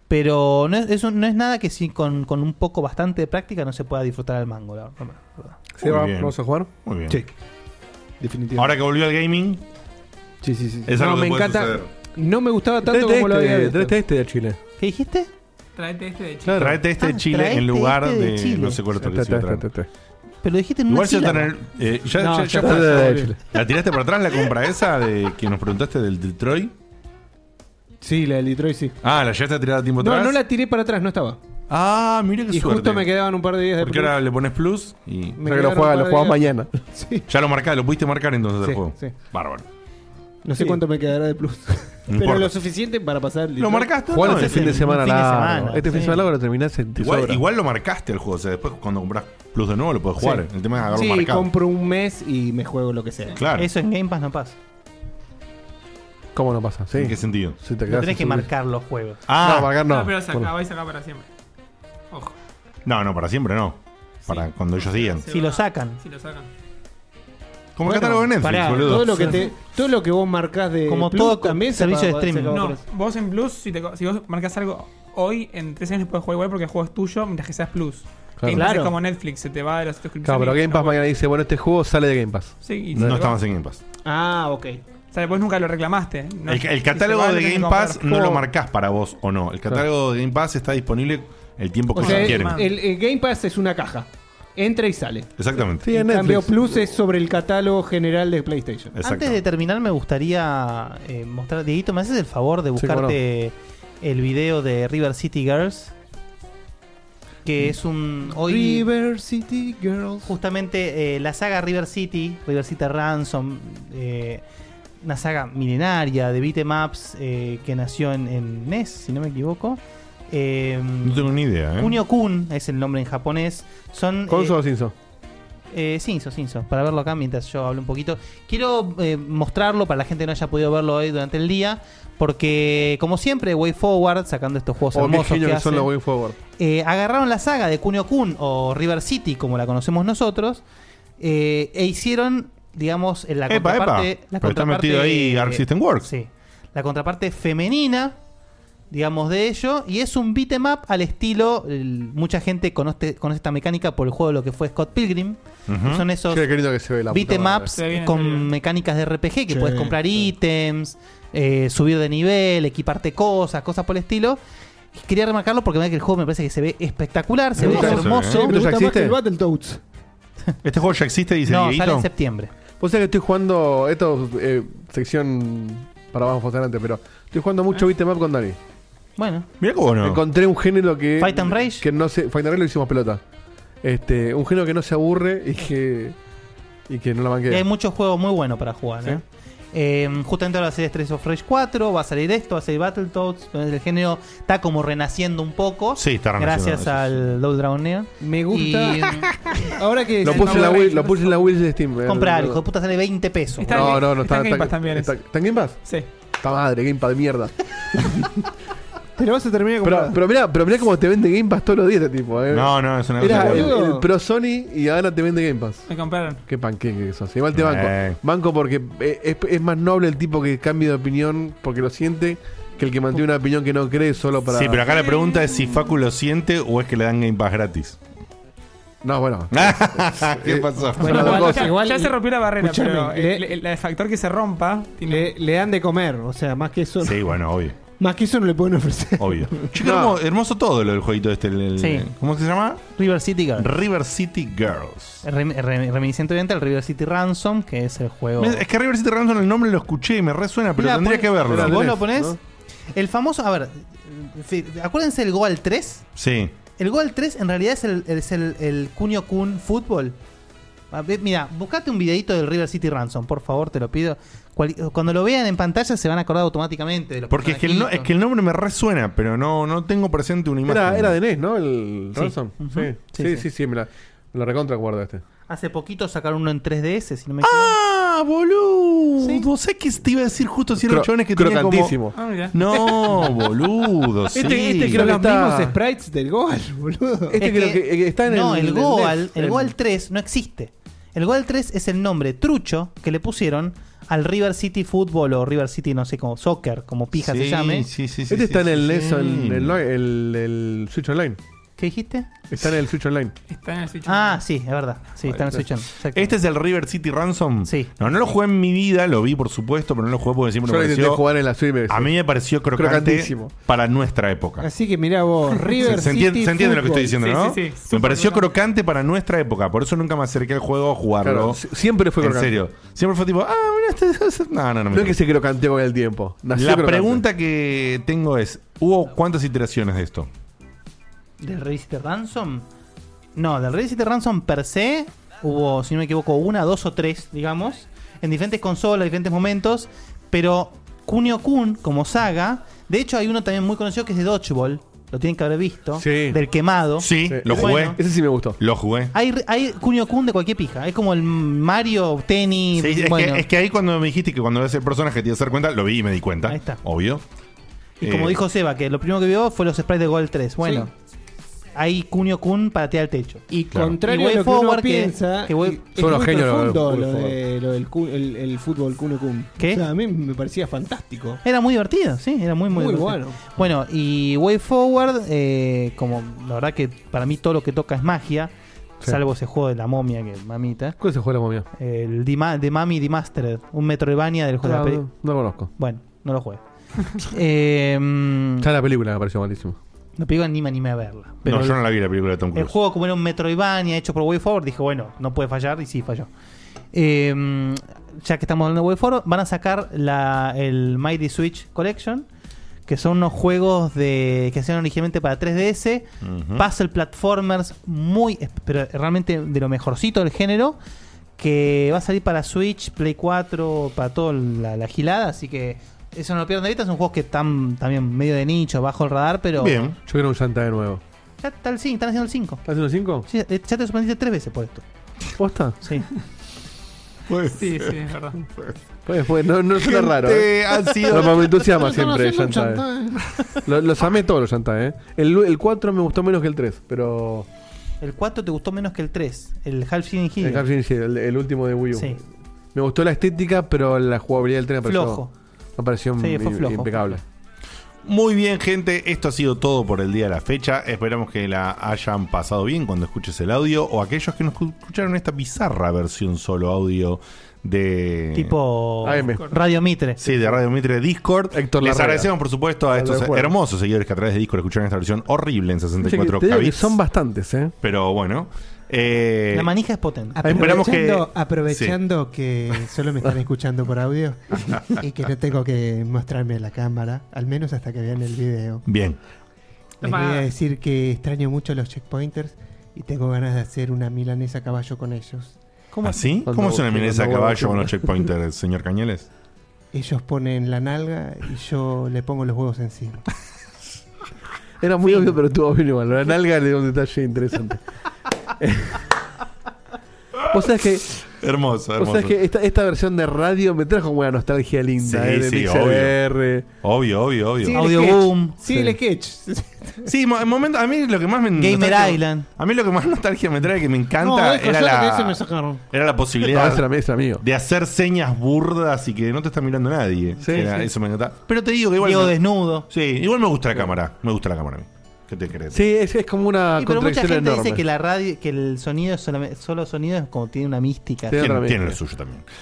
Speaker 6: Pero no es, eso no es nada que si con, con un poco bastante de práctica no se pueda disfrutar al mango, la verdad.
Speaker 3: Sí, va- ¿Vamos a jugar?
Speaker 2: Muy bien.
Speaker 11: Sí. Definitivamente.
Speaker 2: Ahora que volvió al gaming.
Speaker 11: Sí, sí, sí.
Speaker 2: Es
Speaker 11: no,
Speaker 2: algo
Speaker 11: me
Speaker 2: que puede
Speaker 11: encanta.
Speaker 2: suceder.
Speaker 11: No me gustaba tanto
Speaker 3: Tráete
Speaker 11: como lo
Speaker 3: este,
Speaker 11: había visto.
Speaker 3: tráete este de Chile.
Speaker 6: ¿Qué dijiste?
Speaker 5: Traete este de Chile.
Speaker 3: Claro.
Speaker 2: Traete este
Speaker 11: Ah,
Speaker 2: de Chile
Speaker 3: traete
Speaker 2: en lugar
Speaker 3: este
Speaker 2: de.
Speaker 3: de Chile.
Speaker 2: No sé cuál otro que
Speaker 3: Traete,
Speaker 2: se iba a
Speaker 3: traete,
Speaker 2: traer.
Speaker 6: Pero dijiste en
Speaker 2: Igual
Speaker 6: una
Speaker 2: ya está en
Speaker 6: sílaba.
Speaker 2: el. eh, ya,
Speaker 6: No,
Speaker 2: ya-
Speaker 6: ya
Speaker 2: ya
Speaker 6: está.
Speaker 2: pasó.
Speaker 6: Traete de Chile.
Speaker 2: ¿La tiraste para atrás la compra esa de que nos preguntaste del Detroit?
Speaker 11: Sí, la del Detroit sí.
Speaker 2: Ah, la llegaste a tirar a tiempo
Speaker 11: No,
Speaker 2: atrás.
Speaker 11: no la tiré para atrás, no estaba.
Speaker 2: Ah, mira qué
Speaker 11: Y
Speaker 2: suerte.
Speaker 11: justo me quedaban un par de días de
Speaker 2: Porque ahora le pones plus y.
Speaker 11: Me O sea que lo quedaron juega- un par lo de juegas días. mañana.
Speaker 2: Ya lo marcás, lo pudiste marcar entonces
Speaker 11: Sí,
Speaker 2: el juego.
Speaker 11: sí.
Speaker 2: Bárbaro.
Speaker 11: No sé
Speaker 2: Sí.
Speaker 11: cuánto me quedará de plus. Pero
Speaker 2: importa.
Speaker 11: lo suficiente para pasar. el
Speaker 2: Lo
Speaker 11: Detroit.
Speaker 2: marcaste,
Speaker 3: Juan este fin de semana largo. Este fin de semana largo lo terminás en tu
Speaker 2: Igual,
Speaker 3: sobra.
Speaker 2: igual lo marcaste el juego. O sea, después cuando compras plus de nuevo lo puedes jugar.
Speaker 11: Sí.
Speaker 2: El tema es agarrarlo
Speaker 11: Sí,
Speaker 2: marcado.
Speaker 11: compro un mes y me juego lo que sea.
Speaker 2: Claro.
Speaker 6: Eso en Game Pass no pasa.
Speaker 3: ¿Cómo no pasa? Sí.
Speaker 2: ¿En qué sentido?
Speaker 3: Sí, te
Speaker 6: No
Speaker 3: quedás
Speaker 6: tenés que
Speaker 3: sin subir.
Speaker 6: marcar los juegos.
Speaker 2: Ah.
Speaker 3: no, marcar no.
Speaker 5: pero se
Speaker 3: Bueno.
Speaker 5: acaba y se acaba para siempre. Ojo.
Speaker 2: No, no, para siempre no. Para cuando ellos digan.
Speaker 5: Se
Speaker 6: Si
Speaker 5: va-
Speaker 6: lo sacan.
Speaker 5: Si lo sacan.
Speaker 2: Como el catálogo de Netflix,
Speaker 6: pará,
Speaker 2: boludo.
Speaker 11: Todo lo que te, Todo lo que vos marcás de
Speaker 6: Como
Speaker 11: Plus
Speaker 6: todo co-
Speaker 11: también se
Speaker 6: servicio
Speaker 11: paga-
Speaker 6: de streaming.
Speaker 11: se paga
Speaker 5: No,
Speaker 11: por eso.
Speaker 5: vos en Plus, si, te co- si vos marcas algo hoy, en tres años puedes jugar igual porque el juego es tuyo mientras que seas Plus.
Speaker 3: Claro.
Speaker 5: Game Pass
Speaker 3: Claro.
Speaker 5: es como Netflix, se te va de la suscripción.
Speaker 3: Claro, pero
Speaker 5: y-
Speaker 3: Game Pass mañana dice, bueno, este juego sale de Game Pass.
Speaker 5: Sí, y
Speaker 2: No
Speaker 5: se
Speaker 2: está
Speaker 5: va.
Speaker 2: más en Game Pass.
Speaker 11: Ah, ok.
Speaker 5: O sea, vos nunca lo reclamaste. ¿eh? ¿no?
Speaker 2: El, el
Speaker 5: Y
Speaker 2: catálogo
Speaker 5: se va, lo
Speaker 2: de
Speaker 5: tenés que
Speaker 2: Game
Speaker 5: comprar.
Speaker 2: Pass no lo marcás para vos o no. El catálogo de Game Pass está disponible el tiempo que
Speaker 11: O sea,
Speaker 2: ustedes
Speaker 11: el,
Speaker 2: quieren.
Speaker 11: el Game Pass es una caja. Entra y sale.
Speaker 2: Exactamente.
Speaker 11: en cambio, Plus es sobre el catálogo general de PlayStation.
Speaker 6: Antes de terminar, me gustaría eh, mostrar. Dieguito, ¿me haces el favor de
Speaker 11: Sí, cómo
Speaker 6: buscarte el video de River City Girls? Que es un. Hoy,
Speaker 11: River City Girls.
Speaker 6: Justamente eh, la saga River City, River City Ransom, eh, una saga milenaria de beat em ups, eh, que nació en, en NES, si no me equivoco. Eh,
Speaker 2: No tengo ni idea, ¿eh?
Speaker 6: Kunio Kun es el nombre en japonés. Son.
Speaker 3: ¿Conso
Speaker 6: eh,
Speaker 3: o Sinso?
Speaker 6: eh, Cinso, Cinso, para verlo acá mientras yo hablo un poquito. Quiero eh, mostrarlo para la gente que no haya podido verlo hoy durante el día, porque como siempre, Way Forward, sacando estos juegos
Speaker 3: O Oh, qué
Speaker 6: hermosos
Speaker 3: genio
Speaker 6: que
Speaker 3: que son
Speaker 6: Oh, hacen,
Speaker 3: los Way Forward.
Speaker 6: eh, agarraron la saga de Kunio Kun o River City, como la conocemos nosotros, eh, e hicieron, digamos, en la
Speaker 2: Epa, epa.
Speaker 6: contraparte... La
Speaker 2: Pero está
Speaker 6: contraparte,
Speaker 2: metido ahí Arc
Speaker 6: eh,
Speaker 2: System Works.
Speaker 6: Sí. La contraparte femenina, digamos, de ello. Y es un beat em up al estilo. el- mucha gente conoce, conoce esta mecánica por el juego de lo que fue Scott Pilgrim.
Speaker 3: Ujú.
Speaker 6: que Son esos
Speaker 3: Qué querido que se ve la puta
Speaker 6: beat em
Speaker 3: madre.
Speaker 6: ups
Speaker 3: Se ve bien, se ve
Speaker 6: con mecánicas de RPG que
Speaker 3: Sí,
Speaker 6: puedes comprar ítems, eh, subir de nivel, equiparte cosas, cosas por el estilo. Y Quería remarcarlo porque me que el juego me parece que se ve espectacular, se ve hermoso.
Speaker 2: ¿eh?
Speaker 3: ¿Esto ya existe?
Speaker 11: Battletoads.
Speaker 2: Este juego ya existe, dice
Speaker 6: No,
Speaker 2: Dieguito.
Speaker 6: sale en septiembre.
Speaker 3: Vos sabés que estoy jugando. Esto eh, sección para abajo hasta adelante, pero estoy jugando
Speaker 11: ¿Eh?
Speaker 3: mucho beat em up con Dani.
Speaker 6: Bueno.
Speaker 2: Mirá qué bueno.
Speaker 3: Encontré un género que.
Speaker 6: Fight and Rage.
Speaker 3: Que no se, Fight and Rage lo hicimos pelota. Este, un género que no se aburre y que. Y que no la
Speaker 6: Y
Speaker 3: banquea.
Speaker 6: hay muchos juegos muy buenos para jugar. ¿eh? Eh, justamente ahora va a salir Streets of Rage 4, va a salir esto, va a salir Battletoads. El género está como renaciendo un poco.
Speaker 2: Sí, está renaciendo,
Speaker 6: Gracias
Speaker 2: sí,
Speaker 6: al Double Dragon Neon.
Speaker 11: Me gusta. Ahora que
Speaker 3: Lo
Speaker 11: decís-
Speaker 3: puse, en la Wii, lo puse en la Wii de Steam. eh,
Speaker 6: em, Comprar,
Speaker 3: no-
Speaker 6: hijo de puta, sale 20 pesos.
Speaker 3: No, no, no.
Speaker 11: está en Game Pass
Speaker 3: también. ¿Está está en Game Pass?
Speaker 5: Sí.
Speaker 3: Está madre, Game Pass de mierda.
Speaker 11: Te lo vas a terminar
Speaker 3: Pero, pero mirá, pero mirá cómo te vende Game Pass todos los días este tipo. eh.
Speaker 2: No, no, es una
Speaker 3: Era
Speaker 2: cosa
Speaker 3: el,
Speaker 2: boludo.
Speaker 3: el pro Sony y ahora te vende Game Pass.
Speaker 5: Me compraron.
Speaker 3: Qué panqueque que sos. Igual te banco.
Speaker 2: Eh.
Speaker 3: Banco porque eh, es, es más noble el tipo que cambia de opinión porque lo siente que el que mantiene una opinión que no cree solo para.
Speaker 2: Sí, pero acá la pregunta es si Facu lo siente o es que le dan Game Pass gratis.
Speaker 3: No, bueno.
Speaker 2: ¿Qué pasó?
Speaker 11: Bueno,
Speaker 5: Igual,
Speaker 11: igual-
Speaker 5: ya,
Speaker 11: igual-
Speaker 5: ya se rompió la barrera,
Speaker 11: escuchame,
Speaker 5: pero
Speaker 11: le-
Speaker 5: el, el- el factor que se rompa tiene.
Speaker 11: Le, le dan de comer, o sea, más que eso.
Speaker 2: Sí, bueno, obvio.
Speaker 11: Más que eso no le pueden ofrecer.
Speaker 2: Obvio. Che, qué hermo- hermoso todo lo del jueguito este. el- el-
Speaker 6: Sí.
Speaker 2: ¿Cómo se llama?
Speaker 6: River City Girls.
Speaker 2: River City Girls.
Speaker 6: Rem- rem- Reminiscente obviamente al River City Ransom, que es el juego.
Speaker 2: Me- Es que River City Ransom el nombre lo escuché y me resuena, pero
Speaker 6: Mirá,
Speaker 2: tendría
Speaker 3: pues,
Speaker 6: pon-
Speaker 2: que verlo.
Speaker 6: si vos lo
Speaker 2: ¿Tenés?
Speaker 6: ponés.
Speaker 2: ¿No?
Speaker 6: El famoso. A ver, fi- acuérdense del Goal 3.
Speaker 2: Sí.
Speaker 6: El Goal 3 en realidad es el, es el, el Kunio Kun Fútbol. A ver, Mira, buscate un videito del River City Ransom, por favor, te lo pido. Cual- cuando lo vean en pantalla se van a acordar automáticamente de los
Speaker 2: Porque es que, el no- es que el nombre me resuena, pero no, no tengo presente una imagen.
Speaker 3: Era, era de NES, ¿no? El
Speaker 6: Sí.
Speaker 3: Ransom.
Speaker 6: Ujú.
Speaker 3: Sí. Sí,
Speaker 6: Sí,
Speaker 3: sí, sí,
Speaker 6: sí.
Speaker 3: me, la, me lo recontra guardo este.
Speaker 6: Hace poquito sacaron uno en 3DS, si no me equivoco.
Speaker 2: ¡Ah, boludo! ¿Vos sabés que te iba a decir justo si eran
Speaker 3: Cro-
Speaker 2: chones que tenían
Speaker 3: crocantísimo.
Speaker 2: como...
Speaker 5: Ah, mirá.
Speaker 2: No, boludo, sí.
Speaker 11: Este, este
Speaker 3: Son
Speaker 11: creo que
Speaker 3: los
Speaker 11: está...
Speaker 3: mismos
Speaker 11: mismos sprites del Goal, boludo.
Speaker 3: Este
Speaker 6: Es
Speaker 3: creo que,
Speaker 6: que-
Speaker 3: eh, está en
Speaker 6: no,
Speaker 3: el.
Speaker 6: el,
Speaker 3: en
Speaker 6: Goal,
Speaker 3: NES.
Speaker 6: el Goal 3 no existe. El Goal 3 es el nombre trucho que le pusieron al River City Fútbol o River City, no sé, como soccer, como pija se
Speaker 2: Sí,
Speaker 6: llame.
Speaker 2: Sí, sí, sí,
Speaker 3: Este
Speaker 2: sí,
Speaker 3: está en
Speaker 2: sí,
Speaker 3: el NES,
Speaker 2: sí.
Speaker 3: el, el, el- el Switch Online.
Speaker 6: ¿Qué dijiste?
Speaker 3: Está en el Switch Online.
Speaker 5: Está en el Switch.
Speaker 6: Ah, sí, es verdad. Sí, está en el Switch On. exacto.
Speaker 2: Este es el River City Ransom.
Speaker 6: Sí.
Speaker 2: No, no lo jugué en mi vida, lo vi por supuesto, pero no lo jugué porque
Speaker 3: Yo
Speaker 2: siempre
Speaker 3: lo
Speaker 2: me
Speaker 3: intenté
Speaker 2: pareció.
Speaker 3: jugar en la Switch. y me-
Speaker 2: A mí me pareció crocante
Speaker 3: Crocantísimo.
Speaker 2: para nuestra época.
Speaker 11: Así que mirá vos, River
Speaker 2: Se, se entiende,
Speaker 11: City
Speaker 2: se entiende lo que estoy
Speaker 11: Football.
Speaker 2: diciendo,
Speaker 5: Sí,
Speaker 2: ¿no?
Speaker 5: sí, sí.
Speaker 2: me
Speaker 5: Súper
Speaker 2: pareció
Speaker 5: crocante.
Speaker 2: crocante para nuestra época, por eso nunca me acerqué al juego a jugarlo.
Speaker 3: Claro, si- siempre fue
Speaker 2: en
Speaker 3: crocante.
Speaker 2: serio. Siempre fue tipo, ah, mira, este. No, no, no. me
Speaker 3: No es que
Speaker 2: interesa.
Speaker 3: se crocanteó con el tiempo. Nació
Speaker 2: La
Speaker 3: crocante.
Speaker 2: pregunta que tengo es: ¿hubo cuántas iteraciones de esto?
Speaker 6: ¿Del River City Ransom? No, del River City Ransom per se hubo, si no me equivoco, una, dos o tres, digamos, en diferentes consolas, diferentes momentos, pero Kunio Kun como saga, de hecho hay uno también muy conocido que es de Dodgeball, lo tienen que haber visto,
Speaker 3: Sí.
Speaker 6: del quemado.
Speaker 2: Sí,
Speaker 3: Sí.
Speaker 2: lo jugué.
Speaker 6: Bueno.
Speaker 3: Ese sí me gustó.
Speaker 2: Lo jugué.
Speaker 6: Hay, hay Kunio Kun de cualquier pija, es como el Mario, tenis,
Speaker 2: Sí, es,
Speaker 6: bueno.
Speaker 2: que, es que ahí cuando me dijiste que cuando ves el personaje te ibas a dar cuenta, lo vi y me di cuenta.
Speaker 6: Ahí está.
Speaker 2: Obvio.
Speaker 6: y como
Speaker 2: Eh,
Speaker 6: dijo Seba, que lo primero que vio fue los sprites de Gold 3, bueno. Ahí Kunio Kun patea al techo.
Speaker 4: Y
Speaker 6: Claro.
Speaker 4: contrario
Speaker 6: Y Way
Speaker 4: a lo que
Speaker 6: Forward
Speaker 4: uno piensa,
Speaker 6: que Way-
Speaker 4: es muy profundo lo, de, lo del cu- el, el fútbol Kun Kun.
Speaker 6: ¿Qué?
Speaker 4: O sea, a mí me parecía fantástico.
Speaker 6: Era muy divertido, sí, era muy, muy,
Speaker 4: Muy bueno.
Speaker 6: divertido. Bueno, y Way Forward, eh, como la verdad que para mí todo lo que toca es magia,
Speaker 3: Sí.
Speaker 6: salvo ese juego de la momia que mamita.
Speaker 3: ¿Cuál es el juego de la momia?
Speaker 6: El Dima- de Mami Demastered, un Metroidvania del juego
Speaker 3: No,
Speaker 6: de la peli-
Speaker 3: no, no lo conozco.
Speaker 6: Bueno, no lo juegues. eh,
Speaker 3: Ya la película me pareció malísimo.
Speaker 6: no pido ni me animé a verla. Pero
Speaker 2: No, yo no la vi la película de Tom
Speaker 6: el
Speaker 2: Cruise.
Speaker 6: juego, como era un Metroidvania hecho por Way Forward, dije, bueno, no puede fallar, y sí falló. Eh, ya que estamos hablando de Way Forward, van a sacar la, el Mighty Switch Collection, que son unos juegos de que hacían originalmente para 3DS,
Speaker 12: Ujú.
Speaker 6: puzzle platformers, muy, pero realmente de lo mejorcito del género, que va a salir para Switch, Play 4, para toda la, la gilada, así que eso no lo pierdan de vista, son juegos que están también medio de nicho, bajo el radar, pero...
Speaker 3: Bien. Yo quiero un Santa de nuevo.
Speaker 6: Ya está el 5, están haciendo el 5. ¿Están
Speaker 3: haciendo el 5?
Speaker 6: Sí, eh, ya te suspendiste tres veces por esto.
Speaker 3: ¿Posta?
Speaker 6: Sí.
Speaker 5: Sí, sí, es verdad.
Speaker 3: Pues, pues, no, no suena
Speaker 5: Gente,
Speaker 3: raro. ¿eh?
Speaker 5: han sido-
Speaker 3: No, pero me entusiasma
Speaker 5: Están
Speaker 3: siempre
Speaker 5: haciendo un
Speaker 3: Shantae. Lo- Los, amé todos los Shantae, ¿eh? El, el 4 me gustó menos que el 3, pero.
Speaker 6: El 4 te gustó menos que el 3, el Half Shin Hill.
Speaker 3: El, Half Shin Hill, el- el último de Wii U.
Speaker 6: Sí.
Speaker 3: Me gustó la estética, pero la jugabilidad del 3 me pareció.
Speaker 6: Flojo.
Speaker 3: Me pareció
Speaker 6: Sí, fue
Speaker 3: im-
Speaker 6: flojo,
Speaker 3: impecable.
Speaker 2: Muy bien, gente. Esto ha sido todo por el día de la fecha. Esperamos que la hayan pasado bien cuando escuches el audio o aquellos que nos escu- escucharon esta bizarra versión solo audio de.
Speaker 6: Tipo Radio Mitre.
Speaker 2: Sí, de Radio Mitre Discord. Les
Speaker 3: Larrea.
Speaker 2: agradecemos, por supuesto, a
Speaker 3: Al
Speaker 2: estos
Speaker 3: del juego.
Speaker 2: hermosos seguidores que a través de Discord escucharon esta versión horrible en
Speaker 3: Che, que
Speaker 2: 64
Speaker 3: te digo que
Speaker 2: kbits.
Speaker 3: son bastantes, ¿eh?
Speaker 2: Pero bueno. eh,
Speaker 6: La manija es
Speaker 4: Ah,
Speaker 6: potente.
Speaker 2: Esperamos que-
Speaker 4: Aprovechando, aprovechando que solo me están escuchando por audio y que no tengo que mostrarme la cámara, al menos hasta que vean el video.
Speaker 2: Bien.
Speaker 4: Les voy a decir que extraño mucho los checkpointers y tengo ganas de hacer una milanesa a caballo con ellos.
Speaker 2: ¿Ah, sí? ¿Cómo es una milanesa a caballo con los checkpointers, señor Cañales?
Speaker 4: Ellos ponen la nalga y yo le pongo los huevos encima.
Speaker 3: Era muy obvio, pero estuvo bien igual. La nalga le dio un detalle interesante. Vos sabés que.
Speaker 2: Hermoso,
Speaker 3: Vos sabés
Speaker 2: hermoso.
Speaker 3: que esta, esta versión de radio me trajo una nostalgia linda. eh, de Mixer R.
Speaker 2: obvio. Obvio, obvio, obvio.
Speaker 4: Sí, el sketch.
Speaker 2: Sí, mo- en momento, a mí lo que más me.
Speaker 6: Gamer
Speaker 2: nostalgia-
Speaker 6: Island.
Speaker 2: A mí lo que más nostalgia me trae que me
Speaker 4: No,
Speaker 2: encanta
Speaker 4: dejo,
Speaker 2: era,
Speaker 4: yo de ese me
Speaker 2: la,
Speaker 4: sacaron.
Speaker 2: era la
Speaker 3: No,
Speaker 2: posibilidad
Speaker 3: ese era
Speaker 2: de hacer señas burdas y que no te está mirando nadie. Era-
Speaker 3: sí.
Speaker 2: Eso me encanta. Pero te digo que igual.
Speaker 3: Diego
Speaker 2: me-
Speaker 6: desnudo.
Speaker 2: Sí, igual me gusta la cámara. Me gusta la cámara a mí. ¿Qué te crees?
Speaker 3: Sí, es, es como una
Speaker 6: pero mucha
Speaker 3: Ah, contradicción
Speaker 6: gente
Speaker 3: enorme.
Speaker 6: dice que la radio, que el sonido es solamente- solo sonido es como tiene una mística.
Speaker 3: Tiene otra mística.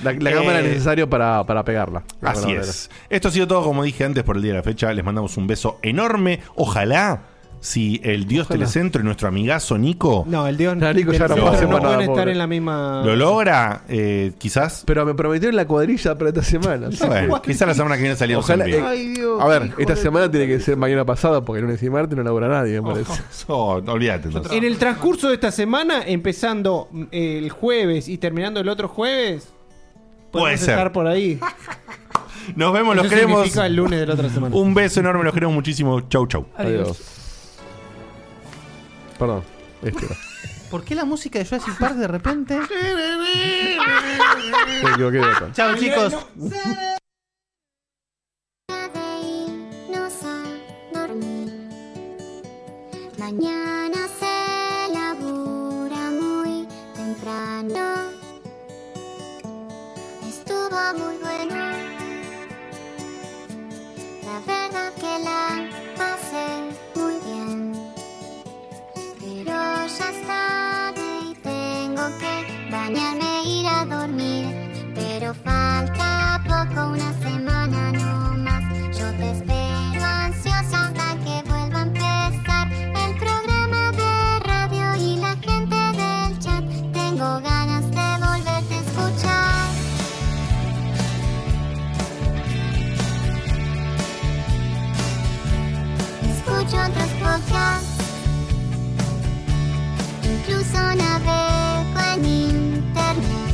Speaker 3: La, la
Speaker 2: Eh,
Speaker 3: cámara es necesaria para, para pegarla. de
Speaker 2: Así
Speaker 3: alguna
Speaker 2: es. Esto ha sido todo, como dije antes, por el día de la fecha. Les mandamos un beso enorme. Ojalá, si el Dios
Speaker 4: Ojalá.
Speaker 2: Telecentro y nuestro amigazo Nico
Speaker 4: No, el dios
Speaker 3: Nico ya no
Speaker 4: no,
Speaker 3: puede hacer más nada,
Speaker 4: pueden estar
Speaker 3: pobre.
Speaker 4: en la misma.
Speaker 2: lo logra, eh, quizás.
Speaker 3: Pero me prometieron la cuadrilla para esta semana.
Speaker 2: A ver, quizás la semana que viene salimos
Speaker 3: Ojalá,
Speaker 2: en vivo.
Speaker 3: eh, a ver, esta semana tiene que ser mañana pasada porque el lunes y martes no labura nadie, me parece.
Speaker 2: Oh, no, olvídate. entonces.
Speaker 4: En el transcurso de esta semana, empezando mm, el jueves y terminando el otro jueves,
Speaker 2: Puede
Speaker 4: podemos
Speaker 2: ser.
Speaker 4: estar por ahí.
Speaker 2: Nos vemos, los
Speaker 4: Eso
Speaker 2: queremos.
Speaker 4: significa el lunes de la otra semana.
Speaker 2: Un beso enorme, los queremos muchísimo. Chau, chau.
Speaker 3: Adiós. Perdón. Este era.
Speaker 6: ¿Por qué la música de Jurassic Park de repente?
Speaker 3: Me equivoqué de botón.
Speaker 6: Chao chicos.
Speaker 11: irnos a dormir. Mañana se labura muy temprano. Estuvo muy bueno. La verdad que la pasé muy bien. Pero ya es tarde y tengo que bañarme e ir a dormir. Pero falta poco, una semana no más. Yo te espero ansiosa hasta que vuelva a empezar el programa de radio y la gente del chat. Tengo ganas de volverte a escuchar. Escucho otros podcasts, incluso navego en internet.